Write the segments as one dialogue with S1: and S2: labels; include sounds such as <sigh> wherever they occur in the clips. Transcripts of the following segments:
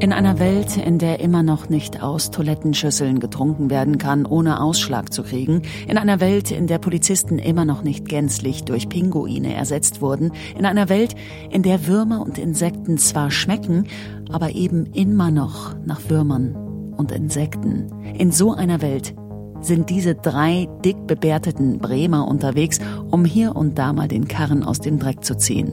S1: In einer Welt, in der immer noch nicht aus Toilettenschüsseln getrunken werden kann, ohne Ausschlag zu kriegen, in einer Welt, in der Polizisten immer noch nicht gänzlich durch Pinguine ersetzt wurden, in einer Welt, in der Würmer und Insekten zwar schmecken, aber eben immer noch nach Würmern und Insekten. In so einer Welt sind diese drei dick bewerteten Bremer unterwegs, um hier und da mal den Karren aus dem Dreck zu ziehen.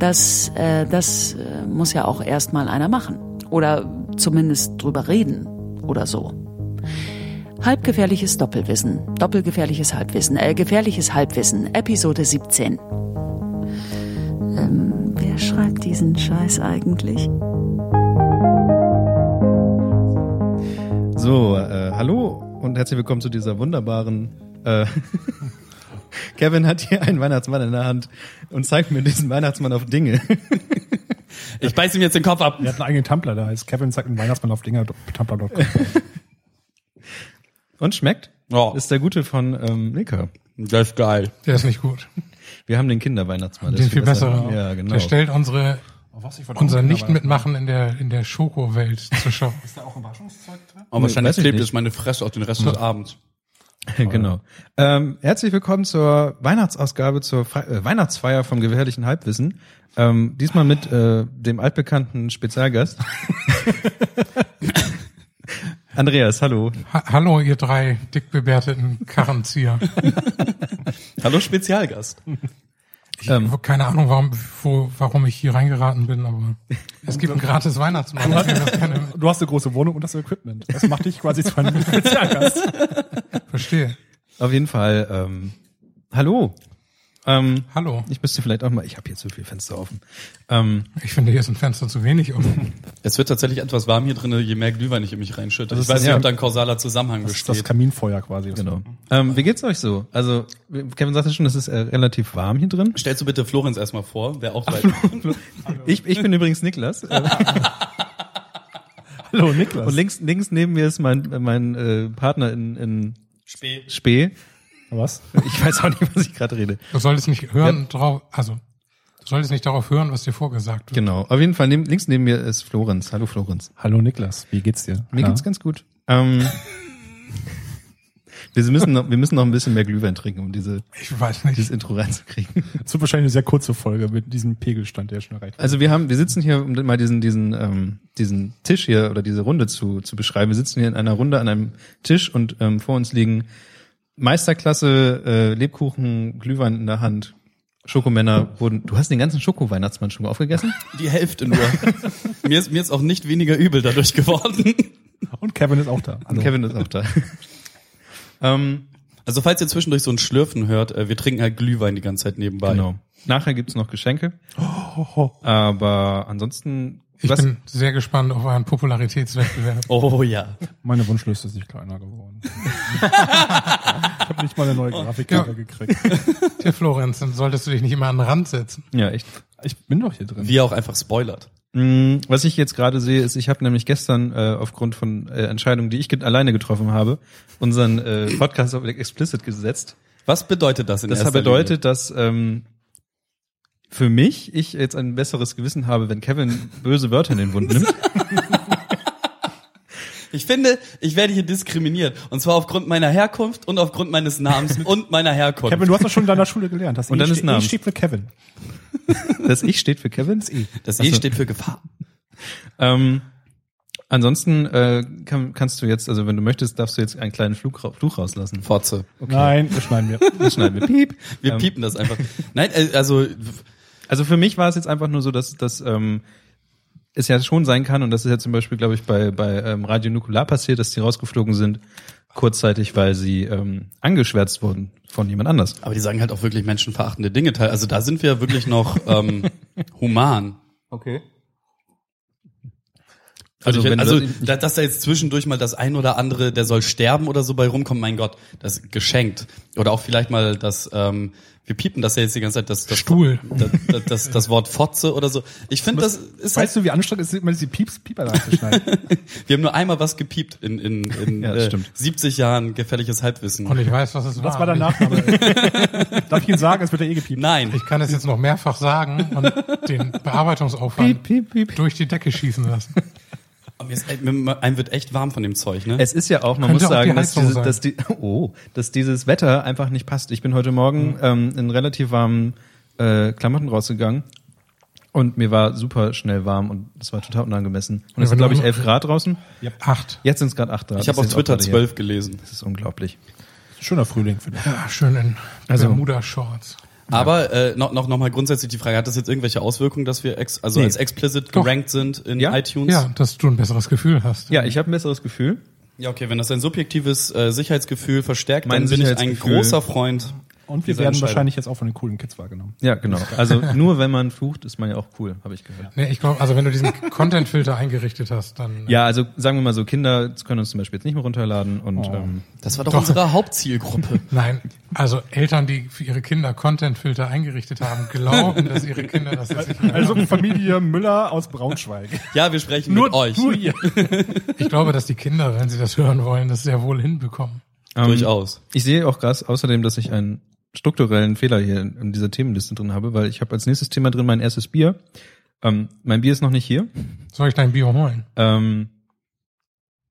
S1: Das, äh, das äh, muss ja auch erstmal einer machen. Oder zumindest drüber reden oder so. Halbgefährliches Doppelwissen. Doppelgefährliches Halbwissen. Äh, gefährliches Halbwissen. Episode 17. Ähm, wer schreibt diesen Scheiß eigentlich?
S2: So, äh, hallo und herzlich willkommen zu dieser wunderbaren. Äh, <laughs> Kevin hat hier einen Weihnachtsmann in der Hand und zeigt mir diesen Weihnachtsmann auf Dinge.
S3: Ich beiß ihm jetzt den Kopf ab.
S4: Er hat einen eigenen Tumblr, da heißt Kevin sagt ein Weihnachtsmann auf Dinger, Tumblr.com.
S2: Und schmeckt?
S3: Ja.
S2: Ist der gute von ähm, Milka.
S3: Das ist geil.
S4: Der ist nicht gut.
S2: Wir haben den Kinderweihnachtsmann.
S4: Den
S2: das ist
S4: viel besseren.
S2: Ja, genau.
S4: Der stellt unsere, unser Nicht-Mitmachen in der, in der Schoko-Welt zur Schau.
S3: Aber wahrscheinlich
S2: weiß ich Oh,
S3: klebt
S2: nicht.
S3: jetzt meine Fresse auch den Rest des Abends.
S2: <laughs> genau. Ähm, herzlich willkommen zur Weihnachtsausgabe, zur Fre äh, Weihnachtsfeier vom gefährlichen Halbwissen. Ähm, diesmal mit äh, dem altbekannten Spezialgast. <laughs> Andreas, hallo.
S4: Ha Hallo, ihr drei dickbewerteten Karrenzieher.
S3: Hallo Spezialgast.
S4: Ich habe keine Ahnung, warum, wo, warum ich hier reingeraten bin, aber es gibt einen gratis Weihnachtsmann. Ich will das gerne
S5: Du hast eine große Wohnung und das Equipment. Das macht dich quasi zu einem <laughs> Spezialgast.
S4: verstehe.
S2: Auf jeden Fall. Ähm, hallo. Ähm,
S4: Hallo.
S2: ich müsste vielleicht auch mal. Ich habe hier zu viel Fenster offen. Ähm,
S4: Ich finde, hier ist ein Fenster zu wenig offen.
S3: Es wird tatsächlich etwas warm hier drin, je mehr Glühwein ich in mich reinschütte.
S2: Das
S3: Ich
S2: ist-
S3: weiß nicht,
S2: ja.
S3: ob da ein kausaler Zusammenhang
S5: Das ist das
S3: besteht.
S5: Kaminfeuer quasi.
S2: genau. Ähm, wie geht's euch so? Also Kevin sagte schon, es ist äh, relativ warm hier drin.
S3: Stellst du bitte Florenz erstmal vor, der auch weit.
S2: Ich, ich bin übrigens Niklas äh,
S5: Hallo Niklas.
S2: und links links neben mir ist mein mein äh, Partner in in
S3: Spee.
S2: Spee.
S5: Was?
S2: Ich weiß auch nicht, was ich gerade rede.
S4: Du solltest nicht hören drauf, also, du solltest nicht darauf hören, was dir vorgesagt wird.
S2: Genau. Auf jeden Fall neben, links neben mir ist Florenz. Hallo Florenz.
S5: Hallo Niklas. Wie geht's dir?
S2: Mir
S5: Ja.
S2: geht's ganz gut. Ähm, wir müssen noch wir müssen noch ein bisschen mehr Glühwein trinken, um diese
S4: Ich weiß nicht.
S2: dieses Intro reinzukriegen.
S5: Es wird wahrscheinlich eine sehr kurze Folge mit diesem Pegelstand, der schon erreicht wird.
S2: Also wir haben, wir sitzen hier, um mal diesen, diesen, ähm, diesen Tisch hier oder diese Runde zu, zu beschreiben. Wir sitzen hier in einer Runde an einem Tisch und ähm, vor uns liegen Meisterklasse, äh, Lebkuchen, Glühwein in der Hand. Schokomänner wurden. Du hast den ganzen Schoko-Weihnachtsmann schon
S4: <laughs>
S2: aufgegessen?
S3: Die Hälfte
S2: <laughs>
S3: nur. mir, ist, mir ist auch nicht weniger übel dadurch geworden.
S5: Und Kevin ist auch da. Hallo.
S2: Kevin ist auch
S4: <laughs>
S2: da. ähm,
S3: Also falls ihr zwischendurch so ein Schlürfen hört, äh, wir trinken halt Glühwein die ganze Zeit nebenbei.
S2: genau. Nachher gibt's noch Geschenke.
S4: Oh,
S2: Aber ansonsten.
S4: Ich bin sehr gespannt auf euren Popularitätswettbewerb.
S3: Oh ja.
S5: Meine Wunschliste ist nicht kleiner geworden. ich habe nicht mal eine neue Grafikkarte
S4: Ja.
S5: gekriegt.
S4: Tja, Florenz, dann solltest du dich nicht immer an den Rand setzen.
S2: ja, echt.
S5: Ich bin doch hier drin.
S3: Wie er auch einfach spoilert.
S2: Mm, Was ich jetzt gerade sehe, ist, ich habe nämlich gestern äh, aufgrund von äh, Entscheidungen, die ich ge alleine getroffen habe, unseren äh, Podcast auf explicit gesetzt.
S3: Was bedeutet das in
S2: Das
S3: erster
S2: bedeutet, dass ähm, für mich ich jetzt ein besseres Gewissen habe, wenn Kevin böse Wörter in den Mund
S3: <laughs>
S2: nimmt.
S3: Ich finde, ich werde hier diskriminiert. Und zwar aufgrund meiner Herkunft und aufgrund meines Namens und meiner Herkunft.
S5: Kevin, du hast das schon in deiner Schule gelernt. Das
S2: Und
S5: E
S2: dann ist
S5: steht- E
S2: Namens.
S5: steht für Kevin.
S2: Das Ich steht für Kevin. Das I.
S3: das E steht für Gefahr.
S2: Ähm, ansonsten äh, kann, kannst du jetzt, also wenn du möchtest, darfst du jetzt einen kleinen Flug, ra- Fluch
S3: <laughs>
S2: rauslassen.
S3: Fotze.
S5: Nein, das schneiden wir.
S2: Das schneiden wir. Piep. Ähm,
S3: Wir piepen das einfach. Nein, äh, also
S2: Also für mich war es jetzt einfach nur so, dass, dass ähm, es ja schon sein kann, und das ist ja zum Beispiel, glaube ich, bei, bei ähm, Radio Nukular passiert, dass die rausgeflogen sind, kurzzeitig, weil sie ähm, angeschwärzt wurden von jemand anders.
S3: Aber die sagen halt auch wirklich menschenverachtende Dinge teil. Also da sind wir wirklich noch ähm, human.
S2: Okay. Also,
S3: Also, ich,
S2: wenn
S3: also
S2: Leute-
S3: da- dass da jetzt zwischendurch mal das ein oder andere, der soll sterben oder so bei rumkommt, mein Gott, das ist geschenkt. Oder auch vielleicht mal das, ähm, wir piepen das ja jetzt die ganze Zeit, das, das
S4: Stuhl.
S3: Das, das, das, das Wort Fotze oder so. Ich finde, das ist halt,
S5: Weißt du, wie anstrengend es ist, man diese Pieps, Pieper da <laughs> anzuschneiden?
S3: wir haben nur einmal was gepiept in, in, in
S2: Ja, das
S3: äh,
S2: stimmt.
S3: 70 Jahren gefährliches Halbwissen.
S4: Und ich weiß, was es war.
S5: Was war der Nachname? <laughs> Darf ich Ihnen sagen, es wird ja eh gepiept.
S3: Nein.
S4: <laughs> Ich kann es jetzt noch mehrfach sagen und den Bearbeitungsaufwand
S2: piep, piep.
S4: durch die Decke schießen lassen.
S3: Aber mir ist- mir- Einem wird echt warm von dem Zeug, ne?
S2: Es ist ja auch, man
S4: Könnte
S2: muss
S4: auch die
S2: sagen, dass,
S4: Heizung
S2: diese,
S4: sein.
S2: dass, die, oh, dass dieses Wetter einfach nicht passt. Ich bin heute Morgen
S4: Mhm.
S2: ähm, in relativ warmen äh, Klamotten rausgegangen und mir war super schnell warm und es war total unangemessen. Und
S4: Ja,
S2: es
S4: wenn
S2: sind, glaube
S4: du-
S2: ich, 11 Grad draußen.
S4: Acht.
S2: Jetzt sind es gerade 8 Grad.
S3: ich habe
S2: Das
S3: auf
S2: ist
S3: Twitter
S2: auch gerade
S3: 12 gelesen.
S2: Hier. Das ist unglaublich.
S5: Schöner Frühling, finde ich.
S4: Ja, Ah, schön in
S2: Also-
S4: Bermuda-Shorts.
S3: Aber äh, noch, noch, noch mal grundsätzlich die Frage, hat das jetzt irgendwelche Auswirkungen, dass wir ex also
S2: Nee.
S3: als explicit
S4: Doch.
S3: gerankt sind in
S2: Ja.
S3: iTunes?
S4: Ja, dass du ein besseres Gefühl hast.
S2: Ja, ich habe ein besseres Gefühl.
S3: Ja, okay, wenn das dein subjektives äh, Sicherheitsgefühl verstärkt,
S2: Mein
S3: dann bin ich ein
S2: Sicherheitsgefühl.
S3: großer Freund.
S5: Und wir
S3: dieser
S5: werden
S3: Entscheidung.
S5: wahrscheinlich jetzt auch von den coolen Kids wahrgenommen.
S2: Ja, genau. Also nur wenn man flucht, ist man ja auch cool, habe ich gehört.
S4: Nee, ich glaube, also wenn
S2: <laughs>
S4: du diesen Content-Filter eingerichtet hast, dann
S2: Ja, also sagen wir mal so, Kinder können uns zum Beispiel jetzt nicht mehr runterladen und
S5: Oh.
S2: ähm,
S3: Das war doch, unsere Hauptzielgruppe.
S4: Nein, also Eltern, die für ihre Kinder Content-Filter eingerichtet haben, glauben, dass ihre Kinder das jetzt nicht mehr
S5: <laughs> Also
S4: also,
S5: Familie Müller aus Braunschweig.
S3: <laughs> ja, wir sprechen mit euch.
S5: nur ihr.
S4: Ich glaube, dass die Kinder, wenn sie das hören wollen, das sehr wohl hinbekommen.
S2: ähm,
S3: <laughs> Durchaus.
S2: Ich sehe auch krass außerdem, dass ich einen strukturellen Fehler hier in in dieser Themenliste drin habe, weil ich habe als nächstes Thema drin mein erstes Bier. Ähm, mein Bier ist noch nicht hier.
S4: Soll ich dein Bio holen?
S2: Ähm,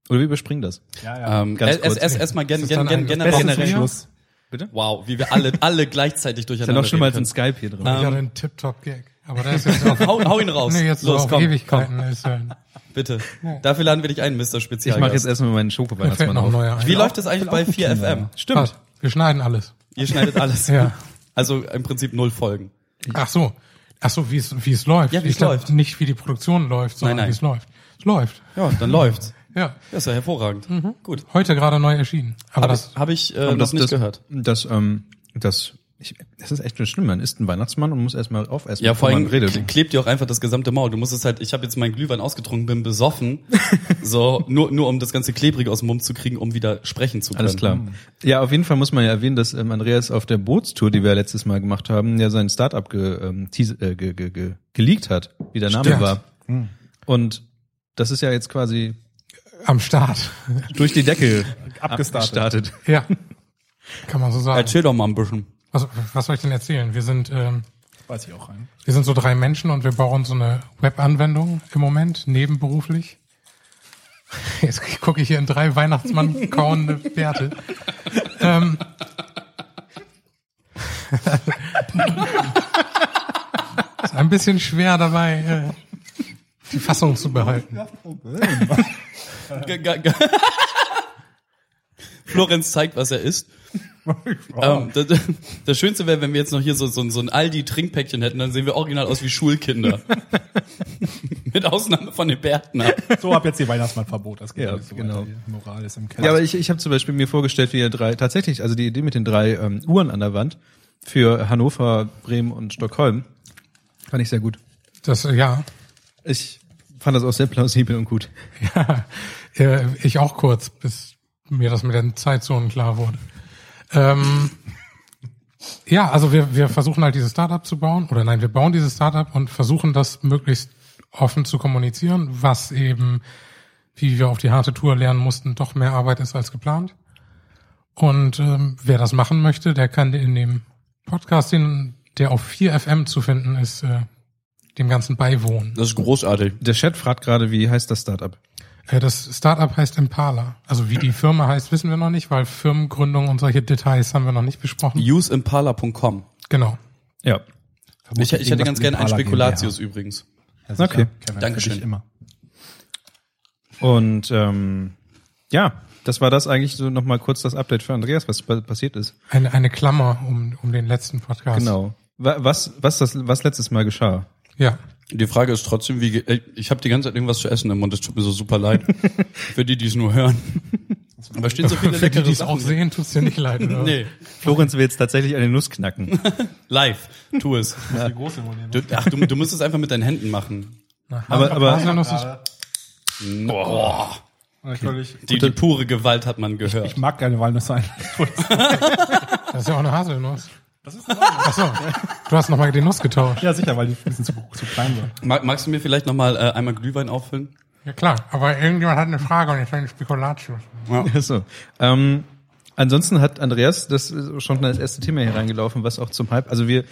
S2: oder wir überspringen das.
S5: <laughs> Ja, ja.
S3: Ähm,
S2: Ganz
S3: äh, es-
S2: kurz.
S3: es- Erstmal gen,
S4: Ist
S3: gen,
S4: das dann
S3: gen,
S4: ein-
S3: generell.
S2: Besseres Bier?
S3: Schluss.
S2: Bitte?
S3: Wow, wie wir alle, alle gleichzeitig
S2: Ist ja
S3: durcheinander
S2: noch schlimmer als
S3: reden
S2: ein Skype hier drin.
S4: Ich hatte einen Tip-Top-Gag. Aber da
S3: <laughs>
S4: ist jetzt auf,
S3: können. Ähm, hau, hau ihn raus.
S4: nee, jetzt
S3: Los,
S4: so auf
S3: komm,
S4: Ewigkeiten. Ist, äh,
S3: komm, bitte. Dafür laden wir dich ein, Mr.
S2: ich
S3: Spezial.
S2: mache jetzt
S3: erst.
S2: erstmal meinen
S4: mir fällt
S2: Schoko-Weihnachtsmann
S4: noch ein
S2: auf.
S4: neuer ein.
S3: Wie läuft das eigentlich bei 4FM?
S2: Stimmt.
S4: Passt. Wir schneiden alles.
S2: <laughs>
S3: Ihr schneidet alles.
S4: Ja.
S3: Also im Prinzip null Folgen.
S4: Ach so. Ach so, wie es, wie es läuft.
S3: Ja, wie
S4: Ich
S3: es
S4: glaub,
S3: läuft.
S4: Nicht wie die Produktion läuft, sondern
S3: Nein, nein.
S4: wie es läuft. Es läuft.
S3: Ja, dann läuft's.
S4: Ja.
S3: Das ist ja hervorragend. Gut.
S4: Heute gerade neu erschienen. Aber
S3: Habe
S4: das,
S3: ich, hab ich äh,
S2: Aber
S3: noch nicht gehört.
S2: Ähm, Das, ähm, das, ich, das ist echt schon schlimm. Man ist ein Weihnachtsmann und muss erstmal aufessen,
S3: Ja, vor
S2: bevor
S3: allem
S2: man redet.
S3: kle- klebt dir auch einfach das gesamte Maul. Du musst es halt, ich habe jetzt meinen Glühwein ausgetrunken,
S2: <laughs>
S3: bin besoffen, so nur nur um das ganze klebrige aus dem Mund zu kriegen, um wieder sprechen zu können.
S2: Alles klar. Ja, auf jeden Fall muss man ja erwähnen, dass ähm, Andreas auf der Bootstour, die wir letztes Mal gemacht haben, ja sein Startup ge, ähm, tease, äh, ge, ge, ge, geleakt hat, wie der Name
S4: Stimmt.
S2: war.
S3: Mhm.
S2: Und das ist ja jetzt quasi
S4: am Start. <laughs>
S2: durch die
S3: <laughs>
S2: Decke
S5: Abgestartet.
S2: abgestartet.
S4: Ja. Kann man so sagen.
S3: Erzähl doch mal ein bisschen.
S4: Was, was soll ich denn erzählen? Wir sind, ähm,
S5: Weiß ich auch rein.
S4: wir sind so drei Menschen und wir bauen so eine Web-Anwendung im Moment, nebenberuflich. <laughs> Jetzt gucke ich hier in drei Weihnachtsmann kauende Bärte. ähm, <laughs> ist ein bisschen schwer dabei, äh, die Fassung zu behalten.
S3: G- g- g- <laughs> Florenz zeigt, was er ist. Ähm, das, <laughs> das Schönste wäre, wenn wir jetzt noch hier so, so, ein- so ein Aldi-Trinkpäckchen hätten, dann sehen wir original aus wie <laughs> Schulkinder. Mit Ausnahme von den Bärten.
S5: <laughs> So ab jetzt die Weihnachtsmannverbot. Das geht
S2: Ja,
S5: nicht so
S2: genau.
S5: weiter. Die Moral ist im Keller.
S2: Ja, aber ich, ich habe zum Beispiel mir vorgestellt, wie er drei, tatsächlich, also die Idee mit den drei ähm, Uhren an der Wand für Hannover, Bremen und Stockholm, fand ich sehr gut.
S4: Das, äh, ja,
S2: Ich fand das auch sehr plausibel und gut.
S4: Äh, ich auch kurz, bis mir das mit den Zeitzonen klar wurde. Ähm, ja, also wir, wir versuchen halt dieses Startup zu bauen, oder nein, wir bauen dieses Startup und versuchen das möglichst offen zu kommunizieren, was eben, wie wir auf die harte Tour lernen mussten, doch mehr Arbeit ist als geplant. Und ähm, wer das machen möchte, der kann in dem Podcast, den, der auf 4FM zu finden ist, äh, dem Ganzen beiwohnen.
S3: Das ist großartig.
S2: Der Chat fragt gerade, wie heißt das Startup?
S4: Äh, Das Startup heißt Impala. Also wie die Firma heißt, wissen wir noch nicht, weil Firmengründung und solche Details haben wir noch nicht besprochen.
S3: Useimpala.com.
S4: Genau.
S2: Ja.
S3: Ich, ich hätte ganz gerne einen Spekulatius
S5: Spekulatius.
S3: übrigens.
S2: Okay.
S3: Dankeschön.
S5: Immer.
S2: Und ähm, ja, das war das eigentlich so nochmal kurz das Update für Andreas, was pa- passiert ist.
S4: Eine, eine Klammer um, um den letzten Podcast.
S2: Genau. Wa- Was, was, das, was letztes Mal geschah?
S4: Ja.
S3: Die Frage ist trotzdem, wie ge- äh, ich habe die ganze Zeit irgendwas zu essen im Mund. Es tut mir so super <laughs> leid für die, die es nur hören. Aber stehen so <laughs> viele
S4: Für die,
S3: leckere
S4: die es auch
S3: Sachen.
S4: sehen, tut's dir nicht leid. <laughs> Oder?
S3: Nee,
S2: Florenz will jetzt tatsächlich eine Nuss knacken.
S3: live, tu es.
S5: Die große Monie.
S3: Du, ach, du, du musst es einfach mit deinen Händen machen.
S4: Na,
S2: Aber- aber-
S4: Haselnuss ist
S3: Boah.
S5: Natürlich.
S3: Die, die pure Gewalt hat man gehört.
S5: Ich mag gerne Walnüsse <laughs> ein.
S4: Das ist ja auch eine Haselnuss. Das ist eine Ach so, du hast nochmal die Nuss getauscht.
S5: ja, sicher, weil die ein bisschen zu, zu klein war.
S3: Mag, magst du mir vielleicht nochmal äh, einmal Glühwein auffüllen?
S4: Ja klar, aber irgendjemand hat eine Frage und ich will eine Spekulatio.
S2: <laughs> Ach so. Ähm, ansonsten hat Andreas, das ist schon das erste Thema hier reingelaufen, was auch zum Halb, also wir,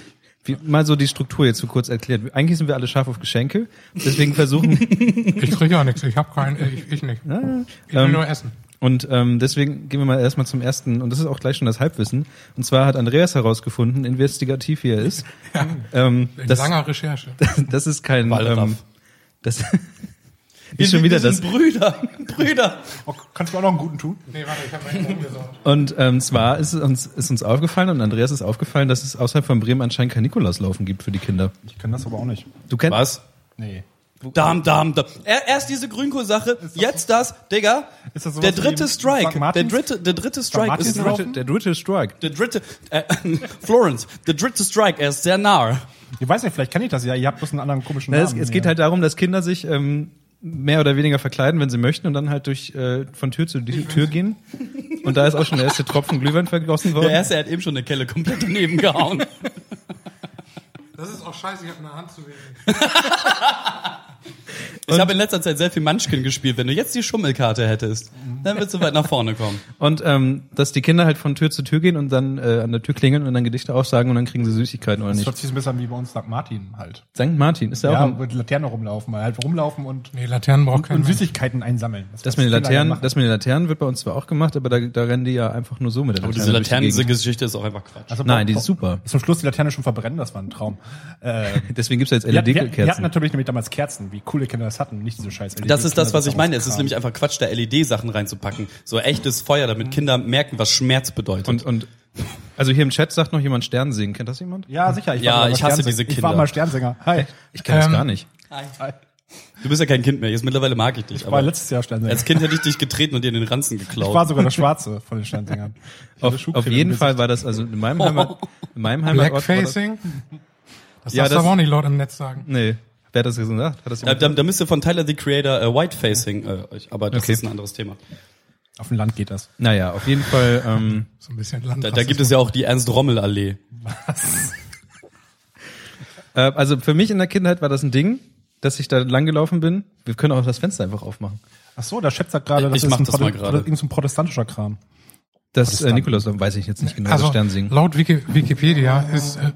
S2: wir mal so die Struktur jetzt so kurz erklärt. Eigentlich sind wir alle scharf auf Geschenke, deswegen <laughs> versuchen,
S4: Ich kriege ja nichts, ich habe keinen, ich, ich nicht. Ich will
S2: ähm,
S4: nur essen.
S2: und ähm, deswegen gehen wir mal erstmal zum ersten, und das ist auch gleich schon das Halbwissen, und zwar hat Andreas herausgefunden, investigativ wie er ist, ähm,
S4: In
S2: dass,
S4: langer Recherche.
S2: <laughs> das ist kein,
S3: Waldorf.
S2: ähm, das <laughs> ist schon wieder das,
S3: Brüder, <laughs> Brüder.
S5: Oh, kannst du mir auch noch einen guten tun?
S4: Nee, warte, ich habe meinen umgesaut.
S2: Und ähm, zwar ist es uns, ist uns aufgefallen und Andreas ist aufgefallen, dass es außerhalb von Bremen anscheinend kein Nikolauslaufen gibt für die Kinder.
S5: Ich kann das aber auch nicht.
S2: Du kennst
S3: Was?
S5: Nee.
S3: Darm, Darm, Darm. Er- Erst diese Grünkohl-Sache, jetzt das, Digga.
S5: Ist das sowas
S3: der
S5: wie
S3: dritte
S5: im St.
S3: Strike. Der
S5: Martins?
S3: dritte, der dritte Strike
S5: Martins
S3: ist
S5: Rauch?
S3: drauf.
S2: der dritte Strike.
S3: Der dritte, äh, <laughs> Florence, der dritte Strike, er ist sehr nah.
S5: Ich weiß nicht, vielleicht kann ich das ja. Ihr habt bloß einen anderen komischen
S2: Na,
S5: Namen.
S2: es, es geht halt darum, dass Kinder sich ähm, mehr oder weniger verkleiden, wenn sie möchten, und dann halt durch äh, von Tür zu Tür Tür gehen. Und da ist auch schon der erste Tropfen Glühwein vergossen worden.
S3: Der erste, er hat eben schon eine Kelle komplett daneben gehauen.
S4: Das ist auch scheiße, ich habe eine Hand zu wenig.
S3: Ich habe in letzter Zeit sehr viel Munchkin gespielt. Wenn du jetzt die Schummelkarte hättest, dann würdest du weit nach vorne kommen.
S2: Und ähm, dass die Kinder halt von Tür zu Tür gehen und dann äh, an der Tür klingeln und dann Gedichte aufsagen und dann kriegen sie Süßigkeiten oder
S5: Das
S2: nicht.
S5: hört sich so ein bisschen an wie bei uns St. Martin halt.
S2: St. Martin ist ja,
S5: Ja,
S2: auch ein,
S5: mit Laternen rumlaufen, mal halt rumlaufen und,
S4: Nee, Laternen braucht kein
S5: und
S4: Mensch.
S5: Süßigkeiten einsammeln. Das,
S2: Das mit den
S5: was Kinder gerne
S2: Laternen,
S5: machen.
S2: das mit den Laternen wird bei uns zwar auch gemacht, aber da, da rennen die ja einfach nur so mit der
S3: Aber
S2: Laterne.
S3: diese
S2: durch die Gegend.
S3: Laternen-Geschichte ist auch einfach Quatsch.
S5: Also,
S2: Nein, die
S5: boah,
S2: ist super.
S5: Zum Schluss die Laterne schon verbrennen, das war ein Traum. Äh,
S2: Deswegen gibt's ja
S5: wir,
S2: jetzt
S5: wir, wir hatten
S2: LED-Kerzen.
S5: natürlich nämlich damals Kerzen, wie coole Kinder das hatten, nicht diese scheiß E LED
S3: Das ist das, was
S5: Kinder-
S3: ich meine. Es ist
S5: Kram.
S3: nämlich einfach Quatsch, da LED-Sachen reinzupacken. So echtes Feuer, damit Kinder merken, was Schmerz bedeutet.
S2: Und, und also hier im Chat sagt noch jemand Stern singen. Kennt das jemand?
S5: Ja, sicher. Ich
S3: Ja,
S5: sogar mal
S3: ich hasse
S5: Sternsänger.
S3: diese
S5: Ich war
S3: Kinder.
S5: mal Sternsänger. Hi.
S2: Ich kenn das
S4: Ähm,
S2: gar nicht.
S3: du bist ja kein Kind mehr. Jetzt mittlerweile mag ich dich.
S5: Ich war letztes Jahr Sternsänger.
S3: als Kind hätte ich dich getreten und dir den Ranzen
S5: ich war
S3: geklaut.
S5: sogar der Schwarze von den Sternsängern. Ich
S2: <laughs>
S5: hatte
S2: Auf,
S5: Schuhcreme
S2: auf
S5: im
S2: jeden
S5: Gesicht.
S2: Fall war das also in meinem Heimat, in meinem Heimatort. war das-
S4: Blackfacing? Das
S2: Ja,
S4: darfst du
S2: das-
S4: aber auch nicht laut im Netz sagen.
S2: Nee. Wer hat das gesagt? Hat das
S3: Da,
S2: jemand
S3: da, da müsst ihr von Tyler the Creator äh, Whitefacing, äh, euch- aber das
S2: Okay.
S3: ist ein anderes Thema.
S5: Auf dem Land geht das.
S2: Naja, auf jeden Fall. Ähm,
S4: So ein bisschen
S3: Da,
S4: Land.
S3: da gibt es ja auch die Ernst-Rommel-Allee.
S2: äh, also für mich in der Kindheit war das ein Ding, dass ich da langgelaufen bin. Wir können auch das Fenster einfach aufmachen.
S5: Ach so, der Schätz sagt gerade,
S3: Ich mach
S5: ein
S3: das mal
S5: Prote-
S3: gerade.
S5: irgend so ein protestantischer Kram.
S2: Das äh, Nikolaus, weiß ich jetzt nicht genau, das
S4: also,
S2: Stern singen.
S4: laut Wiki, Wikipedia ist, äh,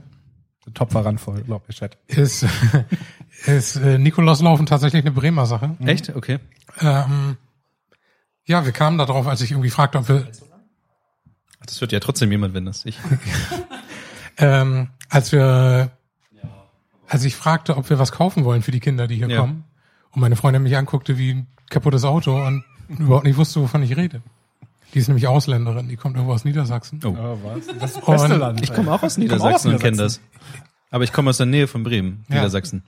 S5: Der Topf war ran voll, glaub ich, Chat.
S4: ist, <laughs> ist äh, Nikolauslaufen tatsächlich eine Bremer Sache.
S2: Echt? Okay.
S4: Ähm, ja, wir kamen darauf, als ich irgendwie fragte, ob wir,
S2: Ach, Das wird ja trotzdem jemand, wenn das ich.
S4: ähm, als wir, als ich fragte, ob wir was kaufen wollen für die Kinder, die hier
S2: Ja.
S4: kommen. Und meine Freundin mich anguckte wie ein kaputtes Auto und überhaupt nicht wusste, wovon ich rede. Die ist nämlich Ausländerin, die kommt irgendwo aus Niedersachsen.
S2: Oh.
S5: Oh, was? Das ist
S4: Und-
S5: beste Land.
S2: Ich komme auch aus
S5: komm auch
S2: <laughs>
S5: aus
S2: Niedersachsen und kenne das.
S5: Niedersachsen.
S2: Aber ich komme aus der Nähe von Bremen,
S4: Ja.
S2: Niedersachsen.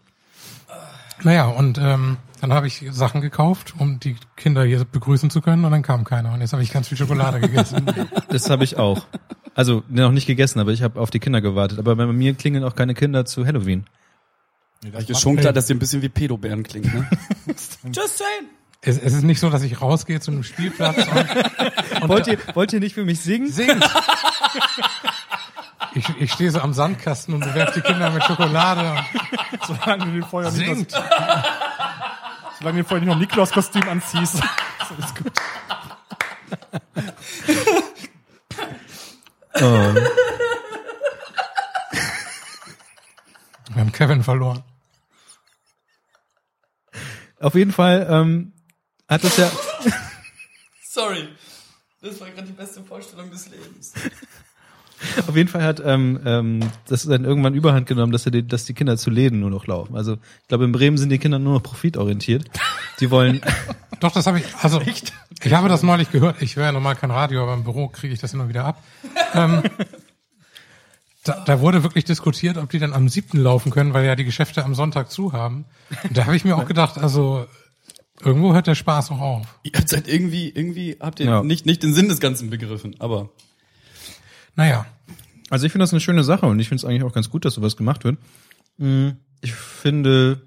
S4: Naja, und ähm, dann habe ich Sachen gekauft, um die Kinder hier begrüßen zu können und dann kam keiner. Und jetzt habe ich ganz viel Schokolade gegessen.
S2: Das habe ich auch. Also noch nicht gegessen, aber ich habe auf die Kinder gewartet. Aber bei mir klingeln auch keine Kinder zu Halloween.
S3: Ich ist schon klar, dass die ein bisschen wie Pedobären klingt, ne? Just saying.
S4: es, es ist nicht so, dass ich rausgehe zu einem Spielplatz und
S2: Wollt ihr, wollt ihr nicht für mich singen?
S4: singe. Ich, ich stehe so am Sandkasten und bewerfe die Kinder mit Schokolade.
S5: Solange du den vorher
S4: Und
S5: nicht,
S4: singt.
S5: das, solange du vorher nicht noch Nikolaus-Kostüm <laughs> anziehst. ist alles gut.
S4: Wir haben Kevin verloren.
S2: Auf jeden Fall ähm, hat das ja.
S3: Sorry. Das war gerade die beste Vorstellung des Lebens.
S2: Auf jeden Fall hat ähm, ähm, das dann irgendwann Überhand genommen, dass, er die, dass die Kinder zu Läden nur noch laufen. Also ich glaube, in Bremen sind die Kinder nur noch profitorientiert. Die wollen.
S4: Doch, das habe ich.
S2: <laughs>
S4: Also ich habe das neulich gehört. Ich höre ja normal kein Radio, aber im Büro kriege ich das immer wieder ab. Ähm,
S2: <laughs>
S4: da, da wurde wirklich diskutiert, ob die dann am siebten laufen können, weil ja die Geschäfte am Sonntag zu haben. Und da habe ich mir auch gedacht, also irgendwo hört der Spaß auch auf.
S3: Ihr habt halt irgendwie, irgendwie habt ihr
S2: Ja.
S3: nicht, nicht den Sinn des Ganzen begriffen, aber.
S4: Naja,
S2: Also ich finde das eine schöne Sache und ich finde es eigentlich auch ganz gut, dass sowas gemacht wird. Mm, Ich finde,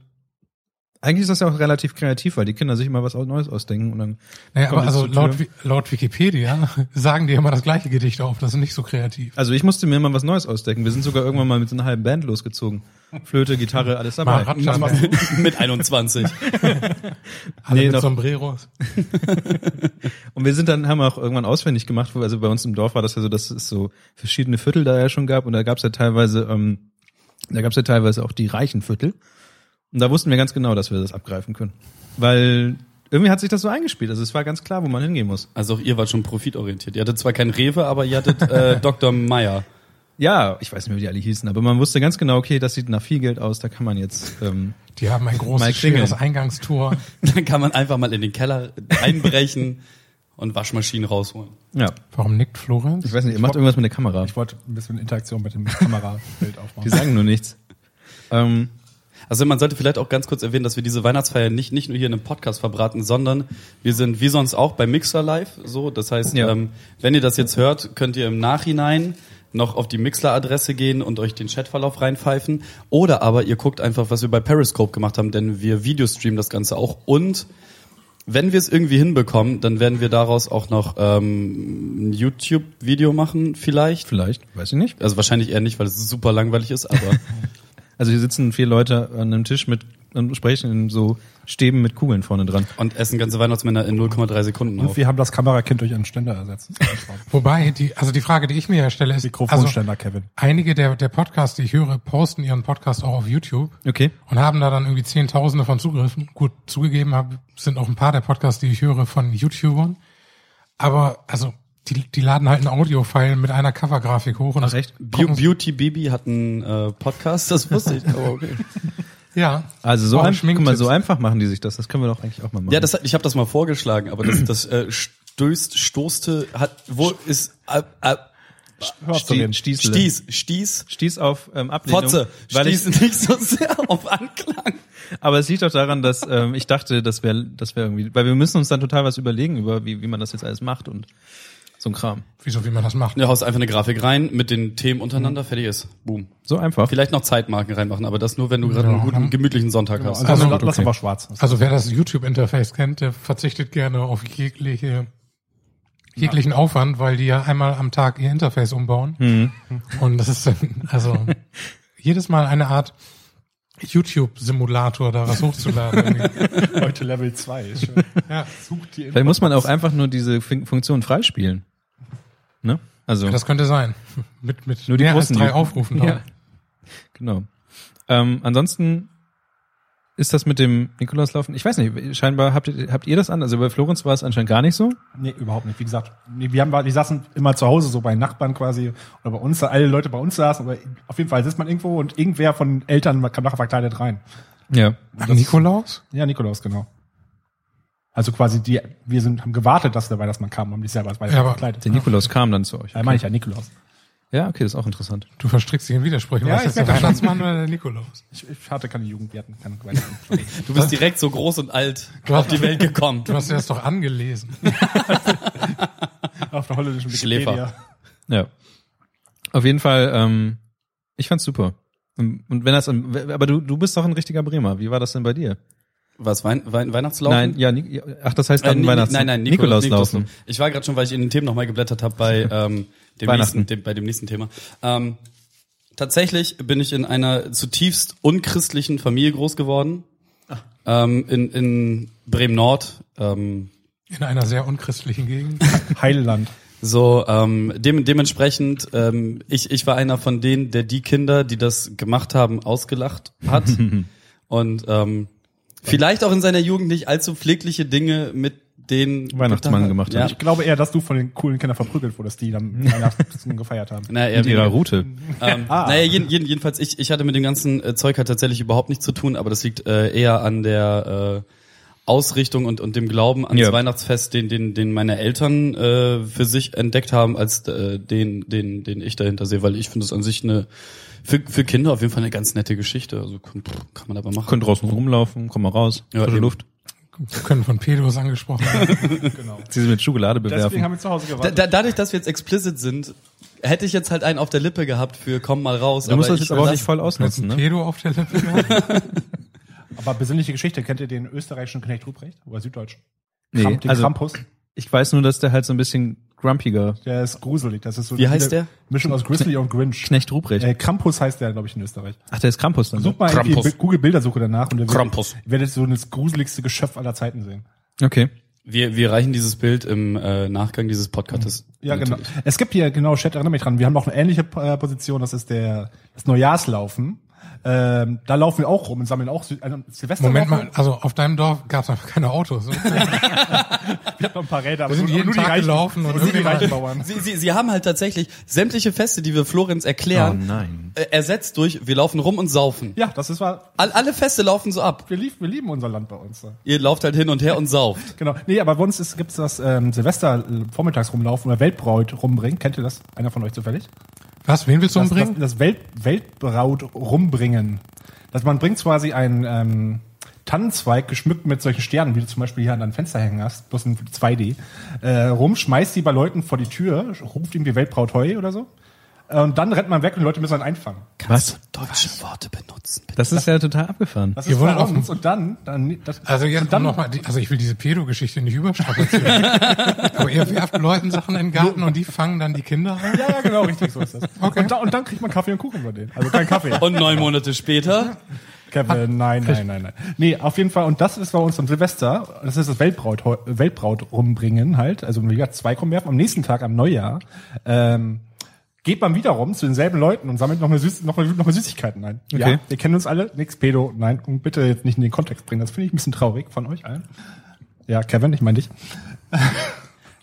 S2: eigentlich ist das ja auch relativ kreativ, weil die Kinder sich immer was Neues ausdenken und dann.
S4: Naja, aber
S2: kommt es
S4: also
S2: zur Tür.
S4: laut, Wi- laut Wikipedia <laughs> sagen die immer das gleiche Gedicht auf, das ist nicht so kreativ.
S2: Also ich musste mir immer was Neues ausdenken. Wir sind sogar irgendwann mal mit so einer halben Band losgezogen. Flöte, Gitarre, alles dabei.
S4: Maharaja,
S3: <laughs> Mit 21.
S4: alle
S2: nee,
S4: mit
S2: noch-
S4: Sombreros.
S2: Und wir sind dann, haben auch irgendwann auswendig gemacht, wo- also bei uns im Dorf war das ja so, dass es so verschiedene Viertel da ja schon gab und da gab es ja teilweise, ähm, da gab es ja teilweise auch die reichen Viertel. Und da wussten wir ganz genau, dass wir das abgreifen können. Weil irgendwie hat sich das so eingespielt. Also es war ganz klar, wo man hingehen muss.
S3: Also auch ihr wart schon profitorientiert. Ihr hattet zwar kein Rewe, aber ihr hattet äh, Dr. Meyer.
S2: Ja, ich weiß nicht, wie die alle hießen, aber man wusste ganz genau, okay, das sieht nach viel Geld aus, da kann man jetzt. Ähm,
S4: Die haben ein
S2: Mal
S4: großes,
S2: klingeln.
S4: schweres Eingangstor.
S3: Dann kann man einfach mal in den Keller einbrechen und Waschmaschinen rausholen.
S2: ja,
S4: Warum nickt Florenz?
S2: ich weiß nicht, ihr macht irgendwas mit der Kamera.
S5: Ich wollte ein bisschen Interaktion mit dem Kamerabild aufmachen.
S2: Die sagen nur nichts. Ähm,
S3: Also man sollte vielleicht auch ganz kurz erwähnen, dass wir diese Weihnachtsfeier nicht, nicht nur hier in einem Podcast verbraten, sondern wir sind wie sonst auch bei Mixer Live. So, das heißt,
S2: Ja.
S3: ähm, wenn ihr das jetzt hört, könnt ihr im Nachhinein noch auf die Mixler-Adresse gehen und euch den Chatverlauf reinpfeifen. Oder aber ihr guckt einfach, was wir bei Periscope gemacht haben, denn wir videostreamen das Ganze auch. Und wenn wir es irgendwie hinbekommen, dann werden wir daraus auch noch ähm, ein YouTube-Video machen, vielleicht.
S2: vielleicht, weiß ich nicht.
S3: Also wahrscheinlich eher nicht, weil es super langweilig
S2: <laughs>
S3: ist, aber
S2: Also hier sitzen vier Leute an einem Tisch mit und sprechen in so Stäben mit Kugeln vorne dran.
S3: und essen ganze Weihnachtsmänner in 0,3 Sekunden auf.
S5: Und wir haben das Kamerakind durch einen Ständer ersetzt.
S4: Wobei, die, also die Frage, die ich mir ja stelle, ist, also,
S5: Mikrofonständer, Kevin.
S4: einige der, der Podcasts, die ich höre, posten ihren Podcast auch auf YouTube
S2: Okay.
S4: und haben da dann irgendwie Zehntausende von Zugriffen. Gut, zugegeben habe, sind auch ein paar der Podcasts, die ich höre, von YouTubern. Aber, also, die, die laden halt ein Audio-File mit einer Covergrafik hoch. Und das-
S2: echt?
S3: Be Beauty Bibi hat einen äh, Podcast, das wusste ich.
S5: Oh,
S3: Aber okay.
S4: Ja.
S2: Also so,
S4: Oh,
S2: ein, guck
S4: Schminktipps.
S2: mal, so einfach machen die sich das. Das können wir doch eigentlich auch mal machen.
S3: Ja, das, hat- ich habe das mal vorgeschlagen, aber das, das äh, stößt, stoßte, hat, wo ist, äh, äh,
S5: Hörst du
S2: Stie-
S5: den?
S2: Stießle.
S3: stieß, stieß,
S2: Stieß auf ähm, Ablehnung.
S3: Potze,
S2: weil ich,
S3: stieß nicht so sehr auf Anklang.
S2: aber es liegt doch daran, dass ähm, ich dachte, das wäre das wär irgendwie, weil wir müssen uns dann total was überlegen über, wie, wie man das jetzt alles macht und so ein Kram.
S4: Wieso, wie man das macht?
S3: Ja, haust einfach eine Grafik rein mit den Themen untereinander,
S5: Mhm.
S3: fertig ist. Boom.
S2: So einfach.
S3: Vielleicht noch Zeitmarken reinmachen, aber das nur, wenn du gerade einen guten, gemütlichen Sonntag hast.
S5: Also,
S4: Also,
S5: lass lass
S2: okay.
S5: aber schwarz.
S4: Also wer das YouTube-Interface kennt, der verzichtet gerne auf jegliche, jeglichen Aufwand, weil die ja einmal am Tag ihr Interface umbauen. Und das ist dann, also jedes Mal eine Art YouTube-Simulator, da was hochzuladen.
S5: <laughs>
S4: irgendwie.
S5: Heute Level 2.
S4: ja,
S5: Sucht die
S2: Vielleicht muss man auch einfach nur diese Fun Funktion freispielen. Ne? Also
S4: das könnte sein. Mit, mit
S2: Nur die
S4: mehr als
S2: großen
S4: drei
S2: Lügen.
S4: Aufrufen. Ja.
S2: Genau. Ähm, ansonsten ist das mit dem Nikolauslaufen, ich weiß nicht, scheinbar habt ihr, habt ihr das an, also bei Florenz war es anscheinend gar nicht so.
S5: Nee, überhaupt nicht. Wie gesagt, nee, wir, haben, wir saßen immer zu Hause, so bei Nachbarn quasi, oder bei uns, alle Leute bei uns saßen, aber auf jeden Fall sitzt man irgendwo und irgendwer von Eltern kam nachher verkleidet rein.
S2: Ja.
S4: Am Nikolaus?
S5: Ja, Nikolaus, genau. Also quasi die, wir sind, haben gewartet, dass der Weihnachtsmann kam, haben dich selber als
S4: Ja,
S5: Weihnachtsmann
S4: aber-
S5: verkleidet.
S2: Der Nikolaus kam dann zu euch.
S5: Da meine ich ja Nikolaus.
S2: Ja, okay, das ist auch interessant.
S4: Du verstrickst dich in Widersprüche.
S5: Ja,
S4: Was
S5: ich
S4: ist jetzt
S5: merke
S4: der
S5: schon.
S4: Weihnachtsmann oder der Nikolaus?
S5: Ich, ich hatte keine Jugend, wir hatten keine
S4: <laughs>
S5: Weihnachten.
S3: Du
S5: <laughs>
S3: bist direkt so groß und alt
S4: Du
S3: auf
S4: hast-
S3: die Welt gekommen.
S4: Du hast dir das doch angelesen.
S5: auf der holländischen
S3: Schläfer.
S2: Ja. Auf jeden Fall, ähm, ich fand's super. Und und wenn das, am- aber du, du bist doch ein richtiger Bremer. Wie war das denn bei dir?
S3: Was, Wein, Wein, Weihnachtslaufen?
S2: Nein, ja, Ni- ja, ach, das heißt
S3: Äh,
S2: dann
S3: nee,
S2: Weihnachts
S3: nein, nein, Nikolaus,
S2: Nikolauslaufen.
S3: Nikolauslaufen. Ich war gerade schon, weil ich in den Themen nochmal geblättert habe
S2: <laughs>
S3: bei, ähm, dem
S2: Weihnachten.
S3: nächsten, dem, bei dem nächsten Thema. Ähm, tatsächlich bin ich in einer zutiefst unchristlichen Familie groß geworden.
S2: Ah.
S3: Ähm, in, in Bremen Nord. Ähm,
S4: In einer sehr unchristlichen Gegend.
S5: Heiland.
S3: so, ähm, dem, dementsprechend, ähm, ich, ich war einer von denen, der die Kinder, die das gemacht haben, ausgelacht
S2: <laughs>
S3: hat. Und ähm, vielleicht auch in seiner Jugend nicht allzu pflegliche Dinge mit den
S2: Weihnachtsmann gemacht
S3: ja.
S2: hat.
S5: Ich glaube eher, dass du von den coolen Kindern verprügelt wurdest, die
S4: <laughs>
S5: dann Weihnachten gefeiert haben.
S3: Na, eher
S2: Mit ihrer
S3: weniger.
S2: Route.
S3: Ähm,
S2: <laughs>
S5: Ah.
S3: Naja, jeden, jeden, jedenfalls, ich, ich hatte mit dem ganzen äh, Zeug halt tatsächlich überhaupt nichts zu tun, aber das liegt äh, eher an der äh, Ausrichtung und, und dem Glauben ans
S2: Ja.
S3: Weihnachtsfest, den, den, den meine Eltern äh, für sich entdeckt haben, als äh, den, den, den ich dahinter sehe, weil ich finde es an sich eine für, für Kinder auf jeden Fall eine ganz nette Geschichte. Also kann, pff, kann man aber machen.
S2: Könnt draußen rumlaufen, komm mal raus,
S3: Ja,
S2: frische
S3: eben.
S2: Luft.
S4: Wir können von Pedos angesprochen werden.
S5: Genau.
S2: Sie sind mit Schokolade
S5: Deswegen
S2: bewerfen.
S5: haben wir zu Hause
S3: da,
S5: gewartet.
S3: da, dadurch, dass wir jetzt explicit sind, hätte ich jetzt halt einen auf der Lippe gehabt für komm mal raus.
S2: Du musst das
S3: ich-
S2: jetzt aber auch nicht voll ne?
S4: Jetzt
S2: ausnutzen, ne?
S4: ein Pedo auf der Lippe. gehabt.
S5: Aber besinnliche Geschichte, kennt ihr den österreichischen Knecht Ruprecht? Oder Süddeutschen?
S2: Nee,
S5: Kramp- den
S2: also-
S5: Krampus?
S2: Ich weiß nur, dass der halt so ein bisschen grumpiger
S5: Der ist gruselig. Das ist so
S3: Wie
S5: eine
S3: heißt der?
S5: Mischung aus Grizzly und Grinch.
S2: Knecht Ruprecht.
S5: Äh, Krampus heißt der, glaube ich, in Österreich.
S2: Ach, der ist Krampus dann. ne?
S5: Sucht mal
S3: Also Krampus.
S5: irgendwie Google Bildersuche danach und ihr werdet-
S3: Krampus.
S5: werdet so das gruseligste Geschöpf aller Zeiten sehen.
S2: Okay.
S3: Wir, wir reichen dieses Bild im äh, Nachgang dieses Podcastes.
S5: Ja, genau.
S3: natürlich.
S5: Es gibt hier, genau, Chat, erinnere mich dran, wir haben noch eine ähnliche äh, Position, das ist der, das Neujahrslaufen. Ähm, da laufen wir auch rum und sammeln auch Sü äh, Silvester.
S4: Moment
S5: laufen.
S4: mal, also auf deinem Dorf gab es einfach
S2: <laughs>
S4: keine Autos. Wir
S5: Wir hatten noch ein paar Räder, aber
S4: sind
S5: nur,
S4: jeden
S5: nur die
S4: Tag
S5: reichen,
S4: gelaufen und
S5: nur die
S4: irgendwie
S5: reichen
S4: mal-
S5: Bauern.
S3: Sie, sie, sie haben halt tatsächlich sämtliche Feste, die wir Florenz erklären,
S2: Oh nein.
S3: Äh, ersetzt durch wir laufen rum und saufen.
S5: Ja, das ist wahr.
S3: All, alle Feste laufen so ab.
S5: Wir, lief, wir lieben unser Land bei uns.
S3: Ihr lauft halt hin und her und sauft.
S5: Genau. Nee, aber bei uns ist- gibt's das ähm, Silvester äh, vormittags rumlaufen oder Weltbraut rumbringen. Kennt ihr das? Einer von euch zufällig?
S4: Was? Wen willst du
S5: das,
S4: umbringen?
S5: Das, das Welt, Weltbraut rumbringen. Dass man bringt quasi einen ähm, Tannenzweig geschmückt mit solchen Sternen, wie du zum Beispiel hier an deinem Fenster hängen hast, bloß in 2D, äh, rum, schmeißt die bei Leuten vor die Tür, ruft ihm die Weltbraut heu oder so. Äh, Und dann rennt man weg und die Leute müssen einen einfangen.
S2: Was?
S3: Deutsche Worte benutzen. bitte.
S2: Das ist ja total abgefahren.
S5: Das
S4: Ihr
S5: ist
S4: wollt
S5: bei
S4: auf den-
S5: uns. Und dann, dann das,
S4: Also jetzt
S5: und dann
S4: dann nochmal, also ich will diese Pedo-Geschichte nicht überstrapazieren.
S2: <laughs>
S4: Aber ihr werft Leuten Sachen in den Garten und die fangen dann die Kinder an.
S5: Ja, ja, genau, richtig, so ist
S4: <laughs>
S5: das. Und, da, und dann kriegt man Kaffee und Kuchen bei denen. Also kein Kaffee.
S3: Und neun Monate später,
S5: Kevin, nein, nein, nein, nein. Nee, auf jeden Fall. Und das ist bei uns am Silvester. Das ist das Weltbraut, Weltbraut rumbringen halt. Also wie gesagt, zwei rumwerfen. Am nächsten Tag, am Neujahr, ähm, geht man wieder rum zu denselben Leuten und sammelt noch mal, Süß noch mal, noch mal Süßigkeiten ein.
S2: Okay.
S5: Ja, wir kennen uns alle. Nix Pedo. Nein, und bitte jetzt nicht in den Kontext bringen. Das finde ich ein bisschen traurig von euch allen. Ja, Kevin, ich meine dich.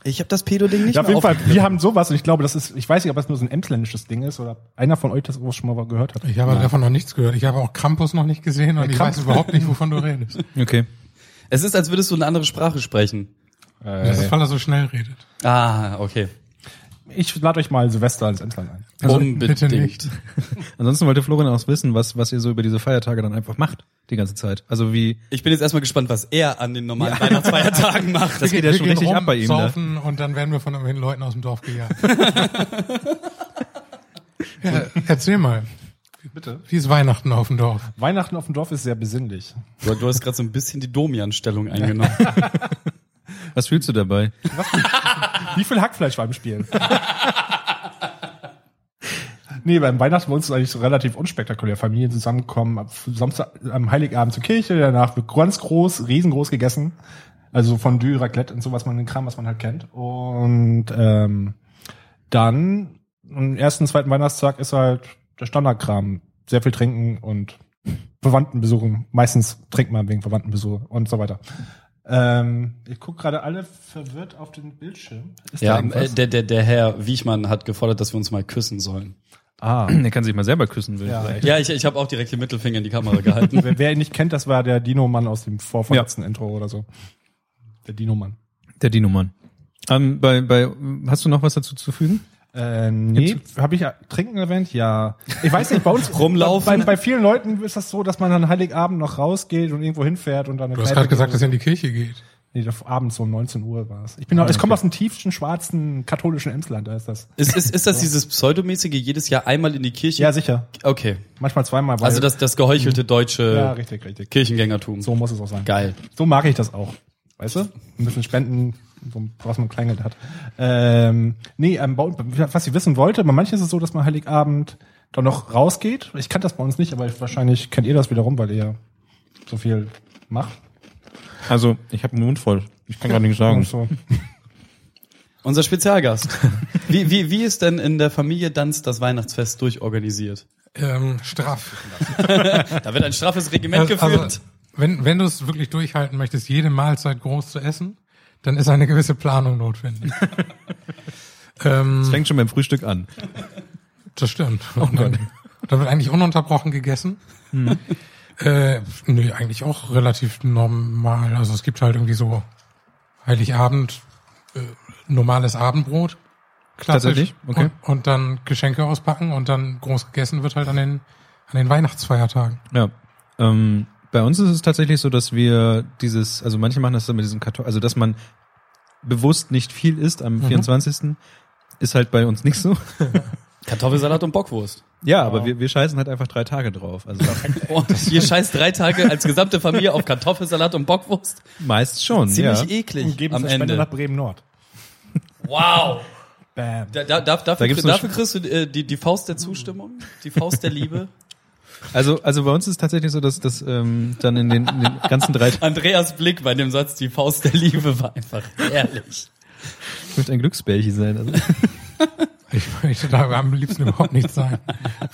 S3: ich habe das Pedo-Ding nicht
S5: Ja, auf
S3: mehr
S5: jeden Fall,
S3: auf.
S5: wir haben sowas und ich glaube, das ist, ich weiß nicht, ob das nur so ein emsländisches Ding ist oder einer von euch das auch schon mal gehört hat.
S4: Ich habe davon noch nichts gehört. Ich habe auch Krampus noch nicht gesehen und ich
S5: Krampus-
S4: weiß überhaupt nicht, wovon du redest.
S2: Okay.
S3: Es ist, als würdest du eine andere Sprache sprechen.
S4: Das ist, weil er so schnell redet.
S3: Ah, okay.
S5: Ich lade euch mal Silvester ins Emsland ein.
S3: Unbedingt.
S4: bitte nicht.
S2: Ansonsten wollte Florian auch wissen, was, was ihr so über diese Feiertage dann einfach macht, die ganze Zeit. Also wie,
S3: Ich bin jetzt erstmal gespannt, was er an den normalen Weihnachtsfeiertagen macht.
S2: das geht ja
S4: Wir
S2: schon
S4: gehen
S2: richtig ab bei ihm. Ne?
S4: Saufen und dann werden wir von irgendwelchen Leuten aus dem
S2: <laughs>
S4: Dorf gejagt. ja, erzähl mal,
S5: Bitte.
S4: wie ist Weihnachten auf dem Dorf?
S5: Weihnachten auf dem Dorf ist sehr besinnlich.
S3: Du, du hast gerade so ein bisschen die Domian-Stellung eingenommen.
S2: Was fühlst du dabei? <clears throat>
S5: Wie viel Hackfleisch war im Spiel? nee, beim Weihnachten bei uns ist es eigentlich so relativ unspektakulär. Familien zusammenkommen, ab Samstag, am Heiligabend zur Kirche, danach wird ganz groß, riesengroß gegessen. Also Fondue, Raclette und so, was man den Kram, was man halt kennt. Und ähm, dann am ersten, zweiten Weihnachtstag ist halt der Standardkram. Sehr viel trinken und Verwandten besuchen. Meistens trinkt man wegen Verwandtenbesuche und so weiter. Ähm, ich guck gerade alle verwirrt auf den Bildschirm. Ist da
S3: Ja,
S5: irgendwas?
S3: äh, der, der, der Herr Wiechmann hat gefordert, dass wir uns mal küssen sollen.
S5: Ah.
S2: Er kann sich mal selber küssen, will ich
S5: Ja.
S2: sagen.
S3: Ja, ich, ich habe auch direkt den Mittelfinger in die Kamera gehalten.
S5: <laughs> Wer, wer ihn nicht kennt, das war der Dino-Mann aus dem vorvorletzten Intro oder so. Der Dino-Mann.
S2: Der Dino-Mann. Ähm, bei, bei, hast du noch was dazu zu fügen?
S5: Äh, nee, habe ich ja- Trinken erwähnt? Ja. Ich weiß nicht, bei uns
S3: <laughs> Rumlaufen?
S5: Bei, bei vielen Leuten ist das so, dass man an Heiligabend noch rausgeht und irgendwo hinfährt und dann. eine
S4: Du hast
S5: Kneipe
S4: gerade gesagt,
S5: geht.
S4: dass ihr Ah, in die Kirche geht.
S5: Nee, das- abends um 19 Uhr war es. Ich bin, auch- ich komme aus dem tiefsten schwarzen katholischen Emsland, da ist das.
S3: Ist, ist, ist das dieses pseudomäßige jedes Jahr einmal in die Kirche?
S5: Ja, sicher.
S3: Okay.
S5: Manchmal zweimal. weil-
S3: Also das, äh, das geheuchelte deutsche
S5: Ja, richtig, richtig.
S3: Kirchengängertum.
S5: So muss es auch sein.
S3: Geil.
S5: So mag ich das auch. Weißt du? Ein bisschen spenden, so, was man Kleingeld hat. Ähm, nee, ähm, bei, uns- was ich wissen wollte, bei manchen ist es so, dass man Heiligabend dann noch rausgeht. Ich kannte das bei uns nicht, aber ich, wahrscheinlich kennt ihr das wiederum, weil ihr so viel macht.
S2: Also, ich habe einen Mund voll. Ich kann gar nichts sagen.
S5: Und so.
S3: Unser
S5: <laughs>
S3: Spezialgast. Wie, wie, wie ist denn in der Familie Danz das Weihnachtsfest durchorganisiert?
S4: Ähm, straff.
S3: Da wird ein straffes Regiment geführt.
S4: Also, wenn wenn du es wirklich durchhalten möchtest, jede Mahlzeit groß zu essen, dann ist eine gewisse Planung notwendig.
S2: <laughs> Es
S4: ähm,
S2: fängt schon beim Frühstück an.
S4: das stimmt.
S2: Oh
S4: Und dann, dann wird eigentlich ununterbrochen gegessen.
S2: Hm.
S4: Äh, nee, eigentlich auch relativ normal. Also es gibt halt irgendwie so Heiligabend, äh, normales Abendbrot.
S2: Tatsächlich? Okay.
S4: Und, und dann Geschenke auspacken und dann groß gegessen wird halt an den, an den Weihnachtsfeiertagen.
S2: Ja. Ähm, bei uns ist es tatsächlich so, dass wir dieses, also manche machen das dann mit diesem Karton, also dass man bewusst nicht viel isst am 24. ist halt bei uns nicht so.
S3: Kartoffelsalat und Bockwurst.
S2: Ja, aber wir, wir scheißen halt einfach drei Tage drauf. Also
S3: Und ihr scheißt drei Tage als gesamte Familie auf Kartoffelsalat und Bockwurst.
S2: meist schon.
S3: Ziemlich
S2: ja.
S5: Und
S3: eklig
S5: geben
S3: am
S5: sie Spende nach
S3: Ende.
S5: Bremen Nord.
S3: Wow.
S5: Bam.
S3: Da, da, da, dafür,
S2: gibt's
S3: krie-
S2: eine
S3: dafür kriegst du äh, die, die Faust der Zustimmung, die Faust der Liebe.
S2: Also, also bei uns ist es tatsächlich so, dass dass ähm, dann in den, in den ganzen drei Tagen
S3: Andreas Blick bei dem Satz, die Faust der Liebe war einfach ehrlich.
S2: ein Glücksbärchen sein. Also,
S4: Ich möchte da am liebsten überhaupt
S2: <laughs>
S4: nicht sein.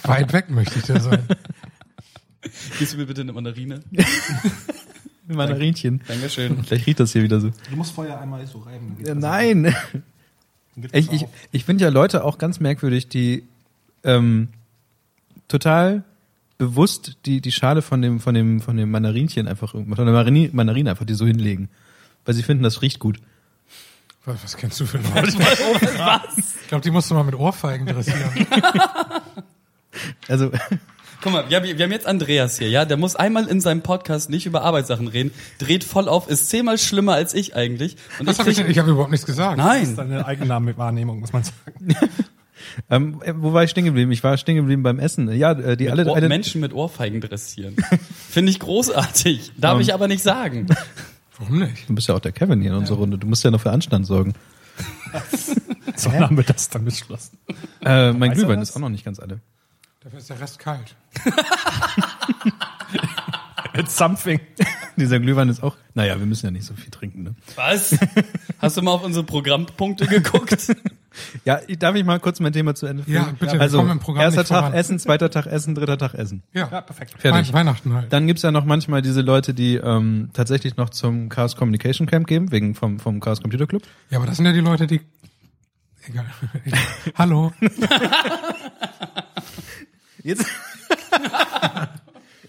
S4: Weit weg möchte ich da sein.
S3: Gibst du mir bitte eine Mandarine?
S2: Mandarinchen.
S3: <laughs> Dankeschön.
S2: Vielleicht riecht das hier wieder so.
S5: Du musst vorher einmal so reiben.
S2: Ja, nein. Ich, ich, ich finde ja Leute auch ganz merkwürdig, die ähm, total bewusst die, die Schale von dem, von dem, von dem Mandarinchen einfach, von der Marini- Mandarine einfach die so hinlegen. Weil sie finden, das riecht gut.
S4: Was, was kennst du für Leute? Ich glaube, die musst du mal mit Ohrfeigen dressieren.
S2: Also, <laughs>
S3: Guck mal, wir, haben- wir haben jetzt Andreas hier, ja? Der muss einmal in seinem Podcast nicht über Arbeitssachen reden, dreht voll auf, ist zehnmal schlimmer als ich eigentlich. Und
S4: Was
S3: ich,
S4: hab ich
S3: krieg-
S4: denn? Ich habe überhaupt nichts gesagt.
S5: Das ist
S3: Nein.
S5: deine Eigennamenwahrnehmung, muss man sagen.
S2: ähm, äh, wo war ich stehen geblieben? Ich war stehen geblieben beim Essen. Ja, äh, die alle,
S3: Ohr,
S2: alle
S3: Menschen mit Ohrfeigen dressieren. Finde ich großartig. Darf
S2: Ähm.
S3: ich aber nicht sagen.
S4: Warum nicht?
S2: Du bist ja auch der Kevin hier in unserer Runde. Du musst ja noch für Anstand sorgen.
S5: So haben wir das dann beschlossen.
S2: Äh, mein
S5: Weiß
S2: Glühwein
S5: er das?
S2: ist auch noch nicht ganz alle.
S4: Dafür ist der Rest kalt.
S5: <laughs> It's something.
S2: <laughs> Dieser Glühwein ist auch. Naja, wir müssen ja nicht so viel trinken. Ne?
S3: Was? Hast du mal auf unsere Programmpunkte geguckt?
S2: Ja, ich- darf ich mal kurz mein Thema zu Ende führen?
S4: Ja, bitte, wir
S2: Also
S4: kommen im Programm
S2: erster
S4: nicht
S2: Tag
S4: voran.
S2: Essen, zweiter Tag Essen, dritter Tag Essen.
S4: Ja,
S5: Ja, perfekt.
S2: Fertig.
S4: Wei- Weihnachten halt.
S2: Dann gibt's ja noch manchmal diese Leute, die ähm, tatsächlich noch zum Chaos Communication Camp gehen, wegen vom, vom Chaos Computer Club.
S4: Ja, aber das sind ja die Leute, die... Egal. <laughs> Hallo. <laughs>
S2: Jetzt.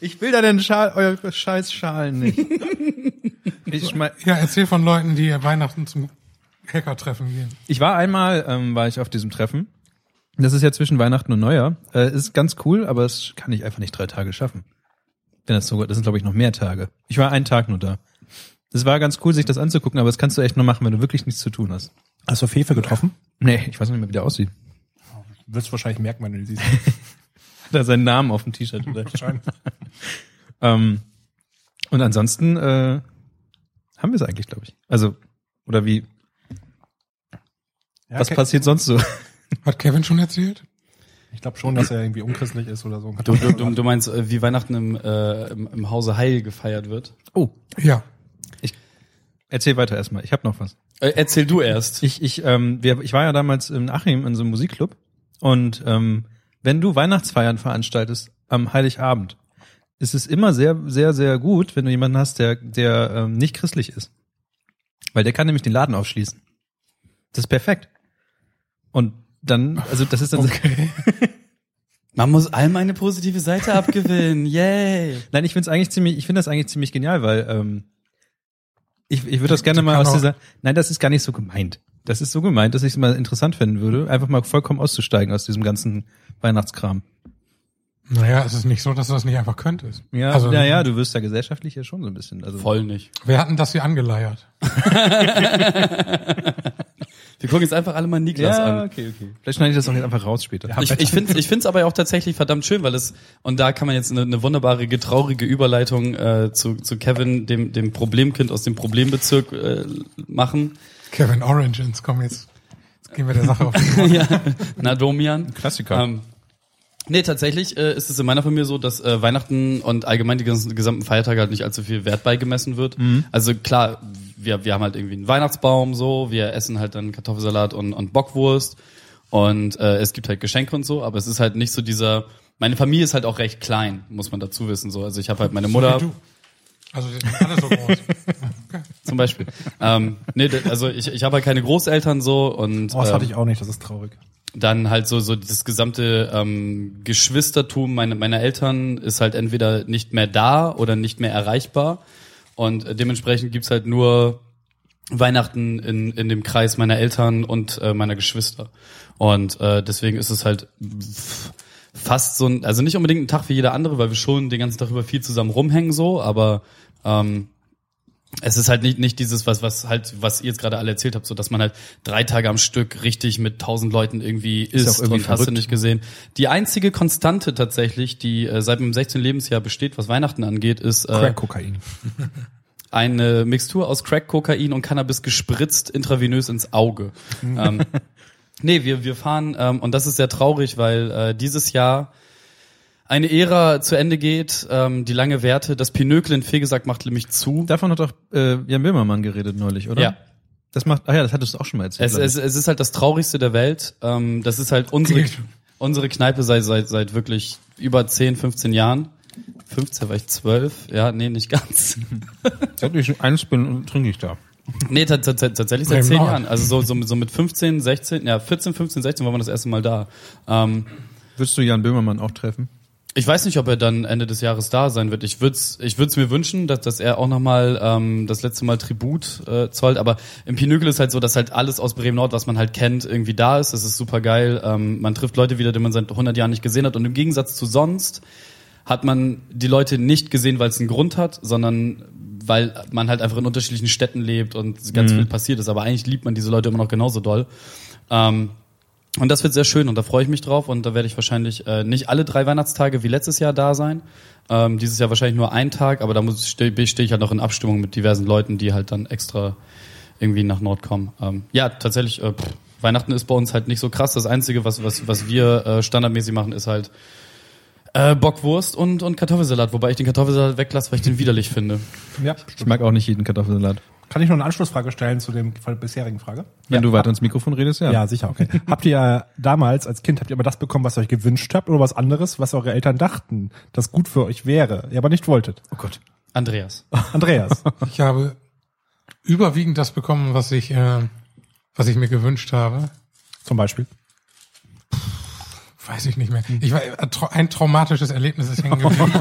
S2: ich will da den Schal, eure scheiß Schalen
S4: <laughs>
S2: nicht. Ich, schmei
S4: Ja, erzähl von Leuten, die Weihnachten zum Hacker-Treffen gehen.
S2: Ich war einmal, ähm, war ich auf diesem Treffen. Das ist ja zwischen Weihnachten und Neujahr. Äh, ist ganz cool, aber es kann ich einfach nicht drei Tage schaffen. Wenn das so, das sind glaube ich noch mehr Tage. Ich war einen Tag nur da. Es war ganz cool, sich das anzugucken, aber das kannst du echt nur machen, wenn du wirklich nichts zu tun hast.
S5: Hast du auf Hefe getroffen?
S2: Nee, ich weiß nicht mehr, wie der aussieht.
S5: Wirst du wahrscheinlich merken, wenn du die siehst. <laughs>
S2: Hat er seinen Namen auf dem T-Shirt. oder?
S5: Wahrscheinlich.
S2: ähm, und ansonsten äh, haben wir es eigentlich, glaube ich. Also, oder wie,
S5: Ja,
S2: was
S5: Ke-
S2: passiert sonst so?
S4: Hat Kevin schon erzählt?
S5: Ich glaube schon, dass er irgendwie unchristlich ist oder so.
S3: <laughs> Du, du, du, du meinst, äh, wie Weihnachten im, äh, im, im Hause Heil gefeiert wird?
S2: Oh,
S4: Ja.
S2: erzähl weiter erstmal. Ich habe noch was.
S3: Äh, erzähl du erst.
S2: Ich, ich, ähm, wir, ich war ja damals in Achim in so einem Musikclub und ähm, wenn du Weihnachtsfeiern veranstaltest am Heiligabend, ist es immer sehr, sehr, sehr gut, wenn du jemanden hast, der, der ähm, nicht christlich ist. Weil der kann nämlich den Laden aufschließen. Das ist perfekt. Und dann, also das ist dann
S3: Man muss all meine positive Seite abgewinnen. <laughs> Yay.
S2: Nein, ich finde es eigentlich ziemlich, ich finde das eigentlich ziemlich genial, weil ähm, ich, ich würde das gerne
S4: Die
S2: mal
S4: kann
S2: aus
S4: auch-
S2: dieser. Nein, das ist gar nicht so gemeint. Das ist so gemeint, dass ich es mal interessant finden würde, einfach mal vollkommen auszusteigen aus diesem ganzen Weihnachtskram.
S4: Naja, es ist nicht so, dass du das nicht einfach könntest.
S2: Ja, also,
S4: also,
S2: naja, du wirst ja gesellschaftlich ja schon so ein bisschen. Also
S3: Voll nicht.
S4: Wir hatten das hier angeleiert.
S3: Wir gucken jetzt einfach alle mal Niklas
S2: ja,
S3: an.
S2: okay, okay. Vielleicht schneide ich das auch jetzt einfach raus später.
S3: Ich, ich finde es ich find's aber auch tatsächlich verdammt schön, weil es, und da kann man jetzt eine, eine wunderbare, getraurige Überleitung äh, zu, zu Kevin, dem, dem Problemkind aus dem Problembezirk, äh, machen.
S4: Kevin Origins, komm jetzt. Jetzt gehen wir der Sache auf den
S3: ja. Na, Domian.
S2: Klassiker.
S3: Ähm, nee, tatsächlich äh, ist es in meiner Familie so, dass äh, Weihnachten und allgemein die ganzen, gesamten Feiertage halt nicht allzu viel Wert beigemessen wird.
S5: Mhm.
S3: Also klar, wir, wir haben halt irgendwie einen Weihnachtsbaum so, wir essen halt dann Kartoffelsalat und, und Bockwurst und äh, es gibt halt Geschenke und so, aber es ist halt nicht so dieser... Meine Familie ist halt auch recht klein, muss man dazu wissen. So, also ich habe halt meine Mutter,
S4: Du. Also, die sind alle so groß.
S3: zum Beispiel. ähm, nee, d- also ich, ich habe halt keine Großeltern so und
S5: Oh, das
S3: ähm,
S5: hatte ich auch nicht, das ist traurig.
S3: dann halt so so das gesamte ähm, Geschwistertum meine, meiner Eltern ist halt entweder nicht mehr da oder nicht mehr erreichbar und äh, dementsprechend gibt's halt nur Weihnachten in, in dem Kreis meiner Eltern und äh, meiner Geschwister und äh, deswegen ist es halt f- fast so ein also nicht unbedingt ein Tag wie jeder andere weil wir schon den ganzen Tag über viel zusammen rumhängen so aber ähm, es ist halt nicht, nicht dieses, was, was halt, was ihr jetzt gerade alle erzählt habt, so dass man halt drei Tage am Stück richtig mit tausend Leuten irgendwie isst
S2: auch irgendwie
S3: und hast du
S2: verrückt.
S3: nicht gesehen. Die einzige Konstante tatsächlich, die äh, seit meinem 16. Lebensjahr besteht, was Weihnachten angeht, ist äh,
S5: Crack-Kokain.
S3: eine Mixtur aus Crack, Kokain und Cannabis gespritzt intravenös ins Auge. ähm, nee, wir, wir fahren, ähm, und das ist sehr traurig, weil äh, dieses Jahr eine Ära zu Ende geht, ähm, die lange Werte, das Pinökel in Fegesack macht nämlich zu.
S2: Davon hat auch äh, Jan Böhmermann geredet neulich, oder?
S3: Ja.
S2: Das macht, ach ja, das hattest du auch schon mal erzählt.
S3: Es,
S2: glaub
S3: es,
S2: ich.
S3: es ist halt das Traurigste der Welt. Ähm, das ist halt unsere,
S4: Geht.
S3: unsere Kneipe seit, seit, seit wirklich über 10, 15 Jahren. 15 war ich 12, ja, nee, nicht ganz.
S6: <laughs> Seit ich eins bin, trinke ich da.
S3: Nee, tats- tats- tatsächlich seit zehn
S4: Bremen-Nord.
S3: Jahren. Also so, so, so mit 15, 16, ja, 14, 15, 16 waren wir das erste Mal da. Ähm,
S2: Würdest du Jan Böhmermann auch treffen?
S3: ich weiß nicht, ob er dann Ende des Jahres da sein wird. Ich würde es ich würd's mir wünschen, dass, dass er auch nochmal ähm, das letzte Mal Tribut äh, zollt. Aber im Pinökel ist halt so, dass halt alles aus Bremen-Nord, was man halt kennt, irgendwie da ist. Das ist super geil. Ähm, man trifft Leute wieder, die man seit 100 Jahren nicht gesehen hat. Und im Gegensatz zu sonst hat man die Leute nicht gesehen, weil es einen Grund hat, sondern weil man halt einfach in unterschiedlichen Städten lebt und ganz viel passiert ist. Aber eigentlich liebt man diese Leute immer noch genauso doll. Ähm, und das wird sehr schön und da freue ich mich drauf und da werde ich wahrscheinlich äh, nicht alle drei Weihnachtstage wie letztes Jahr da sein. Ähm, dieses Jahr wahrscheinlich nur einen Tag, aber da muss stehe steh ich halt noch in Abstimmung mit diversen Leuten, die halt dann extra irgendwie nach Nord kommen. Ähm, ja, tatsächlich, äh, pff, Weihnachten ist bei uns halt nicht so krass. Das Einzige, was, was, was wir äh, standardmäßig machen, ist halt äh, Bockwurst und, und Kartoffelsalat, wobei ich den Kartoffelsalat weglasse, weil ich den widerlich finde.
S5: Ja,
S2: Ich mag auch nicht jeden Kartoffelsalat.
S5: Kann ich noch eine Anschlussfrage stellen zu dem von der bisherigen Frage?
S2: Wenn du weiter ins Mikrofon redest, ja.
S5: Ja,
S3: <laughs>
S5: sicher, okay. habt ihr damals als Kind, habt ihr immer das bekommen, was ihr euch gewünscht habt oder was anderes, was eure Eltern dachten, das gut für euch wäre, ihr aber nicht wolltet?
S2: Oh Gott.
S3: Andreas. <laughs>
S5: Andreas.
S4: Ich habe überwiegend das bekommen, was ich, äh, was ich mir gewünscht habe.
S5: Zum Beispiel.
S4: Weiß ich nicht mehr. Ich war, äh, trau- ein traumatisches Erlebnis ist hängen geblieben,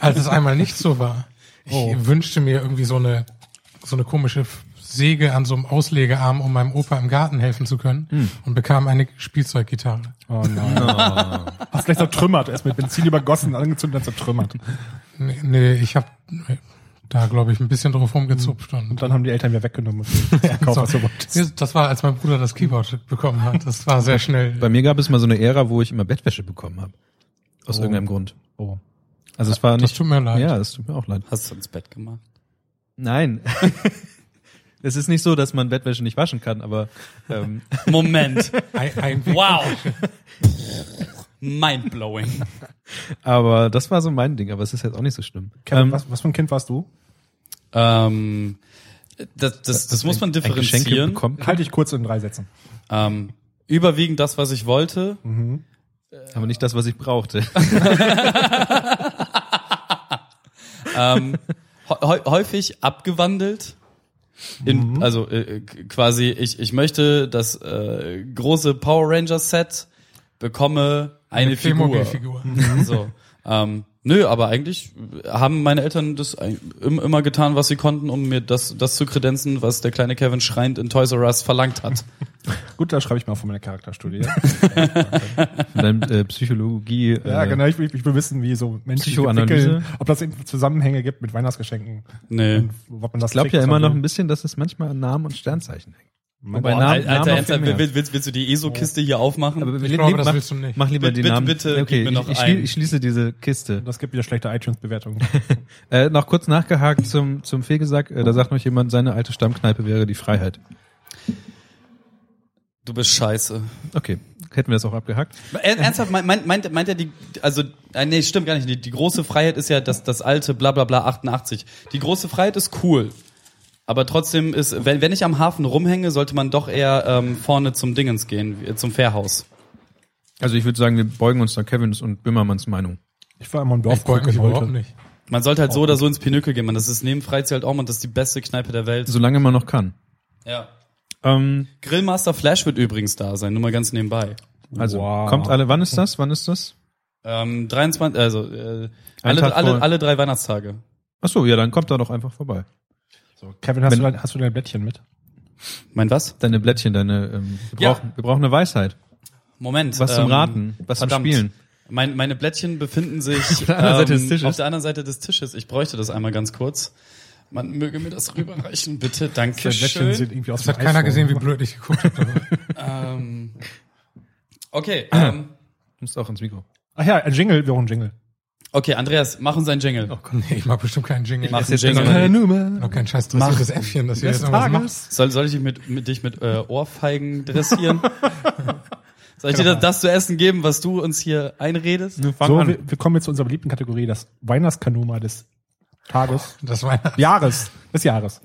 S4: als es einmal nicht so war. Ich wünschte mir irgendwie so eine, so eine komische F- Säge an so einem Auslegearm, um meinem Opa im Garten helfen zu können und bekam eine Spielzeuggitarre.
S5: Oh nein. Hast vielleicht zertrümmert, erst mit Benzin übergossen, angezündet, dann zertrümmert.
S4: Nee, nee ich habe da, glaube ich, ein bisschen drauf rumgezupft und
S5: Und dann haben die Eltern wieder weggenommen
S3: <laughs>
S5: und verkauft, was du wolltest.
S4: das war, als mein Bruder das Keyboard bekommen hat. Das war sehr schnell.
S2: Bei mir gab es mal so eine Ära, wo ich immer Bettwäsche bekommen habe. Aus irgendeinem Grund.
S5: Oh.
S2: Also es war
S4: Das
S2: nicht.
S4: tut mir leid.
S2: ja, das tut mir auch leid.
S3: Hast du ins Bett gemacht?
S2: Nein. <laughs> es ist nicht so, dass man Bettwäsche nicht waschen kann, aber ähm,
S3: Moment.
S4: Ein, ein Weg
S3: Wow. Mindblowing.
S2: aber das war so mein Ding. Aber es ist jetzt auch nicht so schlimm.
S5: Kevin,
S2: Ähm,
S5: was, was für ein Kind warst du?
S3: Ähm, das, das, das muss man
S2: ein- ein Geschenk
S3: differenzieren.
S2: bekommen,
S5: Halte ich kurz in drei Sätzen.
S3: Ähm, überwiegend das, was ich wollte.
S2: Mhm. aber nicht das, was ich
S3: <laughs>
S2: brauchte.
S3: Ähm, hä- häufig abgewandelt. In,
S2: Mhm.
S3: Also äh, k- quasi, ich, ich möchte das äh, große Power Rangers Set bekomme eine, Figur. Mhm.
S4: Playmobil-Figur.
S3: so. Ähm, nö, aber eigentlich haben meine Eltern das ein- im- immer getan, was sie konnten, um mir das, das zu kredenzen, was der kleine Kevin schreiend in Toys R Us
S2: <laughs>
S3: verlangt hat.
S5: Gut, da schreibe ich mal von meiner Charakterstudie.
S2: In deinem äh, Psychologie. Äh,
S5: ja, genau. Ich, will- ich will wissen, wie so Menschen sich
S2: Psychoanalyse.
S5: entwickeln, ob das eben Zusammenhänge gibt mit Weihnachtsgeschenken.
S3: Nee.
S5: Ob man das
S2: Ich glaube
S5: kriegt,
S2: ja
S5: was
S2: immer
S5: man
S2: noch
S5: will.
S2: ein bisschen, dass es manchmal an Namen und Sternzeichen hängt. Wobei
S3: Boah,
S2: Namen,
S3: Al- oh, Alter,
S2: Namen
S3: ernsthaft, willst, willst, willst du die ESO-Kiste hier aufmachen?
S2: aber
S4: Ich glaube, das willst du nicht.
S2: Mach lieber
S3: Bitte,
S2: den Namen.
S3: bitte,
S2: okay,
S3: gib mir
S2: ich-
S3: noch
S2: ich, schlie-
S3: einen.
S2: ich schließe diese Kiste.
S5: Das gibt wieder schlechte
S2: <laughs>
S5: iTunes-Bewertungen.
S2: Äh, noch kurz nachgehakt zum, zum Fegesack. Äh, da sagt noch jemand, seine alte Stammkneipe wäre die Freiheit.
S3: Du bist scheiße.
S2: Okay, hätten wir das auch abgehakt.
S3: Er- Ernsthaft, meint, meint, meint, meint er die, also, äh, nee, stimmt gar nicht. Die, die große Freiheit ist ja das, das alte bla bla bla 88. Die große Freiheit ist cool. Aber trotzdem ist, wenn, wenn ich am Hafen rumhänge, sollte man doch eher ähm, vorne zum Dingens gehen, äh, zum Fährhaus.
S2: Also ich würde sagen, wir beugen uns da Kevins und Bimmermanns Meinung.
S5: Ich war immer im
S4: Ich
S5: Dorf
S4: beuge mich überhaupt
S5: heute.
S4: nicht.
S3: Man sollte halt so oder so ins Pinökel gehen. Man, das ist neben Freizeit halt auch und das ist die beste Kneipe der Welt.
S2: Solange man noch kann.
S3: Ja.
S2: Ähm,
S3: Grillmaster Flash wird übrigens da sein, nur mal ganz nebenbei.
S2: also
S5: Wow.
S2: kommt alle, wann ist das? Wann ist das?
S3: Ähm, 23, also äh,
S2: Ein
S3: alle,
S2: Tag vor-
S3: alle, alle drei Weihnachtstage.
S2: Ach so, ja, dann kommt da doch einfach vorbei.
S5: So, Kevin, hast
S2: Wenn-
S5: du, dein, hast du dein Blättchen mit?
S3: Mein was?
S2: Deine Blättchen, deine, ähm, wir,
S3: Ja.
S2: brauchen, wir brauchen eine Weisheit.
S3: Moment. ähm,
S2: Was zum Raten, was zum
S3: verdammt.
S2: Spielen.
S3: Mein, meine Blättchen befinden sich
S2: <laughs>
S3: ähm, auf
S2: der anderen Seite des Tisches.
S3: auf der anderen Seite des Tisches. Ich bräuchte das einmal ganz kurz. Man möge mir das rüberreichen, bitte.
S5: Plättchen
S3: Dankeschön.
S5: sieht irgendwie aus
S4: Das hat keiner gesehen, wie blöd ich geguckt habe.
S3: <laughs> Ähm, okay, ähm,
S2: Du musst auch ins Mikro.
S5: Ach ja, ein Jingle, wir brauchen einen Jingle.
S3: okay, Andreas, mach uns einen Jingle.
S4: Oh Gott, nee, ich mag bestimmt keinen Jingle.
S3: Mach
S4: Ich
S3: einen Jingle.
S2: Keine Nummer.
S4: noch kein scheiß dressiertes Äffchen, das hier jetzt irgendwas macht.
S3: Soll, soll ich dich mit, mit, dich mit äh,
S2: <laughs>
S3: Ohrfeigen dressieren? soll ich
S2: Genau.
S3: dir das, das zu essen geben, was du uns hier einredest?
S6: Nun fang
S5: So,
S6: an.
S5: wir, wir kommen jetzt zu unserer beliebten Kategorie, das Weihnachtskanoma des Tages.
S4: Das war
S5: Jahres. Des Jahres.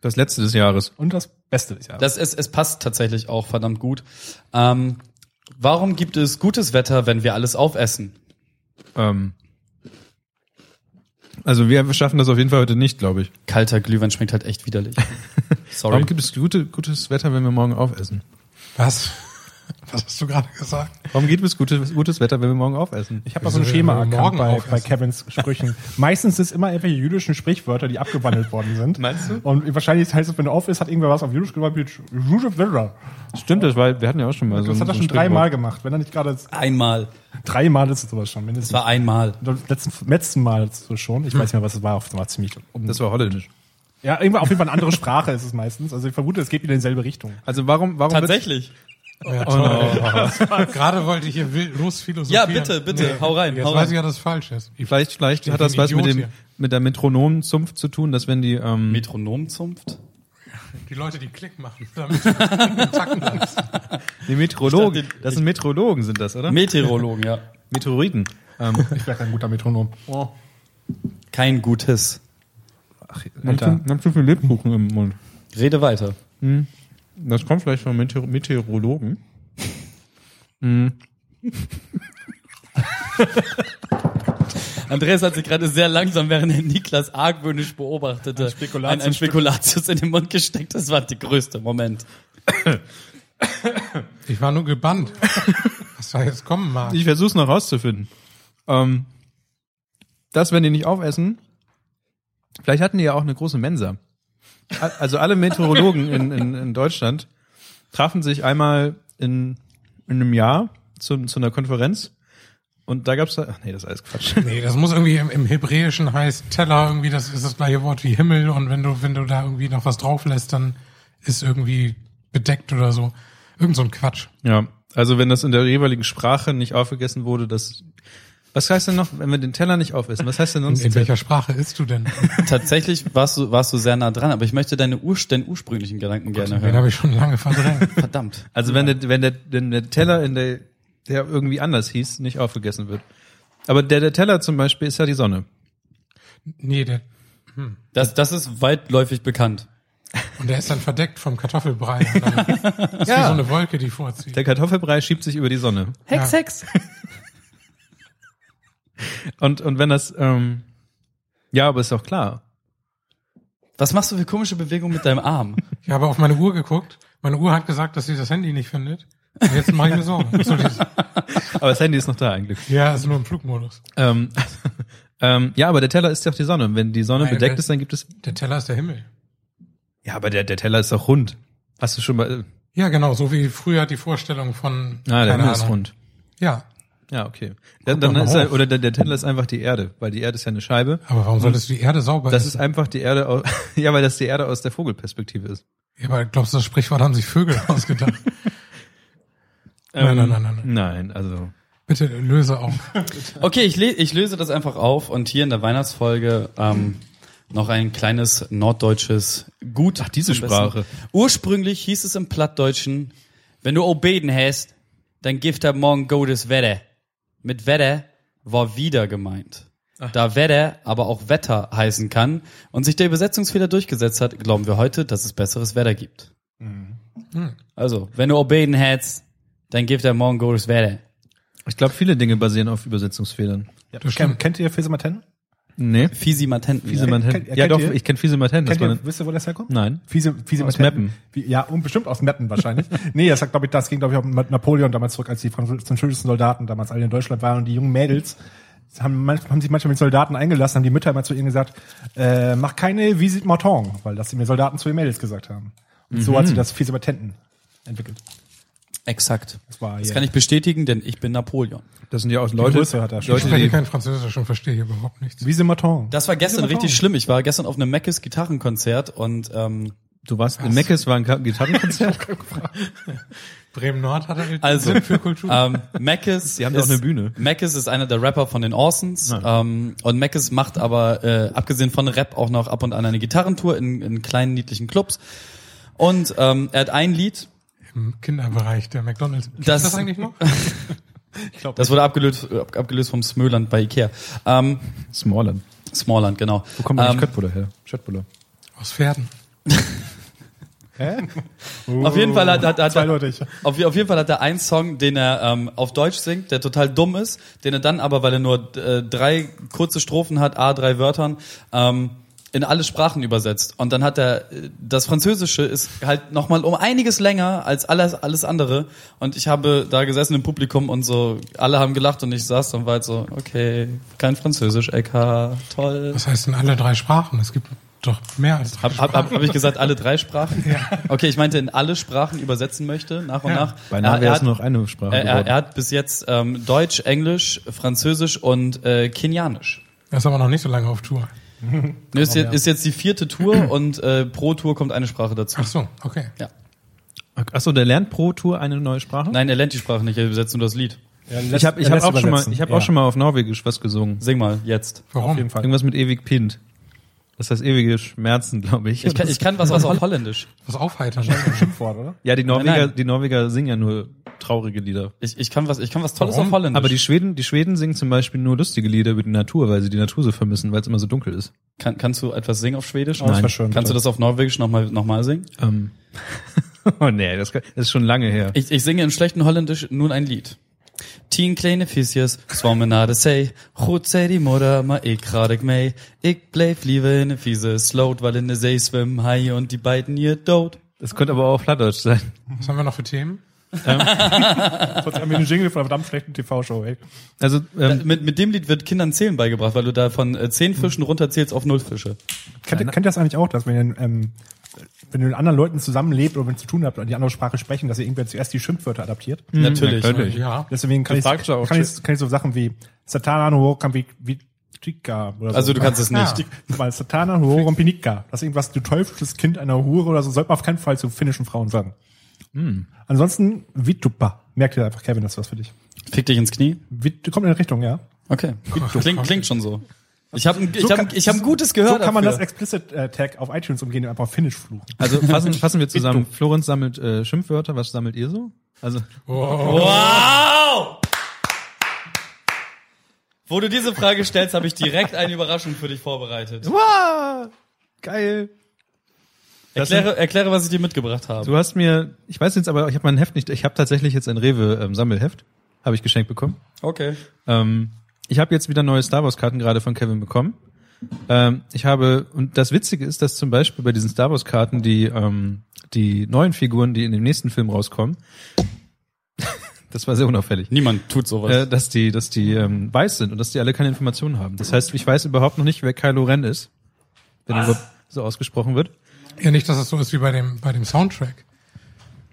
S2: Das letzte des Jahres.
S5: Und das Beste des Jahres.
S3: Das ist, es passt tatsächlich auch verdammt gut. Ähm, warum gibt es gutes Wetter, wenn wir alles aufessen?
S2: Ähm, also wir schaffen das auf jeden Fall heute nicht, glaube ich.
S3: Kalter Glühwein schmeckt halt echt <laughs> widerlich. Sorry.
S2: Warum gibt es gute, gutes Wetter, wenn wir morgen aufessen?
S4: was? <laughs> Was hast du gerade gesagt?
S2: Warum gibt es gutes, gutes Wetter, wenn wir morgen aufessen?
S5: Ich habe mal so ein
S4: Wieso
S5: Schema
S4: werden wir
S5: erkannt
S4: morgen
S5: bei,
S4: aufessen?
S5: bei Kevins Sprüchen. <laughs> Meistens ist immer irgendwelche jüdischen Sprichwörter, die abgewandelt worden sind.
S2: Meinst du?
S5: Und wahrscheinlich heißt es, wenn du auf ist, hat irgendwer was auf jüdisch gewandelt. Jüdische Wörter.
S2: Stimmt, das war, wir hatten ja auch schon mal so
S5: Das
S2: ein-
S5: hat er
S2: so ein
S5: schon
S2: Sprichwort.
S5: dreimal gemacht. Wenn er nicht gerade
S3: Einmal.
S5: dreimal ist es sowas schon.
S3: Es
S5: Mindestens.
S3: war einmal.
S5: Das letzten, letzten Mal so schon. Ich weiß nicht mehr, was es war. Das war ziemlich. um-
S2: Das war holländisch.
S5: Ja, irgendwann auf jeden Fall eine andere Sprache ist es meistens. Also ich vermute, es geht wieder in dieselbe Richtung.
S2: Also warum, warum
S3: Tatsächlich. Oh,
S4: Ja, <laughs> toll. Gerade wollte ich hier wild los philosophieren.
S3: Ja, bitte, bitte, hau rein,
S4: Jetzt
S3: hau
S4: weiß
S3: rein.
S4: ich ja, dass es falsch ist.
S2: Wird's, vielleicht, vielleicht
S4: Ich
S2: hat
S4: bin
S2: das was mit
S4: Idiot
S2: dem,
S4: hier.
S2: mit der Metronomenzunft zu tun, dass wenn die,
S3: Hm.
S2: ähm,
S3: Metronom zunft?
S4: Die Leute, die Klick machen, <laughs> damit du den Tacken hast.
S2: die Metrologen,
S3: Ich dachte,
S2: das sind Metrologen sind das, oder?
S3: Meteorologen, ja.
S2: Meteoriten. Ähm,
S5: Ich wäre kein guter Metronom.
S3: Oh. Kein gutes.
S5: Alter.
S2: Ich hab zu viel Lebkuchen im Mund.
S3: Rede weiter.
S2: Das kommt vielleicht von Meteor Meteorologen.
S3: Andreas hat sich gerade sehr langsam, während er Niklas argwöhnisch beobachtete, ein Spekulatius, ein, Spekulatius in den Mund gesteckt. Das war der größte Moment.
S4: Ich war
S3: <laughs>
S4: nur gebannt, was da jetzt kommen mag.
S2: Ich versuche es noch rauszufinden. Ähm, das, wenn die nicht aufessen, vielleicht hatten die ja auch eine große Mensa. A- Also alle Meteorologen in, in, in Deutschland trafen sich einmal in, in einem Jahr zu, zu einer Konferenz und da gab's da, ach nee, das ist alles Quatsch.
S4: <laughs> Nee, das muss irgendwie im, im Hebräischen heißt Teller, irgendwie das ist das gleiche Wort wie Himmel und wenn du, wenn du da irgendwie noch was drauf lässt, dann ist irgendwie bedeckt oder so. Irgend so ein Quatsch.
S2: Ja, also wenn das in der jeweiligen Sprache nicht aufgegessen wurde, das, was heißt denn noch, wenn wir den Teller nicht aufessen, was heißt denn
S4: In,
S2: sonst?
S4: in welcher Sprache isst du denn?
S3: Tatsächlich warst du, warst du sehr nah dran, aber ich möchte deine Ur deinen ursprünglichen Gedanken gerne
S4: <laughs> Den
S3: hören.
S4: habe ich schon lange verdrängt.
S3: Verdammt.
S2: Also wenn der, wenn der, wenn der Teller in der, der irgendwie anders hieß, nicht aufgegessen wird. Aber der, der Teller zum Beispiel ist ja die Sonne.
S4: Nee, der,
S3: Das, das ist weitläufig bekannt.
S4: und der ist dann verdeckt vom Kartoffelbrei. Und <laughs> dann ist wie so eine Wolke, die vorzieht.
S2: Der Kartoffelbrei schiebt sich über die Sonne.
S4: Hex, Ja.
S3: Hex.
S2: <laughs> Und, und wenn das, ähm, ja, aber ist doch klar.
S3: Was machst du für komische Bewegungen mit deinem Arm?
S4: Ich habe auf meine Uhr geguckt. Meine Uhr hat gesagt, dass sie das Handy nicht findet. Und jetzt mache ich mir <laughs> Sorgen. So dieses,
S2: Aber das Handy ist noch da eigentlich.
S4: ja, ist nur im Flugmodus.
S2: Ähm, <laughs> ähm, ja, aber der Teller ist doch die Sonne. Und wenn die Sonne
S4: Nein,
S2: bedeckt
S4: weil-
S2: ist, dann gibt es,
S4: Der Teller ist der Himmel.
S2: ja, aber der, der Teller ist doch rund. Hast du schon mal,
S4: Ja, genau, so wie früher die Vorstellung von.
S2: na, der
S4: keine
S2: Himmel ist
S4: Ahnung.
S2: rund.
S4: Ja,
S2: Ja, okay. Dann, dann
S4: doch mal
S2: ist er,
S4: auf.
S2: oder der, der Teller ist einfach die Erde, weil die Erde ist ja eine Scheibe.
S4: aber warum solltest du die Erde sauber
S2: Das
S4: essen?
S2: ist einfach die Erde, aus, <laughs> ja, weil das die Erde aus der Vogelperspektive ist.
S4: Ja, aber glaubst du, das Sprichwort haben sich Vögel ausgedacht? nein, nein, nein, nein, nein.
S2: Nein, also
S4: Bitte löse auf.
S3: Okay, ich, le ich löse das einfach auf und hier in der Weihnachtsfolge ähm, noch ein kleines norddeutsches Gut. Ach,
S2: diese Sprache.
S3: Ursprünglich hieß es im Plattdeutschen, wenn du obeden hast, dann gibt er morgen gutes Wetter. Mit Wetter war wieder gemeint. Da Wetter aber auch Wetter heißen kann und sich der Übersetzungsfehler durchgesetzt hat, glauben wir heute, dass es besseres Wetter gibt. Mhm. Also, wenn du obeden hast, dann gibt er morgen gutes Wetter.
S2: ich glaube, viele Dinge basieren auf Übersetzungsfehlern.
S5: Ja,
S4: das
S5: kennt,
S4: stimmt.
S5: kennt ihr Fiese Maten?
S2: Nee,
S3: Fisi Matenten. ne? ja.
S2: Fiesemanten.
S5: kennt-
S2: Ja,
S5: kennt
S2: doch,
S5: ihr-
S2: ich kenne Fiesemanten. Das
S5: Kennt
S2: war
S5: ihr,
S2: eine,
S5: wisst ihr, wo das herkommt?
S2: nein.
S5: Fiese, Fiese
S2: Aus Meppen.
S5: Wie, ja, und bestimmt aus Meppen
S2: <laughs>
S5: wahrscheinlich. nee, das, hat, glaub ich, das ging, glaube ich, auch mit Napoleon damals zurück, als die französischen Soldaten damals alle in Deutschland waren und die jungen Mädels haben, manch- haben sich manchmal mit Soldaten eingelassen, haben die Mütter immer zu ihnen gesagt, äh, mach keine Visite Martin,
S2: Mhm.
S5: weil das die mir Soldaten zu den Mädels gesagt haben. Und so hat sich das Fiese Matenten entwickelt.
S3: Exakt. Das,
S5: Das war ja-
S3: kann ich bestätigen, denn ich bin Napoleon.
S6: Das sind ja auch Leute,
S5: Größe hat er schon.
S6: Leute
S4: Ich kann hier
S6: die,
S4: kein Französisch und verstehe hier überhaupt nichts.
S5: Wie sind Maton?
S3: Das war gestern richtig schlimm. Ich war gestern auf einem Meckes Gitarrenkonzert und ähm,
S2: Du warst in Meckes, war ein Ka-
S3: <laughs>
S2: Gitarrenkonzert.
S4: Bremen Nord hat er
S3: Also,
S2: <laughs>
S4: für Kultur.
S3: ähm, Mackes.
S2: Die haben doch
S3: ist-
S2: eine Bühne. Ah.
S3: Mackes ist einer der Rapper von den Orsons. Ähm, und Mackes macht aber, äh, abgesehen von Rap, auch noch ab und an eine Gitarrentour in, in kleinen, niedlichen Clubs. Und ähm, er hat ein Lied,
S4: Im Kinderbereich der McDonalds. Gibt's
S3: Das-
S4: das eigentlich noch?
S3: das wurde abgelöst, äh, abgelöst vom Smöland bei Ikea. Ähm,
S2: Smallland.
S3: Smallland, genau.
S2: Wo kommt eigentlich Köttbullar her? Schöttbullar.
S4: Aus Pferden.
S2: <laughs>
S5: Hä?
S3: Auf jeden Fall hat, hat, hat
S5: Zweideutig.
S3: Auf, auf jeden Fall hat er einen Song, den er ähm, auf Deutsch singt, der total dumm ist, den er dann aber, weil er nur äh, drei kurze Strophen hat, a drei Wörtern, ähm, in alle Sprachen übersetzt. Und dann hat er äh, das Französische ist halt noch mal um einiges länger als alles alles andere. Und ich habe da gesessen im Publikum und so alle haben gelacht und ich saß dann weit so okay kein Französisch, LK, toll.
S4: Das heißt in alle drei Sprachen. Es gibt doch mehr als drei
S3: Habe hab, hab, hab ich gesagt, alle drei Sprachen?
S4: Ja.
S3: Okay, ich meinte, in alle Sprachen übersetzen möchte, nach und
S4: Ja.
S3: nach.
S2: Beinahe
S3: Er-
S2: wäre
S3: er
S2: es
S3: hat-
S2: nur noch eine Sprache
S3: Er, Äh, er,
S2: geworden.
S3: er hat bis jetzt ähm, Deutsch, Englisch, Französisch und äh, Kenianisch.
S4: Er ist aber noch nicht so lange auf Tour.
S3: Ne, Ist jetzt, ist jetzt die vierte Tour und äh, pro Tour kommt eine Sprache dazu.
S4: Ach so, okay.
S3: Ja.
S2: Achso, der lernt pro Tour eine neue Sprache?
S3: Nein, er lernt die Sprache nicht, er übersetzt nur das Lied.
S2: Ich habe ich hab auch, schon mal, ich hab auch schon mal auf Norwegisch was gesungen.
S3: Sing mal, jetzt.
S4: Warum?
S5: Auf jeden Fall.
S2: Irgendwas mit ewig Pint. Das heißt ewige Schmerzen, glaube ich.
S3: Ich kann, ich kann was, was auf Holländisch.
S4: Was aufheitern.
S5: Schimpfwort, oder?
S2: ja, die Norweger,
S3: Nein, nein.
S2: die Norweger singen ja nur traurige Lieder.
S3: Ich, ich, kann, was, ich kann was Tolles
S4: Warum?
S3: auf Holländisch.
S2: Aber die Schweden, die Schweden singen zum Beispiel nur lustige Lieder über die Natur, weil sie die Natur so vermissen, weil es immer so dunkel ist.
S3: kann, kannst du etwas singen auf Schwedisch?
S5: das war schön,
S3: Kannst du
S5: bitte.
S3: das auf Norwegisch nochmal noch mal singen? <laughs>
S2: Ähm. oh nee, das, kann- das ist schon lange her.
S3: Ich, ich singe in schlechtem Holländisch nun ein Lied. Tien kleine visjes zwommen naar de zee. Goed zei die moeder, maar ik ga ik mee. Ik bleef liever in een vieze sloot, weil in de zee zwemmen haaien und die beiden hier dood.
S2: Das könnte aber auch Plattdeutsch sein.
S4: Was haben wir noch für Themen?
S5: Trotzdem haben wir einen Jingle von einer verdammt schlechten TV-Show, ey.
S2: Also ähm,
S3: Mit, mit dem Lied wird Kindern Zählen beigebracht, weil du da von äh, zehn Fischen runterzählst auf null Fische.
S5: Kennt, ihr- kennt ihr das eigentlich auch, dass wenn ihr, ähm, wenn ihr mit anderen Leuten zusammenlebt oder wenn ihr zu tun habt und die andere Sprache sprechen, dass ihr irgendwer zuerst die Schimpfwörter adaptiert?
S3: <laughs> Natürlich.
S2: natürlich.
S4: Ja.
S5: Deswegen kann ich, kann,
S2: fragst
S5: ich,
S2: du auch
S5: kann ich so Sachen wie Satana no Horam Pi- Vi- Tika oder so.
S3: Also du kannst es nicht.
S5: Ah. Mal Satana no Horam Pinika. Das ist irgendwas, du teuflisches Kind einer Hure oder so, sollte man auf keinen Fall zu finnischen Frauen sagen.
S3: Mhm.
S5: Ansonsten Vitupa. Merkt ihr einfach, Kevin, das ist was für dich.
S3: Fick dich ins Knie.
S5: Vit kommt in die Richtung, ja.
S3: Okay. Klingt, klingt schon so. Ich habe ein, ich hab, ein- ich hab ein gutes Gehör
S5: So kann man das
S3: dafür.
S5: Explicit äh, Tag auf iTunes umgehen und einfach Finnisch fluchen. <laughs>
S2: Also
S3: <laughs>
S2: fassen, fassen wir zusammen. Florenz sammelt äh, Schimpfwörter. Was sammelt ihr so? Also
S4: Oh,
S3: Wow! Wo du diese Frage stellst, habe ich direkt eine Überraschung für dich vorbereitet.
S2: wow, geil.
S3: Erkläre, erkläre, was ich dir mitgebracht habe.
S2: Du hast mir, ich weiß jetzt aber, ich habe mein Heft nicht. Ich habe tatsächlich jetzt ein Rewe ähm, Sammelheft, habe ich geschenkt bekommen.
S3: Okay.
S2: Ähm, ich habe jetzt wieder neue Star Wars Karten gerade von Kevin bekommen. Ähm, ich habe und das Witzige ist, dass zum Beispiel bei diesen Star Wars Karten die ähm, die neuen Figuren, die in dem nächsten Film rauskommen, <laughs> das war sehr unauffällig.
S3: Niemand tut sowas.
S2: äh, dass die, dass die ähm, weiß sind und dass die alle keine Informationen haben. Das heißt, ich weiß überhaupt noch nicht, wer Kylo Ren ist, wenn er überhaupt so ausgesprochen wird.
S4: ja, nicht, dass es so ist wie bei dem, bei dem Soundtrack.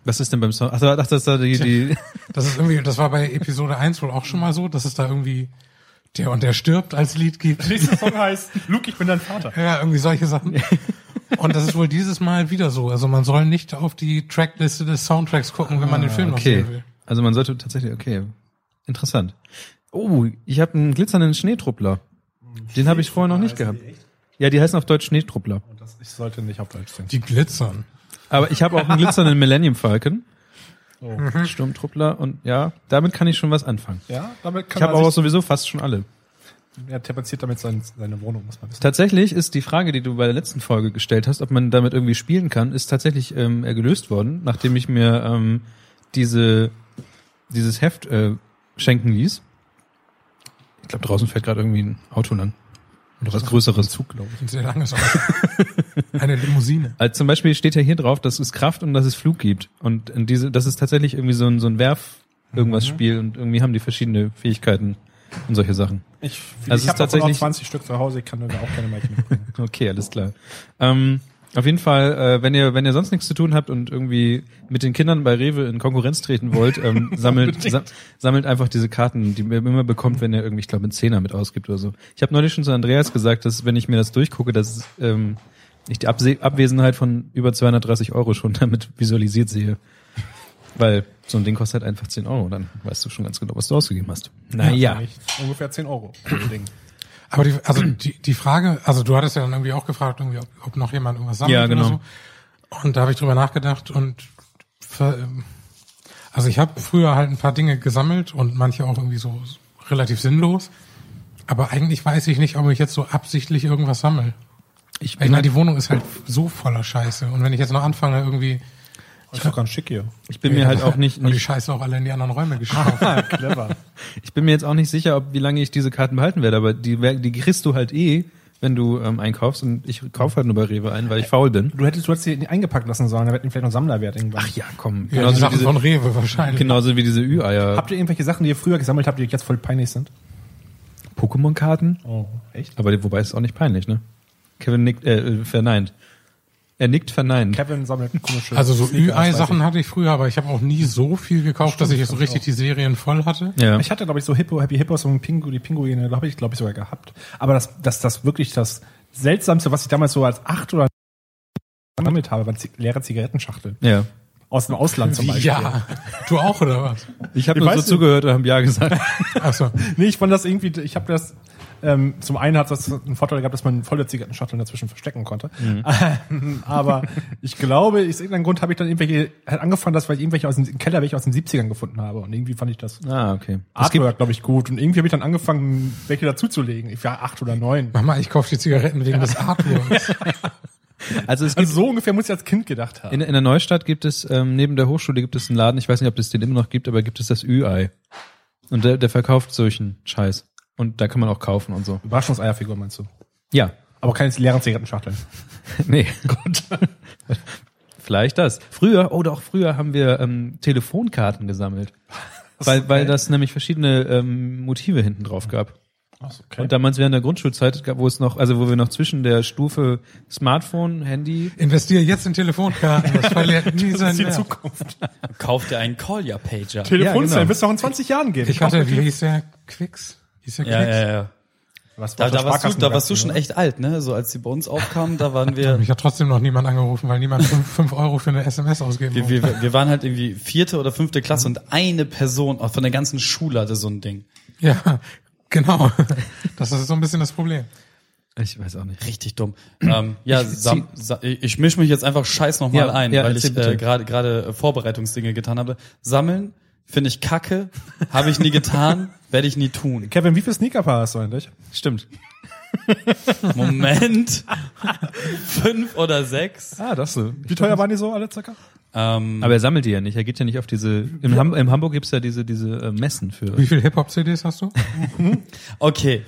S2: Was ist denn beim Song? Ach, da- ach das ist da die, die <laughs>
S4: Das ist irgendwie, das war bei Episode 1 wohl auch schon mal so, dass es da irgendwie der und der stirbt als Lied gibt.
S5: Nächster Song heißt Luke, ich bin dein Vater.
S4: Ja, irgendwie solche Sachen. Und das ist wohl dieses Mal wieder so. Also man soll nicht auf die Trackliste des Soundtracks gucken, wenn man den Film noch
S2: okay.
S4: sehen will.
S2: Also man sollte tatsächlich, okay, interessant. Oh, ich habe einen glitzernden Schneetruppler. Den habe ich vorher noch nicht gehabt. Ja, die heißen auf Deutsch Schneetruppler.
S5: Ich sollte nicht auf Deutsch singen.
S4: Die glitzern.
S2: Aber ich habe auch einen glitzernden Millennium Falcon.
S4: Oh. Mhm.
S2: Sturmtruppler und ja, damit kann ich schon was anfangen.
S5: Ja, damit kann
S2: Ich habe
S5: man
S2: auch
S5: sich,
S2: sowieso fast schon alle.
S5: er tapeziert damit sein, seine Wohnung, muss man wissen.
S2: Tatsächlich ist die Frage, die du bei der letzten Folge gestellt hast, ob man damit irgendwie spielen kann, ist tatsächlich ähm, gelöst worden, nachdem ich mir ähm, diese, dieses Heft äh, schenken ließ. Ich glaube, draußen fährt gerade irgendwie ein Auto an. Oder was Größeres. Zug, glaube ich.
S4: Ein sehr langes Auto. Eine Limousine.
S2: Also zum Beispiel steht ja hier drauf, dass es Kraft und dass es Flug gibt. Und in diese, das ist tatsächlich irgendwie so ein, so ein Werf-Irgendwas-Spiel und irgendwie haben die verschiedene Fähigkeiten und solche Sachen.
S5: Ich,
S2: Also es ist
S5: ich habe auch noch
S2: tatsächlich-
S5: <laughs>
S2: <laughs>
S5: 20 Stück zu Hause, ich kann da auch keine Mike mitbringen.
S2: Okay, alles klar. Ähm, Auf jeden Fall, äh, wenn ihr wenn ihr sonst nichts zu tun habt und irgendwie mit den Kindern bei Rewe in Konkurrenz treten wollt, <laughs> ähm, sammelt sa sammelt einfach diese Karten, die ihr immer bekommt, wenn ihr irgendwie, ich glaube, einen Zehner mit ausgibt oder so. Ich habe neulich schon zu Andreas gesagt, dass wenn ich mir das durchgucke, dass ähm, ich die Abse Abwesenheit von über 230 Euro schon damit visualisiert sehe. Weil so ein Ding kostet halt einfach 10 Euro, dann weißt du schon ganz genau, was du ausgegeben hast. Naja.
S5: Ungefähr 10 Euro. so ein Ding.
S4: Aber die, also die, die Frage, also du hattest ja dann irgendwie auch gefragt, irgendwie, ob, ob noch jemand irgendwas sammelt
S2: Ja, genau.
S4: oder so. Und da habe ich drüber nachgedacht und ver, ähm, also ich habe früher halt ein paar Dinge gesammelt und manche auch irgendwie so relativ sinnlos. Aber eigentlich weiß ich nicht, ob ich jetzt so absichtlich irgendwas sammel.
S2: Ich,
S4: Weil ich meine, die Wohnung ist halt so voller Scheiße. Und wenn ich jetzt noch anfange, irgendwie.
S5: Ist doch ganz schick hier.
S2: ich bin mir halt auch <laughs>
S4: <laughs>
S2: nicht,
S4: Und die
S2: nicht
S4: Scheiße auch alle in die
S2: <laughs>
S4: anderen Räume geschafft.
S5: <laughs> Clever.
S2: ich bin mir jetzt auch nicht sicher, ob wie lange ich diese Karten behalten werde, aber die, wer- die kriegst du halt eh, wenn du ähm, einkaufst und ich kaufe halt nur bei Rewe ein, weil ich faul bin.
S5: Du hättest, du hättest sie nicht eingepackt lassen sollen, dann hätten die vielleicht noch Sammlerwert irgendwann.
S2: Ach ja, komm.
S4: ja, die
S2: Genauso, wie,
S4: Sachen
S2: Genau,
S4: von
S2: diese, Genau,
S4: Rewe wahrscheinlich.
S2: genauso wie diese Ü-Eier.
S5: Habt ihr irgendwelche Sachen, die ihr früher gesammelt habt, die euch jetzt voll peinlich sind?
S2: Pokémon-Karten?
S5: Oh, echt?
S2: Aber die- wobei ist auch nicht peinlich, ne? Kevin nickt, äh, äh, verneint. Er nickt verneint.
S5: Kevin sammelt komische
S4: Also so
S5: Äh, Sneaker, weiß
S4: Ü-Ei-Sachen hatte ich früher, aber ich habe auch nie so viel gekauft, dass ich so richtig die Serien voll hatte.
S2: ja.
S5: Ich hatte, glaube ich, so Hippo, Happy Hippos und Pingu, die Pinguine, glaube ich, glaube ich, sogar gehabt. Aber das, das, das wirklich das Seltsamste, was ich damals so als acht oder damit habe, waren zi- leere Zigarettenschachteln.
S2: ja.
S5: Aus dem
S2: <laughs>
S5: Ausland zum Beispiel.
S4: Ja, du auch oder was?
S2: Ich habe
S5: Ich
S2: nur
S5: weiß
S2: so
S5: nicht.
S2: zugehört und habe Ja gesagt.
S4: Achso,
S5: Nee, ich fand das irgendwie, ich habe das, ähm, zum einen hat das einen Vorteil gehabt, dass man volle Zigarettenschachteln dazwischen verstecken konnte.
S2: Mhm.
S5: Ähm, Aber
S2: <laughs>
S5: ich glaube, aus irgendeinem Grund habe ich dann irgendwelche, halt angefangen, dass weil ich irgendwelche aus dem Keller, welche aus den 70ern gefunden habe. Und irgendwie fand ich das
S2: Ah, okay. Es gibt,
S5: Artwork, glaube ich, gut. Und irgendwie habe ich dann angefangen, welche dazuzulegen. Ich war acht oder neun.
S4: Mama, ich kaufe die Zigaretten wegen
S5: <laughs>
S4: des Artworks.
S2: also es gibt
S5: Also so ungefähr muss ich als Kind gedacht haben.
S2: In, in der Neustadt gibt es, ähm, neben der Hochschule gibt es einen Laden, ich weiß nicht, ob es den immer noch gibt, aber gibt es das Ü-Ei. Und der, der verkauft solchen Scheiß. Und da kann man auch kaufen und so.
S5: Überraschungseierfigur meinst du?
S2: Ja. <laughs>
S5: Aber keine leeren Zigarettenschachteln.
S2: Nee, <laughs> gut. Vielleicht das. Früher, oh doch, früher haben wir ähm, Telefonkarten <laughs> gesammelt. Weil, weil das nämlich verschiedene ähm, Motive hinten drauf gab.
S5: Okay.
S2: Und damals während der Grundschulzeit, gab, wo es noch, also wo wir noch zwischen der Stufe Smartphone, Handy,
S4: Investiere jetzt in Telefonkarten, das verliert nie
S5: Das
S4: seinen
S5: ist die
S4: Wert.
S5: Zukunft.
S3: Kauft ihr einen Collier Pager?
S5: Telefonzellen
S2: genau.
S5: wird's noch in 20 Jahren geben.
S4: Ich hatte, wie hieß der? Quicks? Hieß der
S3: Ja,
S4: Quicks?
S3: ja, ja.
S5: Was,
S3: Da,
S5: was
S3: da, warst du, da warst du schon
S5: Sparkassenmagazin,
S3: echt alt, ne? So als die bei uns aufkamen, da waren wir
S4: Mich hat trotzdem noch niemand angerufen, weil niemand
S5: <laughs>
S4: 5 Euro für eine SMS ausgeben
S3: Wir,
S4: wollte.
S3: wir, wir waren halt irgendwie vierte oder fünfte Klasse und eine Person auch von der ganzen Schule hatte so ein Ding.
S4: Ja, genau. Das ist so ein bisschen das Problem.
S2: ich weiß auch nicht.
S3: Richtig dumm. Ähm, ja,
S2: Ich-
S3: ich, sam, sa, ich mische mich jetzt einfach scheiß nochmal
S2: Ja,
S3: ein,
S2: ja,
S3: weil
S2: erzähl
S3: ich
S2: bitte.
S3: äh, gerade gerade Vorbereitungsdinge getan habe. Sammeln finde ich kacke, habe ich nie getan,
S2: <laughs>
S3: werde ich nie tun.
S5: oder? Kevin, wie viele Sneakerpaar hast du eigentlich?
S2: Stimmt.
S3: Moment. <laughs> Fünf oder sechs.
S2: Ah, das <laughs> so.
S5: Wie teuer waren die so alle circa?
S3: Ähm,
S2: Aber er sammelt die ja nicht. Er geht ja nicht auf diese. In, Ham, in Hamburg gibt's ja diese, diese äh, Messen für.
S4: Wie viel Hip-Hop-CDs hast du?
S3: okay.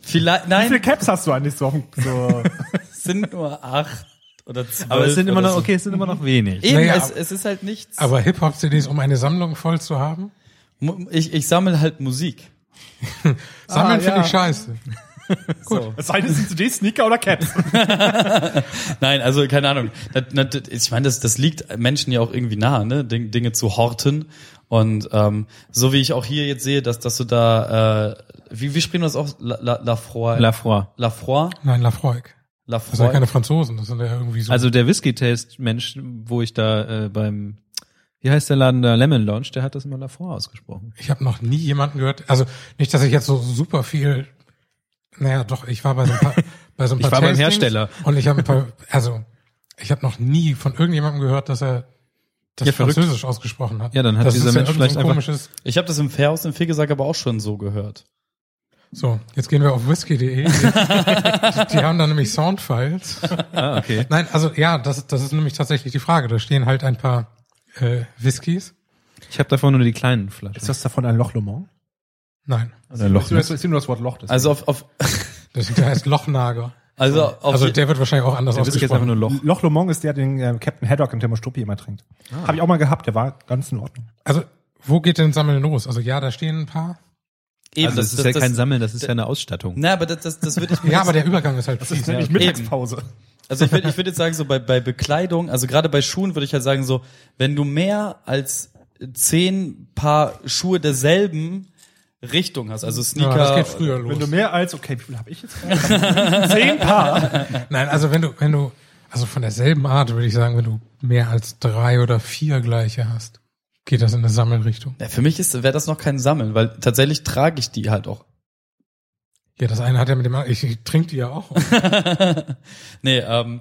S3: Vielleicht,
S5: Wie viele
S3: nein,
S5: Caps hast du eigentlich so? auf dem- <laughs> so
S3: es sind nur acht oder zwölf.
S2: Aber es sind immer
S3: oder
S2: noch,
S3: so.
S2: okay, es sind immer noch wenig.
S3: Eben,
S4: Naja,
S3: es,
S4: aber-
S3: es ist halt nichts.
S4: Aber Hip-Hop-CDs, um eine Sammlung voll zu haben?
S3: Mu- Ich, ich sammle halt Musik.
S4: Sammeln
S5: Ah,
S4: finde
S5: ja.
S4: ich scheiße.
S3: So.
S5: es sei denn, es sind CD, Sneaker oder Caps.
S3: Nein, also keine Ahnung. Das, das, das- ich meine, das, das liegt Menschen ja auch irgendwie nahe, ne? Ding, Dinge zu horten. Und ähm, so wie ich auch hier jetzt sehe, dass, dass du da, äh, wie, wie sprechen wir das aus? La, la, Lafroy.
S2: Lafroy.
S3: Lafroy.
S4: Nein, Lafroig. Das sind ja
S3: Lafroy.
S4: keine Franzosen, das sind ja irgendwie so.
S2: Also der Whiskey Taste Mensch, wo ich da äh, beim wie heißt der Laden da Lemon Lounge, der hat das immer Lafroy ausgesprochen.
S4: Ich habe noch nie jemanden gehört, also nicht, dass ich jetzt so super viel, naja, doch, ich war bei so ein
S2: <laughs>
S4: paar, bei so ein
S2: Ich
S4: paar
S2: war beim
S4: Tastings
S2: Hersteller.
S4: Und ich habe ein paar, also ich habe noch nie von irgendjemandem gehört, dass er das
S2: Ja, verrückt.
S4: Französisch ausgesprochen hat.
S2: Ja, dann hat
S4: das
S2: dieser
S4: ist
S2: Mensch
S4: irgend
S2: vielleicht
S4: so ein
S2: einfach-
S4: komisches.
S3: Ich habe das im Fairhaus in Fegesack aber auch schon so gehört.
S4: So, jetzt gehen wir auf
S2: <laughs>
S4: whisky.de. Die haben da nämlich Soundfiles.
S2: Ah, okay.
S4: Nein, also ja, das, das ist nämlich tatsächlich die Frage. Da stehen halt ein paar äh, Whiskys.
S2: Ich habe davon nur die kleinen Flaschen.
S5: das davon ein Loch Lomond?
S4: Nein,
S2: Oder Loch.
S5: Das ist nur das Wort Loch.
S3: Also auf, auf <laughs>
S4: das, der heißt Lochnager.
S3: also auf
S4: Also der wird wahrscheinlich auch anders
S2: Der Whisky ist einfach
S4: ausgesprochen.
S2: nur Loch.
S5: Loch Lomond ist der, den äh, Captain Haddock im Thermos Struppi immer trinkt. Hab ich auch mal gehabt, der war ganz in Ordnung.
S4: Also, wo geht denn Sammeln los? Also ja, da stehen ein paar.
S3: Eben,
S2: also das, ist ja kein Sammeln, das ist ja eine Ausstattung.
S3: Na, aber das, das, das würde ich mir
S4: Ja,
S3: jetzt-
S4: aber der Übergang ist halt fies.
S5: Nämlich Mittagspause.
S3: Also ich würde ich würd jetzt sagen, so bei, bei Bekleidung, also gerade bei Schuhen würde ich halt sagen, so, wenn du mehr als zehn Paar Schuhe derselben Richtung hast, also Sneaker.
S4: Ja, das geht früher
S5: Wenn du
S4: los.
S5: mehr als, okay, wie viel habe ich jetzt? Zehn Paar.
S4: Nein, also wenn du, wenn du, also von derselben Art würde ich sagen, wenn du mehr als drei oder vier gleiche hast, geht das in eine Sammelrichtung.
S3: Ja, für mich ist wäre das noch kein Sammeln, weil tatsächlich trage ich die halt auch.
S4: Ja, das eine hat ja mit dem anderen, ich, ich trinke die ja auch.
S3: Nee, ähm,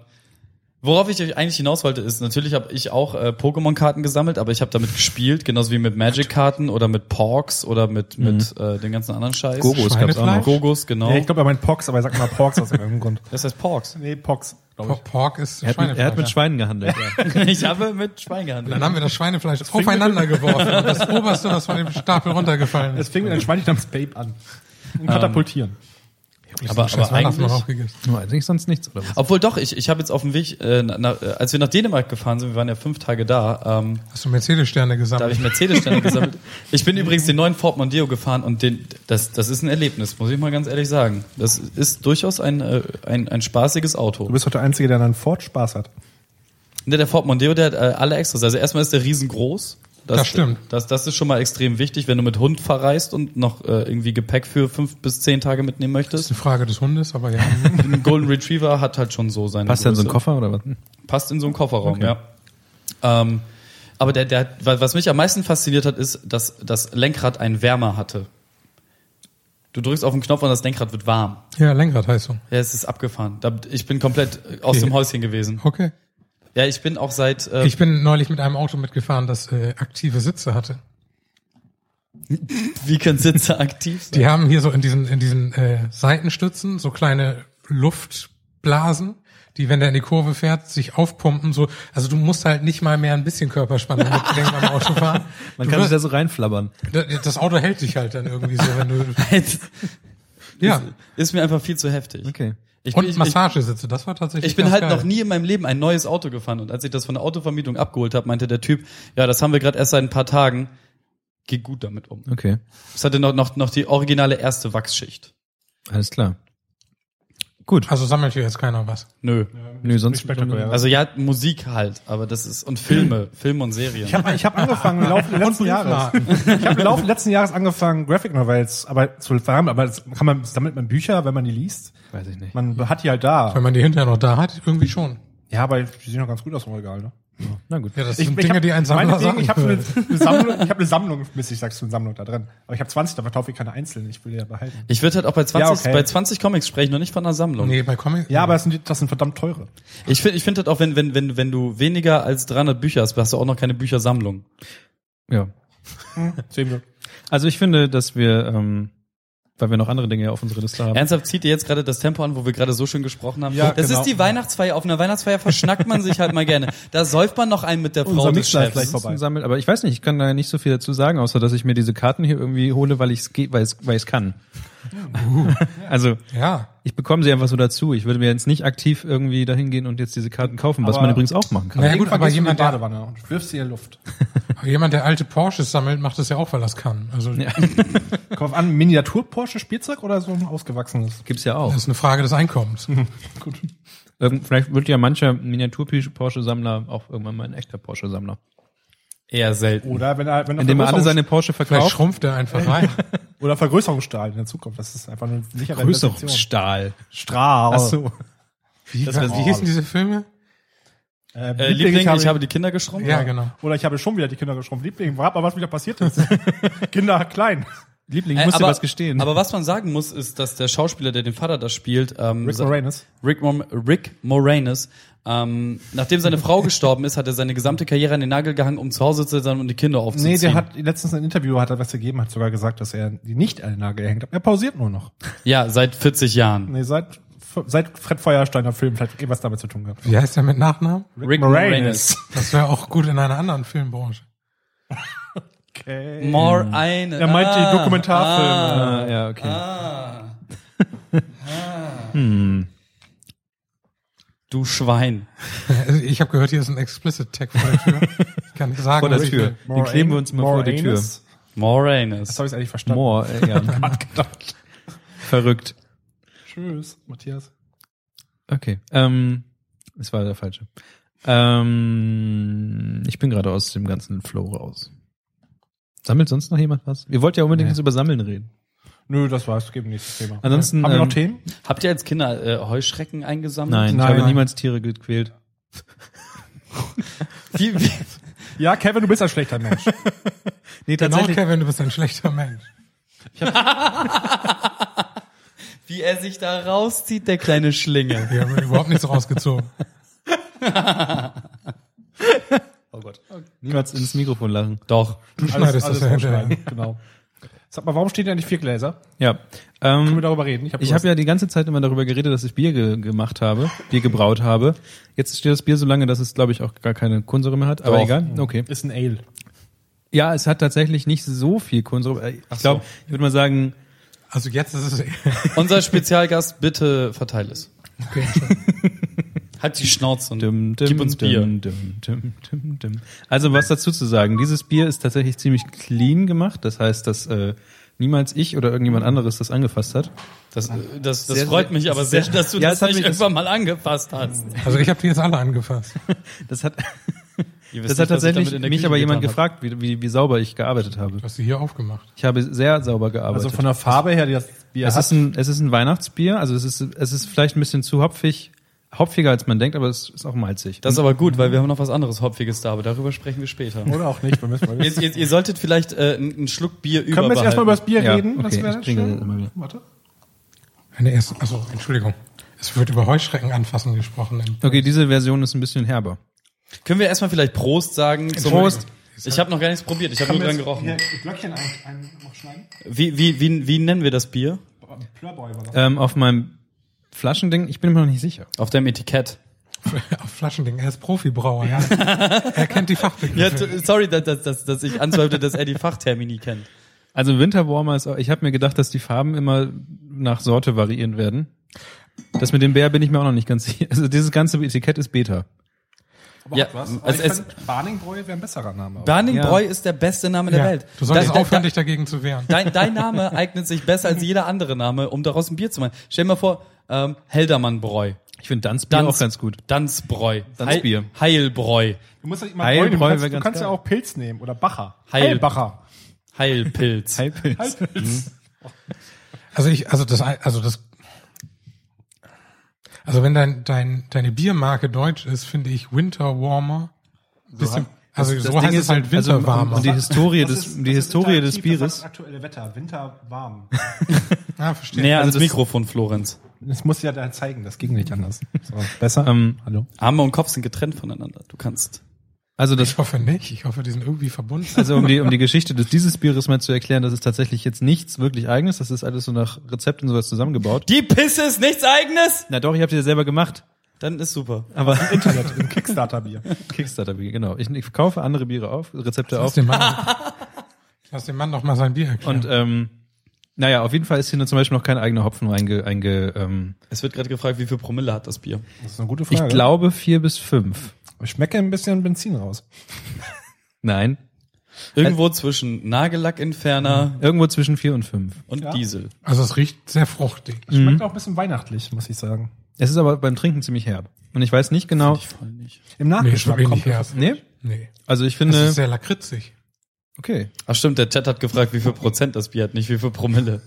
S3: worauf ich euch eigentlich hinaus wollte, ist, natürlich habe ich auch äh, Pokémon-Karten gesammelt, aber ich habe damit gespielt, genauso wie mit Magic-Karten oder mit Porks oder mit, mit äh, den ganzen anderen Scheiß.
S2: Mhm. Gogos gab's auch noch.
S3: Gogos, genau.
S5: Ja, ich glaube, er meint Pox, aber er sagt mal Porks aus irgendeinem Grund.
S3: das
S2: <laughs>
S3: heißt Porks.
S5: <laughs> Nee, Pox. glaub
S4: Por- Pork ist
S2: Er hat, mit, er hat mit
S4: Schweinefleisch.
S2: Schweinen gehandelt. <laughs> Ja.
S3: Ich habe mit Schwein gehandelt.
S4: Dann haben wir das Schweinefleisch aufeinander geworfen und das oberste, was von dem Stapel runtergefallen
S5: Es
S4: ist.
S5: fing mit einem Schweinchen namens Babe an. Und katapultieren.
S3: aber-
S4: Scheiß
S3: aber
S4: Weihnachtsmann
S3: eigentlich-
S4: auch gegessen.
S2: Nur eigentlich sonst nichts, oder was?
S3: Obwohl doch, ich, ich habe jetzt auf dem Weg, äh, na- na, äh, als wir nach Dänemark gefahren sind, wir waren ja fünf Tage da, ähm,
S4: Hast du Mercedes-Sterne
S3: da habe
S4: gesammelt?
S3: ich Mercedes-Sterne gesammelt. Ich bin übrigens den neuen Ford Mondeo gefahren und den, das, das ist ein Erlebnis, muss ich mal ganz ehrlich sagen. Das ist durchaus ein, äh, ein, ein spaßiges Auto.
S5: Du bist doch der Einzige, der dann Ford Spaß hat.
S3: Ne, der Ford Mondeo, der hat äh, alle Extras. Also erstmal ist der riesengroß.
S4: Das stimmt.
S3: Das, das ist schon mal extrem wichtig, wenn du mit Hund verreist und noch äh, irgendwie Gepäck für fünf bis zehn Tage mitnehmen
S4: Das ist <laughs>
S3: möchtest.
S4: eine Frage des Hundes, aber ja.
S3: Ein Golden Retriever hat halt schon so seine
S2: Passt da in so ein
S3: Größe.
S2: Koffer oder was?
S3: passt in so einen Kofferraum, ja. Ähm, aber der, der, wa- was mich am meisten fasziniert hat, ist, dass das Lenkrad einen Wärmer hatte. Du drückst auf den Knopf und das Lenkrad wird warm.
S4: Ja, Lenkradheizung.
S3: Ja, es ist abgefahren. Da, ich bin komplett äh, aus
S4: Okay.
S3: dem Häuschen gewesen.
S4: Okay.
S3: Ja, ich bin auch seit. Äh,
S4: Ich bin neulich mit einem Auto mitgefahren, das äh, aktive Sitze hatte.
S3: wie können Sitze aktiv
S4: <laughs>
S3: sein?
S4: Die haben hier so in diesen, in diesen äh, Seitenstützen so kleine Luftblasen, die, wenn der in die Kurve fährt, sich aufpumpen. So, also du musst halt nicht mal mehr ein bisschen Körperspannung mitbringen beim Autofahren.
S2: Man
S4: Du
S2: kann sich da
S4: wirst-
S2: so reinflabbern.
S4: d- das Auto hält dich halt dann irgendwie so, wenn du. Ja.
S3: Ist mir einfach viel zu heftig.
S2: Okay.
S3: Ich, bin-
S4: Und
S3: ich, ich,
S4: Massagesitze, das war tatsächlich.
S3: Ich bin
S4: ganz
S3: halt
S4: geil.
S3: noch nie in meinem Leben ein neues Auto gefahren und als ich das von der Autovermietung abgeholt habe, meinte der Typ, ja, das haben wir gerade erst seit ein paar Tagen. Geh gut damit um.
S2: Okay.
S3: Es hatte noch, noch, noch die originale erste Wachsschicht.
S2: Alles klar. Gut.
S4: Also sammelt hier jetzt keiner was.
S3: Nö.
S2: Nö, sonst.
S5: spektakulär.
S3: Also ja, Musik halt, aber das ist und Filme, Filme und Serien.
S5: Ich habe ich hab angefangen im <laughs> Laufe des letzten Jahres.
S4: Briefmarken.
S5: Ich habe im Laufe des letzten Jahres angefangen, Graphic Novels aber zu farmen, aber das kann man, sammelt man Bücher, wenn man die liest.
S2: Weiß ich nicht.
S5: Man hat die halt da.
S4: Wenn man die hinterher noch da hat, irgendwie schon.
S5: Ja, aber die sehen doch ganz gut aus im Regal, ne?
S2: Na gut.
S4: Ja, das sind Dinge, die ein Sammler
S5: meinetwegen,
S4: sagen
S5: ich habe eine,
S4: würde.
S5: <laughs> eine Sammlung, ich hab eine Sammlung, mäßig sagst du, eine Sammlung da drin. Aber ich habe 20, da verkaufe ich keine einzelnen, ich will die ja behalten.
S3: Ich würde halt auch bei 20,
S5: Ja, okay.
S3: bei 20 Comics sprechen und nicht von einer Sammlung.
S4: Nee, bei Comic.
S5: Ja, aber das sind, das sind verdammt teure.
S3: Ich finde ich find halt auch, wenn, wenn, wenn, wenn du weniger als 300 Bücher hast, hast du auch noch keine Büchersammlung.
S2: Ja. Also ich finde, dass wir, ähm, weil wir noch andere Dinge auf unserer Liste haben.
S3: Ernsthaft zieht ihr jetzt gerade das Tempo an, wo wir gerade so schön gesprochen haben.
S5: Ja,
S3: das
S5: genau.
S3: ist die Weihnachtsfeier. Auf einer Weihnachtsfeier verschnackt man sich halt mal gerne. Da säuft man noch einen mit der Frau
S5: Unser
S3: des
S5: Mixler ist
S3: Chefs.
S5: gleich vorbei.
S2: Sammelt, aber ich weiß nicht, ich kann da nicht so viel dazu sagen, außer dass ich mir diese Karten hier irgendwie hole, weil ich es weil ich's- weil ich's kann. <laughs> also
S4: Ja.
S2: ich bekomme sie einfach so dazu. Ich würde mir jetzt nicht aktiv irgendwie dahin gehen und jetzt diese Karten kaufen, was
S5: Aber-
S2: man übrigens auch machen kann.
S4: Naja, gut,
S5: Irgendwann
S4: aber
S5: gehst du in die
S4: jemand, der,
S5: Badewanne und wirfst sie in die Luft.
S4: aber jemand, der alte Porsches sammelt, macht das ja auch, weil das kann. Also,
S5: Kauf an, Miniatur-Porsche-Spielzeug oder so ein ausgewachsenes?
S2: Gibt's ja auch.
S4: das ist eine Frage des Einkommens.
S5: Gut.
S2: Irgend, vielleicht wird ja mancher Miniatur-Porsche-Sammler auch irgendwann mal ein echter Porsche-Sammler.
S3: Eher selten.
S5: Oder wenn er, wenn er
S2: Indem er alle
S5: Vergrößerungs-
S2: seine Porsche
S4: Vielleicht
S2: verkauft.
S4: schrumpft er einfach rein.
S5: oder Vergrößerungsstahl in der Zukunft. Das ist einfach eine sichere Investition.
S2: Größerungsstahl.
S5: Strahl.
S2: Ach so.
S4: Wie,
S2: Das wär-
S4: wie hießen diese Filme?
S5: Äh,
S3: Äh, Liebling, ich habe, die Kinder geschrumpft.
S4: Ja, genau.
S5: Oder ich habe schon wieder die Kinder geschrumpft. Liebling, warte mal, was wieder passiert ist. <laughs> Kinder klein.
S2: Liebling,
S3: Äh,
S2: ich muss dir
S3: aber-
S2: was gestehen.
S3: Aber was man sagen muss, ist, dass der Schauspieler, der den Vater da spielt, ähm,
S5: Rick
S3: sa-
S5: Moranis.
S3: Rick, Mom Rick Moranis, ähm, nachdem seine Frau gestorben ist, hat er seine gesamte Karriere an den Nagel gehangen, um zu Hause zu sein und die Kinder aufzuziehen.
S5: Nee, der hat letztens ein Interview hat er was gegeben, hat sogar gesagt, dass er die nicht an den Nagel gehängt hat. Er pausiert nur noch.
S3: Ja, seit 40 Jahren.
S5: Nee, seit, seit Fred Feuersteiner Film vielleicht irgendwas damit zu tun gehabt.
S4: Wie heißt der mit Nachnamen?
S3: Rick
S4: Das wäre auch gut in einer anderen Filmbranche.
S5: Okay.
S3: More ein.
S5: Hm. Er meint
S3: Ah.
S5: die Dokumentarfilme.
S2: ah, ja, okay.
S3: Ah.
S5: <laughs> Hm.
S3: Du Schwein.
S4: Also ich habe gehört, hier ist ein Explicit Tag vor der Tür. Ich kann nicht sagen,
S2: Vor der
S4: was ich
S2: Tür.
S4: will.
S2: Den kleben wir uns mal vor die Tür.
S5: Moranis. Das
S3: Moranis.
S5: habe ich eigentlich verstanden. <laughs> Genau.
S2: Moor, äh, ja. Verrückt.
S5: Tschüss, Matthias.
S2: Okay. Ähm, es war der falsche. Ähm, ich bin gerade aus dem ganzen Flow raus. Sammelt sonst noch jemand was? Ihr wollt ja unbedingt jetzt über Sammeln reden.
S5: Nö, das war's. Geben wir nächstes Thema.
S2: Ansonsten,
S5: haben wir noch
S2: ähm,
S5: Themen?
S3: Habt ihr als Kinder äh, Heuschrecken eingesammelt?
S2: Nein, ich
S5: Nein,
S2: habe
S5: nein.
S2: niemals Tiere gequält.
S3: Wie, wie,
S5: Ja, Kevin, du bist ein
S2: <laughs>
S5: schlechter Mensch.
S2: Nee,
S4: Genau,
S2: tatsächlich.
S4: Kevin, du bist ein schlechter Mensch.
S3: wie er sich da rauszieht, der kleine Schlinge.
S4: Wir haben überhaupt nichts rausgezogen.
S2: Niemals <laughs> ins Mikrofon lachen. <laughs>
S3: Doch.
S4: Du schneidest das ja hinterher.
S5: rausschneiden, genau. Sag mal, warum stehen da nicht vier Gläser?
S2: Ja.
S5: Können wir
S2: Ähm,
S5: darüber reden? hab
S2: ich habe ja die ganze Zeit immer darüber geredet, dass ich Bier ge gemacht habe, Bier gebraut habe. Jetzt steht das Bier so lange, dass es, glaube ich, auch gar keine Kohlensäure mehr hat. Aber
S3: Doch.
S2: egal. Okay.
S5: Ist ein Ale.
S2: Ja, es hat tatsächlich nicht so viel Kohlensäure. Äh, Ich glaube, ich würde mal sagen,
S4: Also jetzt ist es
S3: Unser Spezialgast, bitte verteile es.
S4: okay.
S3: <laughs> Halt die Schnauze und
S2: Dim, dim,
S3: gib uns Bier.
S2: Dim, dim, dim, dim, dim. Also was dazu zu sagen, dieses Bier ist tatsächlich ziemlich clean gemacht. Das heißt, dass äh, niemals ich oder irgendjemand anderes das angefasst hat.
S3: Das, äh, das, das
S2: Sehr,
S3: freut
S2: sehr-
S3: mich aber sehr,
S2: sehr-
S3: dass du
S2: Ja,
S3: das
S2: es hat
S3: nicht
S2: mich- das-
S3: irgendwann mal angefasst
S2: <laughs>
S3: hast.
S4: Also ich habe die jetzt alle angefasst.
S2: Das hat, das hat
S3: Ihr wisst nicht, was ich damit
S2: tatsächlich
S3: in der
S2: mich
S3: Küche
S2: aber jemand
S3: getan hab.
S2: gefragt, wie, wie, wie sauber ich gearbeitet habe.
S4: Du hast sie hier aufgemacht.
S2: Ich habe sehr sauber gearbeitet.
S5: Also von der Farbe her, die das Bier
S2: es
S5: hat.
S2: ist ein es ist ein Weihnachtsbier. Also es ist es ist vielleicht ein bisschen zu hopfig, hopfiger als man denkt, aber es ist auch malzig.
S3: Das ist aber gut, weil wir haben noch was anderes Hopfiges da, aber darüber sprechen wir später.
S5: oder auch nicht. Wir müssen mal
S3: Ihr, ihr, ihr solltet vielleicht äh, einen einen Schluck Bier
S5: Können wir jetzt erstmal über das Bier
S2: Ja,
S5: reden?
S2: okay,
S5: Das wäre
S2: ich trinke
S5: schön.
S2: das immer wieder.
S5: Warte.
S4: Eine erste, also Entschuldigung. Es wird über Heuschrecken anfassen gesprochen.
S2: Okay, diese Version ist ein bisschen herber.
S3: Können wir erstmal vielleicht Prost sagen? Zum-
S4: Prost.
S3: Ich habe noch gar nichts probiert, ich habe nur dran gerochen.
S5: Hier Glöckchen ein, ein, noch schneiden.
S3: Wie, wie, wie, wie nennen wir das Bier?
S5: Plörboy war das.
S2: Ähm, auf meinem Flaschending, ich bin mir noch nicht sicher.
S3: Auf deinem Etikett.
S4: Auf <laughs> Flaschending. Er ist Profibrauer, ja. <laughs> er kennt die
S3: Ja,
S4: Fachbegriffe.
S3: t- sorry, dass, dass, dass, dass ich anzweifle, dass er die Fachtermini kennt.
S2: Also Winterwarmer ist auch, ich habe mir gedacht, dass die Farben immer nach Sorte variieren werden. Das mit dem Bär bin ich mir auch noch nicht ganz sicher. Also dieses ganze Etikett ist Beta.
S5: Aber
S3: ja,
S5: hat was. Aber
S3: es-
S5: ich
S3: es-
S5: fand, Barningbräu wäre ein besserer Name. aber-
S3: Barningbräu ist der beste Name der
S4: Ja.
S3: Welt.
S4: Du solltest
S3: Da- da-
S4: aufhören, dich dagegen zu wehren.
S3: Dein, dein Name eignet sich besser als jeder andere Name, um daraus ein Bier zu machen. Stell dir mal vor, ähm, Heldermannbräu,
S2: Ich finde Danzbier
S3: Danz-
S2: auch ganz gut.
S3: Danzbräu,
S2: Danzbier.
S3: Heil, Heilbräu,
S5: Du musst ja nicht mal
S2: Heilbräu
S5: Heilbräu, du
S2: wär
S5: kannst, du
S2: ganz
S5: kannst ja
S2: geil.
S5: auch Pilz nehmen oder Bacher.
S3: Heil-
S5: Heilbacher.
S3: Heilpilz.
S2: Heilpilz.
S5: Heilpilz. Mhm.
S4: Also ich, also das, ein- also das, also wenn dein, dein, deine Biermarke deutsch ist, finde ich Winter Warmer. Bisschen, also so heißt es halt Winterwarmer.
S2: und um, die Historie
S5: Das
S2: des, um
S5: ist- das
S2: die
S5: ist
S2: Historie des
S5: interaktiv, das ist
S2: Bieres.
S5: Das aktuelle Wetter, Winter warm.
S4: ah, verstehe.
S3: Näher
S2: Also
S3: ans
S2: das-
S3: Mikrofon, Florenz.
S5: <laughs> Das muss ja da zeigen, das ging nicht anders. So, besser?
S2: Ähm,
S5: Hallo.
S3: Arme und Kopf sind getrennt voneinander. Du kannst.
S2: Also das,
S4: Ich hoffe nicht. Ich hoffe, die sind irgendwie verbunden.
S2: also um die, um die Geschichte des, dieses Bieres mal zu erklären, das ist tatsächlich jetzt nichts wirklich eigenes. Das ist alles so nach Rezept und sowas zusammengebaut.
S3: Die Pisse ist nichts eigenes?
S2: Na doch, ich habe dir selber gemacht.
S3: Dann ist super.
S2: Aber
S5: Internet, im Kickstarter-Bier.
S2: Kickstarter, genau. Ich, ich kaufe andere Biere auf, Rezepte auf.
S4: Lass den Mann, lass den Mann doch mal sein Bier erklären.
S2: Und ähm, naja, auf jeden Fall ist hier nur zum Beispiel noch kein eigener Hopfen einge, einge ähm,
S3: Es wird gerade gefragt, wie viel Promille hat das Bier?
S5: Das ist eine gute
S2: Ich
S5: Frage.
S2: glaube vier bis fünf.
S5: Ich schmecke ein bisschen Benzin raus.
S2: Mhm. Nein.
S3: Irgendwo zwischen Nagellackentferner
S2: Irgendwo zwischen vier und fünf.
S3: und
S5: Ja.
S3: Diesel.
S4: also es riecht sehr fruchtig.
S5: Es Schmeckt auch ein bisschen weihnachtlich, muss ich sagen.
S2: Es ist aber beim Trinken ziemlich herb. Und ich weiß nicht genau.
S5: Im
S4: Nee, ist
S5: Nachgeschmack
S4: wirklich
S5: kommt
S4: nicht
S5: das.
S4: herb.
S2: Nee?
S4: Nee.
S2: Also ich
S4: Das
S2: finde.
S4: ist sehr lakritzig.
S2: Okay.
S3: Ach stimmt, der Chat hat gefragt, wie viel Prozent das Bier hat, nicht wie
S2: <laughs>
S3: viel Promille.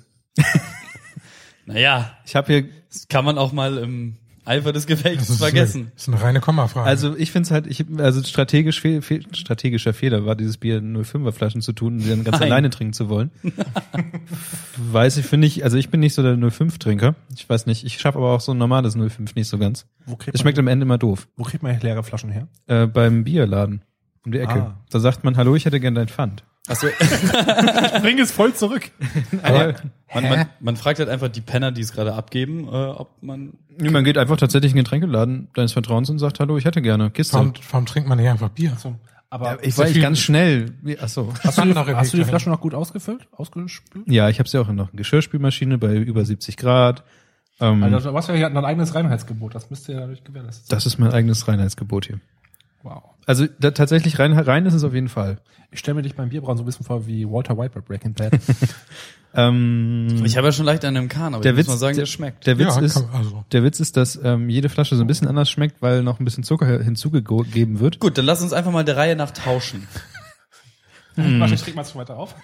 S3: naja,
S2: Ich habe hier.
S3: das kann man auch mal im Eifer des
S4: Das
S3: Gefechts
S4: ist
S3: vergessen.
S4: Eine, das ist eine reine Kommafrage.
S2: Also ich finde es halt, ich, also strategisch fehl, fehl, strategischer Fehler war, dieses Bier in 05er Flaschen zu tun und sie dann ganz
S3: Nein.
S2: alleine trinken zu
S5: <laughs>
S2: wollen. weiß ich, finde ich, also ich bin nicht so der 05-Trinker. Ich weiß nicht. Ich schaffe aber auch so ein normales 05 nicht so ganz.
S5: Wo kriegt,
S2: Es schmeckt
S5: man,
S2: am Ende immer doof.
S5: wo kriegt man leere Flaschen her?
S2: äh, beim Bierladen um die Ecke.
S5: Ah.
S2: Da sagt man, hallo, ich hätte gerne dein Pfand.
S3: Also,
S5: Bring es voll <laughs> zurück.
S3: aber <laughs> man, man, man fragt halt einfach die Penner, die es gerade abgeben, äh, ob man.
S2: Nee, man geht einfach tatsächlich in den Getränkeladen deines Vertrauens und sagt, hallo, ich hätte gerne Kiste.
S4: warum, warum trinkt man hier einfach Bier?
S5: So, aber
S2: ich war
S4: sehr
S2: ich
S4: viel-
S2: ganz schnell. Wie- Ach so. <laughs>
S4: Hast
S5: hast du die Flaschen noch gut ausgefüllt? Ausgespült?
S2: Ja, ich habe ja auch in der Geschirrspülmaschine bei über 70 Grad.
S5: Also, du hast ja hier ein eigenes Reinheitsgebot, das müsst ihr ja dadurch gewährleisten.
S2: Das ist mein eigenes Reinheitsgebot hier.
S5: Wow.
S2: Also da, tatsächlich rein, rein ist es auf jeden Fall.
S5: Ich stelle mir dich beim Bierbrauen so ein bisschen vor wie Walter White bei Breaking <laughs> Bad.
S2: Ähm,
S3: Ich habe ja schon leicht an dem Kahn, aber
S2: Der
S3: ich
S2: Witz-
S3: muss mal sagen, der,
S2: der-
S3: schmeckt.
S2: der Witz
S4: Ja,
S2: ist,
S4: kann- also.
S2: der Witz ist, dass ähm, jede Flasche so ein bisschen anders schmeckt, weil noch ein bisschen Zucker hinzugegeben wird.
S3: Gut, dann lass uns einfach mal der Reihe nach tauschen.
S5: Warte, ich trinke mal zu weiter auf.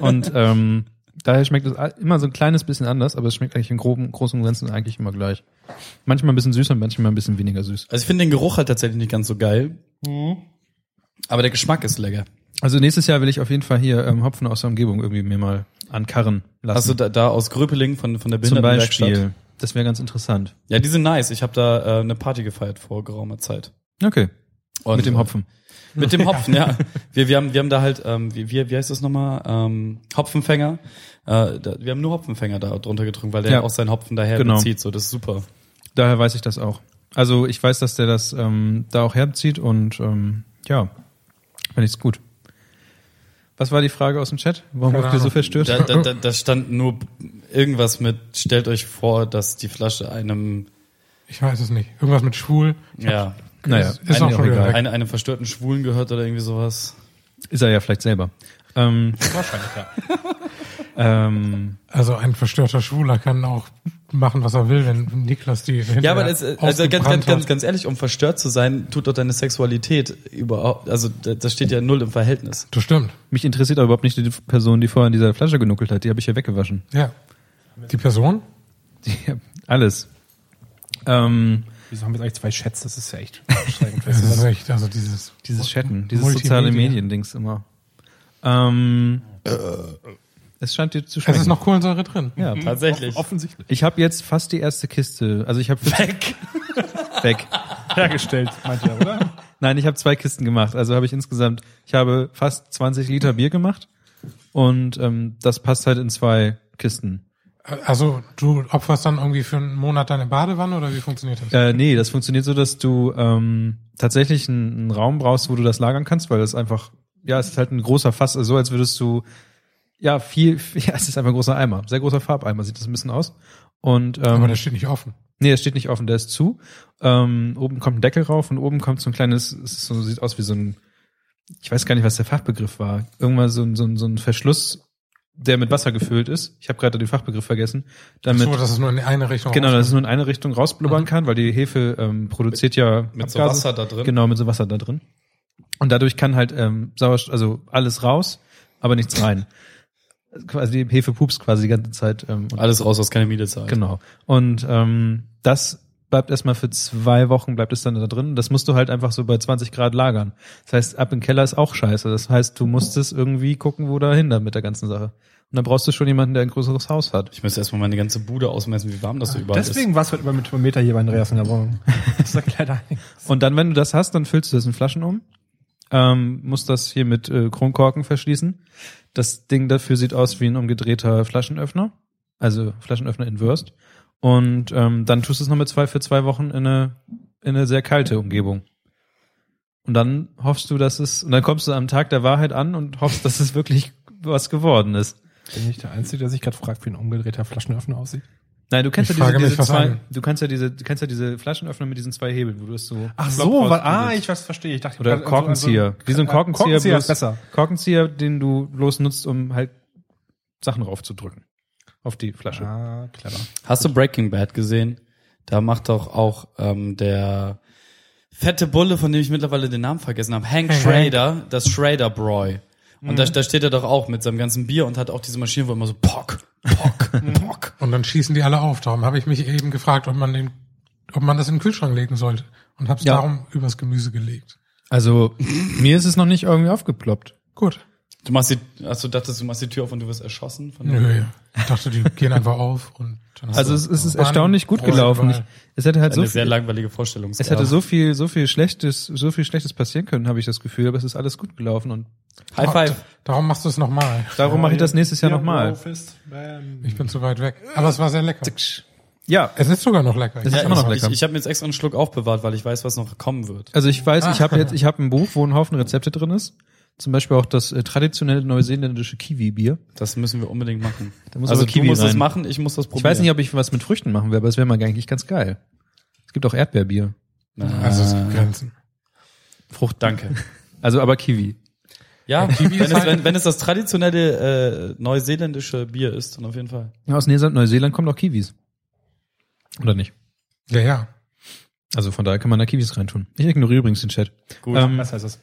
S3: <laughs>
S2: Und ähm, daher schmeckt es all- immer so ein kleines bisschen anders, aber es schmeckt eigentlich im groben, großen und Ganzen eigentlich immer gleich. Manchmal ein bisschen süßer, manchmal ein bisschen weniger süß.
S3: Also ich finde den Geruch halt tatsächlich nicht ganz so geil. Aber der Geschmack ist lecker.
S2: Also nächstes Jahr will ich auf jeden Fall hier ähm, Hopfen aus der Umgebung irgendwie mir mal ankarren lassen.
S3: Hast du Also da, da aus Gröpeling von, von der
S2: zum
S3: Behindertenwerkstatt?
S2: Beispiel. Das wäre ganz interessant.
S3: Ja, die sind nice. Ich habe da äh, eine Party gefeiert vor geraumer Zeit.
S2: Okay.
S3: Und,
S2: Mit dem
S3: äh,
S2: Hopfen.
S3: Mit dem Hopfen, ja. Wir, wir, haben, wir haben da halt, ähm, wie, wie wie heißt das nochmal? Ähm, Hopfenfänger. Äh, da, wir haben nur Hopfenfänger da drunter getrunken, weil der
S2: Ja.
S3: auch seinen Hopfen daher
S2: Genau.
S3: bezieht. So, das ist super.
S2: Daher weiß ich das auch. Also ich weiß, dass der das ähm, da auch herzieht und ähm, ja, finde ich's gut. Was war die Frage aus dem Chat? Warum
S4: Keine
S2: wurde ihr so
S4: Ahnung.
S2: verstört?
S3: Da, da, da, da stand nur irgendwas mit, stellt euch vor, dass die Flasche einem,
S4: Ich weiß es nicht. Irgendwas mit schwul.
S3: ja,
S2: naja,
S4: ist auch
S2: einem
S4: schon wieder weg.
S3: eine, einem verstörten Schwulen gehört oder irgendwie sowas.
S2: Ist er ja vielleicht selber. Ähm,
S5: Wahrscheinlich,
S2: <laughs>
S5: ja.
S2: ähm,
S4: Also ein verstörter Schwuler kann auch machen, was er will, wenn Niklas die
S3: Ja,
S4: hinterher
S3: aber das, also ganz,
S4: ausgebrannt
S3: ganz, ganz,
S4: hat.
S3: ganz ehrlich, um verstört zu sein, tut doch deine Sexualität überhaupt, also da- das steht ja null im Verhältnis.
S4: Das stimmt.
S2: mich interessiert aber überhaupt nicht die Person, die vorher in dieser Flasche genuckelt hat. Die habe ich ja weggewaschen.
S4: Ja. Die Person?
S2: Die, alles. Ähm,
S5: Wieso haben wir jetzt eigentlich zwei Chats? Das ist ja <laughs> echt
S4: Das ist
S5: anstrengend.
S4: echt, also dieses.
S2: dieses Chatten, dieses
S4: Multimedia.
S2: soziale Medien-Dings immer. Ähm, es scheint dir zu
S4: Es
S2: schmecken.
S4: ist noch Kohlensäure drin.
S2: ja,
S3: Tatsächlich.
S5: Offensichtlich.
S2: Ich habe jetzt fast die erste Kiste. Also ich habe
S3: Weg.
S2: <laughs> weg.
S5: Hergestellt, meint ihr, <laughs> oder?
S2: Nein, ich habe zwei Kisten gemacht. Also habe ich insgesamt, ich habe fast 20 Liter Bier gemacht und ähm, das passt halt in zwei Kisten.
S4: Also du opferst dann irgendwie für einen Monat deine Badewanne oder wie funktioniert das?
S2: Äh, nee, das funktioniert so, dass du ähm, tatsächlich einen, einen Raum brauchst, wo du das lagern kannst, weil das einfach, ja, es ist halt ein großer Fass, also so als würdest du, ja, viel, <laughs> viel ja, es ist einfach ein großer Eimer, sehr großer Farbeimer, sieht das ein bisschen aus. Und ähm,
S4: Aber der steht nicht offen.
S2: Nee, es steht nicht offen, der ist zu. Ähm, oben kommt ein Deckel rauf und oben kommt so ein kleines, es ist so, sieht aus wie so ein, ich weiß gar nicht, was der Fachbegriff war. Irgendwann so ein, so ein, so ein Verschluss, der mit Wasser gefüllt ist. Ich habe gerade den Fachbegriff vergessen. Damit,
S4: so, dass es nur in eine Richtung
S2: genau,
S4: rausgeht.
S2: dass es nur in eine Richtung rausblubbern kann, weil die Hefe ähm, produziert ja
S3: Mit so
S2: Abgase.
S3: Wasser da drin.
S2: Genau, mit so Wasser da drin. Und dadurch kann halt ähm, Sauerstoff, also alles raus, aber nichts rein. Also die Hefe pupst quasi die ganze Zeit ähm, und
S3: Alles raus, was keine Miete zahlt.
S2: Genau. Und ähm, das bleibt erstmal für zwei Wochen, bleibt es dann da drin. Das musst du halt einfach so bei 20 Grad lagern. Das heißt, ab im Keller ist auch scheiße. Das heißt, du musstest irgendwie gucken, wo da hin dann mit der ganzen Sache. Und dann brauchst du schon jemanden, der ein größeres Haus hat.
S3: Ich müsste erstmal meine ganze Bude ausmessen, wie warm das so
S2: Ah,
S3: überall
S5: Deswegen war es heute immer mit Thermometer hier bei Andreas in der <laughs> Wohnung. Das ist ein kleiner
S2: Und dann, wenn du das hast, dann füllst du das in Flaschen um. Ähm, musst das hier mit äh, Kronkorken verschließen. Das Ding dafür sieht aus wie ein umgedrehter Flaschenöffner. Also Flaschenöffner in Würst. Und ähm, dann tust du es noch mit zwei für zwei Wochen in eine, in eine sehr kalte Umgebung. Und dann hoffst du, dass es, und dann kommst du am Tag der Wahrheit an und hoffst, dass es wirklich was geworden ist.
S5: Bin ich der Einzige, der sich gerade fragt, wie ein umgedrehter Flaschenöffner aussieht?
S2: Nein, du kennst
S4: Ich
S2: ja diese,
S4: frage mich,
S2: diese
S4: was
S2: zwei,
S4: an.
S2: du kannst ja diese, du kennst ja diese Flaschenöffner mit diesen zwei Hebeln, wo du es so. plopp
S5: weil- ah,
S2: rausdrückst.
S5: ich was verstehe. Ich dachte,
S2: Oder
S5: also-
S2: Korkenzieher.
S5: also-
S2: Wie so ein
S5: äh,
S2: Korkenzieher,
S5: Korkenzieher ist
S2: bloß-
S5: besser.
S2: Korkenzieher, den du bloß nutzt, um halt Sachen raufzudrücken. Auf die Flasche.
S5: Ah, clever.
S3: Hast du Breaking Bad gesehen? Da macht doch auch ähm, der fette Bulle, von dem ich mittlerweile den Namen vergessen habe, Hank
S4: Hank.
S3: Schrader, das Schrader Broy.
S2: Mhm.
S3: Und da, da steht er doch auch mit seinem ganzen Bier und hat auch diese Maschine, wo immer so pock, pock,
S2: <laughs> Mhm.
S3: pock.
S4: Und dann schießen die alle auf. Darum habe ich mich eben gefragt, ob man den, ob man das in den Kühlschrank legen sollte. Und habe es
S2: Ja.
S4: darum übers Gemüse gelegt.
S2: Also, mir ist es noch nicht irgendwie aufgeploppt.
S4: Gut.
S3: Du machst die, also du dachtest, du machst die Tür auf und du wirst erschossen von
S2: Mhm.
S3: dem-
S4: Nö. Ich dachte,
S2: <laughs>
S4: die gehen einfach auf und dann hast
S2: Also,
S4: du-
S2: es, es ist
S4: Waren-
S2: erstaunlich gut
S4: Waren-
S2: gelaufen. Ich,
S4: Waren-
S2: es hätte halt so
S3: Eine sehr
S2: viel,
S3: langweilige Vorstellung.
S2: es hätte so viel, so viel Schlechtes, so viel Schlechtes passieren können, habe ich das Gefühl, aber es ist alles gut gelaufen und
S3: High Five.
S4: Darum machst du es nochmal.
S2: darum mache ich das nächtes Jahr
S5: Hier,
S2: nochmal.
S5: Fist, bam.
S4: Ich bin zu weit weg. Aber es war sehr lecker.
S2: Ja,
S4: Es ist sogar noch lecker.
S2: ist
S3: Ja,
S2: immer noch
S3: ich ich,
S2: lecker.
S3: ich habe mir jetzt extra einen Schluck aufbewahrt, weil ich weiß, was noch kommen wird.
S2: also ich weiß,
S5: Ah.
S2: ich habe jetzt, ich habe ein Buch, wo ein Haufen Rezepte drin ist. Zum Beispiel auch das äh, traditionelle neuseeländische Kiwi-Bier.
S3: Das müssen wir unbedingt machen.
S2: Da muss
S3: also
S2: aber
S3: du
S2: Kiwi
S3: musst das
S2: rein.
S3: machen, ich muss das probieren.
S2: Ich weiß nicht, ob ich was mit Früchten machen will, aber es
S3: Ah.
S2: wäre mal eigentlich ganz geil. Es gibt auch Erdbeerbier.
S4: Also es gibt Grenzen.
S2: Frucht, danke. Also aber Kiwi.
S3: Ja, wenn
S4: ist
S3: es,
S4: halt-
S3: wenn, wenn es das traditionelle äh, neuseeländische Bier ist, dann auf jeden Fall.
S2: Ja, Aus Neuseeland, Neuseeland kommen auch Kiwis. Oder nicht?
S4: Ja, ja.
S2: Also von daher kann man da Kiwis reintun. Ich ignoriere übrigens den Chat.
S3: Gut.
S2: Ähm,
S5: Was heißt das?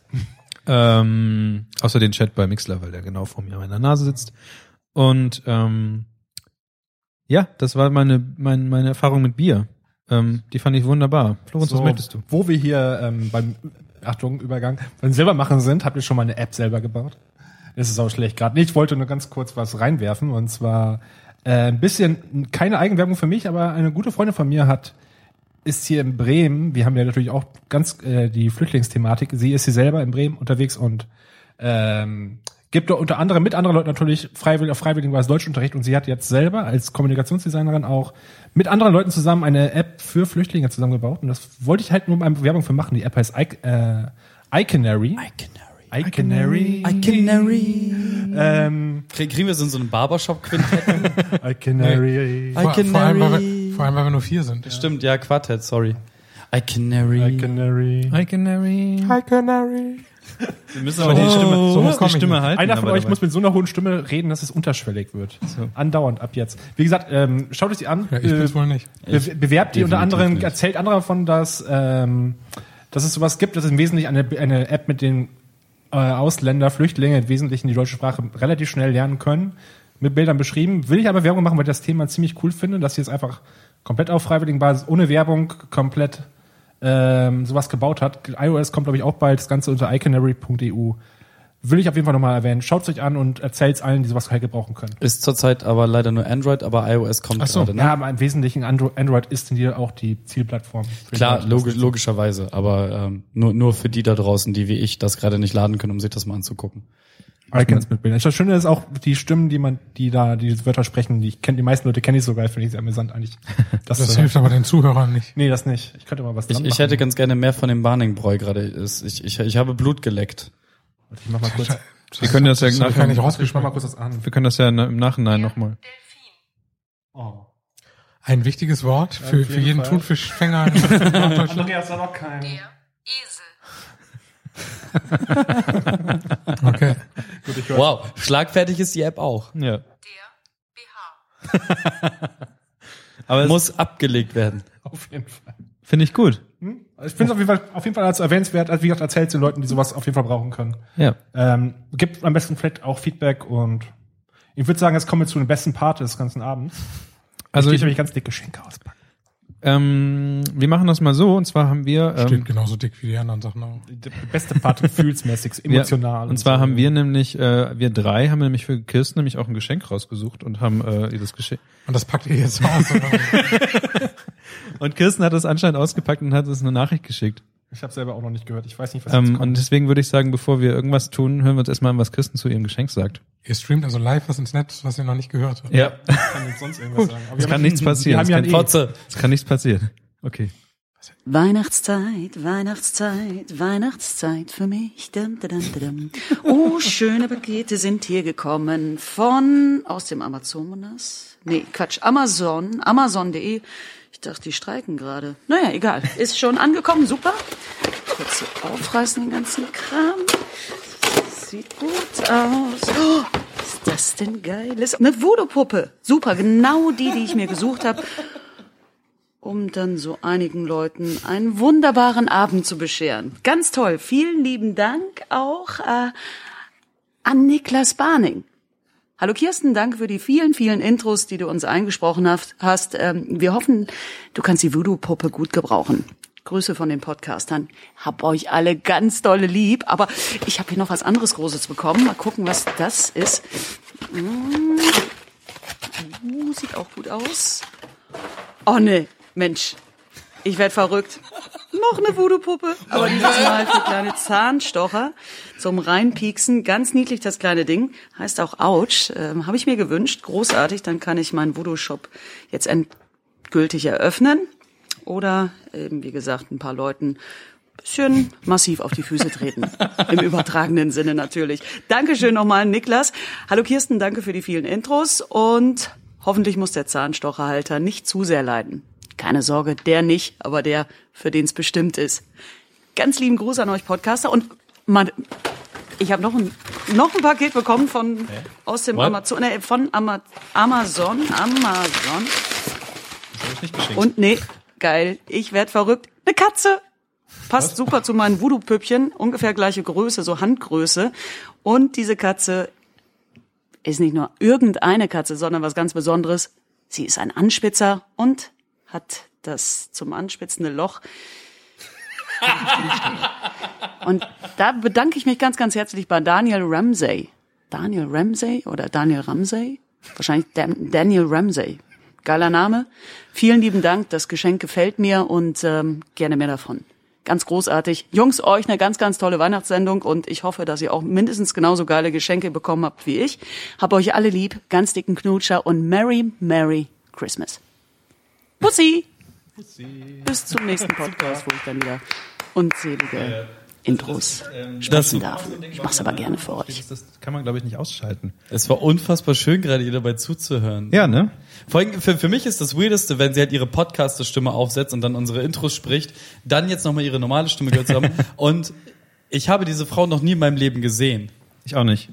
S2: ähm, außer den Chat bei Mixler, weil der genau vor mir an meiner Nase sitzt. Und ähm, ja, das war meine, mein, meine Erfahrung mit Bier. Ähm, die fand ich wunderbar. Florenz, was möchtest du?
S5: Wo wir hier ähm, beim, Achtung, Übergang, beim Silbermachen sind, habt ihr schon mal eine App selber gebaut? Das ist auch schlecht gerade. Ich wollte nur ganz kurz was reinwerfen und zwar äh, ein bisschen, keine Eigenwerbung für mich, aber eine gute Freundin von mir hat ist hier in Bremen, wir haben ja natürlich auch ganz äh, die Flüchtlingsthematik, sie ist hier selber in Bremen unterwegs und ähm, gibt dort unter anderem mit anderen Leuten natürlich freiwillig, auf freiwilligen Basis Deutschunterricht und sie hat jetzt selber als Kommunikationsdesignerin auch mit anderen Leuten zusammen eine App für Flüchtlinge zusammengebaut und das wollte ich halt nur mal Werbung für machen. Die App heißt Ic äh, Iconary. Iconary. Ähm,
S3: Krie- Kriegen wir es in so einem Barbershop-Quintett?
S5: Iconary.
S4: Vor,
S3: Iconary.
S4: vor, allem, weil wir, vor allem, weil wir nur vier sind.
S3: Stimmt, ja, Quartett, sorry. I canary.
S5: <laughs> Iconary.
S2: Hi Canary. Hi Canary. Wir müssen aber die
S4: Oh,
S2: Stimme,
S4: so
S2: so muss
S4: komm
S2: die
S4: ich
S2: Stimme
S4: nicht.
S2: halten.
S5: Einer von
S2: aber
S5: euch
S2: dabei.
S5: muss mit so einer hohen Stimme reden, dass es unterschwellig wird. Andauernd ab jetzt. Wie gesagt, ähm, schaut euch die an.
S4: Ja, ich
S2: Äh.
S4: bin's wohl nicht.
S5: Be bewerbt die unter
S6: definitiv
S5: anderem,
S6: nicht.
S5: erzählt anderen davon, dass, ähm, dass es sowas gibt. Das ist im Wesentlichen eine, eine App, mit den äh, Ausländer, Flüchtlinge im Wesentlichen die deutsche Sprache relativ schnell lernen können. Mit Bildern beschrieben. Will ich aber Werbung machen, weil ich das Thema ziemlich cool finde, dass sie jetzt einfach komplett auf freiwilligen Basis, ohne Werbung, komplett ähm, sowas gebaut hat. iOS kommt, glaube ich, auch bald. Das Ganze unter iconary.eu. Will ich auf jeden Fall nochmal erwähnen. Schaut es euch an und erzählt es allen, die sowas halt gebrauchen können.
S3: Ist zurzeit aber leider nur Android, aber iOS kommt
S4: Ach so,
S3: gerade. Ne?
S5: Ja, aber im Wesentlichen Andro Android ist denn hier auch die Zielplattform. für
S3: Klar,
S5: Deutsche.
S3: logisch, logischerweise, aber ähm, nur, nur für die da draußen, die wie ich das gerade nicht laden können, um sich das mal anzugucken.
S5: Icons mit Bildern. Das Schöne ist auch die Stimmen, die man, die da die Wörter sprechen, die ich kenne, die meisten Leute kenne ich sogar, finde ich sehr amüsant eigentlich. Das, zu
S4: Das
S5: hören.
S4: hilft aber den Zuhörern nicht.
S5: Nee, das nicht. Ich könnte mal was
S3: Ich,
S5: dran
S3: ich
S5: machen.
S3: hätte ganz gerne mehr von dem Barningbräu gerade. Ist- Ich, ich, ich habe Blut geleckt.
S5: Ich mach mal kurz.
S2: Wir können das ja
S4: Das hab ich gar nicht
S2: nachher,
S5: Ich mach mal
S4: rausgeschmackt.
S5: kurz das an.
S2: wir können das ja im Nachhinein nochmal.
S5: Oh.
S4: Ein wichtiges Wort für,
S5: jeden
S4: für jeden
S5: Fall.
S4: Thunfischfänger in
S5: <laughs>
S4: Norddeutschland.
S5: Andreas hat auch keinen.
S4: Okay.
S3: Wow, schlagfertig ist die App auch.
S2: Ja. Aber <laughs>
S5: Also
S2: das
S3: Muss abgelegt werden.
S5: Auf jeden Fall.
S2: finde ich gut.
S5: Ich finde es auf jeden Fall, auf jeden Fall als erwähnenswert. Also wie gesagt, erzählt den Leuten, die sowas auf jeden Fall brauchen können.
S2: Ja.
S5: Ähm, gibt am besten vielleicht auch Feedback und ich würde sagen, jetzt kommen wir zu dem besten Part des ganzen Abends.
S2: Also
S5: Soll ich
S2: ich,
S5: nämlich ganz dick Geschenke auspacken?
S2: ähm, wir machen das mal so und zwar haben wir ähm,
S4: Steht genauso dick wie die anderen Sachen auch.
S5: Der beste Part <laughs> gefühlsmäßig, emotional.
S2: Wir, und zwar haben wir nämlich, äh, wir drei haben nämlich für Kirsten nämlich auch ein Geschenk rausgesucht und haben äh, ihr das Geschenk.
S4: Und das packt ihr jetzt aus. oder?
S3: <laughs>
S2: Und Kirsten hat das anscheinend ausgepackt und hat uns eine Nachricht geschickt.
S5: Ich habe selber auch noch nicht gehört. Ich weiß nicht, was jetzt
S2: Ähm,
S5: kommt.
S2: und deswegen würde ich sagen, bevor wir irgendwas tun, hören wir uns erstmal an, was Kirsten zu ihrem Geschenk sagt.
S4: ihr streamt also live was ins Netz, was ihr noch nicht
S2: <laughs>
S4: gehört habt.
S2: Ja.
S5: kann jetzt sonst irgendwas sagen. Aber
S2: Es
S5: wir
S2: kann
S5: haben-
S2: nichts passieren.
S5: Wir haben ja
S2: es,
S5: ein
S2: kann,
S3: Fotze.
S2: E. es kann nichts passieren. Okay.
S1: Weihnachtszeit, Weihnachtszeit, Weihnachtszeit für mich. Dum, dum, dum, dum. Oh, schöne Pakete sind hier gekommen von aus dem Amazonas. Nee, Quatsch, Amazon, amazon.de. Ich dachte, die streiken gerade. Naja, egal. Ist schon angekommen, super. Kurz so aufreißen den ganzen Kram. Sieht gut aus. Oh, ist das denn geil? Ist eine Voodoo-Puppe. Super, genau die, die ich mir gesucht habe um dann so einigen Leuten einen wunderbaren Abend zu bescheren. Ganz toll. Vielen lieben Dank auch äh, an Niklas Barning. Hallo Kirsten, danke für die vielen, vielen Intros, die du uns eingesprochen hast- hast. Ähm, wir hoffen, du kannst die Voodoo-Puppe gut gebrauchen. Grüße von den Podcastern. Hab euch alle ganz dolle lieb, aber ich habe hier noch was anderes Großes bekommen. Mal gucken, was das ist. Mm. Uh, sieht auch gut aus. Oh nee, Mensch, ich werd verrückt. Noch eine Voodoo-Puppe, aber dieses Mal für kleine Zahnstocher zum Reinpieksen. Ganz niedlich das kleine Ding, heißt auch Ouch, ähm, habe ich mir gewünscht. Großartig, dann kann ich meinen Voodoo-Shop jetzt endgültig eröffnen oder eben, wie gesagt, ein paar Leuten bisschen massiv auf die Füße treten. Im übertragenen Sinne natürlich. Dankeschön nochmal, Niklas. Hallo Kirsten, danke für die vielen Intros und hoffentlich muss der Zahnstocherhalter nicht zu sehr leiden. Keine Sorge, der nicht, aber der, für den es bestimmt ist. Ganz lieben Gruß an euch Podcaster und man, ich habe noch ein, noch ein Paket bekommen von aus dem Amazon, nee, von Ama, Amazon, Amazon. Und nee, geil, ich werd verrückt. Eine Katze. Passt super zu meinen Voodoo-Püppchen, ungefähr gleiche Größe, so Handgröße. Und diese Katze ist nicht nur irgendeine Katze, sondern was ganz Besonderes. Sie ist ein Anspitzer und hat das zum anspitzende Loch. und da bedanke ich mich ganz, ganz herzlich bei Daniel Ramsey. Daniel Ramsey oder Daniel Ramsey? Wahrscheinlich Dan Daniel Ramsey. Geiler Name. Vielen lieben Dank. Das Geschenk gefällt mir und ähm, gerne mehr davon. Ganz großartig. Jungs, euch eine ganz, ganz tolle Weihnachtssendung und ich hoffe, dass ihr auch mindestens genauso geile Geschenke bekommen habt wie ich. Hab euch alle lieb, ganz dicken Knutscher und Merry, Merry Christmas. Pussy! Bis zum nächsten Podcast, wo ich dann wieder unzählige Intros sprechen darf. Ich mach's aber gerne für euch.
S2: Das, das kann man, glaube ich, nicht ausschalten.
S3: Es war unfassbar schön, gerade ihr dabei zuzuhören.
S2: Ja, ne?
S3: Vor allem, für, für mich ist das Weirdeste, wenn sie halt ihre Podcaster-Stimme aufsetzt und dann unsere Intros spricht, dann jetzt nochmal ihre normale Stimme gehört zu
S5: <laughs>
S3: haben. und ich habe diese Frau noch nie in meinem Leben gesehen.
S2: Ich auch nicht.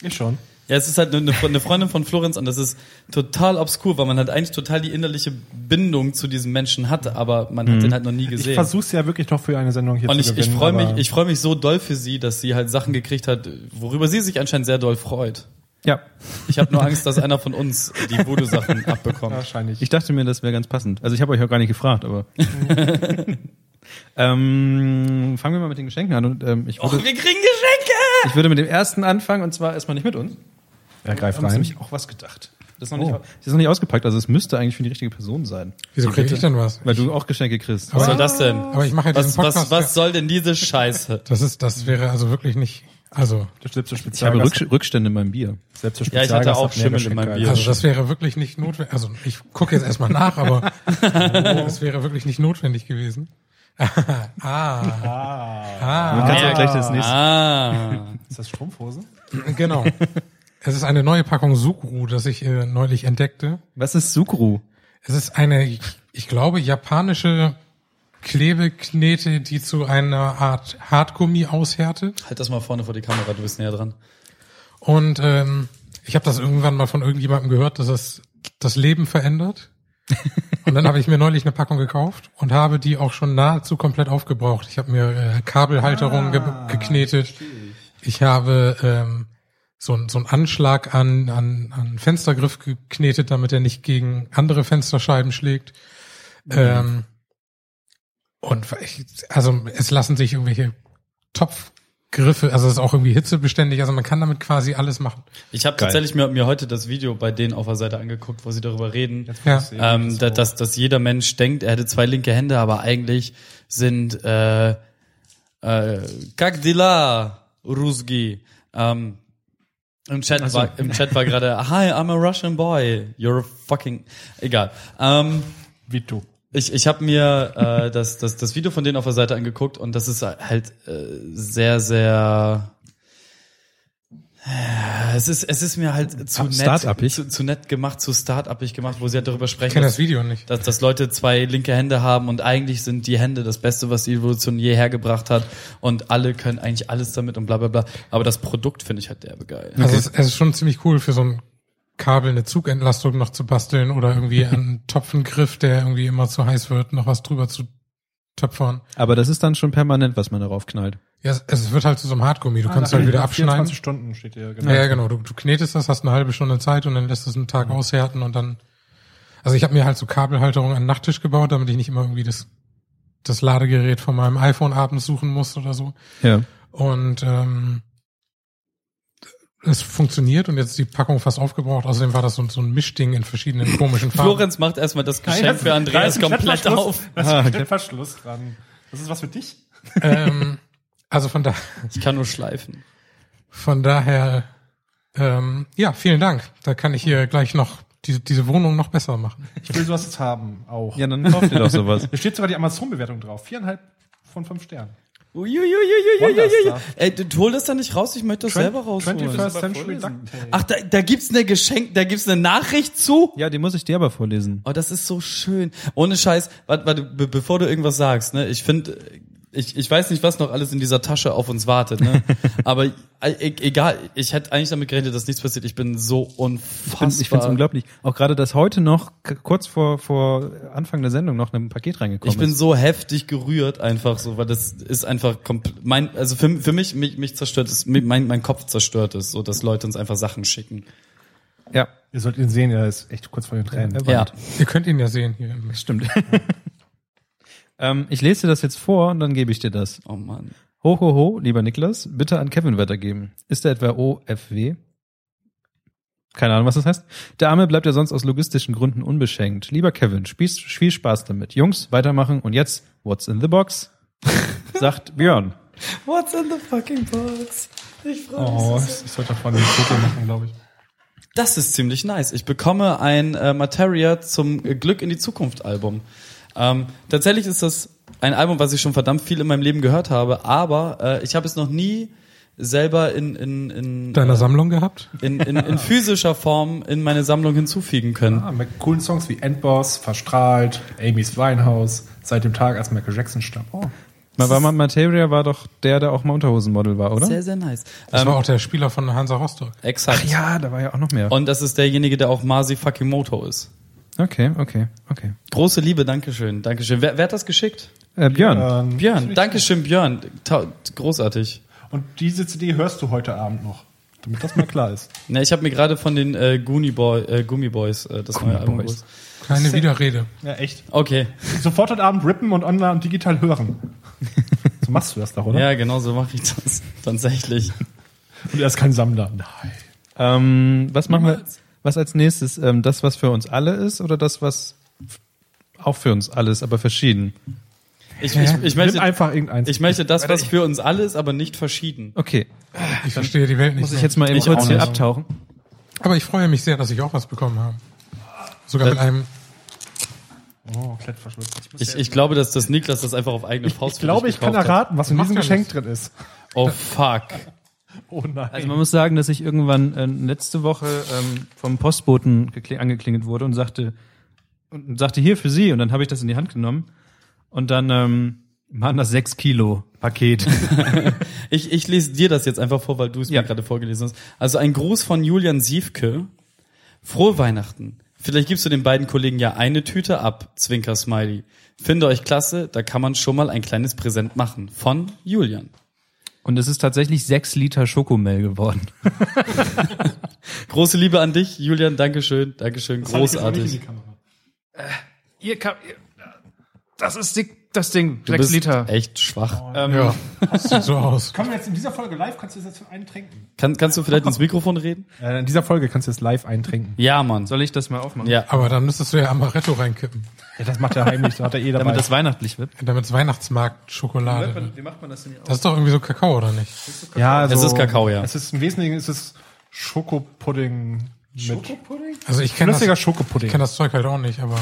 S5: Ich schon.
S3: Ja, es ist halt eine, eine Freundin von Florenz und das ist total obskur, weil man halt eigentlich total die innerliche Bindung zu diesem Menschen hatte, aber man hat den halt noch nie
S5: Mhm. Ich
S3: gesehen.
S5: versuch's ja wirklich noch für eine Sendung hier
S3: Und
S5: zu
S3: ich, ich
S5: gewinnen.
S3: freue mich,
S5: aber-
S3: ich freue mich so doll für sie, dass sie halt Sachen gekriegt hat, worüber sie sich anscheinend sehr doll freut.
S2: Ja.
S3: <laughs> Ich habe nur Angst, dass einer von uns die
S4: <laughs>
S3: Voodoo-Sachen abbekommt.
S5: Wahrscheinlich.
S2: Ich dachte mir, das wäre ganz passend. Also ich habe euch auch gar nicht gefragt, aber. <laughs> ähm, fangen wir mal mit den Geschenken an. Und ähm, ich, würde,
S3: kriegen Geschenke!
S2: ich würde mit dem ersten anfangen und zwar erstmal nicht mit uns.
S5: er greift
S2: Da habe
S5: rein.
S2: ich auch was gedacht. Das ist, noch nicht, das ist noch nicht ausgepackt, also es müsste eigentlich für die richtige Person sein.
S4: Wieso krieg ich denn was?
S2: Weil du auch Geschenke kriegst.
S3: Was soll das denn?
S4: Aber ich mache ja diesen
S3: Was,
S4: Podcast.
S3: was, was soll denn diese Scheiße?
S4: Das ist, das wäre also wirklich nicht, also,
S5: Selbst zur
S2: Ich habe
S5: Spezialgast-
S2: Rücksch Rückstände in meinem Bier.
S5: selbst zur
S3: Ja, ich hatte
S5: Spezialgast
S3: auch
S5: hat mehr
S3: Schimmel in
S5: Geschenke
S3: meinem
S5: als-
S3: Bier.
S4: also das wäre wirklich nicht notwendig. Also ich gucke jetzt erstmal
S5: <laughs>
S4: nach, aber es wäre wirklich nicht notwendig gewesen. ah,
S2: Dann kannst du ja gleich das nächste.
S3: Ah.
S5: Ist das Strumpfhose?
S4: genau. Es ist eine neue Packung Sukru, das ich äh, neulich entdeckte.
S2: Was ist Sukru?
S4: Es ist eine, ich, ich glaube, japanische Klebeknete, die zu einer Art Hartgummi aushärtet.
S3: Halt das mal vorne vor die Kamera, du bist näher dran.
S4: Und ähm, ich habe das irgendwann mal von irgendjemandem gehört, dass das das Leben verändert. Und dann habe ich mir neulich eine Packung gekauft und habe die auch schon nahezu komplett aufgebraucht. Ich habe mir äh, Kabelhalterungen ge geknetet. Ich habe ähm, so, ein- so einen Anschlag an, an, an Fenstergriff geknetet, damit er nicht gegen andere Fensterscheiben schlägt. Ähm, und ich, also es lassen sich irgendwelche Topfgriffe, also es ist auch irgendwie hitzebeständig, also man kann damit quasi alles machen.
S3: Ich habe tatsächlich mir, mir heute das Video bei denen auf der Seite angeguckt, wo sie darüber reden,
S4: Ja.
S3: ähm, da- dass, dass jeder Mensch denkt, er hätte zwei linke Hände, aber eigentlich sind äh, äh, Kakdila Rusgi. Ähm, im Chat, war, im Chat war
S4: <laughs>
S3: gerade, hi, I'm a Russian boy, you're a fucking, egal. Ähm,
S5: Vito.
S3: Ich, ich habe mir äh, das, das, das Video von denen auf der Seite angeguckt und das ist halt äh, sehr, sehr. Äh, Es ist, es ist mir halt zu
S2: Ah,
S3: nett,
S2: start-uppig.
S3: zu, zu nett gemacht, zu start-upig gemacht, wo sie halt darüber
S4: Ich
S3: sprechen,
S4: kenne das
S3: dass,
S4: Video nicht.
S3: dass, dass Leute zwei linke Hände haben und eigentlich sind die Hände das Beste, was die Evolution je hergebracht hat und alle können eigentlich alles damit und bla bla bla. Aber das Produkt finde ich halt derbe geil.
S4: Also es, es ist schon ziemlich cool für so ein Kabel eine Zugentlastung noch zu basteln oder irgendwie einen Topfengriff, der irgendwie immer zu heiß wird, noch was drüber zu töpfern.
S2: Aber das ist dann schon permanent, was man darauf knallt.
S4: Ja, es, es wird halt zu so einem Hartgummi,
S5: Ah,
S4: du kannst halt wieder abschneiden.
S5: 24 Stunden steht hier.
S4: Ja, ja, genau. Du, du knetest das, hast eine halbe Stunde Zeit und dann lässt es einen Tag aushärten und dann. Also ich habe mir halt so Kabelhalterungen an den Nachttisch gebaut, damit ich nicht immer irgendwie das, das Ladegerät von meinem iPhone abends suchen muss oder so.
S2: Ja.
S4: Und ähm, es funktioniert und jetzt ist die Packung fast aufgebraucht. Außerdem war das so, so ein Mischding in verschiedenen komischen Farben.
S2: <laughs>
S3: Florenz macht erstmal das Geschenk für Andreas komplett auf. Ah,
S5: Da ist ein Klettverschluss dran. Das ist was für dich?
S4: Ähm, also von, da,
S3: Ich kann nur schleifen.
S4: von daher, ähm, ja, vielen Dank. Da kann ich hier gleich noch diese, diese Wohnung noch besser machen.
S5: Ich will sowas jetzt haben, auch.
S2: Ja, dann kauft ihr doch sowas.
S5: <laughs> Hier steht sogar die Amazon-Bewertung drauf. Viereinhalb von fünf Sternen.
S3: Uiuiuiuiuiui.
S5: Wonderstar.
S3: Ey, du, du hol das da nicht raus, ich möchte das selber rausholen.
S5: 21st Century Ducktail.
S3: Ach, da, da gibt's eine Geschenk, da gibt's eine Nachricht zu.
S2: Ja, die muss ich dir aber vorlesen.
S3: Oh, das ist so schön. Ohne Scheiß, warte, warte, be bevor du irgendwas sagst, ne? Ich finde ich, ich weiß nicht, was noch alles in dieser Tasche auf uns wartet, <laughs> ne? Aber e e- egal, ich hätte eigentlich damit gerechnet, dass nichts passiert. Ich bin so
S2: Ich finde
S3: unfassbar.
S2: es unglaublich. Auch gerade, dass heute noch, k- kurz vor, vor Anfang der Sendung, noch ein Paket reingekommen
S3: Ich bin
S2: ist.
S3: so heftig gerührt einfach so, weil das ist einfach kompl- mein also für, für mich mich, mich zerstört es mi- mein mein Kopf zerstört es, so dass Leute uns einfach Sachen schicken.
S2: Ja,
S5: Ihr sollt ihn sehen, er ist echt kurz vor den Tränen.
S2: Ja. Wand.
S4: Ihr könnt ihn ja sehen hier. im-
S2: stimmt. ähm, ich lese dir das jetzt vor und dann gebe ich dir das.
S3: Oh Mann.
S2: Ho, ho, ho, lieber Niklas, bitte an Kevin weitergeben. Ist er etwa OFW? Keine Ahnung, was das heißt. Der Arme bleibt ja sonst aus logistischen Gründen unbeschenkt. Lieber Kevin, spieß, viel Spaß damit. Jungs, weitermachen und jetzt, what's in the
S3: <laughs>
S2: box? Sagt Björn.
S3: What's in the fucking box? Ich freue
S5: Oh, ich sollte davon ein Foto machen, glaube ich.
S3: Das ist ziemlich nice. Ich bekomme ein äh, Materia zum äh, Glück in die Zukunft Album. Ähm, tatsächlich ist das ein Album, was ich schon verdammt viel in meinem Leben gehört habe, aber äh, ich habe es noch nie selber in in in, äh,
S4: Deiner Sammlung gehabt?
S3: in, in, in physischer Form in meine Sammlung hinzufügen können.
S5: Ah, mit coolen Songs wie Endboss, Verstrahlt, Amy's Winehouse, seit dem Tag, als Michael Jackson starb. Oh.
S2: Mal, war mal Materia war doch der, der auch mal Unterhosenmodel war, oder?
S3: Sehr, sehr nice.
S4: Das
S3: Ähm,
S4: war auch der Spieler von Hansa Rostock.
S3: exakt.
S2: Ja, da war ja auch noch mehr.
S3: Und das ist derjenige, der auch Masi fucking Moto ist.
S2: Okay, okay, okay.
S3: Große Liebe, Dankeschön, Dankeschön. Wer, wer hat das geschickt?
S2: Äh, Björn.
S5: Ähm,
S3: Björn, Dankeschön, Björn. Ta großartig.
S5: Und diese CD hörst du heute Abend noch, damit das mal klar ist.
S3: Ne, ich habe mir gerade von den äh, Goonie Boy, äh, Gummi Boys äh, das neue Album
S2: Boys.
S3: geholt.
S4: Keine Widerrede.
S5: Ja, echt.
S3: Okay,
S5: Sofort heute Abend rippen und online und digital hören. So machst du das doch, oder?
S3: ja, genau so mache ich das <laughs> tatsächlich.
S5: Und er ist kein Sammler. Nein.
S2: Ähm, was machen wir? Was als nächstes? Ähm, das, was für uns alle ist, oder das, was f- auch für uns alles, aber verschieden?
S3: Ich, ich, ich,
S5: Nimm
S3: möchte,
S5: einfach irgendeins.
S3: ich möchte das, was für uns alle ist, aber nicht verschieden.
S2: Okay,
S4: Ich verstehe die Welt nicht.
S2: muss ich
S4: mehr.
S2: jetzt mal eben
S3: Ich auch
S2: kurz hier
S3: nicht.
S2: abtauchen.
S4: Aber ich freue mich sehr, dass ich auch was bekommen habe. Sogar
S2: Äh,
S4: mit einem.
S5: oh, Klettverschluss.
S3: Ich, ich glaube, dass das Niklas das einfach auf eigene Faust
S5: Ich glaube, ich kann
S3: erraten.
S5: erraten, was in
S4: Macht
S5: diesem
S4: ja
S5: Geschenk
S4: nichts.
S5: drin ist.
S3: Oh fuck.
S5: Oh nein.
S2: Also man muss sagen, dass ich irgendwann äh, letzte Woche ähm, vom Postboten gekli- angeklingelt wurde und sagte und und sagte hier für Sie und dann habe ich das in die Hand genommen und dann ähm, waren das sechs Kilo <laughs> Paket.
S3: Ich, ich lese dir das jetzt einfach vor, weil du es
S2: Ja.
S3: mir gerade vorgelesen hast. Also ein Gruß von Julian Siefke. Frohe Weihnachten. Vielleicht gibst du den beiden Kollegen ja eine Tüte ab, Zwinker Smiley. Finde euch klasse, da kann man schon mal ein kleines Präsent machen. Von Julian.
S2: und es ist tatsächlich sechs Liter Schokomel geworden.
S3: Große Liebe an dich, Julian. Dankeschön, Dankeschön. Großartig.
S2: Hier kam, das ist dick, das Ding,
S3: Du bist echt schwach.
S2: ähm, <laughs>
S4: Ja, sieht so aus.
S5: Können wir jetzt in dieser Folge live, kannst du das jetzt eintrinken?
S3: Kann, kannst du vielleicht ins Mikrofon reden?
S5: Äh, in dieser Folge kannst du jetzt live eintrinken.
S3: Ja, Mann.
S2: Soll ich das mal aufmachen?
S3: Ja.
S4: Aber dann müsstest du ja Amaretto reinkippen.
S5: Ja, das macht er heimlich, da hat er eh dabei.
S2: Damit das weihnachtlich wird.
S4: Damit es Weihnachtsmarkt Schokolade.
S2: Wie macht man das denn hier
S4: Das ist doch irgendwie so Kakao, oder nicht?
S5: ja, also,
S3: Es ist Kakao, ja.
S5: Es ist im Wesentlichen ist es Schokopudding mit
S4: Also ich kenne das,
S5: flüssiger
S4: ich
S5: Schokopudding.
S4: kenn das Zeug halt auch nicht, aber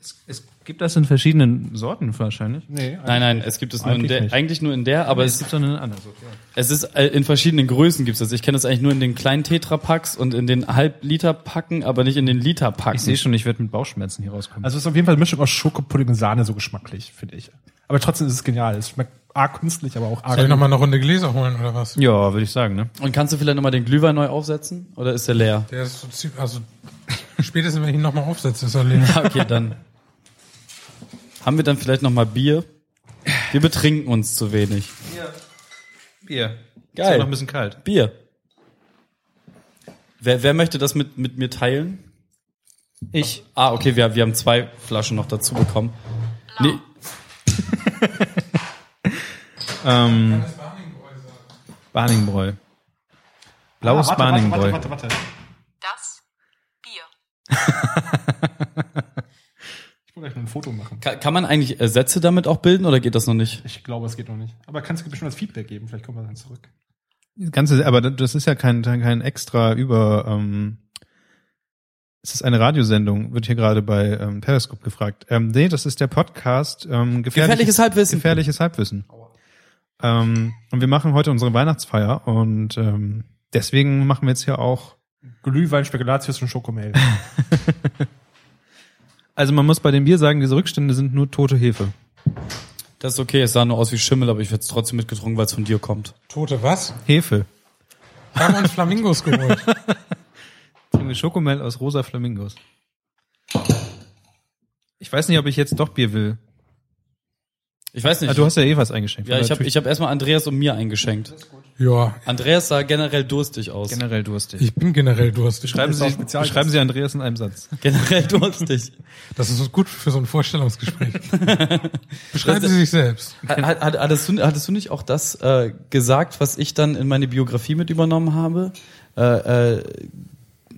S2: Es, es gibt das in verschiedenen Sorten wahrscheinlich.
S5: nee, also-
S3: Nein, nein, es gibt es nur in
S5: Eigentlich
S3: der,
S5: nicht.
S3: eigentlich nur in der, aber es,
S2: gibt dann eine andere Sorte.
S3: Es ist äh, in verschiedenen Größen gibt's das. Ich kenne das eigentlich nur in den kleinen Tetra-Packs und in den Halb-Liter-Packen, aber nicht in den
S2: Ich sehe
S3: Liter-Packen.
S2: schon, ich werde mit Bauchschmerzen hier rauskommen.
S5: Also es ist auf jeden Fall eine Mischung aus Schokopudding und Sahne so geschmacklich, finde ich. Aber trotzdem ist es genial. Es schmeckt arg künstlich, aber auch
S4: soll ich
S5: arg.
S4: nochmal eine Runde Gläser holen oder was?
S2: ja, würde ich sagen, ne?
S3: Und kannst du vielleicht nochmal den Glühwein neu aufsetzen? Oder ist der leer?
S4: Der ist so ziemlich, also <laughs> spätestens wenn ich ihn nochmal aufsetze, ist er leer.
S3: Ja, okay, dann. Haben wir dann vielleicht nochmal Bier? Wir betrinken uns zu wenig.
S2: Bier.
S3: Geil.
S2: noch ein bisschen kalt.
S3: Bier. Wer, wer möchte das mit, mit mir teilen? Ich. Ah, okay, wir, wir haben zwei Flaschen noch dazu bekommen. Nee,
S2: Ähm, Barningbräu. Blaues Barningbräu.
S5: Warte, warte, warte.
S1: Das Bier.
S5: Ich muss gleich noch ein Foto machen.
S3: kann, kann man eigentlich äh, Sätze damit auch bilden oder geht das noch nicht?
S5: Ich glaube, es geht noch nicht. Aber kannst du bestimmt das Feedback geben? Vielleicht kommen wir dann zurück.
S2: Das Ganze, aber das ist ja kein, kein extra über. Ähm, es ist eine Radiosendung, wird hier gerade bei ähm, Periscope gefragt. Ähm, nee, das ist der Podcast ähm,
S3: Gefährliches Halbwissen.
S2: Gefährliches Halbwissen. Ähm, und wir machen heute unsere Weihnachtsfeier und ähm, deswegen machen wir jetzt hier auch.
S5: Glühwein, Spekulatius und <laughs> Schokomel.
S2: Also man muss bei dem Bier sagen, diese Rückstände sind nur tote Hefe.
S3: Das ist okay, es sah nur aus wie Schimmel, aber ich werde es trotzdem mitgetrunken, weil es von dir kommt.
S4: Tote was?
S2: Hefe.
S4: Wir haben uns Flamingos geholt.
S2: Trinken wir Schokomel aus rosa Flamingos. Ich weiß nicht, ob ich jetzt doch Bier will.
S3: Ich weiß nicht.
S2: Ah, du hast ja eh was eingeschenkt.
S3: ja,
S2: Oder
S3: ich habe
S2: tue
S3: ich hab erstmal Andreas und mir eingeschenkt.
S4: <laughs> Ja,
S3: Andreas sah generell durstig aus.
S2: generell durstig.
S4: ich bin generell durstig.
S2: Schreiben
S5: auch
S2: Sie,
S5: spezial-
S2: schreiben Sie Andreas in einem Satz.
S3: <laughs> generell durstig.
S4: Das ist gut für so ein Vorstellungsgespräch. Beschreiben Sie sich selbst.
S3: Hat, hat, hat- hattest, du, hattest du nicht auch das äh, gesagt, was ich dann in meine Biografie mit übernommen habe? Äh, äh,
S2: Das,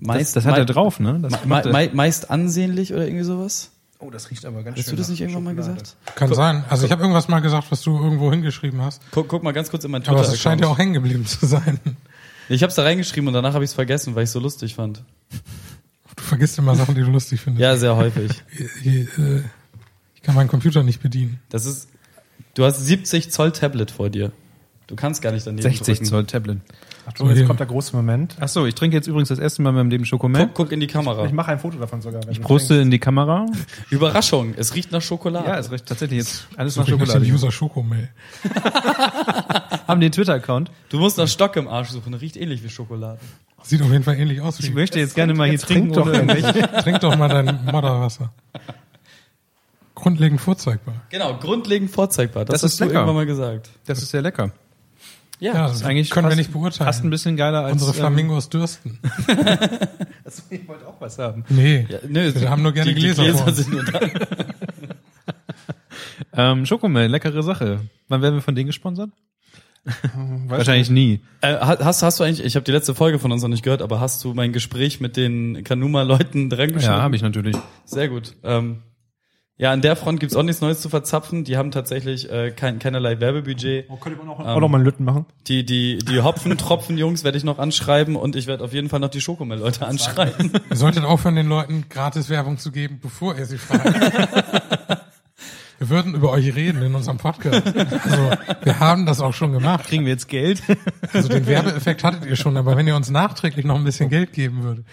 S3: meist,
S2: das hat er
S3: mei-
S2: drauf, ne? Das
S3: mei-
S2: macht er-
S3: mei- meist ansehnlich oder irgendwie sowas?
S5: Oh, das riecht aber ganz
S3: Hast du das nicht irgendwann mal gesagt?
S4: Kann sein. Also ich habe irgendwas mal gesagt, was du irgendwo hingeschrieben hast.
S3: Guck, guck mal ganz kurz in mein
S4: Aber
S3: Twitter.
S4: es scheint ja auch hängen geblieben zu sein.
S3: Ich hab's da reingeschrieben und danach habe ich es vergessen, weil ich es so lustig fand.
S4: Du vergisst immer Sachen, die du lustig findest.
S3: Ja, sehr häufig.
S4: Ich, äh, ich kann meinen Computer nicht bedienen.
S3: Das ist. Du hast 70 Zoll Tablet vor dir. Du kannst gar nicht daneben
S2: 60
S3: drücken.
S2: Zoll Tablet.
S5: Achtung, jetzt kommt der große Moment.
S2: Ach so, ich trinke jetzt übrigens das erste Mal in meinem Leben Schokomel.
S3: Guck, guck in die Kamera.
S5: Ich mache ein Foto davon sogar. wenn du
S2: Proste in die Kamera.
S3: Überraschung, es riecht nach Schokolade.
S2: Ja, ist recht. Tatsächlich jetzt alles nach
S4: Ich möchte
S2: Schokolade.
S4: den User Schokomail.
S2: Haben den Twitter-Account.
S3: Du musst nach Stock im Arsch suchen, riecht ähnlich wie Schokolade.
S4: Sieht auf jeden Fall ähnlich aus.
S2: Ich
S4: Wie,
S2: möchte jetzt gerne mal hier trinken.
S5: trinkst. Trink doch
S2: ohne irgendwelche-
S5: endlich.
S4: trink doch mal dein Modderwasser. Grundlegend vorzeigbar.
S3: Genau, grundlegend vorzeigbar. Das,
S2: Das
S3: hast
S2: ist
S3: du
S2: lecker.
S3: irgendwann mal gesagt.
S2: Das ist sehr lecker.
S3: Ja,
S4: Ja, das
S2: Eigentlich
S4: können wir
S2: fast-
S4: nicht beurteilen.
S2: Fast ein bisschen geiler als
S4: Unsere
S2: ähm,
S4: Flamingos dürsten.
S2: Achso, ich wollte auch was haben.
S4: Nee,
S3: Ja, nö,
S4: wir haben nur gerne
S3: die,
S4: Gläser,
S3: Die
S4: vor
S3: Gläser
S4: uns.
S3: sind nur da.
S2: Ähm, Schokomel, leckere Sache. Wann werden wir von denen gesponsert?
S5: trinkst.
S2: Wahrscheinlich nie.
S3: Äh, hast, hast du eigentlich, ich habe die letzte Folge von uns noch nicht gehört, aber hast du mein Gespräch mit den Kanuma-Leuten drangeschrieben?
S2: Ja, habe ich natürlich.
S3: Sehr gut. Ähm, ja, an der Front gibt's auch nichts Neues zu verzapfen. Die haben tatsächlich äh, kein, keinerlei Werbebudget.
S5: Oh, könnte man auch, auch noch mal einen Lütten machen.
S3: Die, die, die Hopfen-Tropfen-Jungs werde ich noch anschreiben und ich werde auf jeden Fall noch die Schokomel-Leute anschreiben.
S4: Ihr solltet aufhören, den Leuten gratis Werbung zu geben, bevor ihr sie fragt. wir würden über euch reden in unserem Podcast. Also, wir haben das auch schon gemacht.
S2: Kriegen wir jetzt Geld? <laughs>
S4: Also den Werbeeffekt hattet ihr schon, aber wenn ihr uns nachträglich noch ein bisschen Geld geben würdet,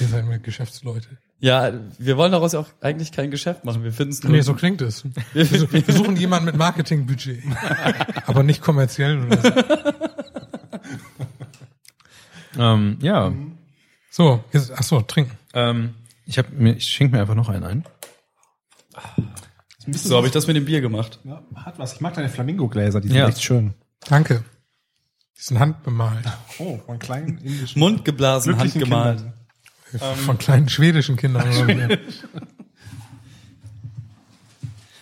S4: ihr seid mir Geschäftsleute.
S3: ja, wir wollen daraus ja auch eigentlich kein Geschäft machen. Wir finden's nur.
S4: Nee, so klingt es. Wir su- wir suchen jemanden mit Marketingbudget, aber nicht kommerziell oder so.
S2: ähm, ja.
S4: So, jetzt, ach so, trinken.
S2: Ähm, ich hab mir, ich schenke mir einfach noch einen ein.
S3: so habe ich das mit dem Bier gemacht.
S5: Ja, hat was. Ich mag deine Flamingo-Gläser, die
S2: Ja.
S5: schön.
S4: Danke. Die sind handbemalt.
S5: Oh, von kleinen indischen.
S3: Mund geblasen,
S5: glücklichen
S3: handgemalt.
S5: Kindern.
S4: Von kleinen schwedischen Kindern. Oder wie.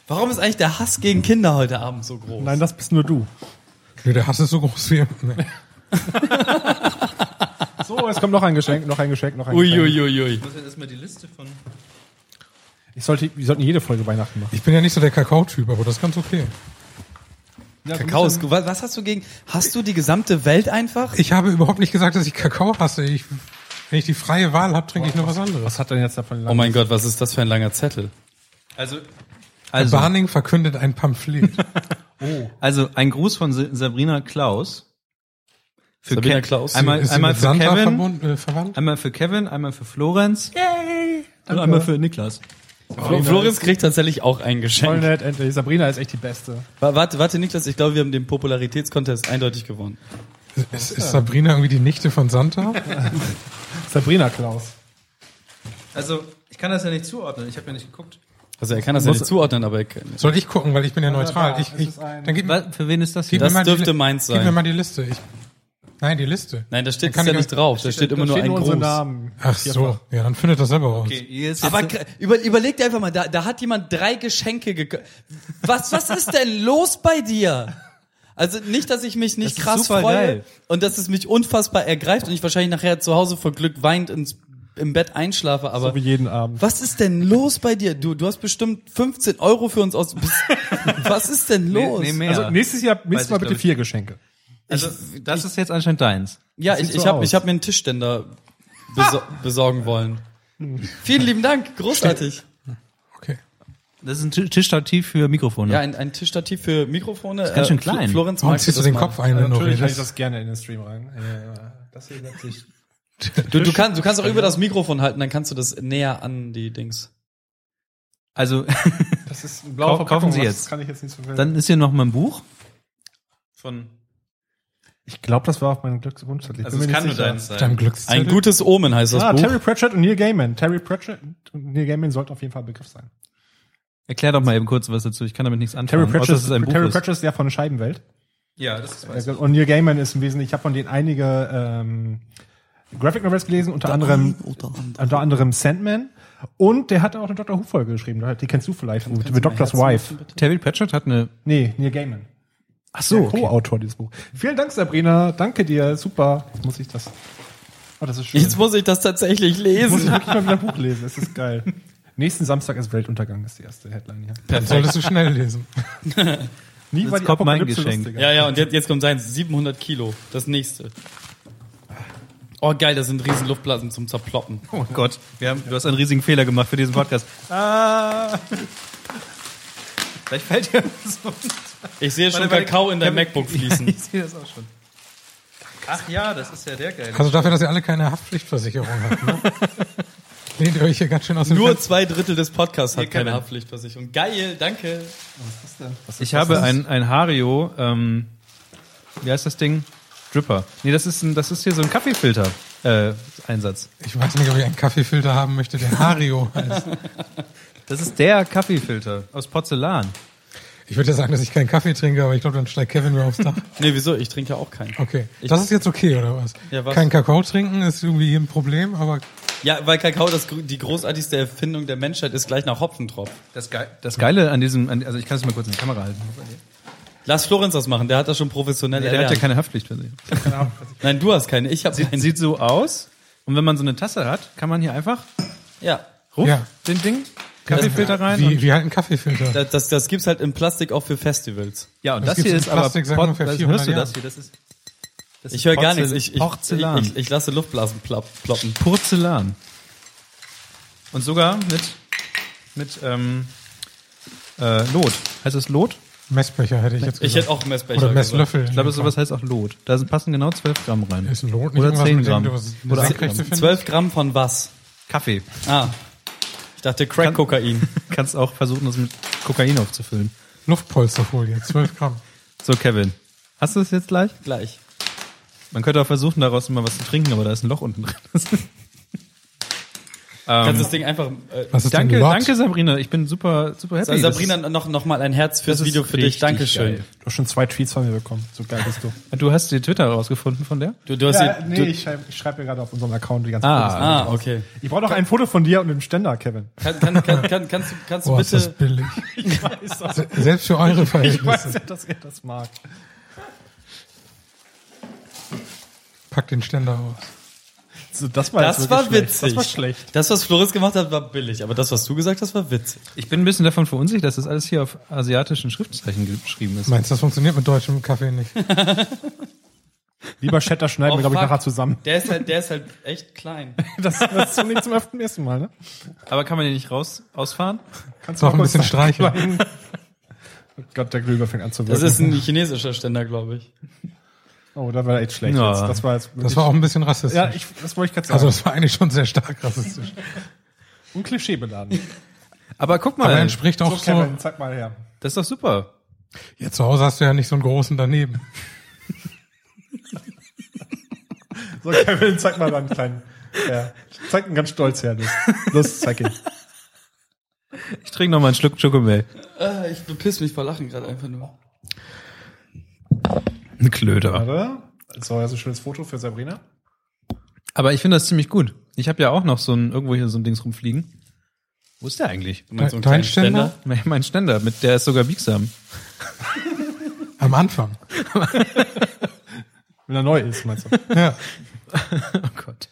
S3: Warum ist eigentlich der Hass gegen Kinder heute Abend so groß?
S5: Nein, das bist nur du.
S4: Nee, der Hass ist so groß wie... Nee.
S5: So, es kommt noch ein Geschenk, noch ein Geschenk, noch ein Geschenk.
S3: Uiuiui.
S2: Das ist erstmal die Liste von.
S5: Ich sollte, wir sollten jede Folge Weihnachten machen.
S4: Ich bin ja nicht so der Kakao-Typ, aber das ist ganz okay.
S3: Kakao ist gut. Was, was hast du gegen. Hast du die gesamte Welt einfach?
S4: Ich habe überhaupt nicht gesagt, dass ich Kakao hasse. Ich, wenn ich die freie Wahl habe, trinke ich nur was anderes.
S5: Was hat denn jetzt davon
S3: Oh mein Gott, was ist das für ein langer Zettel?
S2: Also,
S4: Also.
S2: also,
S4: Barning verkündet ein Pamphlet.
S2: also ein Gruß von Sa- Sabrina Klaus. Für
S3: Sabrina
S2: Ke-
S3: Klaus,
S2: Einmal,
S4: Ist sie
S2: einmal
S4: mit
S2: für
S4: Sandra
S2: Kevin.
S4: verbunden, äh, verwandt?
S2: Einmal für Kevin, einmal für Florenz. Yay! Und einmal für Niklas.
S3: Flo- Florenz kriegt tatsächlich auch ein
S5: Voll
S3: Geschenk.
S5: nett, endlich. Sabrina ist echt die Beste.
S3: Wa- Warte, warte, Niklas, ich glaube, wir haben den Popularitätskontest eindeutig gewonnen.
S4: Ist, ist Sabrina irgendwie die Nichte von Santa?
S5: Sabrina Klaus.
S2: Also, ich kann das ja nicht zuordnen. Ich habe ja nicht geguckt.
S3: Also er kann das ja nicht zuordnen, aber er kann.
S4: Soll ich gucken, weil ich bin ja neutral.
S5: da,
S4: Ich,
S5: es
S4: ich,
S5: ist ein-
S4: dann gib, mir-
S2: Was, für wen ist das
S4: gib
S2: hier?
S3: Das
S4: mir mal
S3: dürfte
S4: die,
S3: meins sein.
S4: Gib mir mal die Liste. Ich, nein, die Liste.
S3: Nein, da
S4: Dann
S3: steht
S4: kann
S3: es ja
S4: ich-
S3: nicht drauf. Da steht immer nur
S5: stehen
S3: ein
S5: unsere
S3: Gruß.
S5: Namen.
S4: Ach so, ja, dann findet das selber raus.
S2: hier ist jetzt
S3: Aber
S2: eine-
S3: kr- über, überleg dir einfach mal, da, da hat jemand drei Geschenke gekauft. Was, was ist denn los bei dir? Also nicht, dass ich mich nicht
S2: Das ist
S3: krass
S2: super
S3: freue
S2: geil.
S3: und dass es mich unfassbar ergreift und ich wahrscheinlich nachher zu Hause vor Glück weint ins, im Bett einschlafe, aber
S5: So wie jeden Abend.
S3: was ist denn los bei dir? Du, du hast bestimmt 15 Euro für uns aus.
S2: <laughs>
S3: Was ist denn los?
S2: Nee, nee, mehr.
S5: Also nächstes Jahr,
S2: Weiß
S5: nächstes Mal
S2: ich,
S5: bitte
S2: glaub ich.
S5: vier Geschenke.
S2: also, das ist jetzt anscheinend deins.
S3: ja,
S5: sieht
S3: ich, ich
S5: so
S3: habe
S5: aus.
S3: ich hab mir einen Tischständer beso
S2: <laughs>
S3: besorgen wollen. Vielen lieben Dank, großartig.
S4: Okay.
S2: Das ist ein Ti- Tischstativ für Mikrofone.
S3: Ja, ein, ein Tischstativ für Mikrofone. Das ist
S2: ganz schön klein.
S3: Florenz,
S4: Warum
S3: magst
S4: ziehst du
S3: das
S4: den
S3: mal?
S4: Kopf ein, wenn du redest?
S5: gerne in den Stream rein. Ja, Das hier nennt sich.
S3: Du, du, kannst, du kannst auch über das Mikrofon halten, dann kannst du das näher an die Dings.
S2: Also, <laughs>
S5: es ist ein blauer
S2: Kau- kaufen Sie
S5: das
S2: jetzt.
S5: kann ich jetzt nicht so
S2: Dann ist hier noch mein Buch. Von,
S5: Ich glaube, das war auf meinem Glückswunschzettel. Ich
S2: also
S5: bin
S2: es
S5: mir
S2: kann nur
S5: nicht sicher.
S2: deins sein.
S4: Deinem Glückszettel.
S3: Ein gutes Omen heißt das
S5: Ah,
S3: Buch.
S5: Terry Pratchett und Neil Gaiman. Terry Pratchett und Neil Gaiman sollten auf jeden Fall ein Begriff sein.
S2: Erklär doch mal eben kurz was dazu. Ich kann damit nichts
S5: Terry
S2: anfangen.
S5: Pratchett,
S2: außer, dass es ein Buch
S5: Ähm, also Terry
S2: ist.
S5: Pratchett ist ja von der Scheibenwelt.
S2: Ja, das ist
S5: Also, Und Neil Gaiman ist im Wesentlichen, ich habe von denen einige ähm, Graphic Novels gelesen, unter anderem unter anderem Sandman. Und der hat auch eine Doctor Who-Folge geschrieben, die kennst du vielleicht, mit, mit Doctor's Wife.
S2: Terry Pratchett hat eine.
S5: Nee, Neil Gaiman. Ach so, Co-Autor dieses Buch. Vielen Dank, Sabrina. Danke dir. Super. Jetzt muss ich das. Oh, das ist schön.
S3: Jetzt muss ich das tatsächlich
S5: muss ich
S3: lesen.
S5: wirklich mal wieder ein Buch lesen. Das ist geil. Nächsten Samstag ist Weltuntergang, ist die erste Headline hier.
S4: Dann solltest du schnell lesen.
S5: Nie
S2: Jetzt kommt mein Geschenk.
S5: lustiger.
S3: Ja, ja, und jetzt, jetzt kommt sein 700 Kilo. Das nächste. Oh, geil, das sind riesen Luftblasen zum Zerploppen.
S2: Oh Gott, wir haben, du hast einen riesigen Fehler gemacht für diesen Podcast. Ah. Vielleicht fällt dir was runter.
S3: Ich sehe schon
S2: Warte, warte,
S3: Kakao in dein
S2: ja,
S3: MacBook fließen.
S2: <laughs> Ich sehe das auch schon. Ach ja, das ist ja der geile.
S4: Also dafür, dass ihr alle keine Haftpflichtversicherung habt,
S3: <laughs>
S4: ne? Lehnt ihr euch hier ganz schön aus dem
S3: Nur
S4: Fenster.
S3: zwei Drittel des Podcasts
S2: Hier,
S3: hat keine
S2: Kevin.
S3: Haftpflichtversicherung. Geil, danke.
S2: Ich habe ein, ein Hario, ähm, wie heißt das Ding? Dripper. Nee, das ist, ein, das ist hier so ein Kaffeefilter äh, Einsatz.
S4: Ich weiß nicht, ob ich einen Kaffeefilter haben möchte, der Hario heißt.
S2: Das ist der Kaffeefilter aus Porzellan.
S4: Ich würde ja sagen, dass ich keinen Kaffee trinke, aber ich glaube, dann steigt Kevin mir aufs Dach.
S3: Nee, wieso? Ich trinke ja auch keinen.
S4: Okay. Das ist jetzt okay, oder was?
S3: Ja, was?
S4: Kein Kakao trinken ist irgendwie hier ein Problem, aber
S3: Ja, weil Kakao das, gro- die großartigste Erfindung der Menschheit ist gleich nach Hopfentropf.
S2: Das, Geil, das Geile an diesem, an, also ich kann es mal kurz in die Kamera halten.
S3: Lass Florenz das machen, der hat das schon professionell
S2: Der hat
S3: erlernt.
S2: ja keine Haftpflichtversicherung.
S3: Nein, du hast keine, ich habe
S2: Sieht,
S3: keine.
S2: sieht so aus. Und wenn man so eine Tasse hat, kann man hier einfach
S3: Ja.
S2: ruf,
S4: Ja.
S2: den Ding, Kaffeefilter rein.
S4: wie,
S2: und,
S4: wie halt ein Kaffeefilter.
S3: Das, das, das gibt's halt in Plastik auch für Festivals.
S2: ja, und das,
S4: das
S2: hier
S4: gibt's
S2: ist
S4: in
S2: aber
S4: Plastik seit ungefähr
S2: das,
S4: 400
S2: hörst du das
S4: Jahren.
S2: hier? Das ist, das
S3: Ich
S2: ist
S3: höre gar
S2: Porzel-
S3: nichts. Ich, ich,
S2: Porzellan.
S3: Ich, ich, ich lasse Luftblasen plapp, ploppen.
S2: Porzellan. Und sogar mit, mit ähm, äh, Lot. Heißt es Lot?
S4: Messbecher hätte ich jetzt gesagt.
S3: Ich hätte auch einen Messbecher.
S4: Oder Messlöffel.
S2: Ich glaube, sowas heißt auch Lot. Da sind- passen genau 12 Gramm rein.
S4: Ist ein Lot nicht
S2: Oder
S4: irgendwas,
S2: 10
S4: mit dem
S2: Gramm.
S4: du was- eine
S2: Oder 8
S4: Senkrechte
S2: Gramm.
S4: findest?
S3: 12 Gramm von was?
S2: Kaffee. <laughs>
S3: Ah. Ich dachte Crack-Kokain.
S2: Kannst auch versuchen, das mit Kokain aufzufüllen.
S4: Luftpolsterfolie, 12 Gramm.
S2: So, Kevin. Hast du es jetzt gleich?
S3: Gleich.
S2: Ähm. Man könnte auch versuchen, daraus immer was zu trinken, aber da ist ein Loch unten drin. <laughs> Ähm,
S3: Kannst das Ding einfach. Äh,
S4: Was ist
S2: danke,
S4: denn Lot?
S2: danke, Sabrina. Ich bin super, super happy. Das
S3: Sabrina, noch, noch mal ein Herz fürs
S2: ist
S3: Video für dich.
S2: richtig
S3: Dankeschön.
S2: geil.
S5: Du hast schon zwei Tweets von mir bekommen. So geil bist du.
S2: ist, du hast die Twitter rausgefunden von der?
S3: Du, du hast
S5: ja,
S3: die-
S5: nee,
S3: du,
S5: ich schreibe ich schreib ja gerade auf unserem Account die ganzen Fotos.
S2: Ah,
S3: Ah, okay.
S5: Ich brauche noch ein Foto von dir und dem Ständer, <laughs> Kevin.
S3: Kann, kann, kann, kann, kannst du, kannst du
S4: Boah, ist das
S3: bitte.
S4: billig.
S5: Ich weiß das.
S4: Selbst für eure
S5: Also, Ich weiß
S4: Verhältnisse.
S5: ja, dass er das mag.
S4: Pack den Ständer aus.
S5: So, das war,
S3: Das
S5: jetzt
S3: war
S5: wirklich
S3: witzig.
S5: schlecht. Das war schlecht.
S3: Das, was Floris gemacht hat, war billig. Aber das, was du gesagt hast, war witzig.
S2: Ich bin ein bisschen davon verunsichert, dass das alles hier auf asiatischen Schriftzeichen geschrieben ist.
S4: Meinst du, das funktioniert mit deutschem Kaffee nicht?
S5: Lieber Shatter schneiden wir, glaube ich,
S3: fuck.
S5: nachher zusammen.
S3: Der ist halt, der ist halt echt klein.
S5: <laughs> Das, das ist zum- nicht zum öften ersten Mal, ne?
S2: Aber kann man den nicht raus ausfahren?
S5: Kannst
S4: Doch,
S5: mal
S4: ein
S5: kurz
S4: bisschen
S5: zeigen?
S4: streicheln.
S5: Oh Gott, der Glühwein fängt an zu
S3: Das
S5: wirken.
S3: ist ein chinesischer Ständer, glaube ich.
S5: oh, das war echt schlecht.
S2: Ja.
S5: Jetzt. Das war jetzt
S4: Das war auch ein bisschen rassistisch.
S5: ja, ich, das wollte ich gerade sagen.
S4: also das war eigentlich schon sehr stark rassistisch.
S5: ein Klischee beladen.
S2: Aber guck
S4: Aber
S2: mal, das
S4: entspricht auch
S5: So,
S4: so,
S5: Kevin, zeig mal her.
S2: ist doch super.
S4: ja, zu Hause hast du ja nicht so einen großen daneben.
S5: So, Kevin, zeig mal deinen kleinen. Ja. Zeig ihn ganz stolz her. Los, los zeig ihn.
S2: Ich trinke noch mal einen Schluck Chocomel.
S3: Äh, ich bepiss mich vor Lachen gerade einfach nur.
S2: Ein Klöter.
S5: Warte. So, das ist ein schönes Foto für Sabrina.
S2: Aber ich finde das ziemlich gut. Ich habe ja auch noch so ein, irgendwo hier so ein Dings rumfliegen. Wo ist der eigentlich? <laughs>
S3: Du meinst so einen
S4: Dein
S3: kleinen
S4: Ständer?
S2: Mein mein Ständer, mit der ist sogar biegsam.
S4: Am Anfang.
S5: Wenn er neu ist, meinst du?
S4: Ja.
S2: Oh Gott.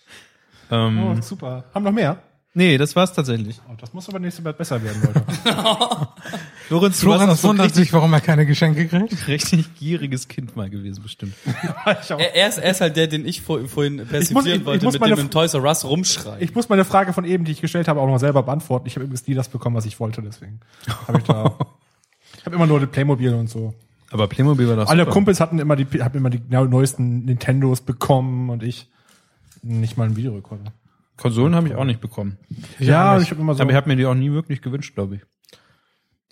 S2: Ähm,
S5: Oh, super. Haben noch mehr?
S2: Nee, das war's tatsächlich.
S5: Oh, das muss aber nächstes Mal besser werden, Leute.
S2: Lorenz, du warst auch
S4: Florenz
S2: so ein
S4: wundert
S2: richtig,
S4: sich, warum er keine Geschenke kriegt.
S2: richtig gieriges Kind mal gewesen, bestimmt.
S5: ich, auch,
S3: Er, er, ist, er ist halt der, den ich vor, vorhin persiflieren
S5: ich- ich
S3: wollte,
S5: muss
S3: mit
S5: meine
S3: dem im Toys R Us rumschreien.
S5: ich muss meine Frage von eben, die ich gestellt habe, auch noch selber beantworten. Ich habe übrigens nie das bekommen, was ich wollte, deswegen habe ich <laughs> da. Ich habe immer nur die Playmobil und so.
S2: Aber Playmobil war doch
S5: Alle
S2: super.
S5: Kumpels hatten immer die, haben immer die neuesten Nintendos bekommen und ich nicht mal einen Videorekorder.
S2: Konsolen habe ich auch nicht bekommen.
S5: Ja, ich habe immer so. <laughs>
S4: Also-
S2: Aber ich habe mir die auch nie wirklich gewünscht, glaube ich.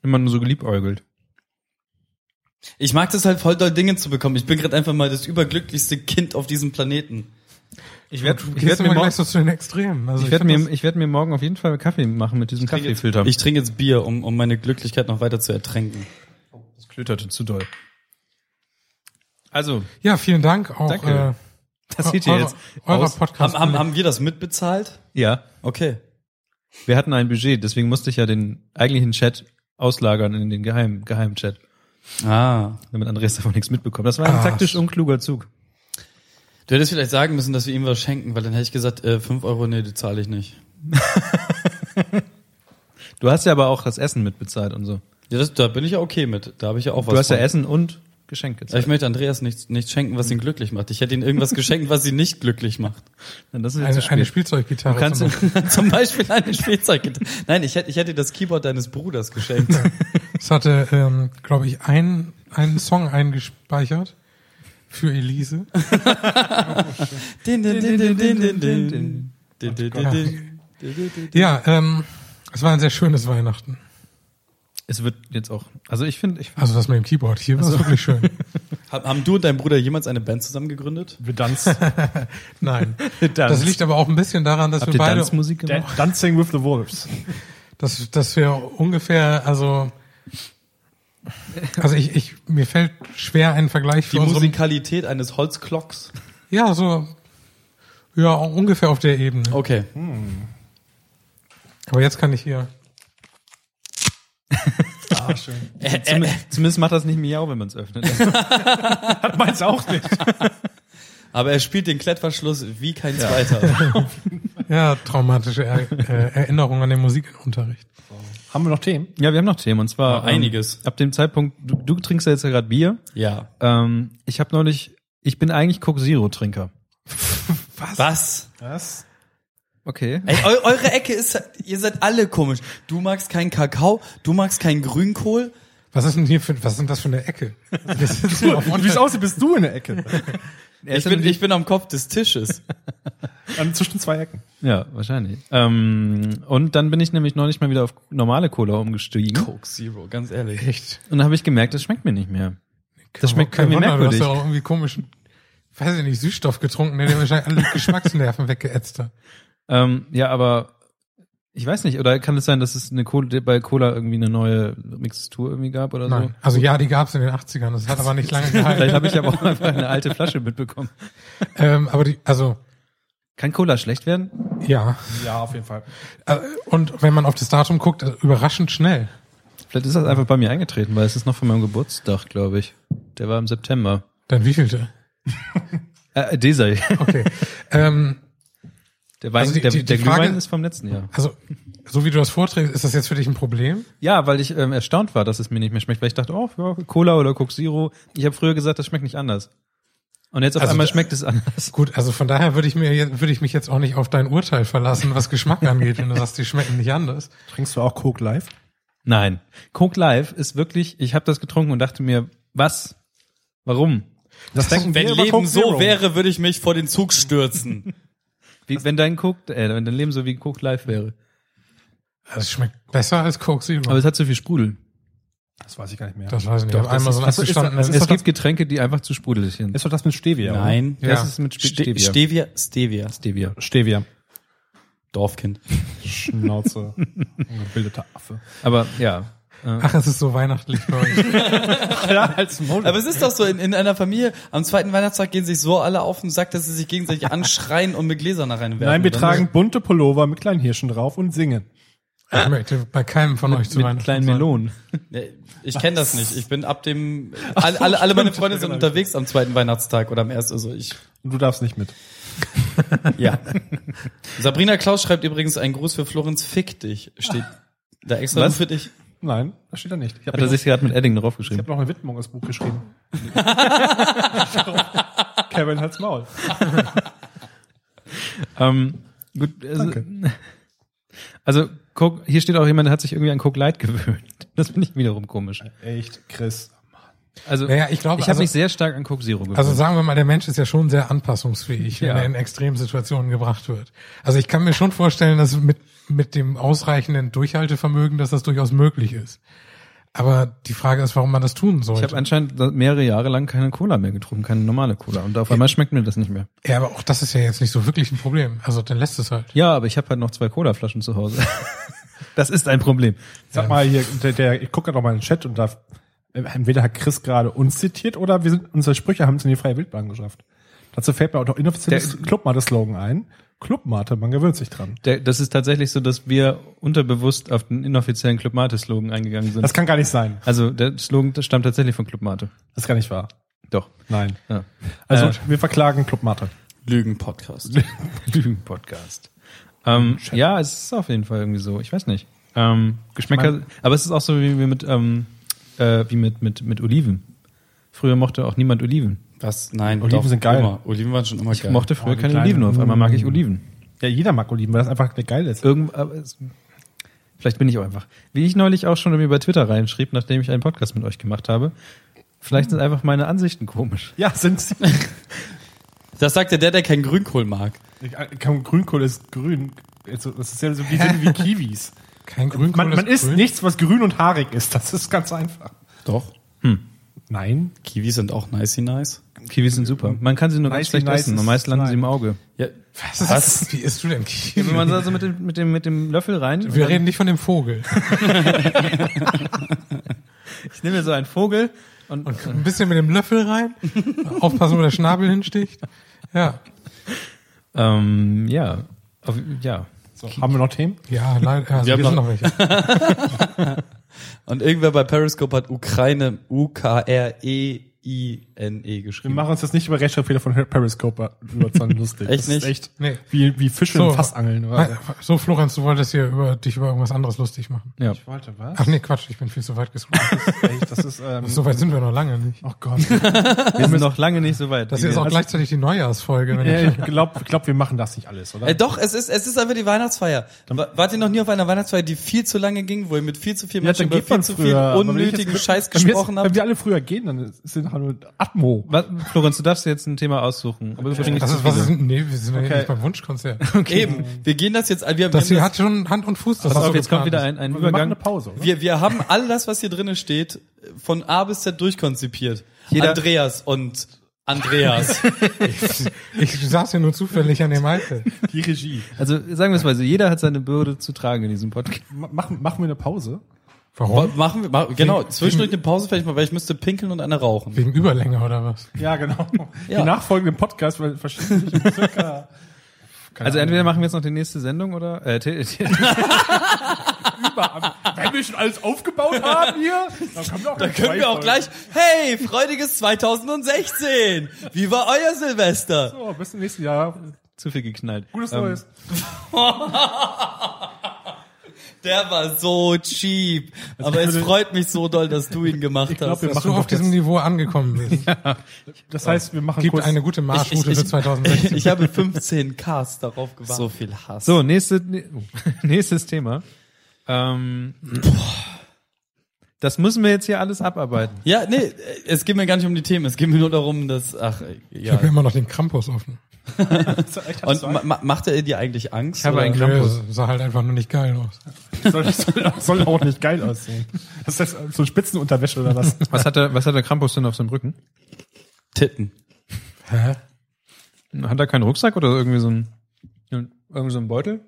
S2: immer nur so geliebäugelt.
S3: Ich mag das halt voll doll Dinge zu bekommen. Ich bin gerade einfach mal das überglücklichste Kind auf diesem Planeten.
S2: Ich werde
S4: Ich werde mir gleich so zu den Extremen. Also
S2: ich werd
S4: find
S2: mir, ich werd mir morgen auf jeden Fall Kaffee machen mit diesem Kaffeefilter.
S3: Ich trinke jetzt Bier, um, um meine Glücklichkeit noch weiter zu ertränken.
S2: das klöterte zu doll. Also,
S4: das, ja, vielen Dank auch. äh,
S2: Danke. <laughs> das seht ihr
S4: eurer-
S2: jetzt.
S4: Eurer
S2: aus.
S4: Podcast.
S3: Haben, haben, haben wir das mitbezahlt?
S2: Ja,
S3: Okay.
S2: wir hatten ein Budget, deswegen musste ich ja den eigentlichen Chat auslagern in den geheimen geheimen Chat,
S3: Ah.
S2: damit Andreas <laughs> davon nichts mitbekommt. Das war ein
S4: Ah.
S2: taktisch unkluger Zug.
S3: Du hättest vielleicht sagen müssen, dass wir ihm was schenken, weil dann hätte ich gesagt, äh, 5 Euro, nee, die zahle ich nicht.
S2: Du hast ja aber auch das Essen mitbezahlt und so.
S3: Ja, das, da bin ich ja okay mit. Da habe ich ja auch was
S2: Du hast ja
S3: von.
S2: Essen Mhm. und Geschenk
S3: Aber
S2: gezahlt.
S3: ich möchte Andreas nichts, nichts schenken, was ihn glücklich macht. Ich hätte ihm irgendwas geschenkt, was ihn nicht glücklich macht. <laughs>
S2: Das ist jetzt zu
S4: eine,
S2: spät.
S4: eine Spielzeuggitarre.
S2: Du kannst
S4: zum Beispiel.
S3: Zum Beispiel eine Spielzeuggitarre. Nein, ich hätte, ich hätte das Keyboard deines
S2: <laughs>
S3: Bruders geschenkt.
S4: Es hatte, ähm, glaube ich, ein, einen Song eingespeichert für Elise.
S3: Din, din, din, din, din, din, din. Din, din, din, din.
S4: Ja, ähm, es war ein sehr schönes Weihnachten.
S2: <laughs> es wird jetzt auch. Also ich finde, ich
S4: Also das mit dem Keyboard hier war wirklich schön.
S3: Hab- Haben du und dein Bruder jemals eine Band zusammen gegründet?
S5: Danz,
S4: Nein.
S2: Tanz.
S4: Das liegt aber auch ein bisschen daran, dass
S2: habt
S4: wir
S2: ihr
S4: beide
S2: Tanzmusik gemacht?
S5: Dancing with the Wolves.
S4: dass, dass wir ungefähr, also, also ich, ich, mir fällt schwer ein Vergleich für
S3: Die
S4: unsere,
S3: Musikalität eines Holzklocks.
S4: ja, so, ja, ungefähr auf der Ebene.
S3: Okay.
S2: Hm.
S4: Aber jetzt kann ich hier,
S3: Äh,
S2: Zumindest, zumindest macht das nicht miau, wenn man es <laughs> öffnet.
S5: Hat meins auch nicht.
S3: Aber er spielt den Klettverschluss wie
S2: <laughs>
S3: kein zweiter.
S4: ja, traumatische er, äh, Erinnerungen an den Musikunterricht.
S5: <laughs> Haben wir noch Themen?
S2: Ja, wir haben noch Themen und zwar
S3: Ja, einiges.
S2: Ähm, ab dem Zeitpunkt, du, du trinkst ja jetzt ja gerade Bier.
S3: Ja.
S2: Ähm, ich habe neulich, ich bin eigentlich Coke Zero Trinker.
S3: Was?
S5: Was?
S2: Okay.
S3: Ey, eu eure Ecke ist, ihr seid alle komisch. Du magst keinen Kakao, du magst keinen Grünkohl.
S4: Was ist denn hier für, was ist denn das für eine
S2: <laughs>
S4: Ecke? Wir sind hier auf
S5: Wie es aussieht, bist du in der Ecke.
S3: Ich bin, ich bin am Kopf des Tisches.
S5: <laughs> An, zwischen zwei Ecken.
S2: ja, wahrscheinlich. Ähm, und dann bin ich nämlich neulich mal wieder auf normale Cola umgestiegen
S3: Coke Zero, ganz ehrlich.
S4: Echt.
S2: und habe ich gemerkt, das schmeckt mir nicht mehr. Das schmeckt
S4: kein
S2: irgendwie
S4: Wunder, du hast
S2: merkwürdig.
S4: ja auch irgendwie komischen, weiß ich nicht, Süßstoff getrunken, der dir wahrscheinlich alle Geschmacksnerven weggeätzt hat.
S2: Ähm, ja, aber ich weiß nicht, oder kann es sein, dass es eine Cola, bei Cola irgendwie eine neue Mixtur irgendwie gab oder so?
S4: Nein. Also ja, die gab's in den 80ern, das hat aber nicht lange
S2: <laughs>
S4: gehalten.
S2: Vielleicht habe ich aber auch einfach eine alte Flasche mitbekommen.
S4: ähm, aber die, also,
S2: Kann Cola schlecht werden?
S4: ja.
S5: Ja, auf jeden Fall.
S4: Äh, Und wenn man auf das Datum guckt, äh, überraschend schnell.
S2: Vielleicht ist das einfach bei mir eingetreten, weil es ist noch von meinem Geburtstag, glaube ich. Der war im September.
S4: Dann wievielte?
S2: Äh, dieser.
S4: Okay. ähm,
S2: <laughs> Der Wein,
S4: Also die-
S2: der,
S4: die- die
S2: der
S4: Frage-
S2: Glühwein ist vom letzten Jahr.
S4: also, so wie du das vorträgst, ist das jetzt für dich ein Problem?
S2: Ja, weil ich ähm, erstaunt war, dass es mir nicht mehr schmeckt, weil ich dachte, oh, ja, Cola oder Coke Zero. Ich habe früher gesagt, das schmeckt nicht anders. Und jetzt auf
S4: Also
S2: einmal
S4: da-
S2: schmeckt es anders. <laughs>
S4: Gut, also von daher würde ich mir jetzt- würde ich mich jetzt auch nicht auf dein Urteil verlassen, was Geschmack angeht, wenn du sagst, die schmecken nicht anders.
S5: Trinkst du auch Coke Live?
S2: Nein. Coke Live ist wirklich, ich habe das getrunken und dachte mir, was? Warum?
S5: Das denken
S3: Wenn
S5: wir über
S3: Leben
S5: Coke
S3: so
S5: Zero.
S3: wäre, würde ich mich vor den Zug <laughs> stürzen.
S2: Wie, wenn dein Coke, äh, wenn dein Leben so wie Coke Live wäre.
S4: Also es schmeckt besser als Coke Zero.
S2: Aber es hat zu viel Sprudel.
S5: Das weiß ich gar nicht mehr.
S4: das weiß ich nicht.
S5: Doch,
S4: Auf einmal
S5: das
S4: so ein
S5: ist- das ist-
S4: abgestandener-
S5: das ist-
S2: Es gibt Getränke, die einfach zu sprudelig sind.
S5: Ist doch das mit Stevia? oder?
S2: Ja. Das ist mit Spe
S3: Ste-
S2: Stevia.
S3: Stevia, Stevia.
S2: Stevia.
S5: Stevia.
S3: Dorfkind.
S5: Schnauze. Ungebildeter Affe.
S2: Aber ja.
S4: Ach, es ist so weihnachtlich bei <laughs> euch.
S5: <laughs> als Maul.
S3: Aber es ist doch so, in, in einer Familie, am zweiten Weihnachtstag gehen sich so alle auf den Sack, dass sie sich gegenseitig anschreien und mit Gläsern reinwerfen.
S5: Nein, wir
S3: Dann-
S5: tragen bunte Pullover mit kleinen Hirschen drauf und singen.
S4: Ich möchte bei keinem von euch zu
S2: Mit
S4: Weihnachten.
S2: kleinen
S4: sein.
S2: Melonen.
S3: Nee, Ich kenne das nicht. Ich bin ab dem. Alle, alle, alle meine Freunde sind unterwegs am zweiten Weihnachtstag oder am ersten. Also ich.
S5: Und du darfst nicht mit.
S3: Ja. <laughs> Sabrina Klaus schreibt übrigens einen Gruß für Florenz Fick dich. Steht da extra nur für dich.
S5: Nein, das steht da nicht. Ich
S2: Hat er
S5: habe
S2: sich gerade mit Edding draufgeschrieben.
S5: hab noch eine Widmung ins Buch geschrieben. Kevin hat's Maul.
S2: Ähm, gut, also, <laughs> also Coke, hier steht auch jemand, der hat sich irgendwie an Coke Light <laughs> gewöhnt. Das finde ich wiederum komisch.
S5: Echt, Chris.
S2: Also
S4: Naja, ich glaube,
S2: ich habe
S4: also-
S2: mich sehr stark an Coke Zero gewöhnt.
S4: Also sagen wir mal, der Mensch ist ja schon sehr anpassungsfähig, wenn
S2: Ja.
S4: er in Extremsituationen gebracht wird. Also ich kann mir schon vorstellen, dass mit, mit dem ausreichenden Durchhaltevermögen, dass das durchaus möglich ist. Aber die Frage ist, warum man das tun
S2: Ich
S4: sollte.
S2: habe anscheinend mehrere Jahre lang keine Cola mehr getrunken, keine normale Cola. Und auf einmal schmeckt mir das nicht mehr.
S4: ja, aber auch das ist ja jetzt nicht so wirklich ein Problem. Also dann lässt es halt.
S2: Ja, aber ich habe halt noch zwei Cola-Flaschen zu Hause. <laughs> Das ist ein Problem.
S5: Sag mal hier, der, der, ich gucke gerade noch mal in den Chat und da äh, entweder hat Chris gerade uns zitiert oder wir sind, unsere Sprüche haben es in die freie Wildbahn geschafft. Dazu fällt mir auch noch inoffizielles Clubmate-Slogan ein. Clubmate, man gewöhnt sich dran.
S2: Der, das ist tatsächlich so, dass wir unterbewusst auf den inoffiziellen Club Mate-Slogan eingegangen sind.
S5: Das kann gar nicht sein.
S2: also der Slogan das stammt tatsächlich von Club Mate.
S5: Das ist gar nicht wahr.
S2: Doch.
S5: Nein.
S2: Ja.
S5: Also
S2: Äh.
S5: wir verklagen Clubmate.
S3: Lügen-Podcast.
S2: Podcast. Ähm, ja, es ist auf jeden Fall irgendwie so. Ich weiß nicht. Ähm, Geschmäcker, aber es ist auch so wie, wie mit ähm, äh, wie mit, mit mit Oliven. Früher mochte auch niemand Oliven.
S3: Was? Nein,
S5: Oliven sind geil.
S3: Immer. Oliven waren schon immer
S2: Ich
S3: geil.
S2: mochte früher
S5: die
S2: keine
S5: kleinen-
S2: Oliven und auf einmal mag ich Oh, Oliven.
S5: Ja, jeder mag Oliven, weil das einfach geil ist.
S2: Irgend, aber es, vielleicht bin ich auch einfach. Wie ich neulich auch schon mir bei Twitter reinschrieb, nachdem ich einen Podcast mit euch gemacht habe. Vielleicht sind einfach meine Ansichten komisch.
S5: Ja, sind <laughs> sie.
S3: Das sagte der, der keinen Grünkohl mag.
S5: Grünkohl ist grün. Also, Das ist ja so die <laughs> sind wie Kiwis.
S4: Kein Grünkohl
S5: Man, man isst
S4: grün.
S5: nichts, was grün und haarig ist. Das ist ganz einfach.
S3: Doch.
S5: Nein.
S3: Kiwis sind auch nicey nice.
S2: Kiwis sind super. Man kann sie nur ganz
S5: Nice,
S2: schlecht
S5: nice
S2: essen. Und
S5: ist
S2: meist landen
S5: nein.
S2: sie im Auge.
S3: Ja.
S4: Was? Wie isst du denn Kiwi?
S2: Wenn man so mit dem, mit dem, mit dem Löffel rein. und
S4: Wir
S2: dann-
S4: reden nicht von dem Vogel.
S2: Ich nehme mir so einen Vogel und,
S4: Ein bisschen mit dem Löffel rein. Aufpassen, wo der Schnabel hinsticht. Ja.
S2: ähm, ja, auf, ja.
S5: So, haben wir noch Themen?
S4: Ja, leider. Also,
S3: Wir
S4: wir
S3: haben
S4: sind
S3: noch-
S4: noch welche.
S3: Und irgendwer bei Periscope hat Ukraine E U-K-R-E-I-N-E
S5: Wir
S3: E geschrieben.
S5: machen uns jetzt nicht über Rechtschreibfehler von Periscope über,
S3: <laughs>
S5: sondern lustig.
S3: Echt
S5: Das
S3: nicht?
S5: Ist echt
S4: Nee.
S5: wie, wie Fische
S4: So.
S5: im Fassangeln. Oder?
S4: So, Florenz, du wolltest hier über, dich über irgendwas anderes lustig machen.
S2: ja.
S5: Ich wollte was?
S4: Ach nee, Quatsch, ich bin viel zu weit gescrollt.
S5: <laughs> Echt, das ist, ähm,
S4: so weit sind wir noch lange nicht.
S5: oh <laughs> Gott.
S2: Wir sind noch lange nicht so weit.
S4: Das hier ist auch
S2: Wir-
S4: gleichzeitig die Neujahrsfolge. Wenn
S5: Ja,
S4: ich,
S5: ich glaube, ich glaub, wir machen das nicht alles, oder?
S3: Äh, doch, es ist, es ist einfach die Weihnachtsfeier. Wa- Wart ihr noch nie auf einer Weihnachtsfeier, die viel zu lange ging, wo ihr mit viel zu vielen Menschen über viel zu viel
S5: Aber wenn ich
S3: unnötigen
S5: jetzt-
S3: Scheiß
S5: wenn wir jetzt-
S3: gesprochen
S5: Wenn
S3: habt?
S5: wir alle früher gehen, dann ist nachher nur Atmo.
S2: Was, Florenz, du darfst dir jetzt ein Thema aussuchen. Aber übrigens
S4: das
S2: zu
S4: ist, was
S2: viele.
S4: ist, nee, wir sind ja
S5: Okay.
S4: hier nicht beim Wunschkonzert.
S3: Eben, wir gehen das jetzt an. Wir, haben-
S4: Das
S3: wir,
S4: hier
S3: haben
S4: hat schon Hand und Fuß. Das
S2: Pass
S4: was
S2: auf,
S4: so
S2: jetzt kommt
S4: geplant
S2: wieder
S4: ist.
S2: ein, ein
S5: Wir machen eine
S2: Übergang.
S5: Pause, oder?
S3: das, wir, wir haben all das, was hier drinnen steht, von A bis Z durchkonzipiert.
S2: Jeder-
S3: Andreas und <laughs> Andreas.
S4: Ich saß hier nur zufällig an dem Alten.
S5: Die Regie.
S2: Also sagen wir es mal so, jeder hat seine Bürde zu tragen in diesem Podcast.
S5: Ma- Machen, machen wir eine Pause?
S4: Warum?
S3: machen wir, machen, genau, zwischendurch eine Pause vielleicht mal, weil ich müsste pinkeln und eine rauchen.
S4: Wegen Überlänge oder was?
S5: Ja, genau.
S3: Ja.
S5: Die nachfolgenden Podcasts weil verschieben sich um <laughs> circa. Keine
S2: Also
S5: Ahnung.
S2: entweder machen wir jetzt noch die nächste Sendung oder äh, t- t- <laughs>
S5: Wenn wir schon alles aufgebaut haben hier, dann können wir auch, dann
S3: Können wir auch gleich, hey, freudiges 2016! Wie war euer Silvester?
S5: So, bis zum nächsten Jahr.
S2: zu viel geknallt.
S5: Gutes
S2: Ähm,
S5: Neues.
S3: Der war so cheap. Aber
S5: ich
S3: es
S5: würde-
S3: freut mich so doll, dass du ihn gemacht
S5: glaub,
S3: hast.
S5: wir
S4: Dass
S5: machen
S4: du auf
S5: doch jetzt-
S4: diesem Niveau angekommen bist.
S5: Das heißt, wir machen
S4: Gibt
S5: kurz. <laughs>
S4: eine gute Marschroute für 2016.
S3: ich <laughs> habe 15 Ks darauf gewartet. So viel Hass.
S2: So, nächste, nä- oh, <laughs> nächstes Thema. Ähm, das müssen wir jetzt hier alles abarbeiten.
S3: Ja, nee, es geht mir gar nicht um die Themen. Es geht mir nur darum, dass, ach,
S4: Ich habe
S3: <laughs>
S4: ja
S3: ja.
S4: immer noch den Krampus offen.
S3: Und
S5: Also
S3: ma ma macht er dir eigentlich Angst?
S2: Ich habe einen Krampus.
S4: Nö, sah halt einfach nur nicht geil aus.
S5: <laughs> soll, soll, <laughs> soll auch nicht geil aussehen. Das ist so Spitzenunterwäsche oder <laughs> was?
S2: Was hat der, was hat der Krampus denn auf seinem Rücken?
S3: Titten.
S4: Hä?
S2: Hat er keinen Rucksack oder irgendwie so einen, irgendwie so einen Beutel?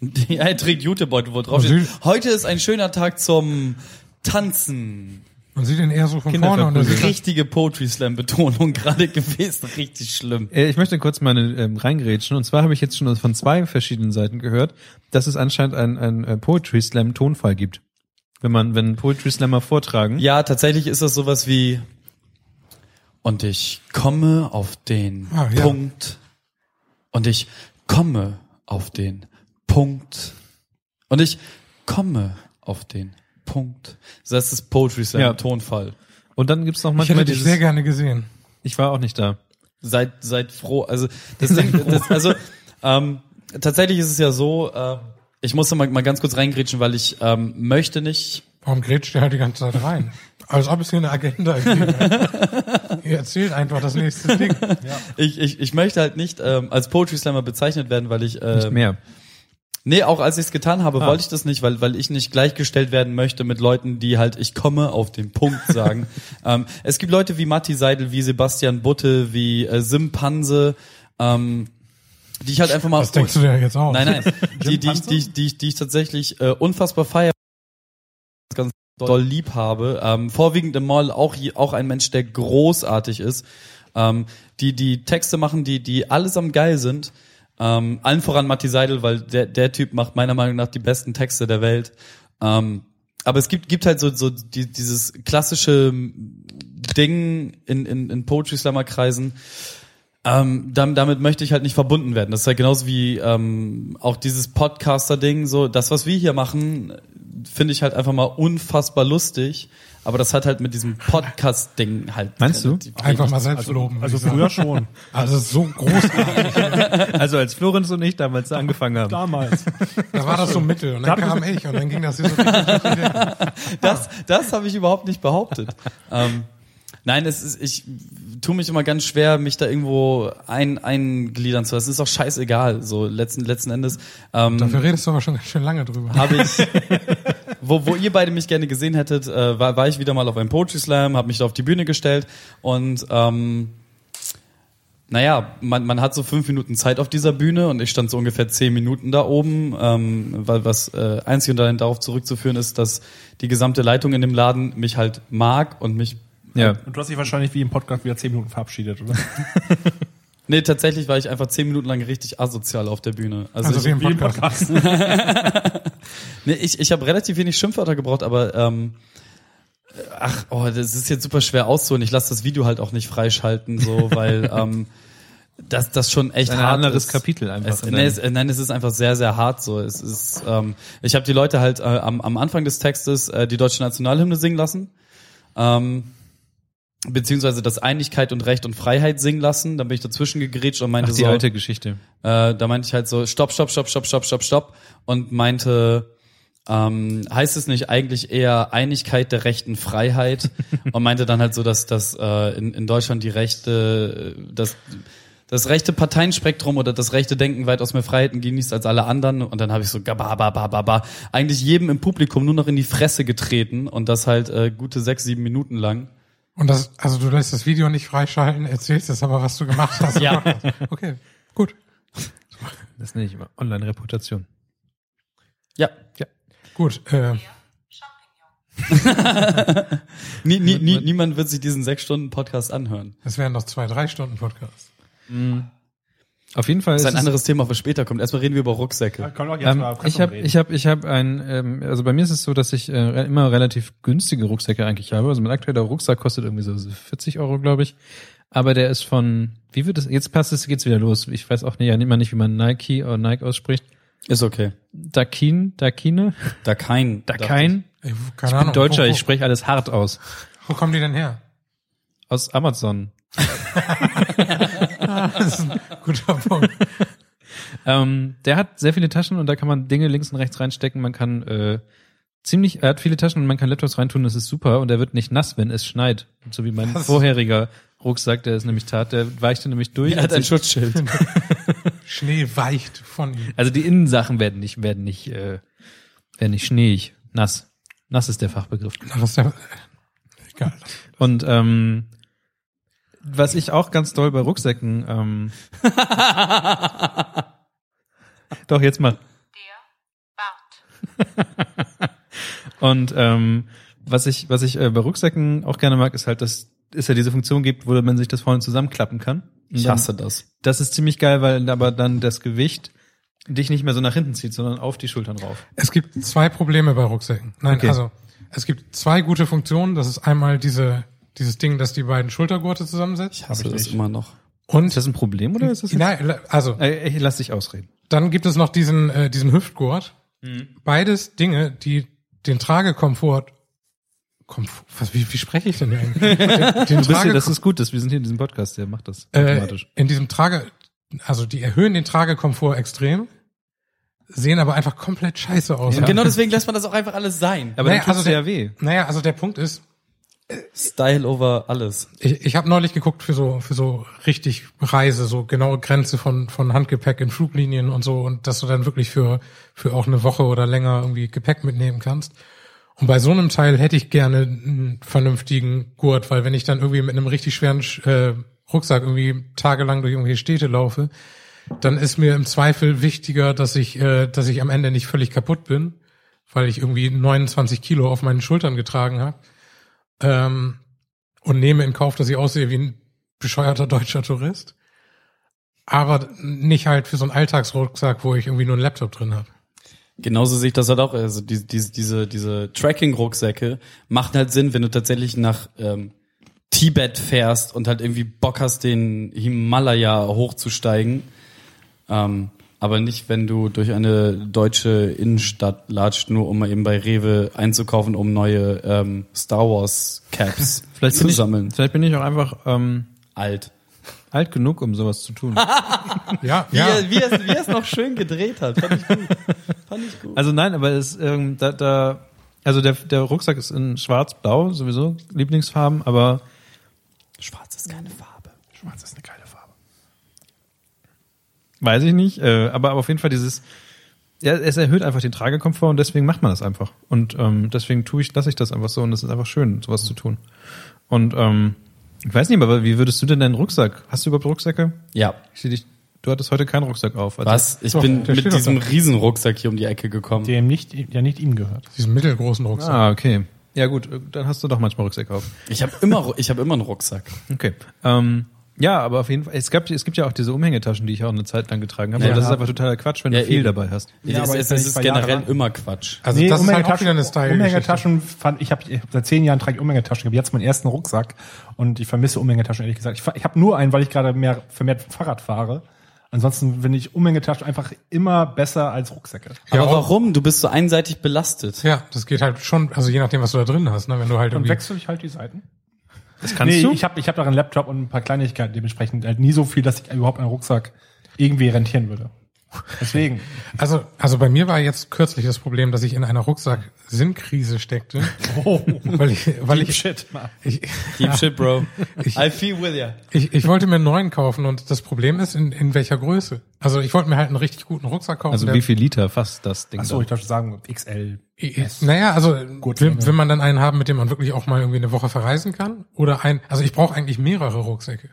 S3: Ja, er trägt Jutebeutel, wo drauf
S4: Natürlich.
S3: steht. Heute ist ein schöner Tag zum Tanzen.
S4: Man sieht ihn eher so von
S2: Kinder
S4: vorne und dann sieht er-
S3: Richtige Poetry Slam Betonung <laughs> gerade gewesen. Richtig schlimm.
S2: Äh, Ich möchte kurz meine ähm, reingrätschen. Und zwar habe ich jetzt schon von zwei verschiedenen Seiten gehört, dass es anscheinend einen, einen äh, Poetry Slam Tonfall gibt. Wenn man, wenn Poetry Slammer vortragen.
S3: Ja, tatsächlich ist das sowas wie, und ich komme auf den
S4: Ah, ja.
S3: Punkt. Und ich komme auf den Punkt. Und ich komme auf den Punkt. So, Das ist Poetry Slam,
S2: Ja.
S3: Tonfall.
S2: Und dann gibt's noch
S4: Ich hätte
S2: manchmal
S4: dich
S2: dieses,
S4: sehr gerne gesehen.
S2: ich war auch nicht da.
S3: Seid, seid froh. Also, das Ding, das, also, ähm, tatsächlich ist es ja so, äh, ich musste mal, mal ganz kurz reingrätschen, weil ich ähm, möchte nicht
S4: Warum grätscht der halt die ganze Zeit rein? Als ob es hier eine Agenda gibt. Ihr erzählt einfach das nächste Ding.
S3: ich, ich, ich möchte halt nicht ähm, als Poetry Slammer bezeichnet werden, weil ich
S2: Nicht
S3: äh,
S2: mehr.
S3: Nee, auch als ich es getan habe, wollte ich das nicht, weil, weil ich nicht gleichgestellt werden möchte mit Leuten, die halt ich komme auf den Punkt sagen. ähm, es gibt Leute wie Matti Seidel, wie Sebastian Butte, wie äh, Simpanse, ähm, die ich halt einfach mal...
S4: Was denkst du denn jetzt auch?
S3: Nein, nein. die, die, ich- die, ich- die, ich- die ich tatsächlich äh, unfassbar feier, ganz doll lieb habe. Ähm, vorwiegend im Mall auch, je- auch ein Mensch, der großartig ist. Ähm, die, die Texte machen, die, die allesamt geil sind. Ähm, allen voran Matti Seidel, weil der, der Typ macht meiner Meinung nach die besten Texte der Welt. Ähm, aber es gibt, gibt halt so, so die, dieses klassische Ding in, in, in Poetry-Slammer-Kreisen, ähm, damit, damit möchte ich halt nicht verbunden werden. Das ist halt genauso wie ähm, auch dieses Podcaster-Ding. So, das, was wir hier machen, finde ich halt einfach mal unfassbar lustig. Aber das hat halt mit diesem Podcast-Ding halt.
S2: Meinst du?
S3: relativ wenig
S4: Einfach mal selbst loben.
S5: Also
S4: würde ich
S5: früher
S4: sagen.
S5: schon.
S4: Also es ist so großartig.
S2: Also als Florenz und ich damals da angefangen haben.
S5: <laughs> Damals.
S4: Da war das so mittel. Und dann kam ich und dann ging das hier so.
S3: das, das habe ich überhaupt nicht behauptet. ähm, nein, es ist, ich tue mich immer ganz schwer, mich da irgendwo ein, eingliedern zu lassen. Ist auch scheißegal. So letzten, letzten Endes. Ähm,
S4: Dafür redest du aber schon ganz schön lange drüber.
S3: habe ich, <laughs> wo, wo ihr beide mich gerne gesehen hättet, äh, war, war ich wieder mal auf einem Poetry Slam, habe mich da auf die Bühne gestellt und ähm, naja, man, man hat so fünf Minuten Zeit auf dieser Bühne und ich stand so ungefähr zehn Minuten da oben, ähm, weil was äh, einzig und allein darauf zurückzuführen ist, dass die gesamte Leitung in dem Laden mich halt mag und mich
S2: <laughs> Ja.
S5: Und du hast dich wahrscheinlich wie im Podcast wieder zehn Minuten verabschiedet, <laughs> oder?
S3: Nee, tatsächlich war ich einfach zehn Minuten lang richtig asozial auf der Bühne. Also,
S4: Also
S3: ich,
S4: wie im Podcast.
S5: <laughs>
S3: Nee, ich, ich habe relativ wenig Schimpfwörter gebraucht, aber ähm, ach, oh, das ist jetzt super schwer auszuholen. Ich lasse das Video halt auch nicht freischalten, so,
S2: <laughs>
S3: weil ähm, das, das schon echt
S2: Ein
S3: hart
S2: anderes
S3: ist.
S2: Kapitel einfach
S3: Es,
S2: in
S3: nee,
S2: deinem-
S3: es, äh, nein, es ist einfach sehr, sehr hart so. Es ist, ähm, ich habe die Leute halt äh, am, am Anfang des Textes äh, die deutsche Nationalhymne singen lassen. Ähm, beziehungsweise das Einigkeit und Recht und Freiheit singen lassen. Dann bin ich dazwischen gegrätscht und meinte
S2: Ach, die
S3: so,
S2: alte Geschichte.
S3: äh, da meinte ich halt so, stopp, stopp, stopp, stopp, stopp, stopp, stopp. Und meinte, ähm, heißt es nicht eigentlich eher Einigkeit der rechten Freiheit? und meinte dann halt so, dass, dass äh, in, in Deutschland die rechte, äh, das, das rechte Parteienspektrum oder das rechte Denken weitaus mehr Freiheiten genießt als alle anderen. Und dann habe ich so gababababa eigentlich jedem im Publikum nur noch in die Fresse getreten und das halt äh, gute sechs, sieben Minuten lang.
S4: Und das, also du lässt das Video nicht freischalten, erzählst es aber, was du gemacht hast.
S3: Ja.
S4: Okay, gut.
S2: Das nenne ich immer Online-Reputation.
S3: Ja.
S4: Gut. Äh,
S3: Nie, nie, nie, niemand wird sich diesen sechs Stunden Podcast anhören.
S4: es wären noch zwei, drei Stunden Podcast.
S2: Auf jeden Fall
S3: Das
S2: ist
S3: ist ein
S2: es-
S3: anderes Thema, was später kommt. Erstmal reden wir über Rucksäcke.
S5: Können wir auch jetzt
S2: Ähm,
S5: mal
S2: ich habe
S5: reden.
S2: ich hab, ich hab ein, ähm, also bei mir ist es so, dass ich äh, immer relativ günstige Rucksäcke eigentlich habe. Also mein aktueller Rucksack kostet irgendwie so 40 Euro, glaube ich. Aber der ist von, wie wird es, jetzt passt es, geht's wieder los. Ich weiß auch nicht, ja, immer nicht, wie man Nike oder Nike ausspricht.
S3: Ist okay.
S2: Dakin, Dakine,
S3: Da kein. <laughs>
S2: Dakain.
S4: Ich, keine
S2: Ich
S4: Ahnung.
S2: bin Deutscher,
S4: wo, wo,
S2: ich spreche alles hart aus.
S4: Wo kommen die denn her?
S2: Aus Amazon.
S4: Das ist ein
S2: <laughs>
S4: guter Punkt.
S2: Ähm, der hat sehr viele Taschen und da kann man Dinge links und rechts reinstecken. Man kann äh, ziemlich, er hat viele Taschen und man kann Laptops reintun. Das ist super und er wird nicht nass, wenn es schneit. So wie mein
S4: Was?
S2: vorheriger Rucksack, der ist nämlich tat, der weichte nämlich durch.
S3: Er hat ein
S2: Also,
S3: Schutzschild.
S4: Schnee weicht von ihm.
S2: also die Innensachen werden nicht, werden nicht, äh, werden nicht schneeig, nass. Nass ist der Fachbegriff.
S4: Das ist ja, egal.
S2: Und ähm, was ich auch ganz doll bei Rucksäcken, ähm, doch jetzt mal. Und ähm, was ich, was ich äh, bei Rucksäcken auch gerne mag, ist halt, dass es ja diese Funktion gibt, wo man sich das vorne zusammenklappen kann. Und
S3: Ich
S2: dann-
S3: hasse das.
S2: Das ist ziemlich geil, weil aber dann das Gewicht dich nicht mehr so nach hinten zieht, sondern auf die Schultern rauf.
S4: Es gibt zwei Probleme bei Rucksäcken. Nein,
S2: Okay.
S4: also es gibt zwei gute Funktionen. Das ist einmal diese, dieses Ding, das die beiden Schultergurte zusammensetzt.
S3: Ich hasse das immer noch.
S2: Ist
S4: Und
S2: das ein Problem oder ist das? Jetzt?
S4: nein, also
S2: Äh, ich lass dich ausreden.
S4: dann gibt es noch diesen, äh, diesen Hüftgurt.
S2: Mhm.
S4: Beides Dinge, die den Tragekomfort Komfort, was, wie, wie spreche ich denn
S2: <laughs>
S4: hier eigentlich? Den,
S2: Du
S4: den
S2: bist hier, das
S4: Tragekom-
S2: ist gut, dass wir sind hier in diesem Podcast, der macht das
S4: äh,
S2: automatisch.
S4: in diesem Trage, also die erhöhen den Tragekomfort extrem, sehen aber einfach komplett scheiße aus.
S2: Ja.
S3: Genau deswegen lässt man das auch einfach alles sein.
S2: aber
S4: naja,
S2: dann tut's
S4: also
S2: dir
S4: der-
S2: ja weh.
S4: Naja, also der Punkt ist,
S3: Style over alles.
S4: Ich, ich habe neulich geguckt für so für so richtig Reise, so genaue Grenze von von Handgepäck in Fluglinien und so und dass du dann wirklich für für auch eine Woche oder länger irgendwie Gepäck mitnehmen kannst. Und bei so einem Teil hätte ich gerne einen vernünftigen Gurt, weil wenn ich dann irgendwie mit einem richtig schweren Sch- äh, Rucksack irgendwie tagelang durch irgendwelche Städte laufe, dann ist mir im Zweifel wichtiger, dass ich äh, dass ich am Ende nicht völlig kaputt bin, weil ich irgendwie 29 Kilo auf meinen Schultern getragen habe. Ähm, und nehme in Kauf, dass ich aussehe wie ein bescheuerter deutscher Tourist. Aber nicht halt für so einen Alltagsrucksack, wo ich irgendwie nur einen Laptop drin habe.
S3: Genauso sehe ich das halt auch. Also diese, diese, diese, diese Tracking-Rucksäcke machen halt Sinn, wenn du tatsächlich nach ähm, Tibet fährst und halt irgendwie Bock hast, den Himalaya hochzusteigen. Ähm, aber nicht, wenn du durch eine deutsche Innenstadt latscht, nur um mal eben bei Rewe einzukaufen, um neue ähm, Star Wars Caps <laughs>
S2: Vielleicht
S3: zu
S2: bin, ich,
S3: sammeln.
S2: vielleicht bin ich auch einfach ähm,
S3: Alt.
S2: alt genug, um sowas zu tun.
S4: Ja,
S3: Wie,
S4: ja.
S3: er, wie, er, wie er es noch schön gedreht hat, fand ich gut. <laughs> Fand ich gut.
S2: Also nein, aber es ähm, da, da also der, der Rucksack ist in schwarz-blau sowieso Lieblingsfarben, aber
S3: Schwarz ist keine Farbe.
S5: Schwarz ist eine geile Farbe.
S2: weiß ich nicht, äh, aber, aber auf jeden Fall dieses ja, es erhöht einfach den Tragekomfort und deswegen macht man das einfach. Und ähm, deswegen tue ich, lasse ich das einfach so und es ist einfach schön, sowas zu tun. Und ähm, ich weiß nicht, aber wie würdest du denn deinen Rucksack? Hast du überhaupt Rucksäcke?
S3: Ja.
S2: Ich sehe dich, du hattest heute keinen Rucksack auf. Also
S3: Was? Ich
S5: Doch,
S3: bin
S5: der
S3: mit
S5: steht doch
S3: diesem
S5: da.
S3: Riesenrucksack hier um die Ecke gekommen.
S5: Der ihm nicht, ja nicht ihm gehört.
S4: Diesen mittelgroßen Rucksack.
S2: Ah, okay. Ja gut, äh, dann hast du doch manchmal Rucksack auf.
S3: Ich habe immer, ich habe immer einen Rucksack.
S2: Okay. Ähm, ja, aber auf jeden Fall, es, gab, es gibt ja auch diese Umhängetaschen, die ich auch eine Zeit lang getragen habe. aber das ist einfach totaler Quatsch, wenn
S3: Ja,
S2: du viel
S3: eben.
S2: dabei hast.
S5: Ja,
S3: das
S5: aber
S3: ist,
S5: jetzt bin
S3: das
S5: ich
S3: ist
S5: bei
S3: generell
S5: Jahren.
S3: immer Quatsch.
S4: Also das ist halt auch wieder eine Style-Geschichte.
S5: Umhängetaschen fand ich habe ich hab seit zehn Jahren trage ich Umhängetaschen. Ich habe jetzt meinen ersten Rucksack und ich vermisse Umhängetaschen ehrlich gesagt. Ich, fa- ich habe nur einen, weil ich gerade mehr vermehrt Fahrrad fahre. Ansonsten finde ich Umhängetaschen einfach immer besser als Rucksäcke.
S3: Aber
S4: Ja, auch-
S3: warum? Du bist so einseitig belastet.
S4: Ja, das geht halt schon, also je nachdem, was du da drin hast, ne? wenn du halt
S5: Dann
S4: irgendwie...
S5: wechsle ich halt die Seiten.
S2: Das
S5: nee, ich habe ich hab da einen Laptop und ein paar Kleinigkeiten dementsprechend halt nie so viel, dass ich überhaupt einen Rucksack irgendwie rentieren würde.
S4: <laughs>
S5: Deswegen.
S4: Also, also bei mir war jetzt kürzlich das Problem, dass ich in einer Rucksack-Sinnkrise steckte,
S5: Oh,
S4: weil ich, weil ich,
S5: shit. Mann.
S4: ich,
S3: Deep shit, bro. I feel with ya.
S4: Ich, ich wollte mir einen neuen kaufen und das Problem ist, in, in welcher Größe. Also ich wollte mir halt einen richtig guten Rucksack kaufen.
S2: also
S4: der-
S2: wie viel Liter fasst das Ding?
S5: Ach so, ich darf sagen, XL.
S4: Ich- ich- Naja, also
S5: Gut,
S4: will,
S5: ja.
S4: will man dann einen haben, mit dem man wirklich auch mal irgendwie eine Woche verreisen kann? Oder ein, also ich brauche eigentlich mehrere Rucksäcke.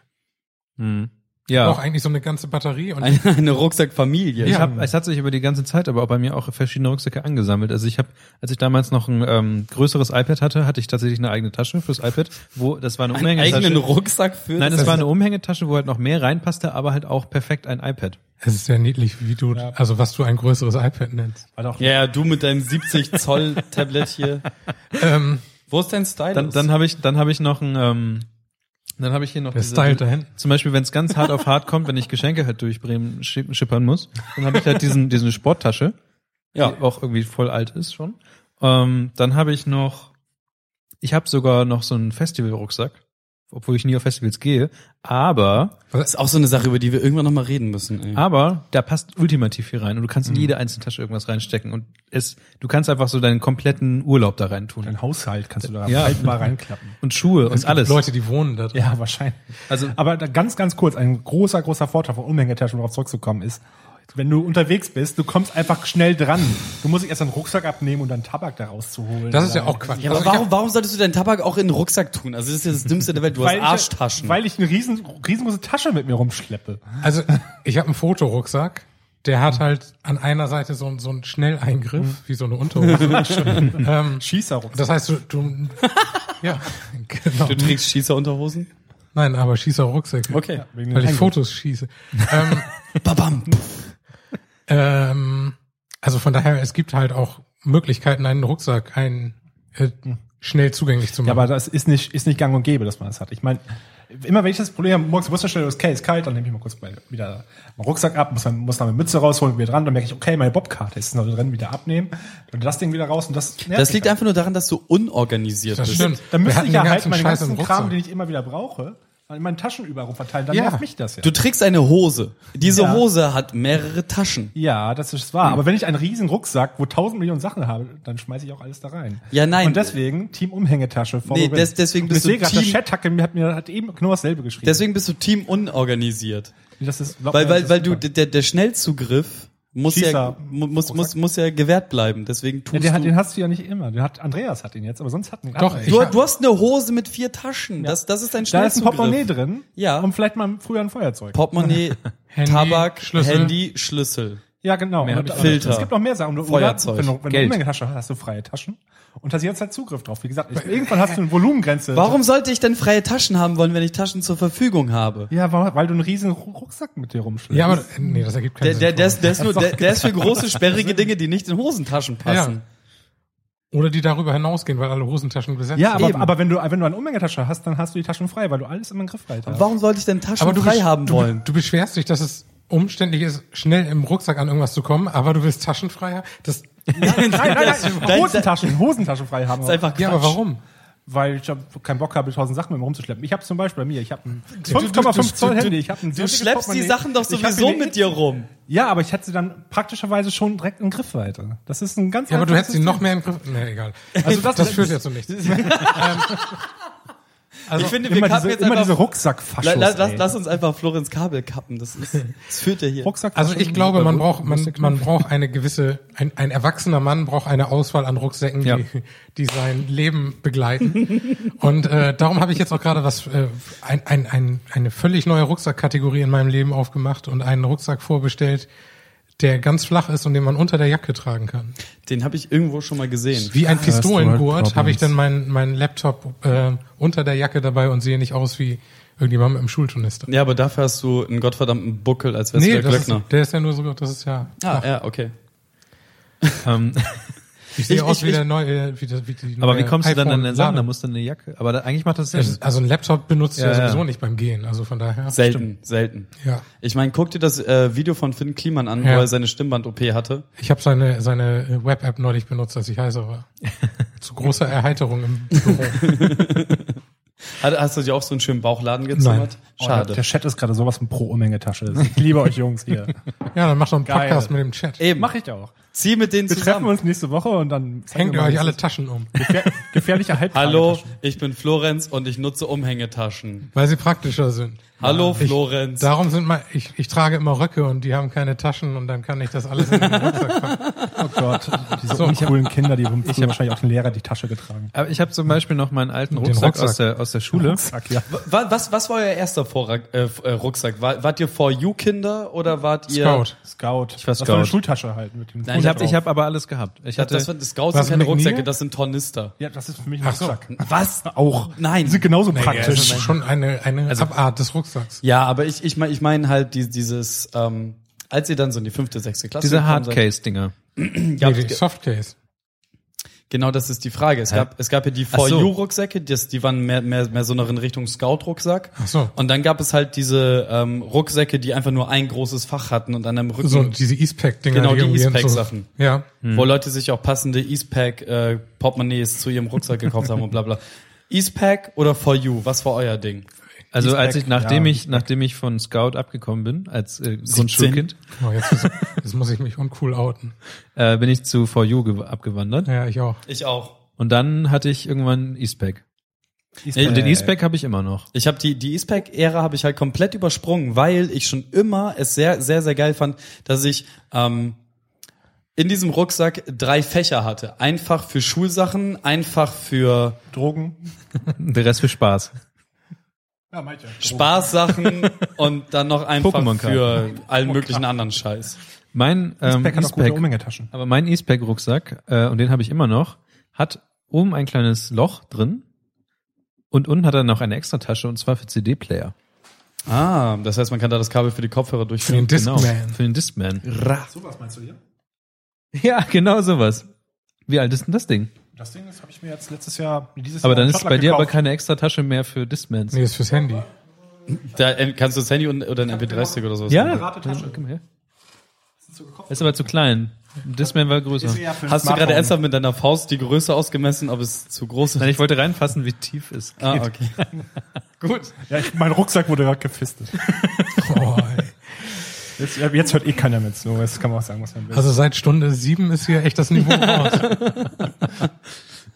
S4: Ich brauche
S2: ja.
S4: eigentlich so eine ganze Batterie und
S3: Eine, eine Rucksackfamilie.
S2: Ich hab, es hat sich über die ganze Zeit aber auch bei mir auch verschiedene Rucksäcke angesammelt. Also ich habe, als ich damals noch ein ähm, größeres iPad hatte, hatte ich tatsächlich eine eigene Tasche fürs iPad, wo das war eine
S3: Einen
S2: Umhängetasche.
S3: eigenen Rucksack für
S2: Nein,
S3: das
S2: es war eine Umhängetasche, wo halt noch mehr reinpasste, aber halt auch perfekt ein iPad.
S4: es ist sehr niedlich, wie du, also was du ein größeres iPad nennst.
S5: War doch
S3: Ja, ja, du mit deinem 70 Zoll Tablet hier.
S4: Ähm,
S3: Wo ist dein Stylus?
S2: Dann, dann habe ich, dann habe ich noch ein, ähm, dann habe ich hier noch
S4: der Style da hinten.
S2: Zum Beispiel, wenn es ganz hart auf hart kommt, wenn ich Geschenke halt durch Bremen schi- schippern muss, dann habe ich halt diesen, diese Sporttasche,
S3: ja.
S2: die auch irgendwie voll alt ist schon. Ähm, dann habe ich noch, ich habe sogar noch so einen Festivalrucksack, obwohl ich nie auf Festivals gehe, aber,
S3: Das ist auch so eine Sache, über die wir irgendwann nochmal reden müssen.
S2: Ah,
S3: Ey.
S2: aber da passt ultimativ viel rein und du kannst
S4: Mhm.
S2: in jede einzelne Tasche irgendwas reinstecken und es, du kannst einfach so deinen kompletten Urlaub da rein tun
S5: Dein Haushalt kannst du da
S2: Ja.
S5: halt mal reinklappen.
S2: und Schuhe und alles.
S4: Leute, die wohnen da drin.
S5: <laughs> Ja, wahrscheinlich.
S2: Also-
S5: Also, aber da ganz, ganz kurz, ein großer, großer Vorteil von Umhängetaschen, um darauf zurückzukommen, ist, wenn du unterwegs bist, du kommst einfach schnell dran. Du musst nicht erst deinen Rucksack abnehmen und dann Tabak daraus zu holen.
S4: Das ist ja
S5: Oder-
S4: auch Quatsch.
S3: Ja, aber
S4: Also ich hab-
S3: warum, warum solltest du deinen Tabak auch in den Rucksack tun? Also das ist ja das Dümmste der Welt. Du hast Arschtaschen.
S5: Ich, weil ich eine riesen, riesengroße Tasche mit mir rumschleppe.
S4: Also ich habe einen Fotorucksack, der hat halt an einer Seite so, so einen Schnelleingriff, wie so eine Unterhose. ähm,
S5: Schießerrucksack.
S4: das heißt, du, du ja, genau.
S3: du trägst Schießerunterhosen?
S4: Nein, aber schießer Rucksäcke.
S3: Okay.
S5: Wegen
S4: Weil
S5: dem
S4: ich
S5: Eingriff.
S4: Fotos schieße. ähm,
S3: Babam.
S4: ähm, also von daher, es gibt halt auch Möglichkeiten, einen Rucksack ein, äh, schnell zugänglich zu machen.
S5: Ja, aber das ist nicht, ist nicht gang und gäbe, dass man das hat. Ich meine, immer wenn ich das Problem habe, morgens wusste schnell, okay, ist kalt, dann nehme ich mal kurz mal wieder meinen Rucksack ab, muss, dann- muss dann meine Mütze rausholen, wieder dran, dann merke ich, okay, meine Bobkarte ist noch drin, wieder abnehmen, dann das Ding wieder raus und das nervt
S3: Das
S5: mich
S3: liegt
S5: dann.
S3: einfach nur daran, dass du unorganisiert
S4: das
S3: bist.
S4: stimmt.
S5: Dann
S4: Wir
S5: müsste
S4: hatten
S5: ich ja
S4: den
S5: halt meinen
S4: Scheiß im
S5: ganzen Kram,
S4: Rucksack.
S5: den ich immer wieder brauche, in meinen Taschen überall rumverteilen, dann
S4: Ja.
S5: nervt mich das ja.
S3: Du trägst eine Hose. Diese
S5: Ja.
S3: Hose hat mehrere Taschen.
S5: Ja, das ist
S3: Hm.
S5: wahr. Aber wenn ich einen riesen Rucksack, wo tausend Millionen Sachen habe, dann schmeiße ich auch alles da rein.
S3: Ja, nein.
S5: Und deswegen Team Umhängetasche.
S3: Nee, des- deswegen bist du
S5: Team...
S3: Team-
S5: Der Chat hat mir, hat mir hat eben genau dasselbe geschrieben.
S3: Deswegen bist du Team unorganisiert.
S5: das ist, glaub
S3: Weil,
S5: mir,
S3: weil,
S5: das
S3: weil
S5: ist
S3: du,
S5: super.
S3: der, der Schnellzugriff muss ja,
S5: Schießer.
S3: mu- muss, muss, muss ja gewährt bleiben. Deswegen
S5: Ja,
S3: tust
S5: der hat, den
S3: du.
S5: hast du ja nicht immer. Den hat, Andreas hat ihn jetzt, aber sonst hat ihn
S4: Doch,
S5: ich.
S4: ich-
S3: Du, du hast eine Hose mit vier Taschen. Das, das ist dein
S5: Da ist ein
S3: Schnellzugriff.
S5: Portemonnaie drin.
S3: Ja.
S5: Und vielleicht mal früher ein Feuerzeug. <laughs>
S3: Portemonnaie,
S4: Handy,
S3: Tabak,
S4: Schlüssel.
S3: Handy, Schlüssel.
S5: ja, genau.
S2: Mehr
S5: Und-
S2: hab ich
S3: Filter.
S5: Es gibt noch mehr Sachen. Du-
S3: Feuerzeug.
S5: Oder, wenn du, wenn
S2: Geld.
S5: du Umhängetasche hast, hast du freie Taschen. Und hast jetzt halt Zugriff drauf. Wie gesagt, ich, irgendwann
S3: <laughs>
S5: hast du eine Volumengrenze.
S3: Warum sollte ich denn freie Taschen haben wollen, wenn ich Taschen zur Verfügung habe?
S5: Ja, weil, weil du einen riesen Ru- Rucksack mit dir rumschleppst.
S4: Ja, aber nee, das ergibt keinen
S3: Der, der,
S4: Sinn.
S3: der, ist, der, ist nur, der, der ist für große, sperrige Dinge, die nicht in Hosentaschen passen.
S4: Oder die darüber hinausgehen, weil alle Hosentaschen besetzt
S5: Ja, aber,
S3: Eben.
S5: aber wenn, du, wenn du eine Umhängetasche hast, dann hast du die Taschen frei, weil du alles immer im Griffbereit hast.
S3: Warum sollte ich denn Taschen frei
S4: besch-
S3: haben
S4: du,
S3: wollen?
S4: Du beschwerst dich, dass es umständlich ist, schnell im Rucksack an irgendwas zu kommen, aber du willst Taschenfreier. Das, <laughs>
S5: Nein, nein, nein,
S3: Dein-
S5: nein. Hosentaschen, Hosentaschen frei haben.
S3: Das ist einfach Quatsch.
S4: ja, aber warum?
S5: Weil ich hab keinen Bock habe, tausend Sachen mit mir rumzuschleppen. Ich habe zum Beispiel bei mir, ich habe ein
S4: du- du-
S5: 5,5
S3: du-
S5: Zoll Handy. Also Ich hab ein
S3: Du schleppst die Sachen doch sowieso mit dir rum.
S5: Ja, aber ich hätte sie dann praktischerweise schon direkt in Griffweite. Das ist ein ganz
S4: Ja, aber du
S5: einfaches
S4: hättest ihn
S5: System.
S4: noch mehr im Griff. Nee, egal.
S5: Also das-
S4: das führt ja zu nichts.
S3: ich finde, wir
S5: Immer
S3: kappen
S5: diese,
S3: jetzt
S5: immer diese
S3: einfach...
S5: Rucksackfaschos.
S3: La, la, lass,
S5: ey.
S3: lass uns einfach Florenz Kabel kappen. Das, ist, das führt ja hier.
S5: Rucksackfaschos
S4: Also ich glaube, man braucht, man,
S5: Rucksack-
S4: man braucht eine gewisse, ein, ein erwachsener Mann braucht eine Auswahl an Rucksäcken,
S2: Ja.
S4: die, die sein Leben begleiten. Und äh, darum habe ich jetzt auch gerade was, äh, ein, ein, ein, eine völlig neue Rucksackkategorie in meinem Leben aufgemacht und einen Rucksack vorbestellt, der ganz flach ist und den man unter der Jacke tragen kann.
S3: Den habe ich irgendwo schon mal gesehen.
S4: Wie ein
S5: First World
S4: Pistolengurt habe ich
S5: Problems.
S4: dann meinen meinen Laptop äh, unter der Jacke dabei und sehe nicht aus wie irgendjemand mit einem Schulturnister.
S3: Ja, aber dafür hast du einen gottverdammten Buckel, als wärst
S4: Nee,
S3: du der
S4: das ist,
S3: Glöckner.
S4: der ist ja nur so, das ist ja.
S3: Ah, ja, okay.
S2: Ähm,
S4: Ich sehe
S3: Ich-
S4: aus
S3: ich-
S4: wie,
S3: ich-
S4: der neue, äh, wie, das, wie die neue
S2: aber wie kommst du dann an den Sachen? Da
S4: iPhone-Lade.
S2: musst du eine Jacke. Aber da, eigentlich macht das Sinn.
S4: Das ist- Also ein Laptop benutzt du ja,
S2: Ja, ja.
S4: sowieso nicht beim Gehen, also von daher.
S3: Selten, selten.
S4: Ja.
S3: Ich meine, guck dir das äh, Video von Finn Kliman an,
S4: Ja.
S3: wo er seine Stimmband-OP hatte.
S4: Ich habe seine, seine äh, Web-App neulich benutzt, als ich heiser war. Zu großer Erheiterung im Büro.
S3: Hat, hast du dir auch so einen schönen Bauchladen gezimmert?
S5: Oh,
S3: Schade.
S5: der- Der Chat ist gerade sowas von Pro-Umhängetasche. Ich liebe euch Jungs hier.
S4: Ja, dann macht doch einen
S5: Geil.
S4: Podcast mit dem
S3: <laughs>
S4: Chat.
S3: Eben,
S5: Mach ich auch.
S3: zieh mit denen
S5: Wir treffen
S3: zusammen.
S5: uns nächste Woche und dann zeigen
S4: Hängt
S5: wir
S4: ihr
S5: mal,
S4: euch
S5: was
S4: alle
S5: ist.
S4: Taschen um.
S5: Gefähr gefährliche Halbtaschen.
S3: Hallo, ich bin Florenz und ich nutze Umhängetaschen.
S4: Weil sie praktischer sind.
S3: Hallo, Florenz.
S4: Darum sind mal, ich, ich trage immer Röcke und die haben keine Taschen und dann kann ich das alles in den Rucksack packen.
S5: Oh Gott, diese uncoolen Kinder, die haben früher wahrscheinlich auch den Lehrer die Tasche getragen.
S2: Aber ich habe zum Beispiel noch meinen alten Rucksack,
S4: Rucksack.
S2: Aus, der, aus der Schule.
S5: Zack, ja.
S3: Wa- was, was war euer erster Vorrag, äh, äh, Rucksack? War, wart ihr For You-Kinder oder wart ihr...
S4: Scout.
S5: Scout. Ich
S2: war
S5: Das war
S2: Scout.
S5: eine Schultasche halt mit dem
S3: Nein,
S2: Ich habe
S5: drauf.
S2: ich hab aber alles gehabt. Ich
S3: Das,
S2: hatte,
S3: das, sind- Scouts
S4: Was,
S3: sind keine
S4: McNeil?
S3: Rucksäcke, das sind Tornister.
S5: Ja, das ist für mich ein Rucksack.
S3: <laughs> Was?
S5: Auch.
S3: Nein.
S5: Die sind genauso
S4: Das
S5: praktisch.
S4: ist also schon eine, eine Abart des Rucksacks.
S3: Ja, aber ich, ich meine ich mein halt die, dieses, ähm, als ihr dann so in die fünfte, sechste Klasse
S2: diese
S3: gekommen seid-
S2: Hardcase-Dinger.
S3: Ja,
S4: nee, die
S3: ge-
S4: Softcase.
S3: genau, das ist die Frage. Es gab, es gab ja die
S2: Ach
S3: For
S2: so.
S3: You-Rucksäcke, das- die waren mehr, mehr, mehr so noch in Richtung Scout-Rucksack.
S4: Ach so.
S3: Und dann gab es halt diese ähm, Rucksäcke, die einfach nur ein großes Fach hatten und an einem Rücken,
S4: So, diese Eastpack-Dinger.
S3: Genau, die
S4: irgendwie in so-
S3: Eastpak-Sachen.
S4: Ja.
S3: wo Leute sich auch passende Eastpack äh, Portemonnaies zu ihrem Rucksack gekauft haben und bla bla. Eastpack oder For You? Was war euer Ding?
S2: Also als ich, nachdem
S5: ja,
S2: ich, nachdem ich von Scout abgekommen bin, als äh, Grundschulkind,
S4: Oh, jetzt, muss- jetzt muss ich mich uncool outen.
S2: äh, bin ich zu For You gew- abgewandert.
S4: Ja, ich auch.
S3: Ich auch.
S2: Und dann hatte ich irgendwann Eastpack. Und den
S3: Äh,
S2: Eastpack habe ich immer noch.
S3: Ich habe die die Eastpack Ära habe ich halt komplett übersprungen, weil ich schon immer es sehr sehr sehr geil fand, dass ich ähm, in diesem Rucksack drei Fächer hatte, einfach für Schulsachen, einfach für
S5: Drogen.
S2: Der Rest für Spaß.
S5: Ja, manche.
S3: <laughs> Spaßsachen und dann noch einfach
S2: Pokémon-Karten.
S3: für allen möglichen anderen Scheiß.
S2: Mein ähm,
S5: Eastpack hat auch gute
S2: Eastpack,
S5: Umhängetaschen.
S2: aber mein Eastpack-Rucksack, äh, und den habe ich immer noch, hat oben ein kleines Loch drin und unten hat er noch eine extra Tasche und zwar für CD-Player.
S3: Ah, das heißt, man kann da das Kabel für die Kopfhörer
S4: Für
S3: durchführen.
S4: den
S2: Genau.
S4: Discman.
S2: Für den Discman.
S5: So was meinst du hier?
S2: Ja, genau sowas. Wie alt ist denn das Ding?
S5: Das Ding, das habe ich mir jetzt letztes Jahr, dieses
S2: Aber
S5: Jahr
S2: dann
S5: in
S2: ist
S5: Schottland
S2: bei dir aber
S5: gekauft.
S2: keine extra Tasche mehr für Discmans.
S4: Nee, ist fürs Handy.
S3: Da äh, kannst du das Handy und, oder ein MP30 oder sowas.
S2: Ja,
S3: machen.
S2: ja komm her. Ist aber zu klein. Discman war größer.
S3: Hast du gerade ernsthaft mit deiner Faust die Größe ausgemessen, ob es zu groß ist?
S2: Nein, ich wollte reinfassen, wie tief es geht.
S3: Ah, okay. Gut.
S5: Ja, ich, mein Rucksack wurde gerade gefistet.
S4: Oh, ey.
S5: Jetzt, jetzt hört eh keiner mit. So, jetzt kann man auch sagen, was man will.
S4: Also seit Stunde sieben ist hier echt das Niveau raus.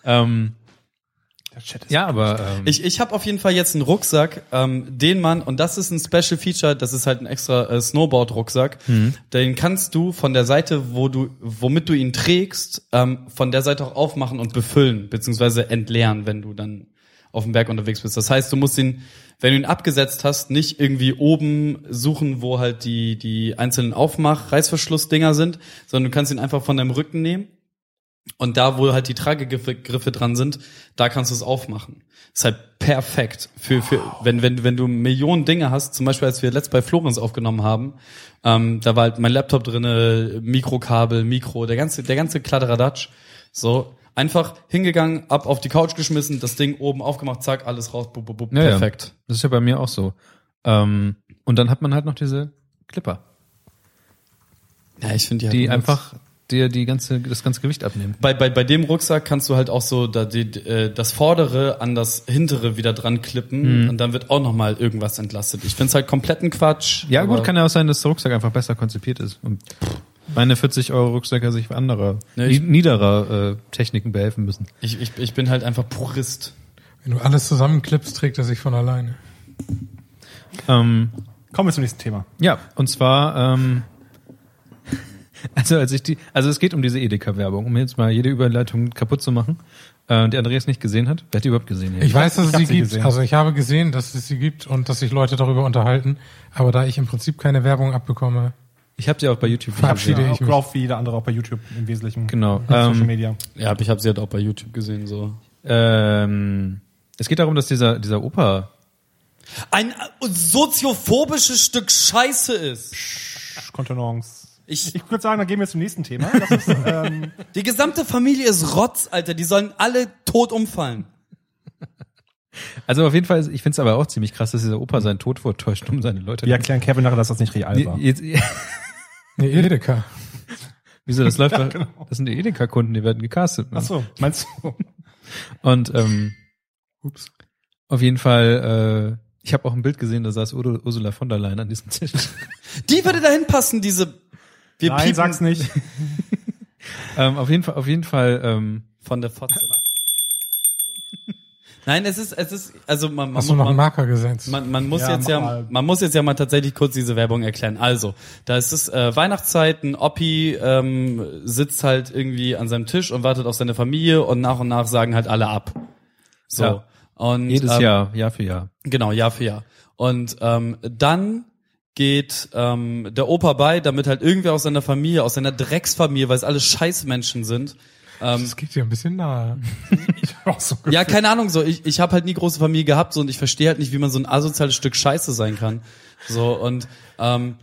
S2: Ähm,
S5: der Chat ist
S2: ja, aber ähm,
S3: Ich, ich habe auf jeden Fall jetzt einen Rucksack, ähm, den man, und das ist ein Special Feature, das ist halt ein extra äh, Snowboard-Rucksack, den kannst du von der Seite, wo du, womit du ihn trägst, ähm, von der Seite auch aufmachen und befüllen, beziehungsweise entleeren, wenn du dann auf dem Berg unterwegs bist. Das heißt, du musst ihn, wenn du ihn abgesetzt hast, nicht irgendwie oben suchen, wo halt die, die einzelnen Aufmach-Reißverschlussdinger sind, sondern du kannst ihn einfach von deinem Rücken nehmen und da, wo halt die Tragegriffe Griffe dran sind, da kannst du es aufmachen. Ist halt perfekt für, für wenn, wenn, wenn du Millionen Dinge hast, zum Beispiel als wir letzt bei Florenz aufgenommen haben, ähm, da war halt mein Laptop drinne, Mikrokabel, Mikro, der ganze, der ganze Kladderadatsch. So, einfach hingegangen, ab auf die Couch geschmissen, das Ding oben aufgemacht, zack, alles raus, bub, bub, bub,
S2: Ja, ja.
S3: perfekt.
S2: das ist ja bei mir auch so. Ähm, und dann hat man halt noch diese Clipper,
S3: Ja, ich finde
S2: die
S3: halt
S2: einfach dir die ganze, das ganze Gewicht abnehmen.
S3: bei, bei, bei dem Rucksack kannst du halt auch so da, die, äh, das Vordere an das Hintere wieder dran klippen und dann wird auch nochmal irgendwas entlastet. Ich find's halt kompletten Quatsch.
S2: Ja
S3: aber-
S2: gut, kann ja auch sein, dass der Rucksack einfach besser konzipiert ist und meine 40 Euro Rucksäcke sich anderer,
S3: Ne, ich-
S2: ni- niederer äh, Techniken behelfen müssen.
S3: Ich, ich, ich bin halt einfach Purist.
S4: Wenn du alles zusammenklippst, trägt er sich von alleine.
S2: Ähm,
S5: Kommen wir zum nächsten Thema.
S2: ja, und zwar, ähm, <laughs> also als ich die, also es geht um diese Edeka-Werbung, um jetzt mal jede Überleitung kaputt zu machen, äh, die Andreas nicht gesehen hat. Wer hat die überhaupt gesehen? hier?
S4: Ich weiß, dass
S5: ich
S4: es
S5: hab
S4: sie
S5: sie
S4: gibt.
S5: gesehen.
S4: Also ich habe gesehen, dass es sie gibt und dass sich Leute darüber unterhalten. Aber da ich im Prinzip keine Werbung abbekomme,
S2: ich habe die auch bei YouTube
S4: Verabschiede
S2: gesehen.
S4: ich
S5: auch
S4: mich.
S5: Glaub, wie jeder andere auch bei YouTube im Wesentlichen.
S2: Genau,
S5: Mit Social
S2: ähm,
S5: Media.
S3: Ja, aber ich habe sie halt auch bei YouTube gesehen. so.
S2: Ähm, es geht darum, dass dieser, dieser Opa,
S3: Ein äh, soziophobisches Stück Scheiße ist.
S5: Psch, Kontenance.
S3: Ich,
S5: Ich würde sagen, dann gehen wir zum nächsten Thema. Das ist, ähm,
S3: die gesamte Familie ist Rotz, Alter. Die sollen alle tot umfallen.
S2: also auf jeden Fall, ist- ich finde es aber auch ziemlich krass, dass dieser Opa seinen Tod vortäuscht, um seine Leute
S5: wir erklären Kevin nachher, dass das nicht real war.
S2: Jetzt,
S4: nee, Edeka.
S2: <laughs> wieso, <laughs> das läuft, doch- das sind die Edeka-Kunden, die werden gecastet. ne? Mann.
S5: Ach so, meinst du?
S2: Und ähm, ups. auf jeden Fall, äh, ich habe auch ein Bild gesehen, da saß Udo, Ursula von der Leyen an diesem
S3: <laughs>
S2: Tisch.
S3: Die würde dahin passen, diese. Wir
S5: Nein, sag's nicht.
S2: ähm, auf jeden Fall, auf jeden Fall, ähm,
S3: von der Fotze. <laughs> Nein, es ist, es ist, also man, man,
S4: Hast du noch einen
S3: man,
S4: Marker gesetzt?
S3: Man, man muss
S5: Ja,
S3: jetzt
S5: mach
S3: ja,
S5: mal.
S3: man muss jetzt ja mal tatsächlich kurz diese Werbung erklären. Also, da ist es äh, Weihnachtszeit, ein Oppi ähm, sitzt halt irgendwie an seinem Tisch und wartet auf seine Familie und nach und nach sagen halt alle ab. So.
S2: Ja.
S3: Und
S2: jedes
S3: ähm,
S2: Jahr, Jahr für Jahr.
S3: Genau, Jahr für Jahr. Und ähm, dann geht ähm, der Opa bei, damit halt irgendwer aus seiner Familie, aus seiner Drecksfamilie, weil es alle Scheißmenschen sind. Ähm,
S4: das geht dir ein bisschen nahe.
S5: Auch so
S3: ja, keine Ahnung, so ich, ich habe halt nie große Familie gehabt so, und ich verstehe halt nicht, wie man so ein asoziales Stück Scheiße sein kann. So und ähm,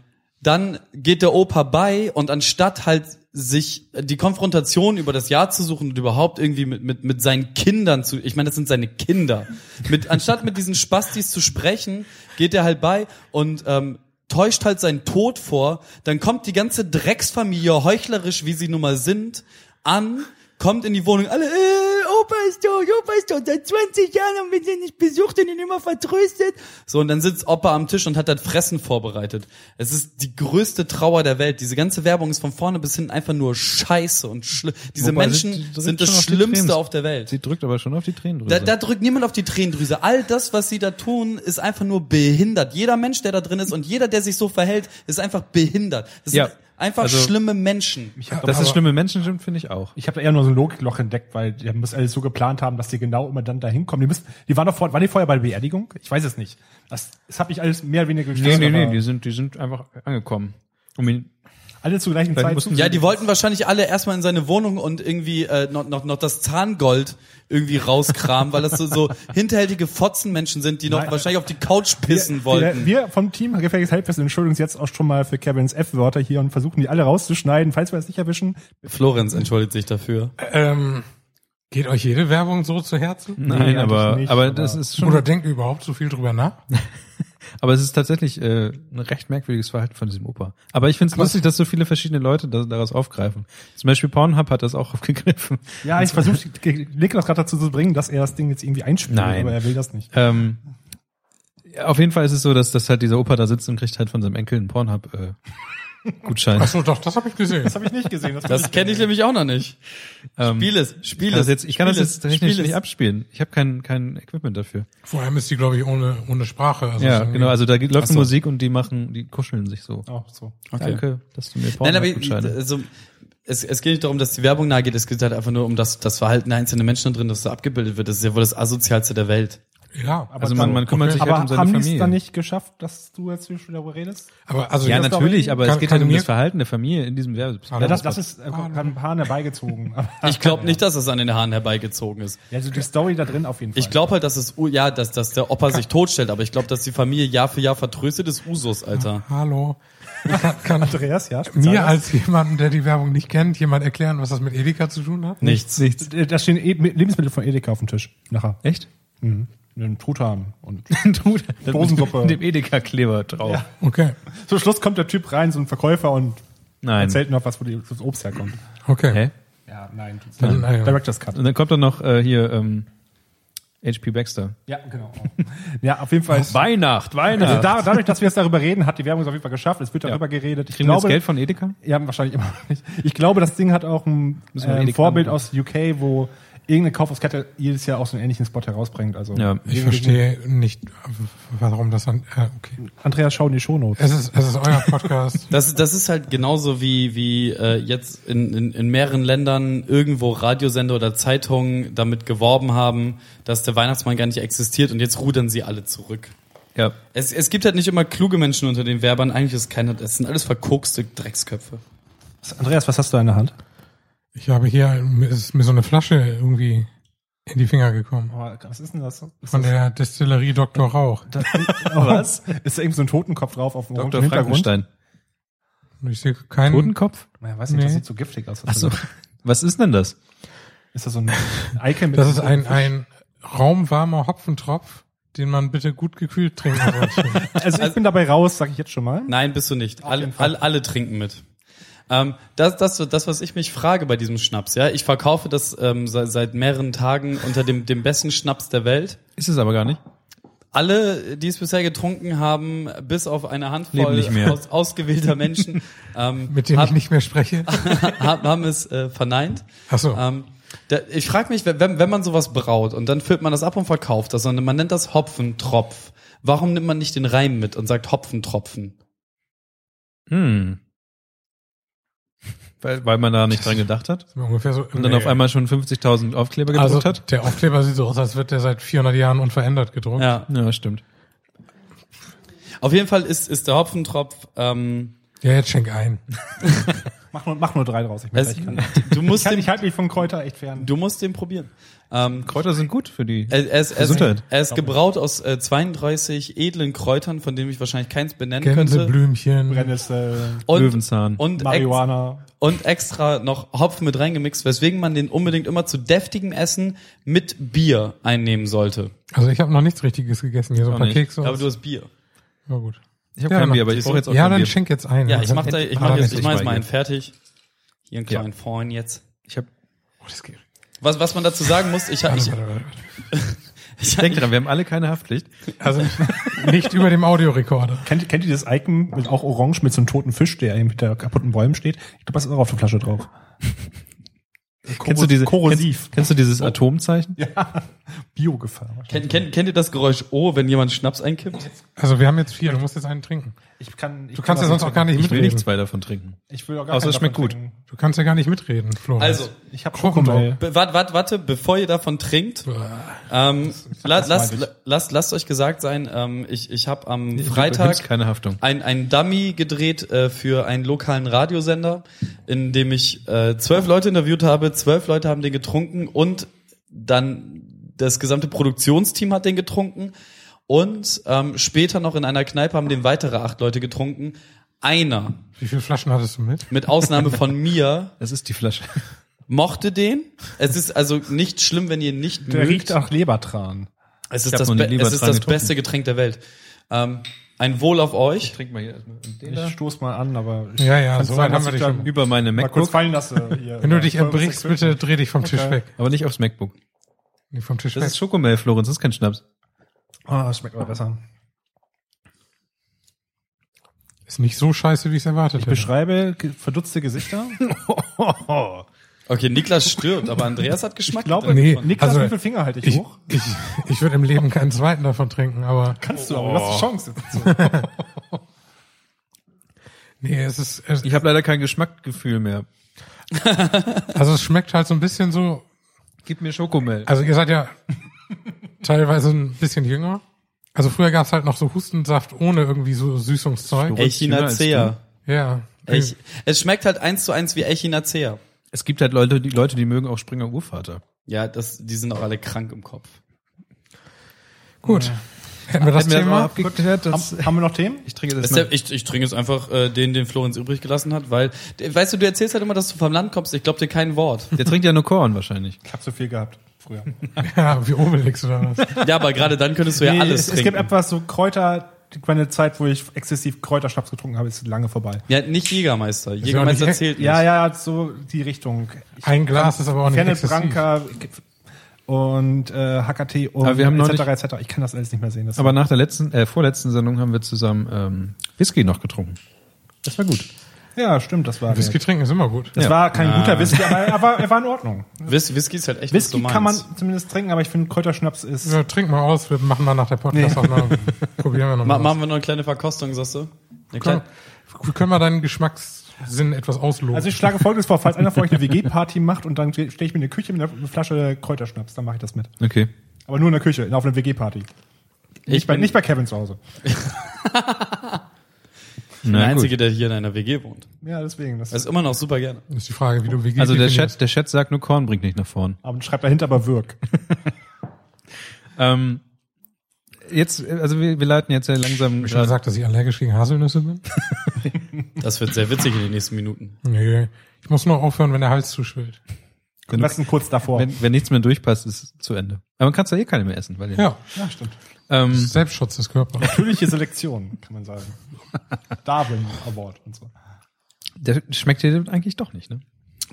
S3: dann geht der Opa bei und anstatt halt sich die Konfrontation über das Jahr zu suchen und überhaupt irgendwie mit mit mit seinen Kindern zu, ich meine, das sind seine Kinder. Mit anstatt mit diesen Spastis zu sprechen, geht er halt bei und ähm, täuscht halt seinen Tod vor, dann kommt die ganze Drecksfamilie, heuchlerisch wie sie nun mal sind, an, kommt in die Wohnung, alle, äh, Opa ist tot, Opa ist tot, seit 20 Jahren haben wir ihn nicht besucht und ihn immer vertröstet. So, und dann sitzt Opa am Tisch und hat das Fressen vorbereitet. Es ist die größte Trauer der Welt. Diese ganze Werbung ist von vorne bis hinten einfach nur scheiße und schlimm. Diese
S2: Wobei,
S3: Menschen
S2: sie- sie
S3: sind
S2: drückt schon
S3: das
S2: auf die Tränendrüse.
S3: Schlimmste auf der Welt.
S2: Sie drückt aber schon auf die Tränen
S3: Da, da drückt niemand auf die Tränendrüse. All das, was sie da tun, ist einfach nur behindert. Jeder Mensch, der da drin ist und jeder, der sich so verhält, ist einfach behindert. Das
S2: Ja.
S3: sind einfach
S2: Also-
S3: schlimme Menschen.
S2: Dass es schlimme Menschen sind, finde ich auch.
S5: Ich habe eher nur so ein Logikloch entdeckt, weil die müssen alles so geplant haben, dass die genau immer dann dahin kommen. Die müssen, die waren doch vor, waren die vorher bei der Beerdigung? Ich weiß es nicht. Das, das habe ich alles mehr oder weniger
S2: Nee,
S5: gestört.
S2: nee, nee,
S5: aber
S2: die sind, die sind einfach angekommen. Um ihn,
S5: alle zur gleichen
S2: Vielleicht
S5: Zeit.
S2: mussten
S3: Ja, die wollten wahrscheinlich alle erstmal in seine Wohnung und irgendwie äh, noch, noch, noch das Zahngold irgendwie rauskramen, weil das
S2: <laughs>
S3: so, so hinterhältige Fotzenmenschen sind, die noch
S5: Nein.
S3: wahrscheinlich auf die Couch pissen wollten.
S5: Wir, wir vom Team Gefährliches Halbwissen entschuldigen uns jetzt auch schon mal für Kevins F-Wörter hier und versuchen die alle rauszuschneiden, falls wir es nicht erwischen.
S3: Florenz entschuldigt sich dafür.
S4: Ähm, Geht euch jede Werbung so zu Herzen?
S2: Nein, aber,
S5: nicht,
S2: aber
S5: aber-
S2: das ist schon.
S4: Oder denkt ihr überhaupt so viel drüber nach?
S2: Aber es ist tatsächlich äh, ein recht merkwürdiges Verhalten von diesem Opa. Aber ich finde es lustig, dass so viele verschiedene Leute da, daraus aufgreifen. Zum Beispiel Pornhub hat das auch <laughs> aufgegriffen. <laughs>
S5: Ja, ich versuche Nick das gerade dazu zu bringen, dass er das Ding jetzt irgendwie einspielt,
S2: Nein.
S5: aber er will das nicht.
S2: Ähm, ja, auf jeden Fall ist es so, dass, dass halt dieser Opa da sitzt und kriegt halt von seinem Enkel einen äh, Pornhub-Gutschein.
S4: <laughs> Ach so, doch, das habe
S5: <laughs>
S4: ich gesehen.
S5: Das habe ich nicht gesehen.
S3: Das
S5: <laughs>
S2: <laughs>
S3: kenne ich nämlich auch noch nicht. Spiel es,
S2: Ähm, ich
S3: spiel
S2: kann das
S3: es.
S2: jetzt, ich kann das
S3: spiel
S2: jetzt
S3: es,
S2: technisch
S3: spiel
S2: nicht
S3: es.
S2: abspielen. Ich habe kein, kein Equipment dafür.
S4: Vor allem ist die, glaube ich, ohne, ohne Sprache. Also
S2: ja,
S4: ist irgendwie-
S2: genau. Also da geht- läuft
S3: so.
S2: Musik und die machen, die kuscheln sich so.
S5: Auch so.
S3: Okay.
S2: Danke, dass du mir
S3: Nein, aber ich,
S2: Pornhub-Gutscheine.
S3: also, es, es geht nicht darum, dass die Werbung nahe geht, es geht halt einfach nur um das, das Verhalten der einzelnen Menschen da drin, das da abgebildet wird. Das ist ja wohl das Asozialste der Welt.
S4: Ja, aber,
S2: Also man, man kümmert sich
S5: aber
S2: halt um seine
S5: haben die es
S2: Familie.
S5: dann nicht geschafft, dass du jetzt hier darüber redest?
S4: aber also
S2: ja,
S4: jetzt-
S2: natürlich, aber es
S4: Kann-
S2: geht
S4: kann
S2: halt um
S4: mir-
S2: das Verhalten der Familie in diesem Werbe.
S4: Ah,
S5: Ja,
S4: das-
S5: das, das ist äh, ein paar herbeigezogen. Aber-
S3: Ich glaube nicht, dass das an den Haaren herbeigezogen ist.
S5: <laughs> Ja, also die Story da drin auf jeden Fall.
S3: Ich glaube halt, dass es, u- ja, dass, dass der Opa sich totstellt, aber ich glaube, dass die Familie Jahr für Jahr vertröstet ist Usus, Alter.
S4: Hallo. Kann,
S2: <laughs>
S4: kann
S5: Andreas, ja.
S4: mir
S5: Spezial-
S4: als jemandem, der die Werbung nicht kennt, jemand erklären, was das mit Edeka zu tun hat?
S3: Nichts.
S2: Nichts.
S5: Äh, Da stehen eh Lebensmittel von Edeka auf dem Tisch. Nachher.
S2: Echt?
S5: Mhm. Einen Truthahn. <laughs> Und
S2: Dosensuppe.
S5: Dosensuppe.
S2: Dem Edeka-Kleber drauf.
S4: Okay,
S5: zum Schluss kommt der Typ rein, so ein Verkäufer, und
S2: Nein.
S5: erzählt noch was, wo die, das Obst herkommt.
S4: okay.
S2: Hä?
S5: Ja, nein. tut's
S4: Dann-
S5: nicht.
S4: ah, ja.
S5: Director's Cut.
S2: Und dann kommt dann noch äh, hier ähm, HP Baxter.
S5: Ja, genau. <laughs> Ja, auf jeden Fall.
S2: Weihnacht, Weihnacht.
S5: Also da, dadurch, dass wir jetzt darüber reden, hat die Werbung es auf jeden Fall geschafft. Es wird darüber geredet. Ich
S2: Kriegen wir jetzt Geld von Edeka?
S5: Ja, wahrscheinlich immer noch nicht. Ich glaube, das Ding hat auch ein
S2: Müssen wir
S5: äh,
S2: Edeka
S5: Vorbild
S2: machen.
S5: aus UK, wo irgendeine Kaufhauskette jedes Jahr auch so einen ähnlichen Spot herausbringt. Also
S2: Ja.
S4: Ich verstehe nicht, warum das dann... Äh, okay.
S5: Andreas, schau in die Shownotes.
S4: Es ist, es ist euer
S2: <laughs>
S4: Podcast.
S3: Das, ist- das ist halt genauso wie, wie äh, jetzt in, in, in mehreren Ländern irgendwo Radiosender oder Zeitungen damit geworben haben, dass der Weihnachtsmann gar nicht existiert und jetzt rudern sie alle zurück.
S2: Ja.
S3: Es, es gibt halt nicht immer kluge Menschen unter den Werbern. Eigentlich ist keiner. Es sind alles verkokste Drecksköpfe.
S5: Andreas, was hast du in der Hand?
S4: Ich habe hier, mir ist mir so eine Flasche irgendwie in die Finger gekommen.
S5: Was ist denn <laughs> das? Ist
S4: Von der Destillerie Dr. Rauch.
S5: was? Oh, Ist da irgend so ein Totenkopf drauf auf dem roten
S2: Dr. Frankenstein.
S4: Und Ich sehe keinen...
S2: Totenkopf?
S5: Ja, weiß nicht, das
S4: Nee.
S5: sieht so giftig aus.
S2: Achso. Was ist denn das?
S5: Ist das so ein Icon mit
S4: Das ist ein, ein raumwarmer Hopfentropf, den man bitte gut gekühlt trinken
S2: <laughs>
S4: sollte.
S5: Also ich bin dabei raus, sag ich jetzt schon mal.
S3: Nein, bist du nicht. Alle,
S5: jeden Fall.
S3: alle, alle trinken mit. Ähm, das, das, das, was ich mich frage bei diesem Schnaps, ja, ich verkaufe das ähm, seit, seit mehreren Tagen unter dem, dem besten Schnaps der Welt.
S2: Ist es aber gar nicht.
S3: Alle, die es bisher getrunken haben, bis auf eine Handvoll
S2: Leben nicht mehr.
S3: Aus, ausgewählter <laughs> Menschen, ähm,
S4: mit dem ich
S2: Ah.
S3: haben,
S4: nicht mehr spreche.
S3: <laughs> haben, haben es äh, verneint.
S4: Ach so.
S2: Ah.
S3: Ähm, da, ich frage mich, wenn, wenn man sowas braut und dann füllt man das ab und verkauft das, sondern man nennt das Hopfentropf. Warum nimmt man nicht den Reim mit und sagt Hopfentropfen?
S2: Hm. Weil, weil man da nicht dran gedacht hat.
S4: Ungefähr so.
S2: Und dann auf einmal schon 50.000 Aufkleber gedruckt
S4: also,
S2: hat.
S4: Der Aufkleber sieht so aus, als wird der seit 400 Jahren unverändert gedruckt.
S3: Ja.
S2: Ja, stimmt.
S3: Auf jeden Fall ist, ist der Hopfentropf. Ähm,
S4: Ja, jetzt schenk ein.
S5: Mach nur, mach nur drei draus. Ich, bin
S3: es,
S5: gleich kann.
S3: Also, du,
S5: <laughs> ich,
S3: musst
S5: kann,
S3: den,
S5: ich halte mich von Kräuter echt fern.
S3: du musst den probieren. Ähm,
S2: Kräuter sind gut für die.
S3: er, er, ist, er, ist,
S2: Gesundheit.
S3: er ist gebraut aus äh, 32 edlen Kräutern, von denen ich wahrscheinlich keins benennen könnte.
S4: Gänseblümchen.
S5: Brennnessel,
S3: Und,
S2: Löwenzahn.
S3: und, ex,
S5: Marihuana.
S3: und extra noch Hopfen mit reingemixt, weswegen man den unbedingt immer zu deftigem Essen mit Bier einnehmen sollte.
S4: Also ich habe noch nichts Richtiges gegessen. Hier so ein
S2: Auch
S4: paar
S2: nicht.
S4: Kekse.
S3: Aber du hast Bier.
S4: War gut.
S2: ich habe
S4: Ja,
S2: kein
S4: dann-
S2: Bier, aber ich brauche jetzt auch
S4: ja,
S2: kein
S4: dann
S2: Bier.
S4: schenk jetzt ein.
S3: Ja, ich mach, da, ich mach,
S4: Ah,
S3: jetzt, ich mach
S2: ich
S3: jetzt mal
S2: weigere.
S3: einen fertig. Hier einen
S2: Ja.
S3: kleinen Freund jetzt.
S2: Ich, hab,
S4: Oh, das geht.
S3: Was, was man dazu sagen muss, ich, ich,
S4: Warte, warte, warte, warte.
S2: ich denke dran, wir haben alle keine Haftpflicht.
S4: Also nicht über dem Audiorekorder.
S5: Kennt, kennt ihr das Icon mit auch orange mit so einem toten Fisch, der hinter kaputten Bäumen steht? Ich glaube, das ist auch auf der Flasche <laughs> drauf.
S2: Kennst du diese,
S5: Korrosiv.
S2: kennst, kennst du dieses Oh. Atomzeichen?
S5: Biogefahr.
S3: kennt, kennt, kennt ihr das Geräusch Oh, wenn jemand Schnaps einkippt?
S4: Also wir haben jetzt vier, du musst jetzt einen trinken.
S5: Ich kann, ich
S4: Du kannst ja sonst auch gar nicht
S2: Ich will
S4: mitreden.
S2: nicht zwei davon trinken.
S5: Ich will auch gar
S2: Außer
S5: keinen
S2: es schmeckt
S5: davon
S2: gut.
S5: trinken.
S4: Du kannst ja gar nicht mitreden, Florian.
S3: Also,
S5: Ich habe
S4: Krokodil.
S5: Krokodil.
S3: Be- Warte, warte, warte, bevor ihr davon trinkt, ähm, la- lasst,
S5: meinte ich.
S3: la- lasst, lasst euch gesagt sein, ähm, ich, ich habe am
S2: Du nimmst
S3: Freitag
S2: keine Haftung.
S3: ein, ein Dummy gedreht äh, für einen lokalen Radiosender, in dem ich äh, zwölf Leute interviewt habe, zwölf Leute haben den getrunken und dann das gesamte Produktionsteam hat den getrunken und ähm, später noch in einer Kneipe haben den weitere acht Leute getrunken. Einer,
S4: Wie viele Flaschen hattest du
S2: <laughs>
S4: mit?
S3: mit Ausnahme von mir,
S2: Das ist die Flasche.
S3: mochte den. Es ist also nicht schlimm, wenn ihr ihn nicht
S5: Der
S3: mögt.
S5: riecht nach Lebertran.
S3: Es
S2: Ich hab
S3: ist, das,
S2: noch nie
S3: Be
S2: lieber
S3: es ist
S2: dran
S3: das
S2: getrunken.
S3: beste Getränk der Welt. Ähm, ein Wohl auf euch.
S2: Trink mal hier erstmal den
S5: Ich
S2: da.
S5: stoß mal an, aber ich
S4: Ja, ja,
S5: kann's
S4: so
S5: sein,
S4: weit
S5: dass
S4: haben wir
S5: ich
S4: dich
S5: da
S4: schon.
S2: Über meine
S5: Mal kurz
S2: MacBook,
S5: fallen lasse.
S4: <laughs>
S5: äh,
S4: Wenn du dich erbrichst, bitte dreh dich vom Tisch
S5: Okay.
S4: weg.
S2: aber nicht aufs MacBook.
S4: Nee, vom Tisch
S2: Das ist
S4: weg.
S2: Schokomel, Florenz, das ist kein Schnaps.
S5: Ah, oh, schmeckt aber besser.
S4: Ist nicht so scheiße, wie ich es erwartet
S5: Ich
S4: hätte.
S5: beschreibe ge- verdutzte
S4: <laughs>
S5: Gesichter. <laughs>
S3: Okay, Niklas stirbt, aber
S2: <laughs>
S3: Andreas hat Geschmack.
S5: Ich glaube,
S4: Nee,
S5: Niklas,
S4: also-
S5: wie viel Finger halte ich,
S4: Ich,
S5: hoch?
S4: ich, ich würde im Leben keinen zweiten davon trinken, aber
S5: Kannst du, aber
S4: Oh.
S5: du hast die Chance. jetzt.
S4: nee, es ist, es,
S2: Ich habe leider kein Geschmackgefühl mehr.
S4: also es schmeckt halt so ein bisschen so,
S2: Gib mir Schokomel.
S4: also ihr seid ja teilweise ein bisschen jünger. Also früher gab's halt noch so Hustensaft ohne irgendwie so Süßungszeug.
S2: Echt?
S3: Echinacea.
S4: Ja.
S3: Ech es schmeckt halt eins zu eins wie Echinacea.
S2: Es gibt halt Leute, die Leute, die mögen auch Springer Urvater.
S3: Ja, das, die sind auch alle krank im Kopf.
S4: Gut. Hätten wir das
S2: Hätten wir
S4: Thema?
S2: das mal abgeklärt, dass-
S5: haben, haben wir noch Themen?
S2: ich trinke das
S3: Deshalb, ich, ich trinke jetzt einfach äh, den, den Florenz übrig gelassen hat, weil, de- weißt du, du erzählst halt immer, dass du vom Land kommst. Ich glaube dir kein Wort.
S2: Der trinkt ja nur Korn wahrscheinlich.
S5: Ich habe so viel gehabt früher.
S4: ja, wie Obelix oder was?
S3: <laughs> Ja, aber gerade dann könntest du ja
S5: Nee,
S3: alles
S5: es, es
S3: trinken.
S5: gibt etwas so Kräuter, die- meine Zeit, wo ich exzessiv Kräuterschnaps getrunken habe, ist lange vorbei.
S3: ja, nicht Jägermeister.
S4: ja auch nicht
S3: Jägermeister
S4: Hä-
S3: zählt nicht.
S5: Ja, ja, so die Richtung. Ich-
S4: Ein Glas ist aber auch nicht
S5: Fernet
S4: exzessiv.
S5: Branca und äh, Hakatee und
S2: Aber wir haben noch
S5: etc. etc. Ich kann das alles nicht mehr sehen. Das
S2: Aber nach der letzten, äh, vorletzten Sendung haben wir zusammen ähm, Whisky noch getrunken. Das war gut.
S5: ja, stimmt, das war
S4: Whisky
S5: der.
S4: trinken ist immer gut.
S5: Das war kein guter Whisky, aber er war, er war in Ordnung.
S3: Whis Whisky ist halt echt was
S5: Whisky
S3: du
S5: kann man
S3: meinst.
S5: zumindest trinken, aber ich finde Kräuterschnaps ist.
S4: Ja, trink mal aus, wir machen mal nach der Podcast auch mal. Probieren wir
S3: Ma
S4: nochmal.
S3: machen wir noch eine kleine Verkostung, sagst du? Eine kleine,
S4: Können, können wir deinen Geschmackssinn etwas ausloten?
S5: Also ich schlage folgendes vor, falls einer von euch eine WG-Party macht und dann stehe ich mir in der Küche mit einer Flasche Kräuterschnaps, dann mache ich das mit.
S2: Okay.
S5: Aber nur in der Küche, auf einer WG-Party.
S3: ich
S5: Nicht bei,
S3: bin
S5: nicht bei Kevin zu Hause.
S3: der
S2: Na,
S3: Einzige,
S2: gut.
S3: der hier in einer WG wohnt.
S5: Ja, deswegen. Das
S3: Das ist immer noch super gerne.
S4: ist die Frage, wie du WG
S2: Also der
S4: definierst.
S2: Chat, der Chat sagt nur Korn bringt nicht nach vorn.
S5: aber schreibt dahinter aber Wirk.
S2: Ähm, jetzt, äh, also wir, wir leiten jetzt ja langsam.
S4: Hab Ich habe gesagt, dass ich allergisch gegen Haselnüsse bin.
S3: Das wird sehr witzig in den nächsten Minuten.
S4: nee. Ich muss nur aufhören, wenn der Hals zuschwillt.
S2: wenn,
S5: Am besten kurz davor.
S2: wenn, wenn nichts mehr durchpasst, ist es zu Ende. Aber man kann ja eh keine mehr essen, weil ihr-
S4: Ja,
S5: ja, stimmt.
S2: ähm,
S4: Selbstschutz des Körpers.
S5: Natürliche Selektion, kann man sagen. Darwin Award und so.
S2: der schmeckt dir eigentlich doch nicht. Ne?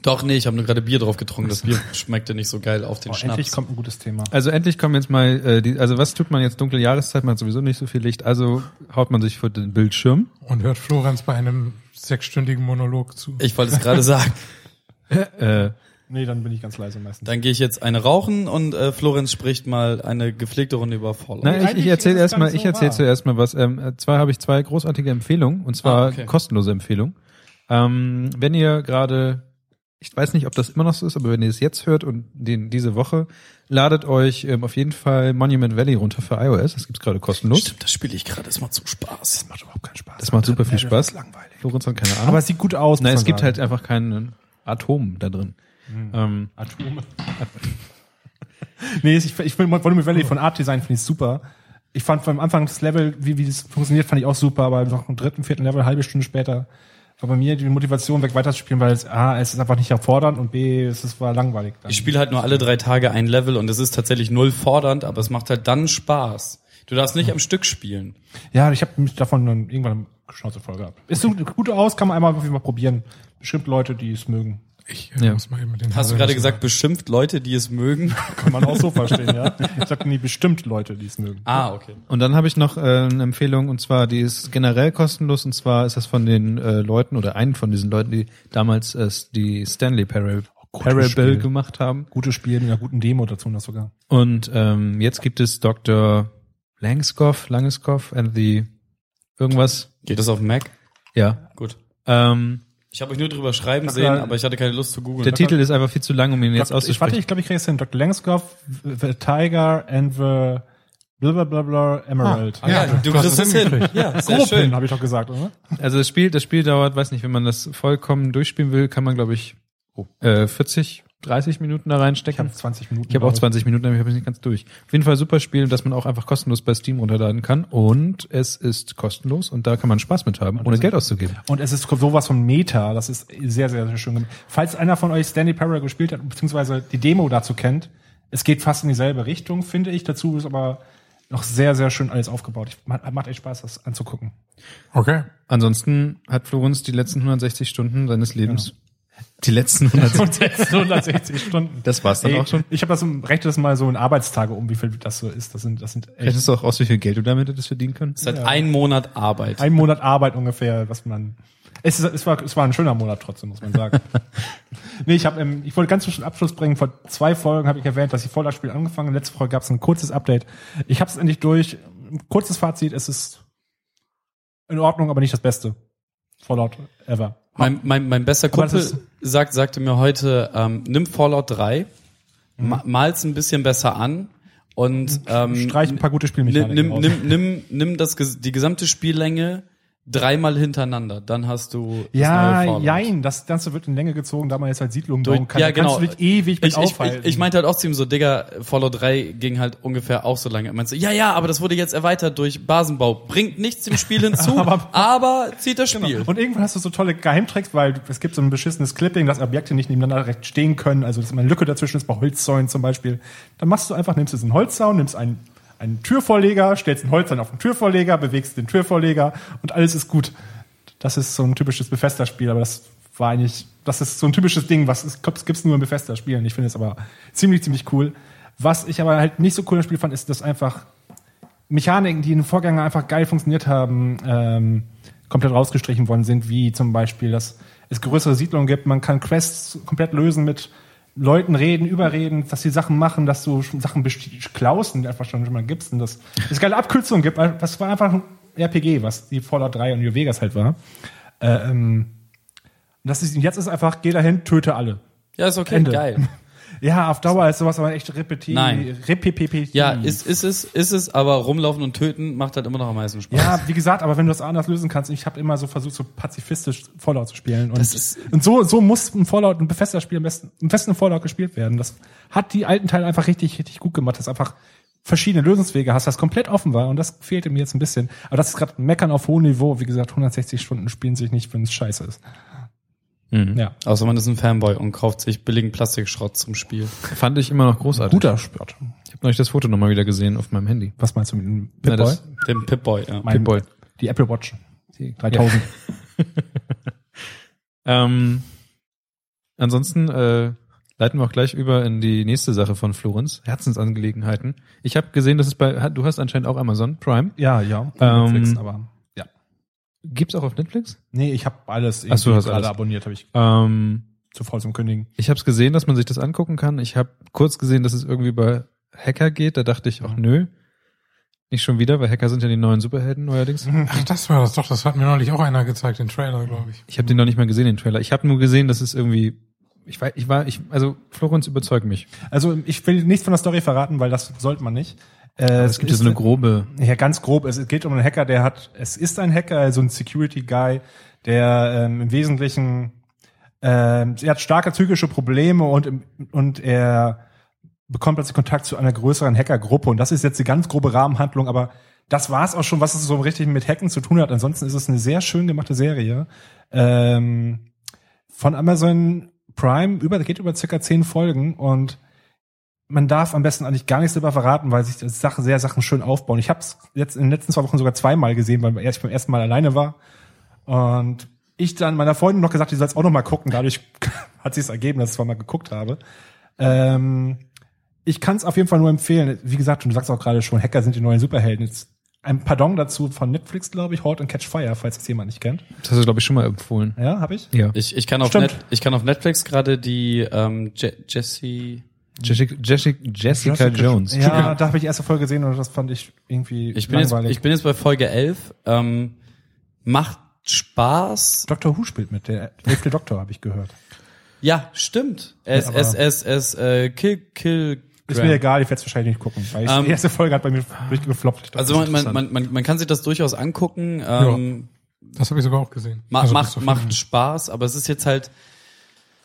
S3: Doch, nee, ich habe nur gerade Bier drauf getrunken. Das Bier <laughs> schmeckte nicht so geil auf den
S5: Oh,
S3: Schnaps.
S5: endlich kommt ein gutes Thema.
S2: Also endlich kommen jetzt mal, äh, die, also was tut man jetzt dunkle Jahreszeit? Man hat sowieso nicht so viel Licht, also haut man sich vor den Bildschirm.
S4: Und hört Florenz bei einem sechsstündigen Monolog zu.
S3: Ich wollte es gerade sagen. <laughs>
S2: Äh,
S5: Nee, dann bin ich ganz leise meistens.
S3: Dann gehe ich jetzt eine rauchen und äh, Florenz spricht mal eine gepflegte Runde über Fallout.
S2: Nein, ich,
S5: Eigentlich
S2: ich
S5: ist
S2: erzähle
S5: es
S2: erstmal,
S5: gar nicht
S2: ich
S5: so
S2: erzähle
S5: wahr.
S2: zuerst mal was. Ähm, äh, zwei habe ich zwei großartige Empfehlungen und zwar
S3: Ah, okay.
S2: kostenlose Empfehlungen. Ähm, wenn ihr gerade, ich weiß nicht, ob das immer noch so ist, aber wenn ihr es jetzt hört und den, diese Woche, ladet euch ähm, auf jeden Fall Monument Valley runter für iOS. Das gibt's gerade kostenlos.
S3: Stimmt, das spiele ich gerade. Das macht so Spaß.
S5: macht überhaupt keinen Spaß.
S2: Das macht super viel Spaß.
S5: langweilig.
S2: Lorenz hat keine Ahnung.
S5: Aber es sieht gut aus.
S2: Nein,
S5: muss
S2: es
S5: man
S2: gibt halt
S5: sagen.
S2: einfach keinen Atom da drin. Ähm,
S5: Atome. nee, ich, ich finde Volume Valley von Art Design finde ich super. Ich fand vom Anfang das Level, wie, wie das funktioniert, fand ich auch super, aber noch im dritten, vierten Level, eine halbe Stunde später, war bei mir die Motivation weg weiterzuspielen, weil es, A, es ist einfach nicht erfordernd und B, es ist, war langweilig. Dann.
S3: Ich spiele halt nur alle drei Tage ein Level und es ist tatsächlich null fordernd, aber es macht halt dann Spaß. Du darfst nicht am Stück spielen.
S5: Ja, ich habe mich davon dann irgendwann eine Schnauze voll gehabt. Ist so gut aus, kann man einmal auf jeden Fall probieren. Bestimmt Leute, die es mögen.
S4: Ich äh,
S2: Ja.
S4: muss mal eben mit den
S3: Hast du gerade
S4: Haselnüssen-
S3: gesagt, beschimpft Leute, die
S2: <laughs>
S3: es mögen?
S5: Kann man auch so
S3: <laughs>
S5: verstehen, ja. Ich sag nie bestimmt Leute, die es mögen.
S3: ah, okay.
S2: Und dann habe ich noch äh, eine Empfehlung und zwar, die ist generell kostenlos und zwar ist das von den äh, Leuten oder einen von diesen Leuten, die damals äh, die Stanley Parable,
S5: Oh, gutes
S2: Parable
S5: Spiel.
S2: gemacht haben.
S5: Gutes Spiel mit einer guten Demo dazu noch sogar.
S2: Und ähm, jetzt gibt es Dr. Langskoff, Langeskoff and the irgendwas.
S3: Geht das auf Mac?
S2: Ja.
S3: Gut.
S2: Ähm,
S3: Ich habe euch nur drüber schreiben
S5: Ach,
S3: sehen,
S5: ja.
S3: aber ich hatte keine Lust zu googeln.
S2: der Titel ist einfach viel zu lang, um ihn jetzt
S5: Dr. ich warte,
S2: auszusprechen.
S5: ich glaube, ich kriege es hin. Dr. Langskoff, The Tiger and the blablabla Emerald.
S2: <laughs>
S4: Ah,
S3: ja, du
S4: Du hast
S3: kriegst
S4: es
S3: es hin.
S4: hingekriegt.
S3: Ja, sehr
S5: Grob
S3: schön.
S5: hin, habe ich doch gesagt, oder?
S2: Also das Spiel, das Spiel dauert, weiß nicht, wenn man das vollkommen durchspielen will, kann man glaube ich äh, 40 30 Minuten da reinstecken?
S5: hab 20 Minuten.
S2: Oh. Ich habe auch
S5: drauf.
S2: 20 Minuten, aber ich habe es nicht ganz durch. Auf jeden Fall super Spiel, das man auch einfach kostenlos bei Steam runterladen kann. Und es ist kostenlos und da kann man Spaß mit haben, ohne Geld auszugeben.
S5: Und es ist sowas von Meta. Das ist sehr, sehr, sehr schön gemacht. Falls einer von euch Stanley Parra gespielt hat, beziehungsweise die Demo dazu kennt, es geht fast in dieselbe Richtung, finde ich. Dazu ist aber noch sehr, sehr schön alles aufgebaut. Ich, macht, macht echt Spaß, das anzugucken. <laughs>
S4: Okay.
S2: Ansonsten hat Florenz die letzten 160 Stunden seines Lebens. Die letzten <laughs> 160.
S5: 160 Stunden.
S2: Das war's dann
S5: Ey,
S2: auch schon.
S5: Ich habe das im rechne das mal so in Arbeitstage um, wie viel das so ist. Das sind, das sind echt
S2: Rechnest du auch aus, wie viel Geld du damit hättest verdienen können?
S3: Seit einem Monat Arbeit.
S5: ein Monat Arbeit ungefähr, was man. Es, ist, es, war, es war ein schöner Monat trotzdem, muss man sagen. nee, ich, hab, ähm, ich wollte ganz zum Abschluss bringen. Vor zwei Folgen habe ich erwähnt, dass ich voll das Spiel angefangen habe. Letzte Folge gab es ein kurzes Update. Ich habe es endlich durch. Ein Kurzes Fazit, es ist in Ordnung, aber nicht das Beste. Fallout ever.
S3: Mein, mein, mein bester
S5: Aber das
S3: Kumpel
S5: ist-
S3: sagt, sagte mir heute, ähm, nimm Fallout 3,
S5: Mhm.
S3: ma- mal's ein bisschen besser an und ähm,
S5: Streich ein paar gute Spielmechaniken
S3: nimm,
S5: raus.
S3: nimm, nimm, nimm das, ges- die gesamte Spiellänge dreimal hintereinander, dann hast du das neue
S5: Ja,
S3: Fallout.
S5: jein, das Ganze wird in Länge gezogen, da man jetzt halt Siedlungen
S3: Durch-
S5: bauen kann.
S3: ja,
S5: Da
S3: genau.
S5: Kannst du dich ewig mit
S3: Ich, ich,
S5: aufhalten.
S3: ich, ich meinte halt auch zu ihm so, Digga, Fallout 3 ging halt ungefähr auch so lange. Er meinte so, ja, ja, aber das wurde jetzt erweitert durch Basenbau. Bringt nichts dem
S5: <laughs>
S3: Spiel hinzu, aber, zieht das Spiel.
S5: Genau. Und irgendwann hast du so tolle Geheimtricks, weil es gibt so ein beschissenes Clipping, dass Objekte nicht nebeneinander direkt stehen können, also dass immer eine Lücke dazwischen ist, bei Holzzäunen zum Beispiel. Dann machst du einfach, nimmst jetzt einen Holzzaun, nimmst einen, einen Türvorleger, stellst einen Holzzaun auf den Türvorleger, bewegst den Türvorleger und alles ist gut. Das ist so ein typisches Befester-Spiel, aber das war eigentlich, das ist so ein typisches Ding, was es gibt nur in Befester-Spielen. Ich finde es aber ziemlich, ziemlich cool. Was ich aber halt nicht so cool im Spiel fand, ist, dass einfach Mechaniken, die in den Vorgängern einfach geil funktioniert haben, ähm, komplett rausgestrichen worden sind, wie zum Beispiel, dass es größere Siedlungen gibt, man kann Quests komplett lösen mit Leuten reden, überreden, dass die Sachen machen, dass du schon Sachen best- klaust und einfach schon mal gibst und dass es geile Abkürzungen gibt. Das war einfach ein RPG, was die Fallout 3 und New Vegas halt war. Äh, ähm, und das ist, jetzt ist einfach, geh dahin, töte alle.
S3: Ja, ist okay,
S5: Ende.
S3: geil.
S5: Ja, auf Dauer ist sowas aber echt repetitiv.
S3: Nein.
S5: Repetitiv.
S3: Ja, ist, ist es, ist es, aber rumlaufen und töten macht halt immer noch am meisten Spaß.
S5: Ja, wie gesagt, aber wenn du das anders lösen kannst, ich habe immer so versucht, so pazifistisch Fallout zu spielen. Und,
S3: Das ist-
S5: und so, so muss ein Fallout, ein befester Spiel am besten, im besten Fallout gespielt werden. Das hat die alten Teile einfach richtig, richtig gut gemacht, dass du einfach verschiedene Lösungswege hast, das komplett offen war und das fehlte mir jetzt ein bisschen. Aber das ist gerade ein Meckern auf hohem Niveau. Wie gesagt, 160 Stunden spielen sich nicht, wenn es scheiße ist.
S2: Mhm.
S5: Ja.
S3: Außer man ist ein Fanboy und kauft sich billigen Plastikschrott zum Spiel.
S2: Fand ich immer noch großartig.
S5: Guter Sport.
S2: Ich habe neulich das Foto nochmal wieder gesehen auf meinem Handy.
S5: Was meinst du mit dem
S2: Na,
S5: Pip-Boy?
S2: das-
S3: Dem Pip-Boy, ja.
S5: Mein-
S2: Pip-Boy.
S5: Die Apple Watch. Die 3000.
S2: Ähm, ansonsten äh, leiten wir auch gleich über in die nächste Sache von Florenz. Herzensangelegenheiten. Ich habe gesehen, dass es bei, du hast anscheinend auch Amazon Prime.
S5: Ja, ja.
S2: Ähm,
S5: Netflix, aber ja.
S2: Gibt's auch auf Netflix?
S5: Nee, ich habe alles
S2: Ach so,
S5: irgendwie
S2: hast
S5: gerade
S2: alles.
S5: abonniert, habe ich
S2: Ähm,
S5: zu faul zum Kündigen.
S2: Ich habe es gesehen, dass man sich das angucken kann. Ich habe kurz gesehen, dass es irgendwie bei Hacker geht. Da dachte ich, ach nö, nicht schon wieder, weil Hacker sind ja die neuen Superhelden neuerdings.
S4: Ach, das war das doch. Das hat mir neulich auch einer gezeigt, den Trailer, glaube ich.
S2: Ich habe den noch nicht mal gesehen, den Trailer. Ich habe nur gesehen, dass es irgendwie, ich war, ich war, ich, also Florenz überzeugt mich.
S5: Also ich will nichts von der Story verraten, weil das sollte man nicht. Äh,
S2: Es gibt ja so eine grobe.
S5: ja, ganz grob. Es geht um einen Hacker, der hat, es ist ein Hacker, so ein Security Guy, der ähm, im Wesentlichen, ähm, er hat starke psychische Probleme und im- und er bekommt plötzlich Kontakt zu einer größeren Hackergruppe und das ist jetzt die ganz grobe Rahmenhandlung, aber das war's auch schon, was es so richtig mit Hacken zu tun hat. Ansonsten ist es eine sehr schön gemachte Serie. Ähm, von Amazon Prime über, geht über circa zehn Folgen und man darf am besten eigentlich gar nichts darüber verraten, weil sich das Sache, sehr Sachen schön aufbauen. Ich habe es jetzt in den letzten zwei Wochen sogar zweimal gesehen, weil ich beim ersten Mal alleine war. Und ich dann meiner Freundin noch gesagt, die soll es auch noch mal gucken. Dadurch <laughs> hat sie es ergeben, dass ich es zweimal geguckt habe. Ähm, ich kann es auf jeden Fall nur empfehlen. Wie gesagt, und du sagst auch gerade schon, Hacker sind die neuen Superhelden. Jetzt ein Pardon dazu von Netflix, glaube ich, Hot and Catch Fire, falls das jemand nicht kennt.
S2: Das hast du, glaube ich, schon mal empfohlen.
S5: Ja, habe ich?
S2: Ja.
S3: Ich, ich, kann auf
S5: Stimmt.
S3: Net, ich kann auf Netflix gerade die ähm, Je Jessie.
S2: Jessica, Jessica, Jessica Jones.
S5: Ja, da habe ich die erste Folge gesehen und das fand ich irgendwie
S3: Ich bin, jetzt,
S5: langweilig.
S3: ich bin jetzt bei Folge 11. Ähm, macht Spaß.
S5: Dr. Who spielt mit, der elfte Doktor, habe ich gehört.
S3: Ja, stimmt. Es, es, es, es, äh, kill, kill.
S5: Ist
S3: Graham.
S5: mir egal, ich werde es wahrscheinlich nicht gucken, weil ich,
S3: Ähm,
S5: die erste Folge hat bei mir durchgefloppt.
S3: Also man, man, man, man, man kann sich das durchaus angucken. Ähm,
S4: Das habe ich sogar auch gesehen.
S3: Ma
S4: Also, das
S3: macht
S4: war
S3: macht
S4: viel-
S3: Spaß, aber es ist jetzt halt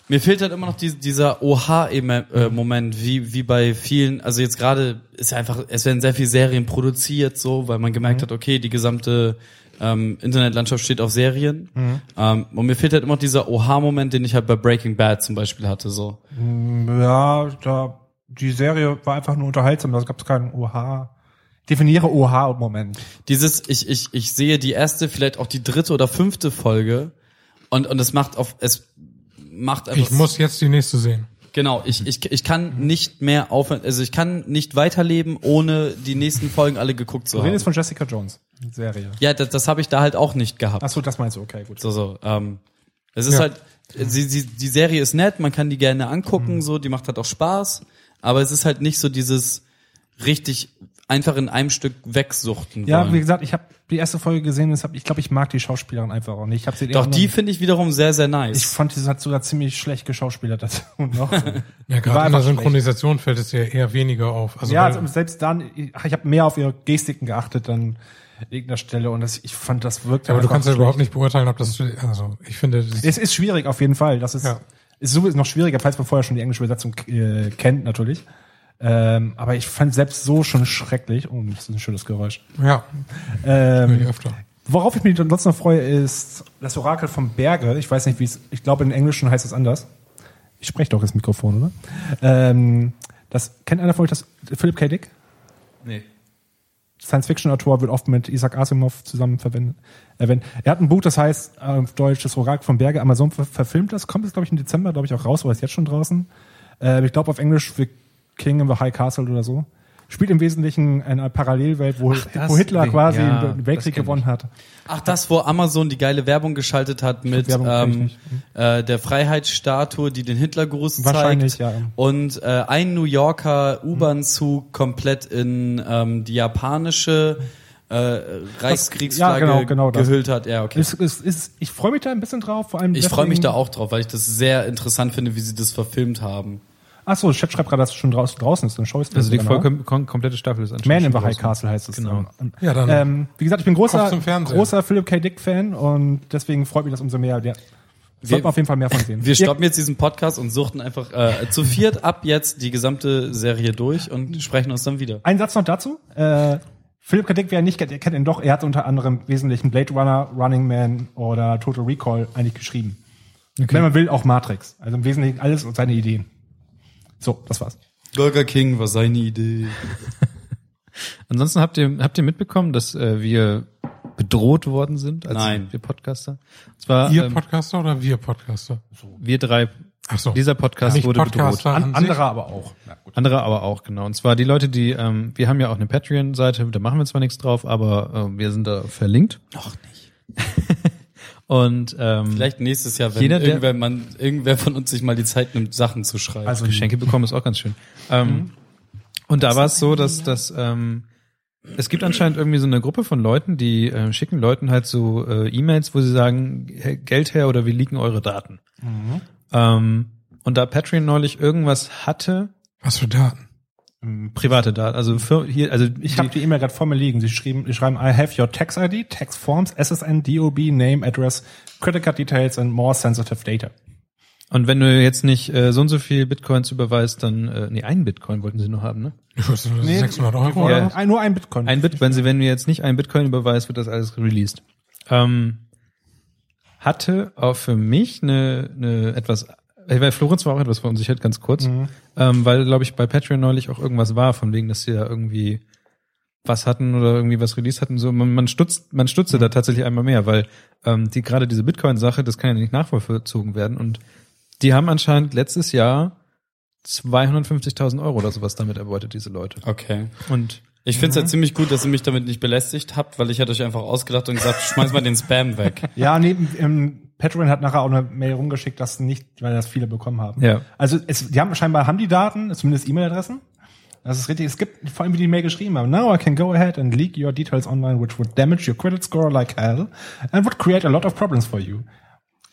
S3: Mir fehlt halt immer noch die, dieser Oha-Moment, wie, wie bei vielen, also jetzt gerade ist ja einfach, es werden sehr viele Serien produziert, so, weil man gemerkt
S4: Mhm.
S3: hat, okay, die gesamte ähm, Internetlandschaft steht auf Serien.
S4: Mhm.
S3: Ähm, und mir fehlt halt immer noch dieser Oha-Moment, den ich halt bei Breaking Bad zum Beispiel hatte, so.
S5: Ja, da, die Serie war einfach nur unterhaltsam, da gab es keinen OH. Definiere OH im Moment.
S3: dieses, ich, ich, ich sehe die erste, vielleicht auch die dritte oder fünfte Folge und, und es macht auf, es macht einfach.
S4: Ich muss jetzt die nächste sehen.
S3: Genau, ich, ich, ich
S5: Mhm.
S3: kann nicht mehr aufhören, also ich kann nicht weiterleben, ohne die nächsten Folgen alle geguckt zu
S5: Wir reden jetzt
S3: haben.
S5: von Jessica Jones, Serie.
S3: Ja, das, das habe ich da halt auch nicht gehabt.
S5: Achso, das meinst du, okay, gut.
S3: So, so, ähm, es ist
S4: Ja.
S3: halt, sie, sie, die Serie ist nett, man kann die gerne
S5: Mhm.
S3: angucken, so, die macht halt auch Spaß, aber es ist halt nicht so dieses richtig einfach in einem Stück wegsuchten.
S5: Ja,
S3: wollen.
S5: wie gesagt, ich habe die erste Folge gesehen, deshalb, ich glaube, ich mag die Schauspielerin einfach auch nicht. Ich hab sie
S3: Doch
S5: eher-
S3: die finde ich wiederum sehr, sehr nice.
S5: Ich fand, sie hat sogar ziemlich schlecht geschauspielert dazu <laughs> noch. War
S4: Ja, gerade in der
S5: einfach
S4: Synchronisation fällt es ja eher weniger auf. Also,
S5: ja,
S4: weil-
S5: also selbst dann, ich, ich habe mehr auf ihre Gestiken geachtet dann an irgendeiner Stelle und das, ich fand, das wirkt
S4: aber du kannst ja
S5: schlecht.
S4: überhaupt nicht beurteilen, ob das, also, ich finde, das
S5: Es ist schwierig auf jeden Fall. Das ist,
S4: Ja.
S5: ist sowieso noch schwieriger, falls man vorher schon die englische Übersetzung äh, kennt natürlich. Ähm, aber ich fand selbst so schon schrecklich. Oh, das ist ein schönes Geräusch.
S4: ja, höre ich
S5: Ähm,
S4: öfter.
S5: worauf ich mich dann sonst noch freue, ist das Orakel vom Berge. Ich weiß nicht, wie es. Ich glaube, in Englischen heißt es anders. Ich spreche doch ins Mikrofon, oder? Ähm, das kennt einer von euch das Philip K. Dick?
S2: Nee.
S5: Science-Fiction-Autor wird oft mit Isaac Asimov zusammen verwendet, erwähnt. Er hat ein Buch, das heißt äh, auf Deutsch Das Orakel vom Berge. Amazon ver verfilmt das, kommt jetzt, glaube ich, im Dezember, glaube ich, auch raus, oder ist jetzt schon draußen. Äh, ich glaube, auf Englisch für King in the High Castle oder so. Spielt im Wesentlichen eine Parallelwelt, wo,
S2: das
S5: wo Hitler
S2: Ding,
S5: quasi
S2: ja,
S5: den Weltkrieg
S2: das kenn ich.
S5: gewonnen hat.
S3: Ach, das, wo Amazon die geile Werbung geschaltet hat mit
S5: Werbung kenn ich
S3: ähm,
S5: nicht. Hm.
S3: äh, der Freiheitsstatue, die den Hitlergruß
S5: Wahrscheinlich,
S3: zeigt.
S5: ja. Hm.
S3: Und äh, ein New Yorker U-Bahn-Zug komplett in ähm, die japanische äh, Reichskriegsflagge
S5: ja, genau, genau das.
S3: gehüllt hat. Ja, okay.
S5: Ist, ist, ist, ich freue mich da ein bisschen drauf, vor allem.
S3: Ich freue mich da
S5: deswegen-
S3: auch drauf, weil ich das sehr interessant finde, wie sie das verfilmt haben.
S5: Ach so, Chat schreibt gerade, dass es schon draußen, draußen ist. Dann schaue ich
S2: Also die vollkommen- kom komplette Staffel ist
S5: Genau. Man
S2: anscheinend
S5: in the
S2: schon
S5: High
S2: draußen.
S5: Castle heißt es.
S2: Genau.
S5: Ähm,
S4: Ja, dann-
S5: Ähm, wie gesagt, ich bin
S4: Kopf
S5: großer,
S4: zum Fernseher.
S5: großer Philip K. Dick-Fan und deswegen freut mich das umso mehr. Der sollte man auf jeden Fall mehr von sehen.
S3: Wir stoppen jetzt diesen Podcast und suchten einfach äh, zu viert ab jetzt die gesamte Serie durch und sprechen uns dann wieder.
S5: Ein Satz noch dazu. Äh, Philip K. Dick, wer ihn nicht kennt, ihr kennt ihn doch. Er hat unter anderem im Wesentlichen Blade Runner, Running Man oder Total Recall eigentlich geschrieben. Wenn man will, auch Matrix. Also im Wesentlichen alles und seine Ideen. So, das war's.
S3: Burger King war seine Idee.
S2: Ansonsten habt ihr, habt ihr mitbekommen, dass äh, wir bedroht worden sind als
S3: Nein.
S2: wir Podcaster? Und zwar
S4: Ihr
S2: ähm,
S4: Podcaster oder wir Podcaster?
S2: wir drei.
S4: Ach so.
S2: Dieser Podcast
S4: Nicht
S2: wurde bedroht.
S4: Podcaster an, sich.
S5: Anderer aber auch.
S2: Andere aber auch, genau. Und zwar die Leute, die, ähm, wir haben ja auch eine Patreon-Seite, da machen wir zwar nichts drauf, aber äh, wir sind da verlinkt.
S3: Noch nicht.
S2: Und ähm,
S3: Vielleicht nächstes Jahr, wenn
S2: Jeder, der-
S3: irgendwer, man, irgendwer von uns sich mal die Zeit nimmt, Sachen zu schreiben.
S5: Also
S2: Geschenke bekommen ist auch ganz schön. Ähm, und da war es so, dass, dass ähm, es gibt anscheinend irgendwie so eine Gruppe von Leuten, die äh, schicken Leuten halt so äh, E-Mails, wo sie sagen, "Hey, Geld her oder wir leaken eure Daten. Ähm, und da Patreon neulich irgendwas hatte,
S4: Was für Daten?
S2: private Daten, also für, hier, also
S5: Ich habe die E-Mail gerade vor mir liegen. Sie schrieben, sie schreiben, I have your tax ID, tax forms, SSN, DOB, name, address, credit card details and more sensitive data.
S2: und wenn du jetzt nicht äh, so und so viel Bitcoins überweist, dann äh, nee, einen Bitcoin wollten sie noch haben, ne?
S4: Das ist 600 Euro
S2: Oh, Ja.
S4: oder was?
S5: Ein, nur ein Bitcoin.
S2: Ein Bit, wenn sie, wenn du jetzt nicht einen Bitcoin überweist, wird das alles released. Ähm, hatte auch für mich eine, eine etwas, äh, weil Florenz war auch etwas verunsichert, ganz kurz, ähm, weil, glaube ich, bei Patreon neulich auch irgendwas war, von wegen, dass sie da irgendwie was hatten oder irgendwie was released hatten. So, man, man stutzt, man stutze da tatsächlich einmal mehr, weil ähm, die gerade diese Bitcoin-Sache, das kann ja nicht nachvollzogen werden. Und die haben anscheinend letztes Jahr 250.000 Euro oder sowas damit erbeutet, diese Leute.
S3: okay.
S2: Und
S3: Ich finde es
S5: Mhm.
S3: ja ziemlich gut, dass ihr mich damit nicht belästigt habt, weil ich hätte euch einfach ausgelacht und gesagt, schmeiß mal den Spam
S5: <laughs>
S3: weg.
S5: Ja, neben ähm, Patreon hat nachher auch eine Mail rumgeschickt, dass nicht, weil das viele bekommen haben.
S2: Ja.
S5: Also es, die haben scheinbar haben die Daten, zumindest E-Mail-Adressen. Das ist richtig. Es gibt vor allem, wie die Mail geschrieben haben. Now I can go ahead and leak your details online, which would damage your credit score like hell and would create a lot of problems for you.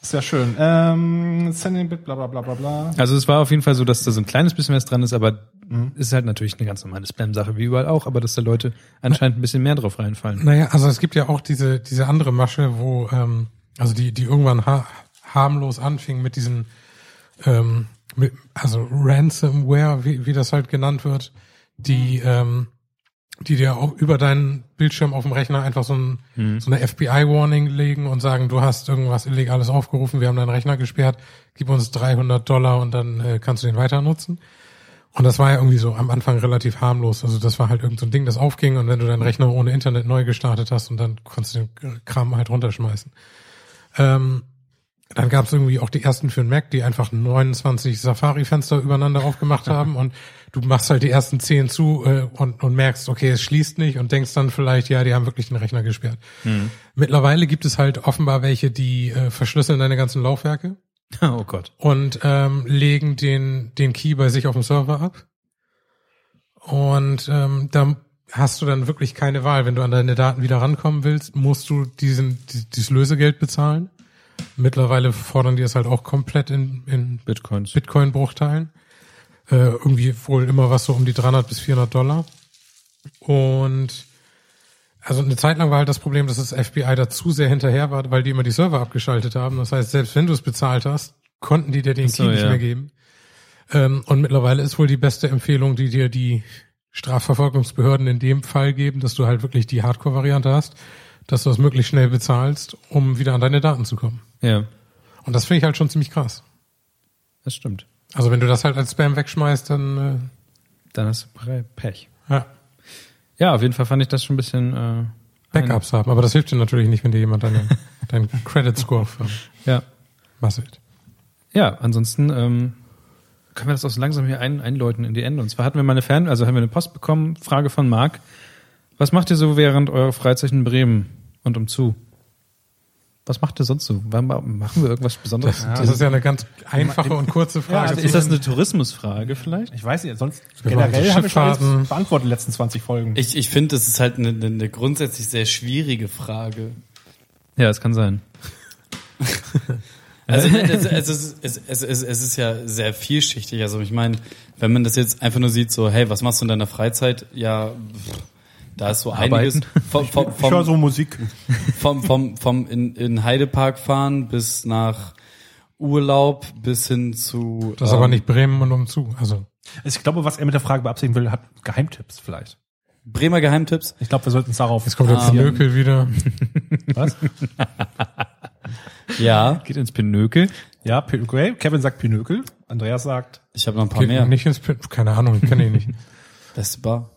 S5: Sehr schön. Ähm, sending bit, bla bla bla bla bla.
S2: Also es war auf jeden Fall so, dass da so ein kleines bisschen was dran ist, aber ist halt natürlich eine ganz normale Spam-Sache, wie überall auch, aber dass da Leute anscheinend ein bisschen mehr drauf reinfallen. <laughs>
S4: Naja, also es gibt ja auch diese, diese andere Masche, wo, ähm, also die, die irgendwann ha harmlos anfing mit diesen ähm, mit, also Ransomware, wie, wie das halt genannt wird, die, ähm, die dir auch über deinen Bildschirm auf dem Rechner einfach so, ein, so eine FBI-Warning legen und sagen, du hast irgendwas Illegales aufgerufen, wir haben deinen Rechner gesperrt, gib uns 300 Dollar und dann äh, kannst du den weiter nutzen. Und das war ja irgendwie so am Anfang relativ harmlos. Also das war halt irgend so ein Ding, das aufging und wenn du deinen Rechner ohne Internet neu gestartet hast und dann konntest du den Kram halt runterschmeißen. Ähm, dann gab es irgendwie auch die ersten für den Mac, die einfach 29 Safari-Fenster übereinander aufgemacht haben und du machst halt die ersten 10 zu äh, und, und merkst, okay, es schließt nicht und denkst dann vielleicht, ja, die haben wirklich den Rechner gesperrt. Mittlerweile gibt es halt offenbar welche, die äh, verschlüsseln deine ganzen Laufwerke
S2: Oh Gott.
S4: und ähm, legen den, den Key bei sich auf dem Server ab. Und ähm, da hast du dann wirklich keine Wahl. Wenn du an deine Daten wieder rankommen willst, musst du diesen, die- dieses Lösegeld bezahlen. Mittlerweile fordern die es halt auch komplett in, in
S2: Bitcoins.
S4: Bitcoin-Bruchteilen. Äh, irgendwie wohl immer was so um die 300 bis 400 Dollar. Und also eine Zeit lang war halt das Problem, dass das FBI da zu sehr hinterher war, weil die immer die Server abgeschaltet haben. Das heißt, selbst wenn du es bezahlt hast, konnten die dir den
S2: so,
S4: Key nicht
S2: ja.
S4: mehr geben. Ähm, und mittlerweile ist wohl die beste Empfehlung, die dir die Strafverfolgungsbehörden in dem Fall geben, dass du halt wirklich die Hardcore-Variante hast, dass du das möglichst schnell bezahlst, um wieder an deine Daten zu kommen.
S2: Ja,
S4: Und das finde ich halt schon ziemlich krass.
S2: das stimmt.
S4: Also wenn du das halt als Spam wegschmeißt, dann
S2: Dann hast du Pre- Pech.
S4: äh, ja,
S2: Ja, auf jeden Fall fand ich das schon ein bisschen. Äh,
S4: Backups haben. Aber das hilft dir natürlich nicht, wenn dir jemand deine, deinen Credit Score
S2: ja.
S4: vermasselt.
S2: Ja, ansonsten ähm, können wir das auch so langsam hier ein, einläuten in die Ende. Und zwar hatten wir mal eine Fan, also haben wir eine Post bekommen, Frage von Marc. Was macht ihr so während eurer Freizeit in Bremen und umzu? Was macht ihr sonst so? Wann ma- Machen wir irgendwas <laughs> Besonderes?
S4: Das ist ja eine ganz einfache und kurze Frage.
S2: also ist das eine Tourismusfrage vielleicht?
S5: Ich weiß nicht, sonst
S4: Wir waren
S5: generell
S4: auf
S5: habe ich schon
S4: Schifffahrten.
S5: alles beantwortet in den letzten 20 Folgen.
S3: Ich, ich finde, das ist halt eine, eine, eine grundsätzlich sehr schwierige Frage.
S2: Ja, es kann sein.
S3: Also es, es, ist, es, es, es, es ist ja sehr vielschichtig. Also ich meine, wenn man das jetzt einfach nur sieht, so, hey, was machst du in deiner Freizeit? Ja, pff, da ist so einiges. Vom, vom,
S5: ich höre
S3: vom,
S5: so Musik.
S3: vom, vom, vom in, in Heidepark fahren bis nach Urlaub bis hin zu. ähm,
S4: Das ist aber nicht Bremen und umzu. Also
S5: Ich glaube, was er mit der Frage beabsichtigen will, hat Geheimtipps vielleicht.
S3: Bremer Geheimtipps.
S5: Ich glaube, wir sollten es darauf.
S4: jetzt kommt jetzt <laughs>
S3: Ah.
S4: Nökel wieder.
S5: Was?
S3: Ja,
S2: Geht ins Pinökel.
S5: Ja, Pin- okay. Kevin sagt Pinökel. Andreas sagt.
S3: ich habe noch ein paar
S4: Geht
S3: mehr.
S4: nicht ins Pit. Keine Ahnung, ich kenne ihn nicht.
S3: Beste Bar.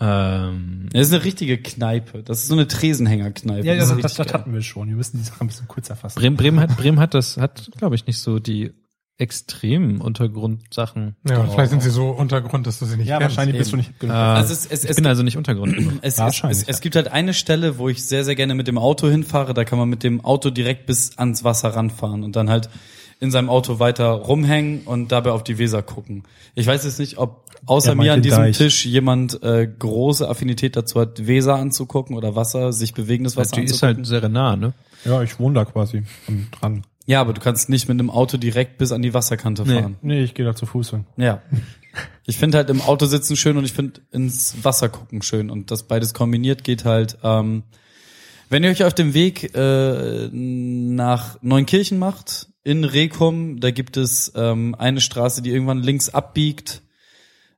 S2: Ähm,
S3: Das ist eine richtige Kneipe. Das ist so eine Tresenhängerkneipe.
S5: Ja,
S3: ist
S5: ja das, das,
S3: richtig
S5: das
S3: geil.
S5: hatten wir schon. Wir müssen die Sache ein bisschen kurz erfassen.
S2: Bremen, Bremen hat, Bremen hat das, hat, glaube ich, nicht so die extremen Untergrundsachen.
S4: Ja, vielleicht sind sie so untergrund, dass du sie nicht
S5: Ja,
S4: kennst.
S5: wahrscheinlich bist du nicht genug.
S3: Also es, es,
S2: Ich
S3: es,
S2: bin also nicht Untergrund. <clears throat> genug.
S3: es, es,
S5: Wahrscheinlich,
S3: es, es gibt halt eine Stelle, wo ich sehr, sehr gerne mit dem Auto hinfahre. Da kann man mit dem Auto direkt bis ans Wasser ranfahren und dann halt in seinem Auto weiter rumhängen und dabei auf die Weser gucken. Ich weiß jetzt nicht, ob außer
S5: Er meint
S3: mir an
S5: den
S3: diesem
S5: Deich.
S3: Tisch jemand äh, große Affinität dazu hat, Weser anzugucken oder Wasser, sich bewegendes Wasser
S2: Die ist
S3: anzugucken.
S2: halt sehr nah, ne?
S5: ja, ich wohne da quasi am- dran.
S3: ja, aber du kannst nicht mit einem Auto direkt bis an die Wasserkante fahren.
S5: halt Nee, ich gehe da zu Fuß hin.
S3: Ja. Ich finde halt im Auto sitzen schön und ich finde ins Wasser gucken schön und das beides kombiniert geht halt. Ähm, wenn ihr euch auf dem Weg äh, nach Neunkirchen macht, in Rekum, da gibt es ähm, eine Straße, die irgendwann links abbiegt.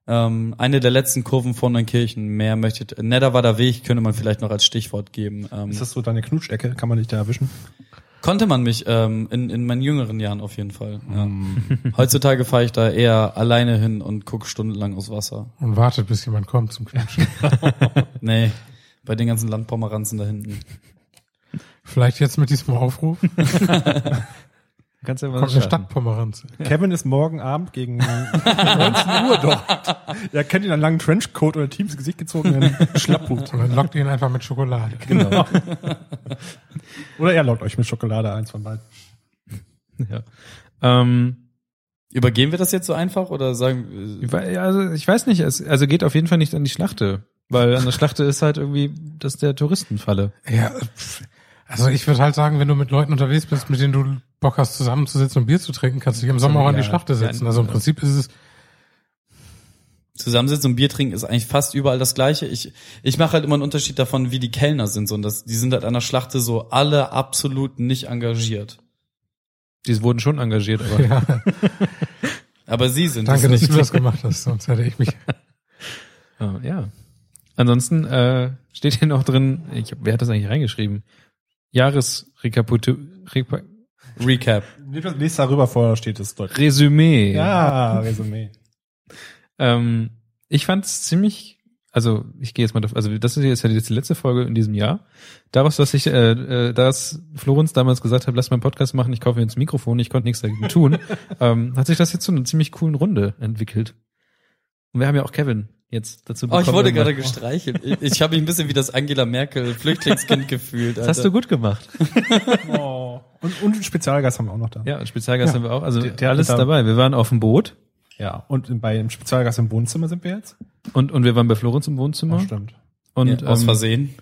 S3: Ähm, eine der letzten Kurven von Neunkirchen. Mehr möchtet. Netterwader Weg könnte man vielleicht noch als Stichwort geben. Ähm,
S5: Ist das so deine Knutschecke? Kann man dich da erwischen?
S3: konnte man mich ähm, in, in meinen jüngeren Jahren auf jeden Fall. Ja.
S5: Hm.
S3: Heutzutage fahre ich da eher alleine hin und gucke stundenlang aus Wasser.
S4: Und wartet, bis jemand kommt zum Knutschen.
S3: Nee, bei den ganzen Landpomeranzen da hinten.
S4: Vielleicht jetzt mit diesem Aufruf kommt
S2: Kannst ja mal
S4: eine Stadtpomeranze.
S5: Kevin ist morgen Abend <laughs> gegen 19 Uhr dort. Er kennt ihn einen langen Trenchcoat oder Teams Gesicht <laughs> gezogenen Schlapphut.
S4: Und dann lockt ihr ihn einfach mit Schokolade.
S5: Genau. oder er lockt euch mit Schokolade eins von beiden.
S2: Ja. Ähm,
S3: Übergehen wir das jetzt so einfach oder sagen
S2: ich wei- also ich weiß nicht, es, also geht auf jeden Fall nicht an die Schlachte, weil an der Schlachte ist halt irgendwie das ist der Touristenfalle.
S4: Ja, pff. also ich würde halt sagen, wenn du mit Leuten unterwegs bist, mit denen du Bock hast, zusammenzusitzen und Bier zu trinken, kannst du dich im Sommer auch an die
S2: Ja,
S4: Schlachte setzen.
S2: nein.
S4: Also im Prinzip ist es,
S3: zusammensitzen und Bier trinken ist eigentlich fast überall das gleiche. Ich ich mache halt immer einen Unterschied davon, wie die Kellner sind so und das die sind halt an der Schlachte so alle absolut nicht engagiert.
S2: Die wurden schon engagiert, aber
S4: ja.
S3: Aber Sie sind
S4: Danke,
S3: es
S4: dass
S3: nicht.
S4: du das gemacht hast, sonst hätte ich mich.
S2: Ah, ja. Ansonsten äh, steht hier noch drin, ich, wer hat das eigentlich reingeschrieben? Jahresrekapitu... Repa-
S3: Recap.
S5: Lies darüber vor, steht es deutlich.
S2: Resümee.
S5: Ja, Resümee.
S2: Ähm, ich fand es ziemlich, also ich gehe jetzt mal, davon- also das ist jetzt ja jetzt die letzte Folge in diesem Jahr. Daraus, was ich, äh, äh, dass Florenz damals gesagt hat, lass mal einen Podcast machen, ich kaufe mir ins Mikrofon, ich konnte nichts dagegen
S3: <laughs>
S2: tun, ähm, hat sich das jetzt zu einer ziemlich coolen Runde entwickelt. Und wir haben ja auch Kevin jetzt dazu
S3: Oh,
S2: bekommen.
S3: ich wurde gerade
S2: irgendwann.
S3: gestreichelt. Ich, ich habe mich ein bisschen wie das Angela
S2: <laughs>
S3: Merkel Flüchtlingskind gefühlt.
S2: Das hast du gut gemacht.
S5: Oh. Und, und einen Spezialgast haben wir auch noch da.
S2: Ja, und Spezialgast
S5: Ja.
S2: haben wir auch. Also
S5: Der- der
S2: alles
S5: hat da-
S2: dabei. Wir waren auf dem Boot
S5: Ja, und bei dem Spezialgast im Wohnzimmer sind wir jetzt.
S2: und, und wir waren bei Florenz im Wohnzimmer.
S5: stimmt.
S2: und,
S3: ja, aus
S2: ähm,
S3: Versehen.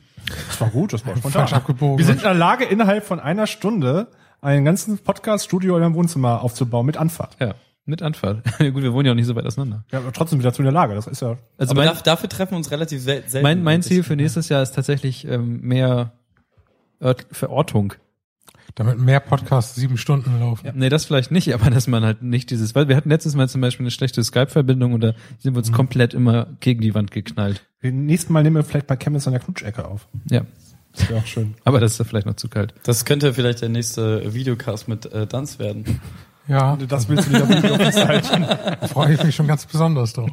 S5: Das war gut, das war spontan.
S4: Falsch abgebogen.
S5: Wir sind in der Lage, innerhalb von einer Stunde einen ganzen Podcast-Studio in einem Wohnzimmer aufzubauen mit Anfahrt.
S2: Ja, mit Anfahrt. gut, wir wohnen <laughs> ja auch nicht so weit auseinander.
S5: Ja, aber trotzdem wieder zu in der Lage. Das ist ja.
S2: Also
S3: Aber
S2: mein-
S3: darf- dafür treffen wir uns relativ sel selten.
S2: Mein, mein Ziel für nächstes Jahr ist tatsächlich ähm, mehr Ört Verortung.
S4: Damit mehr Podcasts sieben Stunden laufen.
S2: Nee, das vielleicht nicht, <laughs> aber dass man halt nicht dieses, weil wir hatten letztes Mal zum Beispiel eine schlechte Skype-Verbindung und da sind wir uns komplett immer gegen die Wand geknallt.
S5: Den nächsten Mal nehmen wir vielleicht bei Chemnitz an der Knutschecke auf.
S2: Ja,
S5: Ist ja auch schön.
S2: aber das ist ja vielleicht noch zu kalt.
S3: Das könnte vielleicht der nächste Videocast mit äh, Danz werden.
S4: Ja,
S5: Das willst du nicht auf dem Video festhalten.
S4: freue ich mich schon ganz besonders drauf.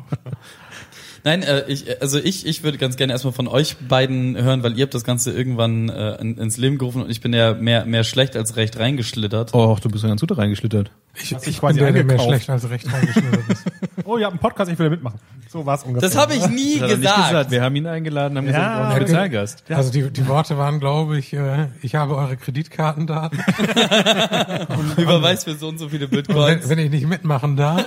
S3: Nein, äh, ich, also ich, ich würde ganz gerne erstmal von euch beiden hören, weil ihr habt das Ganze irgendwann äh, in, ins Leben gerufen und ich bin ja mehr, mehr schlecht als recht reingeschlittert.
S2: Oh, du bist ja ganz gut da reingeschlittert.
S4: Ich,
S5: Hast dich
S4: ich
S5: quasi
S4: bin der, der mehr
S5: eingekauft.
S4: schlecht als recht reingeschnitten ist.
S5: Oh, ihr habt einen Podcast, ich will da mitmachen. So war's ungefähr.
S3: Das habe ich nie
S2: Hat er
S3: gesagt.
S2: nicht
S3: <laughs>
S2: gesagt. Wir haben ihn eingeladen, haben gesagt, wir brauchen einen
S4: okay.
S2: Spezialgast.
S4: Also die, die Worte waren, glaube ich, äh, ich habe eure Kreditkartendaten.
S3: Überweist mir so und
S2: <laughs>
S3: so viele
S4: Und wenn,
S3: Bitcoins.
S4: wenn ich nicht mitmachen darf,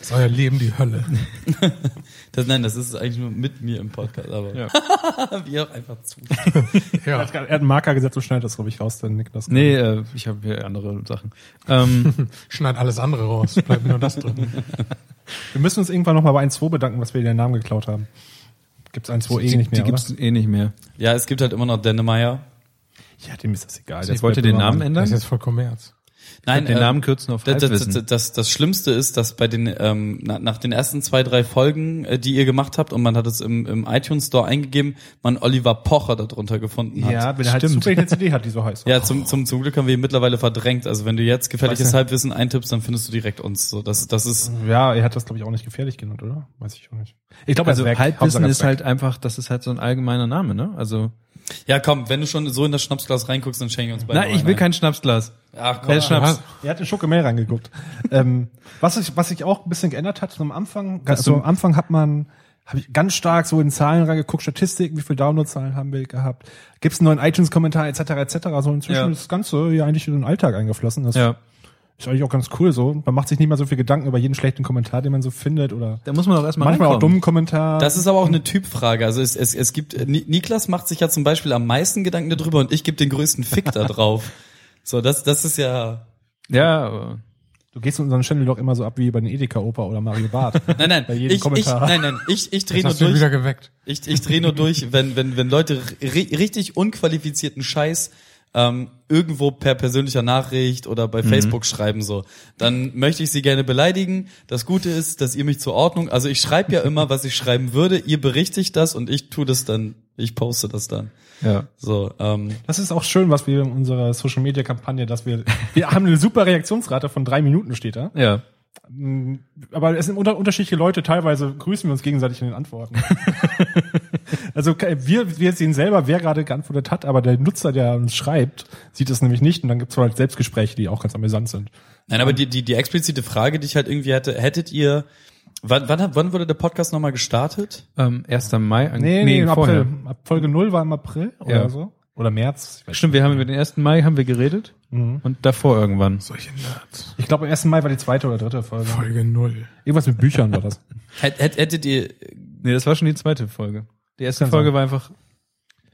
S4: ist euer Leben die Hölle.
S3: Das, nein, das ist eigentlich nur mit mir im Podcast, aber <laughs>
S2: Ja.
S3: wir haben einfach zu.
S5: Er hat er hat einen Marker gesetzt und schneidet das, glaube ich, raus, dann Niklas.
S2: Nee, äh, ich habe hier andere Sachen.
S5: <laughs>
S2: Ähm,
S4: Schneid alles andere raus, bleibt nur das drin.
S5: Wir müssen uns irgendwann nochmal bei 1-2 bedanken, was wir den Namen geklaut haben. Gibt's 1-2 eh nicht mehr,
S2: die gibt's
S5: oder?
S2: eh nicht mehr.
S3: Ja, es gibt halt immer noch Dennemeyer.
S5: Ja, dem ist das egal.
S2: Also
S5: Der
S2: ich wollte
S5: bleibt
S2: den
S5: immer
S2: Namen
S5: am-
S4: Das
S2: ändern.
S4: ist jetzt voll Kommerz.
S3: Nein,
S2: Den
S3: ähm,
S2: Namen kürzen auf
S3: Das, das,
S2: Halbwissen.
S3: das, das, das Schlimmste ist, dass bei den ähm, na, nach den ersten zwei, drei Folgen, äh, die ihr gemacht habt, und man hat es im, im iTunes Store eingegeben, man Oliver Pocher darunter gefunden hat.
S5: Ja, wenn er halt zufällig eine CD hat, die so
S2: <laughs>
S5: heißt.
S3: Ja, zum, zum, zum Glück haben wir ihn mittlerweile verdrängt. Also wenn du jetzt gefährliches
S5: Weißt du-
S3: Halbwissen eintippst, dann findest du direkt uns. So, das, das ist
S5: Ja, er hat das, glaube ich, auch nicht gefährlich genannt, oder? Weiß ich auch nicht. Ich glaube,
S2: also Halbwissen ist halt einfach, das ist halt so ein allgemeiner Name, ne? Also
S3: ja komm, wenn du schon so in das Schnapsglas reinguckst, dann schenke ich uns beide.
S2: Nein, ich will kein Schnapsglas.
S3: Ach komm.
S2: Äh, Schnaps.
S5: Er hat in
S2: <laughs>
S5: Schokomail reingeguckt. ähm, was, ich, was sich auch ein bisschen geändert hat, so am Anfang, also am Anfang hat man habe ich ganz stark so in Zahlen reingeguckt, Statistiken, wie viel Downloadzahlen haben wir gehabt, gibt's einen neuen iTunes-Kommentar etc. etc. So inzwischen
S2: Ja.
S5: ist das Ganze ja eigentlich in den Alltag eingeflossen. Das
S2: Ja.
S5: ist eigentlich auch ganz cool so. Man macht sich nicht mehr so viel Gedanken über jeden schlechten Kommentar, den man so findet oder
S2: Da muss man auch erstmal
S5: manchmal auch
S2: reinkommen.
S5: dummen Kommentar.
S3: Das ist aber auch eine Typfrage. Also es, es, es gibt Ni- Niklas macht sich ja zum Beispiel am meisten Gedanken darüber und ich gebe den größten Fick da drauf. So, das, das ist ja.
S2: Ja, aber-
S5: du gehst in unseren Channel doch immer so ab wie bei den Edeka Oper oder Mario Barth.
S3: <laughs> Nein, nein,
S5: Bei jedem
S3: ich, ich,
S5: Kommentar.
S3: nein, nein, ich, ich drehe
S4: Jetzt
S3: nur
S4: hast du ihn wieder
S3: durch.
S4: geweckt.
S3: Ich, ich drehe nur durch, wenn, wenn, wenn Leute ri richtig unqualifizierten Scheiß ähm, irgendwo per persönlicher Nachricht oder bei Facebook schreiben so, dann möchte ich sie gerne beleidigen. Das Gute ist, dass ihr mich zur Ordnung, also ich schreibe ja immer, was ich schreiben würde, ihr berichtigt das und ich tue das dann, ich poste das dann.
S2: ja.
S3: So, ähm,
S5: Das ist auch schön, was wir in unserer Social Media Kampagne, dass wir, wir haben eine super Reaktionsrate von drei Minuten steht da.
S2: Ja.
S5: Aber es sind unter, unterschiedliche Leute, teilweise grüßen wir uns gegenseitig in
S3: <laughs>
S5: den Antworten. also ke- wir, wir sehen selber, wer gerade geantwortet hat, aber der Nutzer, der uns schreibt, sieht es nämlich nicht und dann gibt es halt Selbstgespräche, die auch ganz amüsant sind.
S3: Nein, aber die, die, die explizite Frage, die ich halt irgendwie hätte, hättet ihr, wann, wann, hat- wann wurde der Podcast nochmal gestartet?
S2: Ähm, 1. Mai. an-
S5: Nee, nee, im
S2: vorher.
S5: April. Ab Folge 0 war im April
S2: Ja.
S5: oder so. Oder März. Ich weiß
S2: Stimmt, wir haben über den 1. Mai haben wir geredet
S5: Mhm.
S2: und davor irgendwann.
S4: Solche Nerds.
S5: nicht. Ich glaube, am 1. Mai war die zweite oder dritte Folge.
S4: Folge null.
S5: Irgendwas mit Büchern war das.
S3: Hätt, hätt, hättet ihr,
S2: Nee, das war schon die zweite Folge. Die erste
S5: Kann
S2: Folge
S5: sein.
S2: war einfach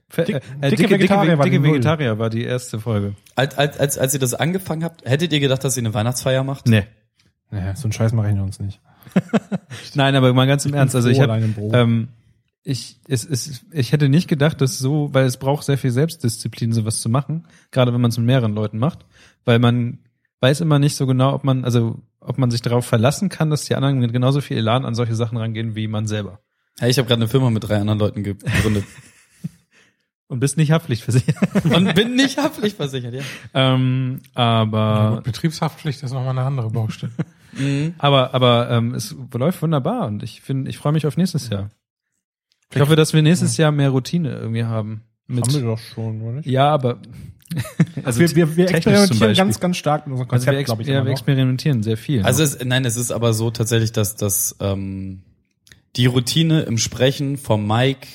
S2: Fe-
S5: Dick-
S2: äh,
S5: dicke Vegetarier war die
S2: dicke
S5: Null.
S2: Vegetarier war die erste Folge.
S3: als, als, als, als ihr das angefangen habt, hättet ihr gedacht, dass ihr eine Weihnachtsfeier macht?
S2: Nee.
S5: <laughs> Naja, so einen Scheiß mache ich uns nicht.
S2: Nein, aber mal ganz im Ernst. Also
S5: froh,
S2: ich hab,
S5: allein im Büro.
S2: ähm, ich, es, es, ich hätte nicht gedacht, dass so, weil es braucht sehr viel Selbstdisziplin, sowas zu machen, gerade wenn man es mit mehreren Leuten macht, weil man weiß immer nicht so genau, ob man, also ob man sich darauf verlassen kann, dass die anderen mit genauso viel Elan an solche Sachen rangehen wie man selber.
S3: Hey, ich habe gerade eine Firma mit drei anderen Leuten gegründet.
S2: Und bist nicht haftpflichtversichert.
S3: Und bin nicht haftpflichtversichert, ja.
S2: <laughs> ähm,
S4: Na
S2: aber
S4: gut, Betriebshaftpflicht ist nochmal eine andere <laughs> Baustelle.
S2: Aber, aber ähm, es läuft wunderbar und ich finde, ich freue mich auf nächstes Jahr. Ich hoffe, dass wir nächstes Jahr mehr Routine irgendwie haben. Mit,
S5: Haben wir doch schon, oder nicht?
S2: ja, aber <laughs> also
S5: wir, wir, wir
S2: technisch zum
S5: experimentieren
S2: Beispiel.
S5: ganz, ganz stark mit unserem
S2: also wir,
S5: Konzept,
S2: ex
S5: glaube ich.
S2: ja,
S5: immer
S2: wir
S5: noch.
S2: experimentieren sehr viel.
S3: Also es, nein, es ist aber so tatsächlich, dass, dass ähm, die Routine im Sprechen vom Mike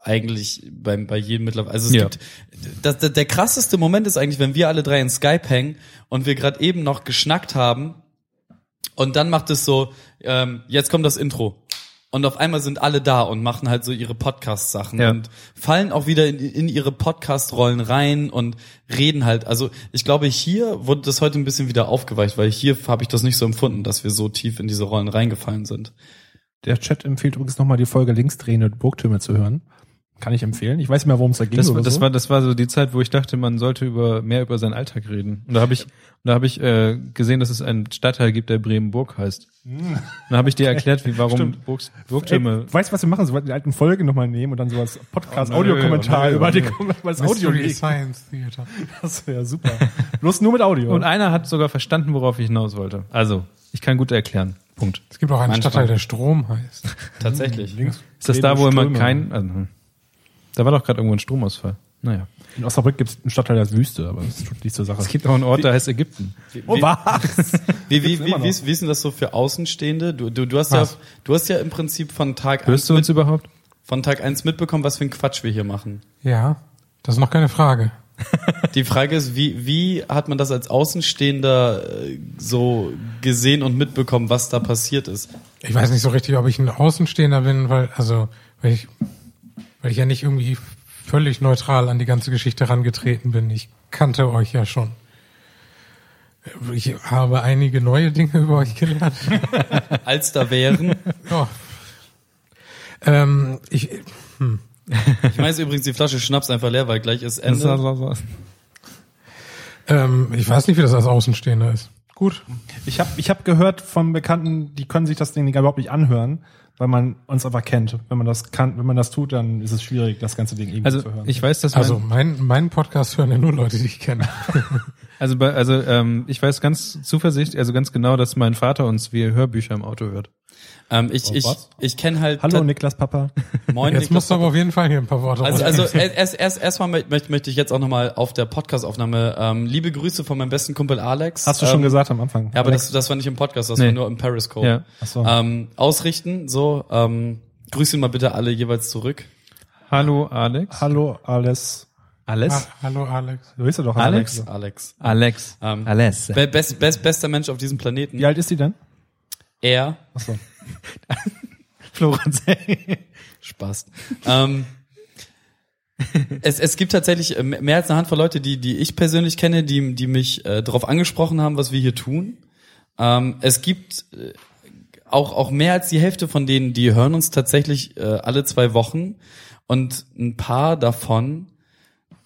S3: eigentlich beim, bei jedem mittlerweile. Also es
S2: Ja.
S3: gibt das, das, der krasseste Moment ist eigentlich, wenn wir alle drei in Skype hängen und wir gerade eben noch geschnackt haben und dann macht es so, ähm, jetzt kommt das Intro. Und auf einmal sind alle da und machen halt so ihre Podcast-Sachen
S2: Ja.
S3: und fallen auch wieder in, in ihre Podcast-Rollen rein und reden halt. Also ich glaube, hier wurde das heute ein bisschen wieder aufgeweicht, weil hier habe ich das nicht so empfunden, dass wir so tief in diese Rollen reingefallen sind.
S5: Der Chat empfiehlt übrigens nochmal die Folge Linksdrehende Burgtürme zu hören. Kann ich empfehlen. Ich weiß nicht mehr, worum es da ging.
S2: das,
S5: oder
S2: war, das
S5: so.
S2: war das war so die Zeit, wo ich dachte, man sollte über mehr über seinen Alltag reden. Und da habe ich da habe ich äh, gesehen, dass es einen Stadtteil gibt, der Bremenburg heißt. Und dann habe ich dir erklärt, wie warum
S5: Stimmt.
S2: Burgs,
S5: Ey,
S2: Burgtürme
S5: Äh, weißt du, was wir machen? So wir wollten die alten Folgen nochmal nehmen und dann so als
S2: Oh, nö, oh,
S5: Podcast-Audio-Kommentar
S2: nö, oh,
S5: über die,
S2: nö.
S5: über das Audio
S4: Mystery
S5: legen.
S4: Science Theater.
S5: <laughs> Das wäre super. Bloß nur mit Audio.
S2: und einer hat sogar verstanden, worauf ich hinaus wollte. Also, ich kann gut erklären. Punkt.
S4: Es gibt auch einen
S3: Manchmal.
S4: Stadtteil, der Strom heißt.
S3: Tatsächlich.
S2: Ist das da, wo immer kein. Also, hm. da war doch gerade irgendwo ein Stromausfall. Naja.
S5: In Osnabrück gibt es einen Stadtteil, der ist Wüste, aber das tut nichts zur Sache.
S2: Es gibt auch einen Ort, der heißt Ägypten.
S5: <laughs> oh, was?
S3: Wie, wie,
S5: immer
S3: wie,
S5: noch.
S3: wie, ist, wie ist denn das so für Außenstehende? Du, du, du, hast, ja,
S4: Was?
S3: du hast ja im Prinzip von Tag,
S2: Hörst du uns überhaupt?
S3: von Tag eins mitbekommen, was für ein Quatsch wir hier machen.
S4: Ja, das ist noch keine Frage.
S3: Die Frage ist, wie, wie hat man das als Außenstehender äh, so gesehen und mitbekommen, was da passiert ist?
S4: Ich weiß nicht so richtig, ob ich ein Außenstehender bin, weil, also, weil ich, weil ich ja nicht irgendwie völlig neutral an die ganze Geschichte herangetreten bin. Ich kannte euch ja schon. Ich habe einige neue Dinge über euch gelernt. <laughs>
S3: Als da wären.
S4: Ja. Ähm, ich,
S3: Ich weiß übrigens die Flasche Schnaps einfach leer, weil gleich ist
S2: äh, also-
S3: Ende.
S4: ähm, ich weiß nicht, wie das als Außenstehender ist. Gut.
S5: Ich habe ich hab gehört von Bekannten, die können sich das Ding überhaupt nicht anhören, weil man uns einfach kennt. Wenn man das kann, wenn man das tut, dann ist es schwierig, das ganze Ding irgendwie
S2: Also
S5: zu hören.
S2: ich weiß, dass
S4: Also
S2: also,
S4: mein, meinen Podcast hören ja nur Leute, die ich kenne.
S2: also bei, also ähm, ich weiß ganz zuversichtlich, also ganz genau, dass mein Vater uns wie Hörbücher im Auto hört.
S3: Ähm, ich ich,
S5: was?
S3: ich kenne halt.
S5: Hallo Niklas <laughs> Papa.
S3: Moin,
S4: Jetzt musst du aber auf jeden Fall hier ein paar Worte
S3: Also,
S4: auswählen.
S3: also erst, erst, erstmal möchte, möchte ich jetzt auch nochmal auf der Podcast-Aufnahme ähm, liebe Grüße von meinem besten Kumpel Alex.
S5: Hast du
S3: ähm,
S5: schon gesagt am Anfang.
S3: Ja, aber
S5: Alex,
S3: das, das war nicht im Podcast, das
S2: Nee.
S3: war nur im Periscope.
S2: Ja.
S5: Ach so.
S3: Ähm, ausrichten, so, ähm, grüße ihn mal bitte alle jeweils zurück.
S2: Hallo Alex.
S5: Hallo Alex.
S2: Alles?
S4: Ah, hallo Alex.
S5: Du bist ja doch
S2: Alex?
S3: Alex.
S2: Alex.
S3: Ähm,
S2: Alex.
S3: Be best, best, bester Mensch auf diesem Planeten.
S5: Wie alt ist die denn?
S3: Er.
S5: Achso.
S2: Florenz.
S3: Spaß. ähm, es, es gibt tatsächlich äh, mehr als eine Handvoll Leute, die, die ich persönlich kenne, die, die mich äh, darauf angesprochen haben, was wir hier tun. Ähm, es gibt äh, auch, auch mehr als die Hälfte von denen, die hören uns tatsächlich äh, alle zwei Wochen. Und ein paar davon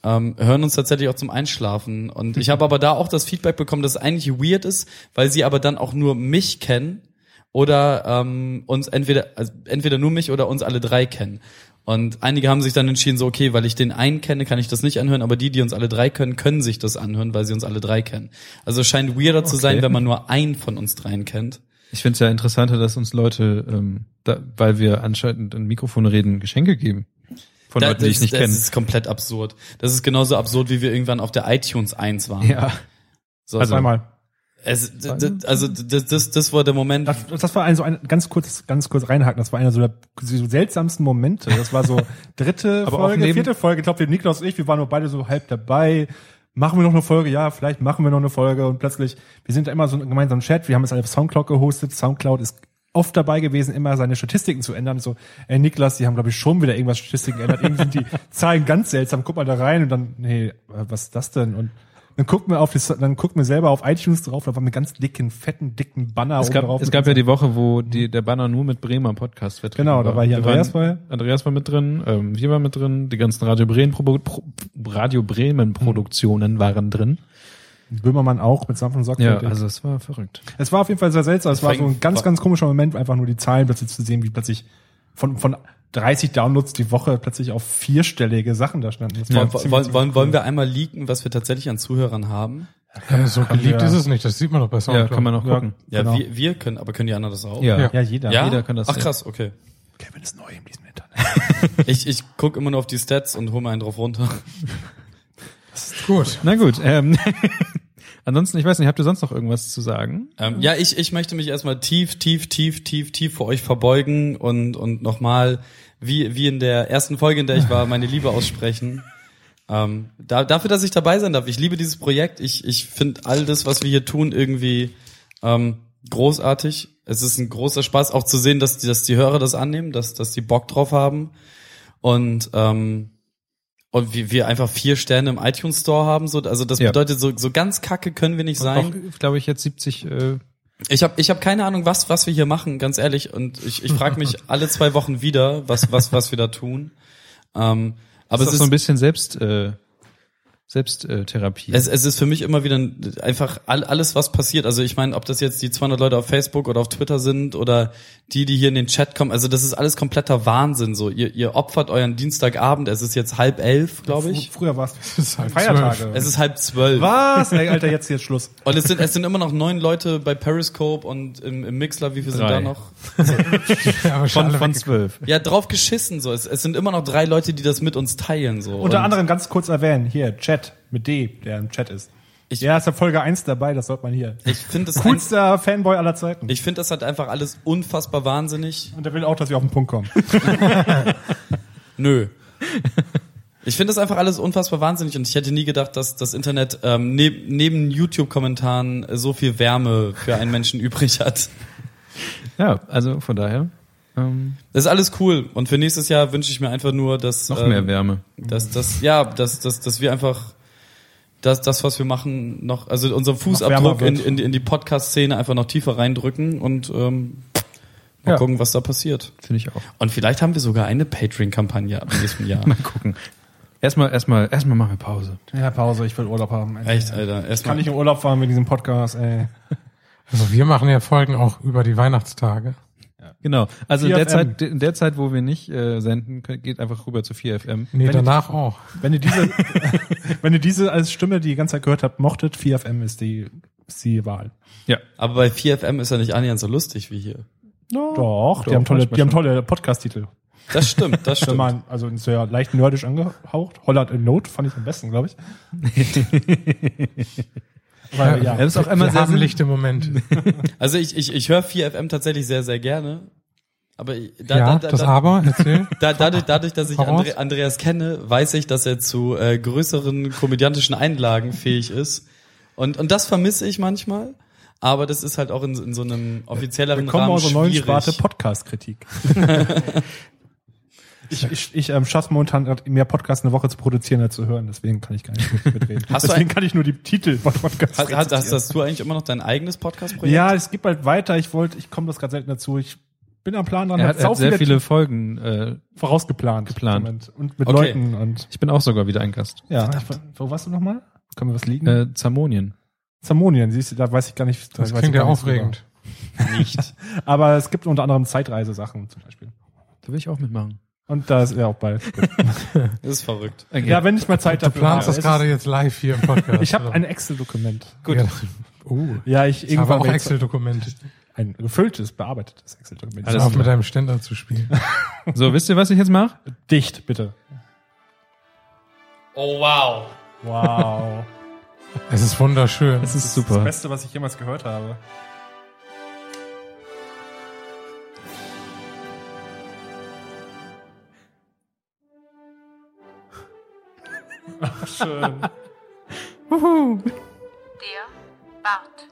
S3: ähm, hören uns tatsächlich auch zum Einschlafen. Und ich habe aber da auch das Feedback bekommen, dass es eigentlich weird ist, weil sie aber dann auch nur mich kennen oder ähm, uns entweder, also entweder nur mich oder uns alle drei kennen. Und einige haben sich dann entschieden, so okay, weil ich den einen kenne, kann ich das nicht anhören, aber die, die uns alle drei können, können sich das anhören, weil sie uns alle drei kennen. Also es scheint weirder zu sein, wenn man nur einen von uns dreien kennt.
S2: Ich finde es ja interessanter, dass uns Leute, ähm, da, weil wir anscheinend ein Mikrofon reden, Geschenke geben. Von
S3: Da-
S2: Leuten, die ich
S3: das-
S2: nicht
S3: das
S2: kenne.
S3: ist komplett absurd. Das ist genauso absurd, wie wir irgendwann auf der iTunes 1 waren.
S2: Ja.
S3: So,
S5: Also,
S3: so.
S5: Zweimal.
S3: Es, d- d- also das, das, das war der Moment.
S5: Das, das war ein, so ein ganz kurz, ganz kurz reinhaken. Das war einer so der so seltsamsten Momente. Das war
S2: <laughs>
S5: so dritte
S2: Aber auch
S5: Folge,
S2: neben-
S5: vierte Folge. Ich glaube, wir Niklas und ich, wir waren nur beide so halb dabei. Machen wir noch eine Folge? Ja, vielleicht machen wir noch eine Folge. Und plötzlich, wir sind da immer so in einem gemeinsamen Chat. Wir haben es alle auf Soundcloud gehostet. Soundcloud ist oft dabei gewesen, immer seine Statistiken zu ändern. So, ey Niklas, die haben glaube ich schon wieder irgendwas Statistiken geändert.
S2: <laughs>
S5: Irgendwie sind die Zahlen ganz seltsam. Guck mal da rein und dann, nee, was ist das denn? Und dann guckt mir auf die, dann guckt mir selber auf iTunes drauf, da war mit ganz dicken, fetten, dicken Banner
S2: Es
S5: oben
S2: gab,
S5: drauf
S2: es
S5: mit
S2: gab ja die Woche, wo die, der Banner nur mit Bremer Podcast vertreten
S5: Genau, da war hier
S2: Wir
S5: Andreas
S2: waren, Andreas war mit drin, ähm, wir waren mit drin, die ganzen Radio Bremen, Pro, Pro, Radio Bremen Produktionen waren drin.
S5: Böhmermann auch mit Sanft und Socken.
S2: Ja, also es war verrückt.
S5: Es war auf jeden Fall sehr seltsam. Es war so ein ganz, ganz komischer Moment, einfach nur die Zahlen plötzlich zu sehen, wie plötzlich von, von 30 Downloads die Woche plötzlich auf vierstellige Sachen da standen. Das war
S3: Wollen,
S5: ziemlich-
S3: wollen, wollen, wollen wir einmal leaken, was wir tatsächlich an Zuhörern haben?
S4: Äh, so geliebt
S5: wir-
S4: ist es nicht, das sieht man doch bei Soundcloud.
S2: Ja, kann man noch gucken.
S3: Ja,
S5: Genau.
S3: wir, wir können, aber können die anderen das auch?
S4: Ja.
S5: ja, jeder.
S3: Ja?
S2: Jeder kann das
S3: Ach
S2: sehen.
S3: krass, okay.
S5: Kevin ist neu in diesem Internet.
S3: Ich, ich guck immer nur auf die Stats und hole mir einen drauf runter.
S4: Gut.
S2: Na gut. Ähm, <laughs> ansonsten, ich weiß nicht, habt ihr sonst noch irgendwas zu sagen?
S3: Ähm, ja, ich, ich möchte mich erstmal tief, tief, tief, tief, tief vor euch verbeugen und, und nochmal, wie, wie in der ersten Folge, in der ich war, meine
S2: <laughs>
S3: Liebe aussprechen. Ähm, da, dafür, dass ich dabei sein darf. Ich liebe dieses Projekt. Ich, ich finde all das, was wir hier tun, irgendwie ähm, großartig. Es ist ein großer Spaß, auch zu sehen, dass die, dass die Hörer das annehmen, dass, dass die Bock drauf haben. Und ähm, und wir, wir einfach vier Sterne im iTunes Store haben, so also das
S2: Ja.
S3: bedeutet so so ganz kacke können wir
S2: Also
S3: nicht sein.
S2: Noch, glaube ich, jetzt 70. Äh,
S3: Ich habe ich hab keine Ahnung, was, was wir hier machen, ganz ehrlich. Und ich, ich
S2: <laughs>
S3: frage mich alle zwei Wochen wieder, was, was, was wir da tun. Ähm, aber
S2: aber
S3: es
S2: ist
S3: ist,
S2: so ein bisschen selbst äh, Selbsttherapie.
S3: es, es ist für mich immer wieder ein- einfach all, alles, was passiert. Also ich meine, ob das jetzt die 200 Leute auf Facebook oder auf Twitter sind oder die, die hier in den Chat kommen. Also das ist alles kompletter Wahnsinn. So ihr, ihr opfert euren Dienstagabend. Es ist jetzt halb elf, glaube ich.
S5: Früher <laughs> war es
S4: ist halb
S5: Feiertage.
S3: Es ist halb zwölf.
S5: Was? Ey, Alter, jetzt jetzt Schluss.
S3: Und es sind, es sind immer noch neun Leute bei Periscope und im, im Mixler. Wie viel sind
S2: Drei.
S3: da noch?
S4: Aber
S2: von
S4: schon alle
S2: von
S4: wegge-
S2: zwölf.
S3: Ja, drauf geschissen so. Es, es sind immer noch drei Leute, die das mit uns teilen so.
S5: Unter
S3: Und
S5: anderem ganz kurz erwähnen, hier, Chat mit D, der im Chat ist.
S3: Ich-
S5: ja, ist ja Folge 1 dabei, das sollte man hier.
S3: Ich finde das ein,
S5: Coolster Fanboy aller Zeiten.
S3: ich finde das halt einfach alles unfassbar wahnsinnig.
S5: Und der will auch, dass wir auf den Punkt kommen. <laughs>
S3: Nö. Ich finde das einfach alles unfassbar wahnsinnig und ich hätte nie gedacht, dass das Internet ähm, neb, neben YouTube-Kommentaren äh, so viel Wärme für einen Menschen <laughs> übrig hat.
S2: Ja, also von daher ähm,
S3: Das ist alles cool und für nächstes Jahr wünsche ich mir einfach nur, dass
S2: noch
S3: ähm,
S2: mehr Wärme.
S3: dass das ja, dass dass dass wir einfach das, das, was wir machen, noch, also unseren Fußabdruck
S5: wärmer
S3: in,
S5: wird.
S3: in, in die Podcast-Szene einfach noch tiefer reindrücken und ähm, mal
S2: Ja.
S3: gucken, was da passiert.
S2: Finde ich auch.
S3: Und vielleicht haben wir sogar eine Patreon-Kampagne ab nächsten Jahr.
S2: Mal gucken. Erstmal, erstmal, erstmal machen wir Pause.
S5: Ja, Pause, ich will Urlaub haben.
S3: Echt, Alter. Erstmal.
S5: Kann ich in Urlaub fahren mit diesem Podcast, ey.
S4: Also wir machen ja Folgen auch über die Weihnachtstage.
S2: Genau. Also in der,
S5: 4FM.
S2: Zeit, in der Zeit, wo wir nicht äh, senden, könnt- geht einfach rüber zu 4FM.
S4: Nee, danach auch.
S5: Wenn
S3: <laughs>
S5: ihr diese, wenn ihr diese als Stimme die ganze Zeit gehört habt, mochtet, 4FM ist die, ist die Wahl.
S2: Ja.
S3: Aber bei 4FM ist ja nicht annähernd so lustig wie hier.
S5: Doch, die haben tolle, die haben tolle Podcast-Titel.
S3: Das stimmt, das
S5: Wenn
S3: stimmt.
S5: man, also ist ja leicht nerdisch angehaucht. Holland in Not fand ich am besten, glaube ich. Aber ja,
S2: Er ist auch
S4: wir,
S2: immer
S4: wir
S2: sehr
S4: haben
S2: sinn-
S4: lichte Momente.
S3: Also ich, ich, ich höre 4FM tatsächlich sehr, sehr gerne. Aber ich- da,
S4: ja,
S3: da, da,
S4: das
S3: da,
S4: Aber, erzähl.
S3: Da, dadurch, dadurch, dass ich
S4: Voraus?
S3: Andre, Andreas kenne, weiß ich, dass er zu äh, größeren komödiantischen Einlagen fähig ist. Und, und das vermisse ich manchmal. Aber das ist halt auch in, in so einem offizielleren
S5: willkommen
S3: Rahmen
S5: aus der neuen
S3: schwierig.
S5: Sparte
S3: <laughs>
S5: Podcast-Kritik. ich ich, ich ähm, schaffe momentan grad mehr Podcasts eine Woche zu produzieren als zu hören, deswegen kann ich gar nicht richtig mitreden.
S3: Hast du
S5: deswegen
S3: ein-
S5: kann ich nur die Titel von
S3: hast, hast,
S5: Podcasts
S3: hast,
S5: rezitieren.
S3: hast du eigentlich immer noch dein eigenes Podcast-Projekt?
S5: Ja, es gibt bald weiter. Ich wollte, ich komme das gerade selten dazu. Ich bin am Plan dran,
S2: Er
S5: hab
S2: hat, er
S5: sau
S2: hat sehr viele Folgen. Äh,
S5: vorausgeplant.
S2: Geplant.
S5: im Moment. Und mit
S3: Okay.
S5: Leuten und
S2: ich bin auch sogar wieder ein Gast.
S5: ja. Ich, wo warst du nochmal? Können wir was liegen?
S2: Äh, Zamonien.
S5: Zamonien, siehst du, da weiß ich gar nicht. da
S4: Das
S5: weiß
S4: klingt
S5: ich
S4: ja
S5: gar nichts
S4: aufregend.
S2: <laughs>
S3: nicht.
S5: drüber. Aber es gibt unter anderem Zeitreisesachen zum Beispiel.
S2: Da will ich auch mitmachen.
S5: Und da ist er auch bald.
S3: Das ist verrückt.
S2: Okay.
S5: ja, wenn ich mal Zeit
S4: Du
S5: dafür
S4: planst
S5: habe.
S4: das
S5: Es
S4: gerade jetzt live hier im
S5: Ist, <laughs>
S4: Podcast.
S5: ich habe
S4: oder?
S5: ein Excel-Dokument.
S4: Ja. Oh,
S5: Ja, ich
S4: ich habe
S5: irgendwann
S4: auch
S5: werd ich so-
S4: Excel-Dokumente.
S5: Ein gefülltes, bearbeitetes Excel-Dokument.
S2: Alles
S4: Auf
S2: klar.
S4: mit deinem Ständer zu spielen.
S2: So, wisst ihr, was ich jetzt mache?
S5: dicht, bitte.
S3: Oh wow.
S5: Wow.
S4: Es ist wunderschön.
S2: Das ist super.
S5: Beste, was ich jemals gehört habe. Schön.
S7: Der Bart.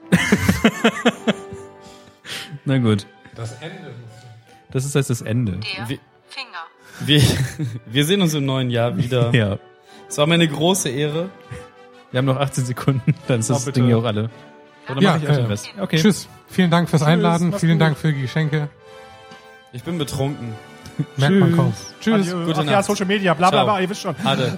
S2: Na gut.
S4: Das Ende.
S2: Das ist jetzt das Ende.
S7: Der
S3: Wie-
S7: Finger.
S3: Wir, <laughs> wir sehen uns im neuen Jahr wieder.
S2: Ja.
S3: Es war mir eine große Ehre.
S2: Wir haben noch 18 Sekunden, dann ist
S5: Oh,
S2: das
S5: bitte.
S2: Ding hier auch alle. Oder
S4: Ja,
S2: mach ich auch
S4: äh,
S2: den Rest? Okay.
S4: Tschüss. Vielen Dank fürs Einladen.
S5: mach's
S4: Vielen
S5: gut.
S4: Dank für die Geschenke.
S3: Ich bin betrunken.
S4: Merkt man kaum. Tschüss.
S5: Adieu.
S3: gute
S5: Ach ja,
S3: Nacht.
S5: Social Media, bla bla
S3: Ciao.
S5: bla, ihr wisst schon.
S3: Ade.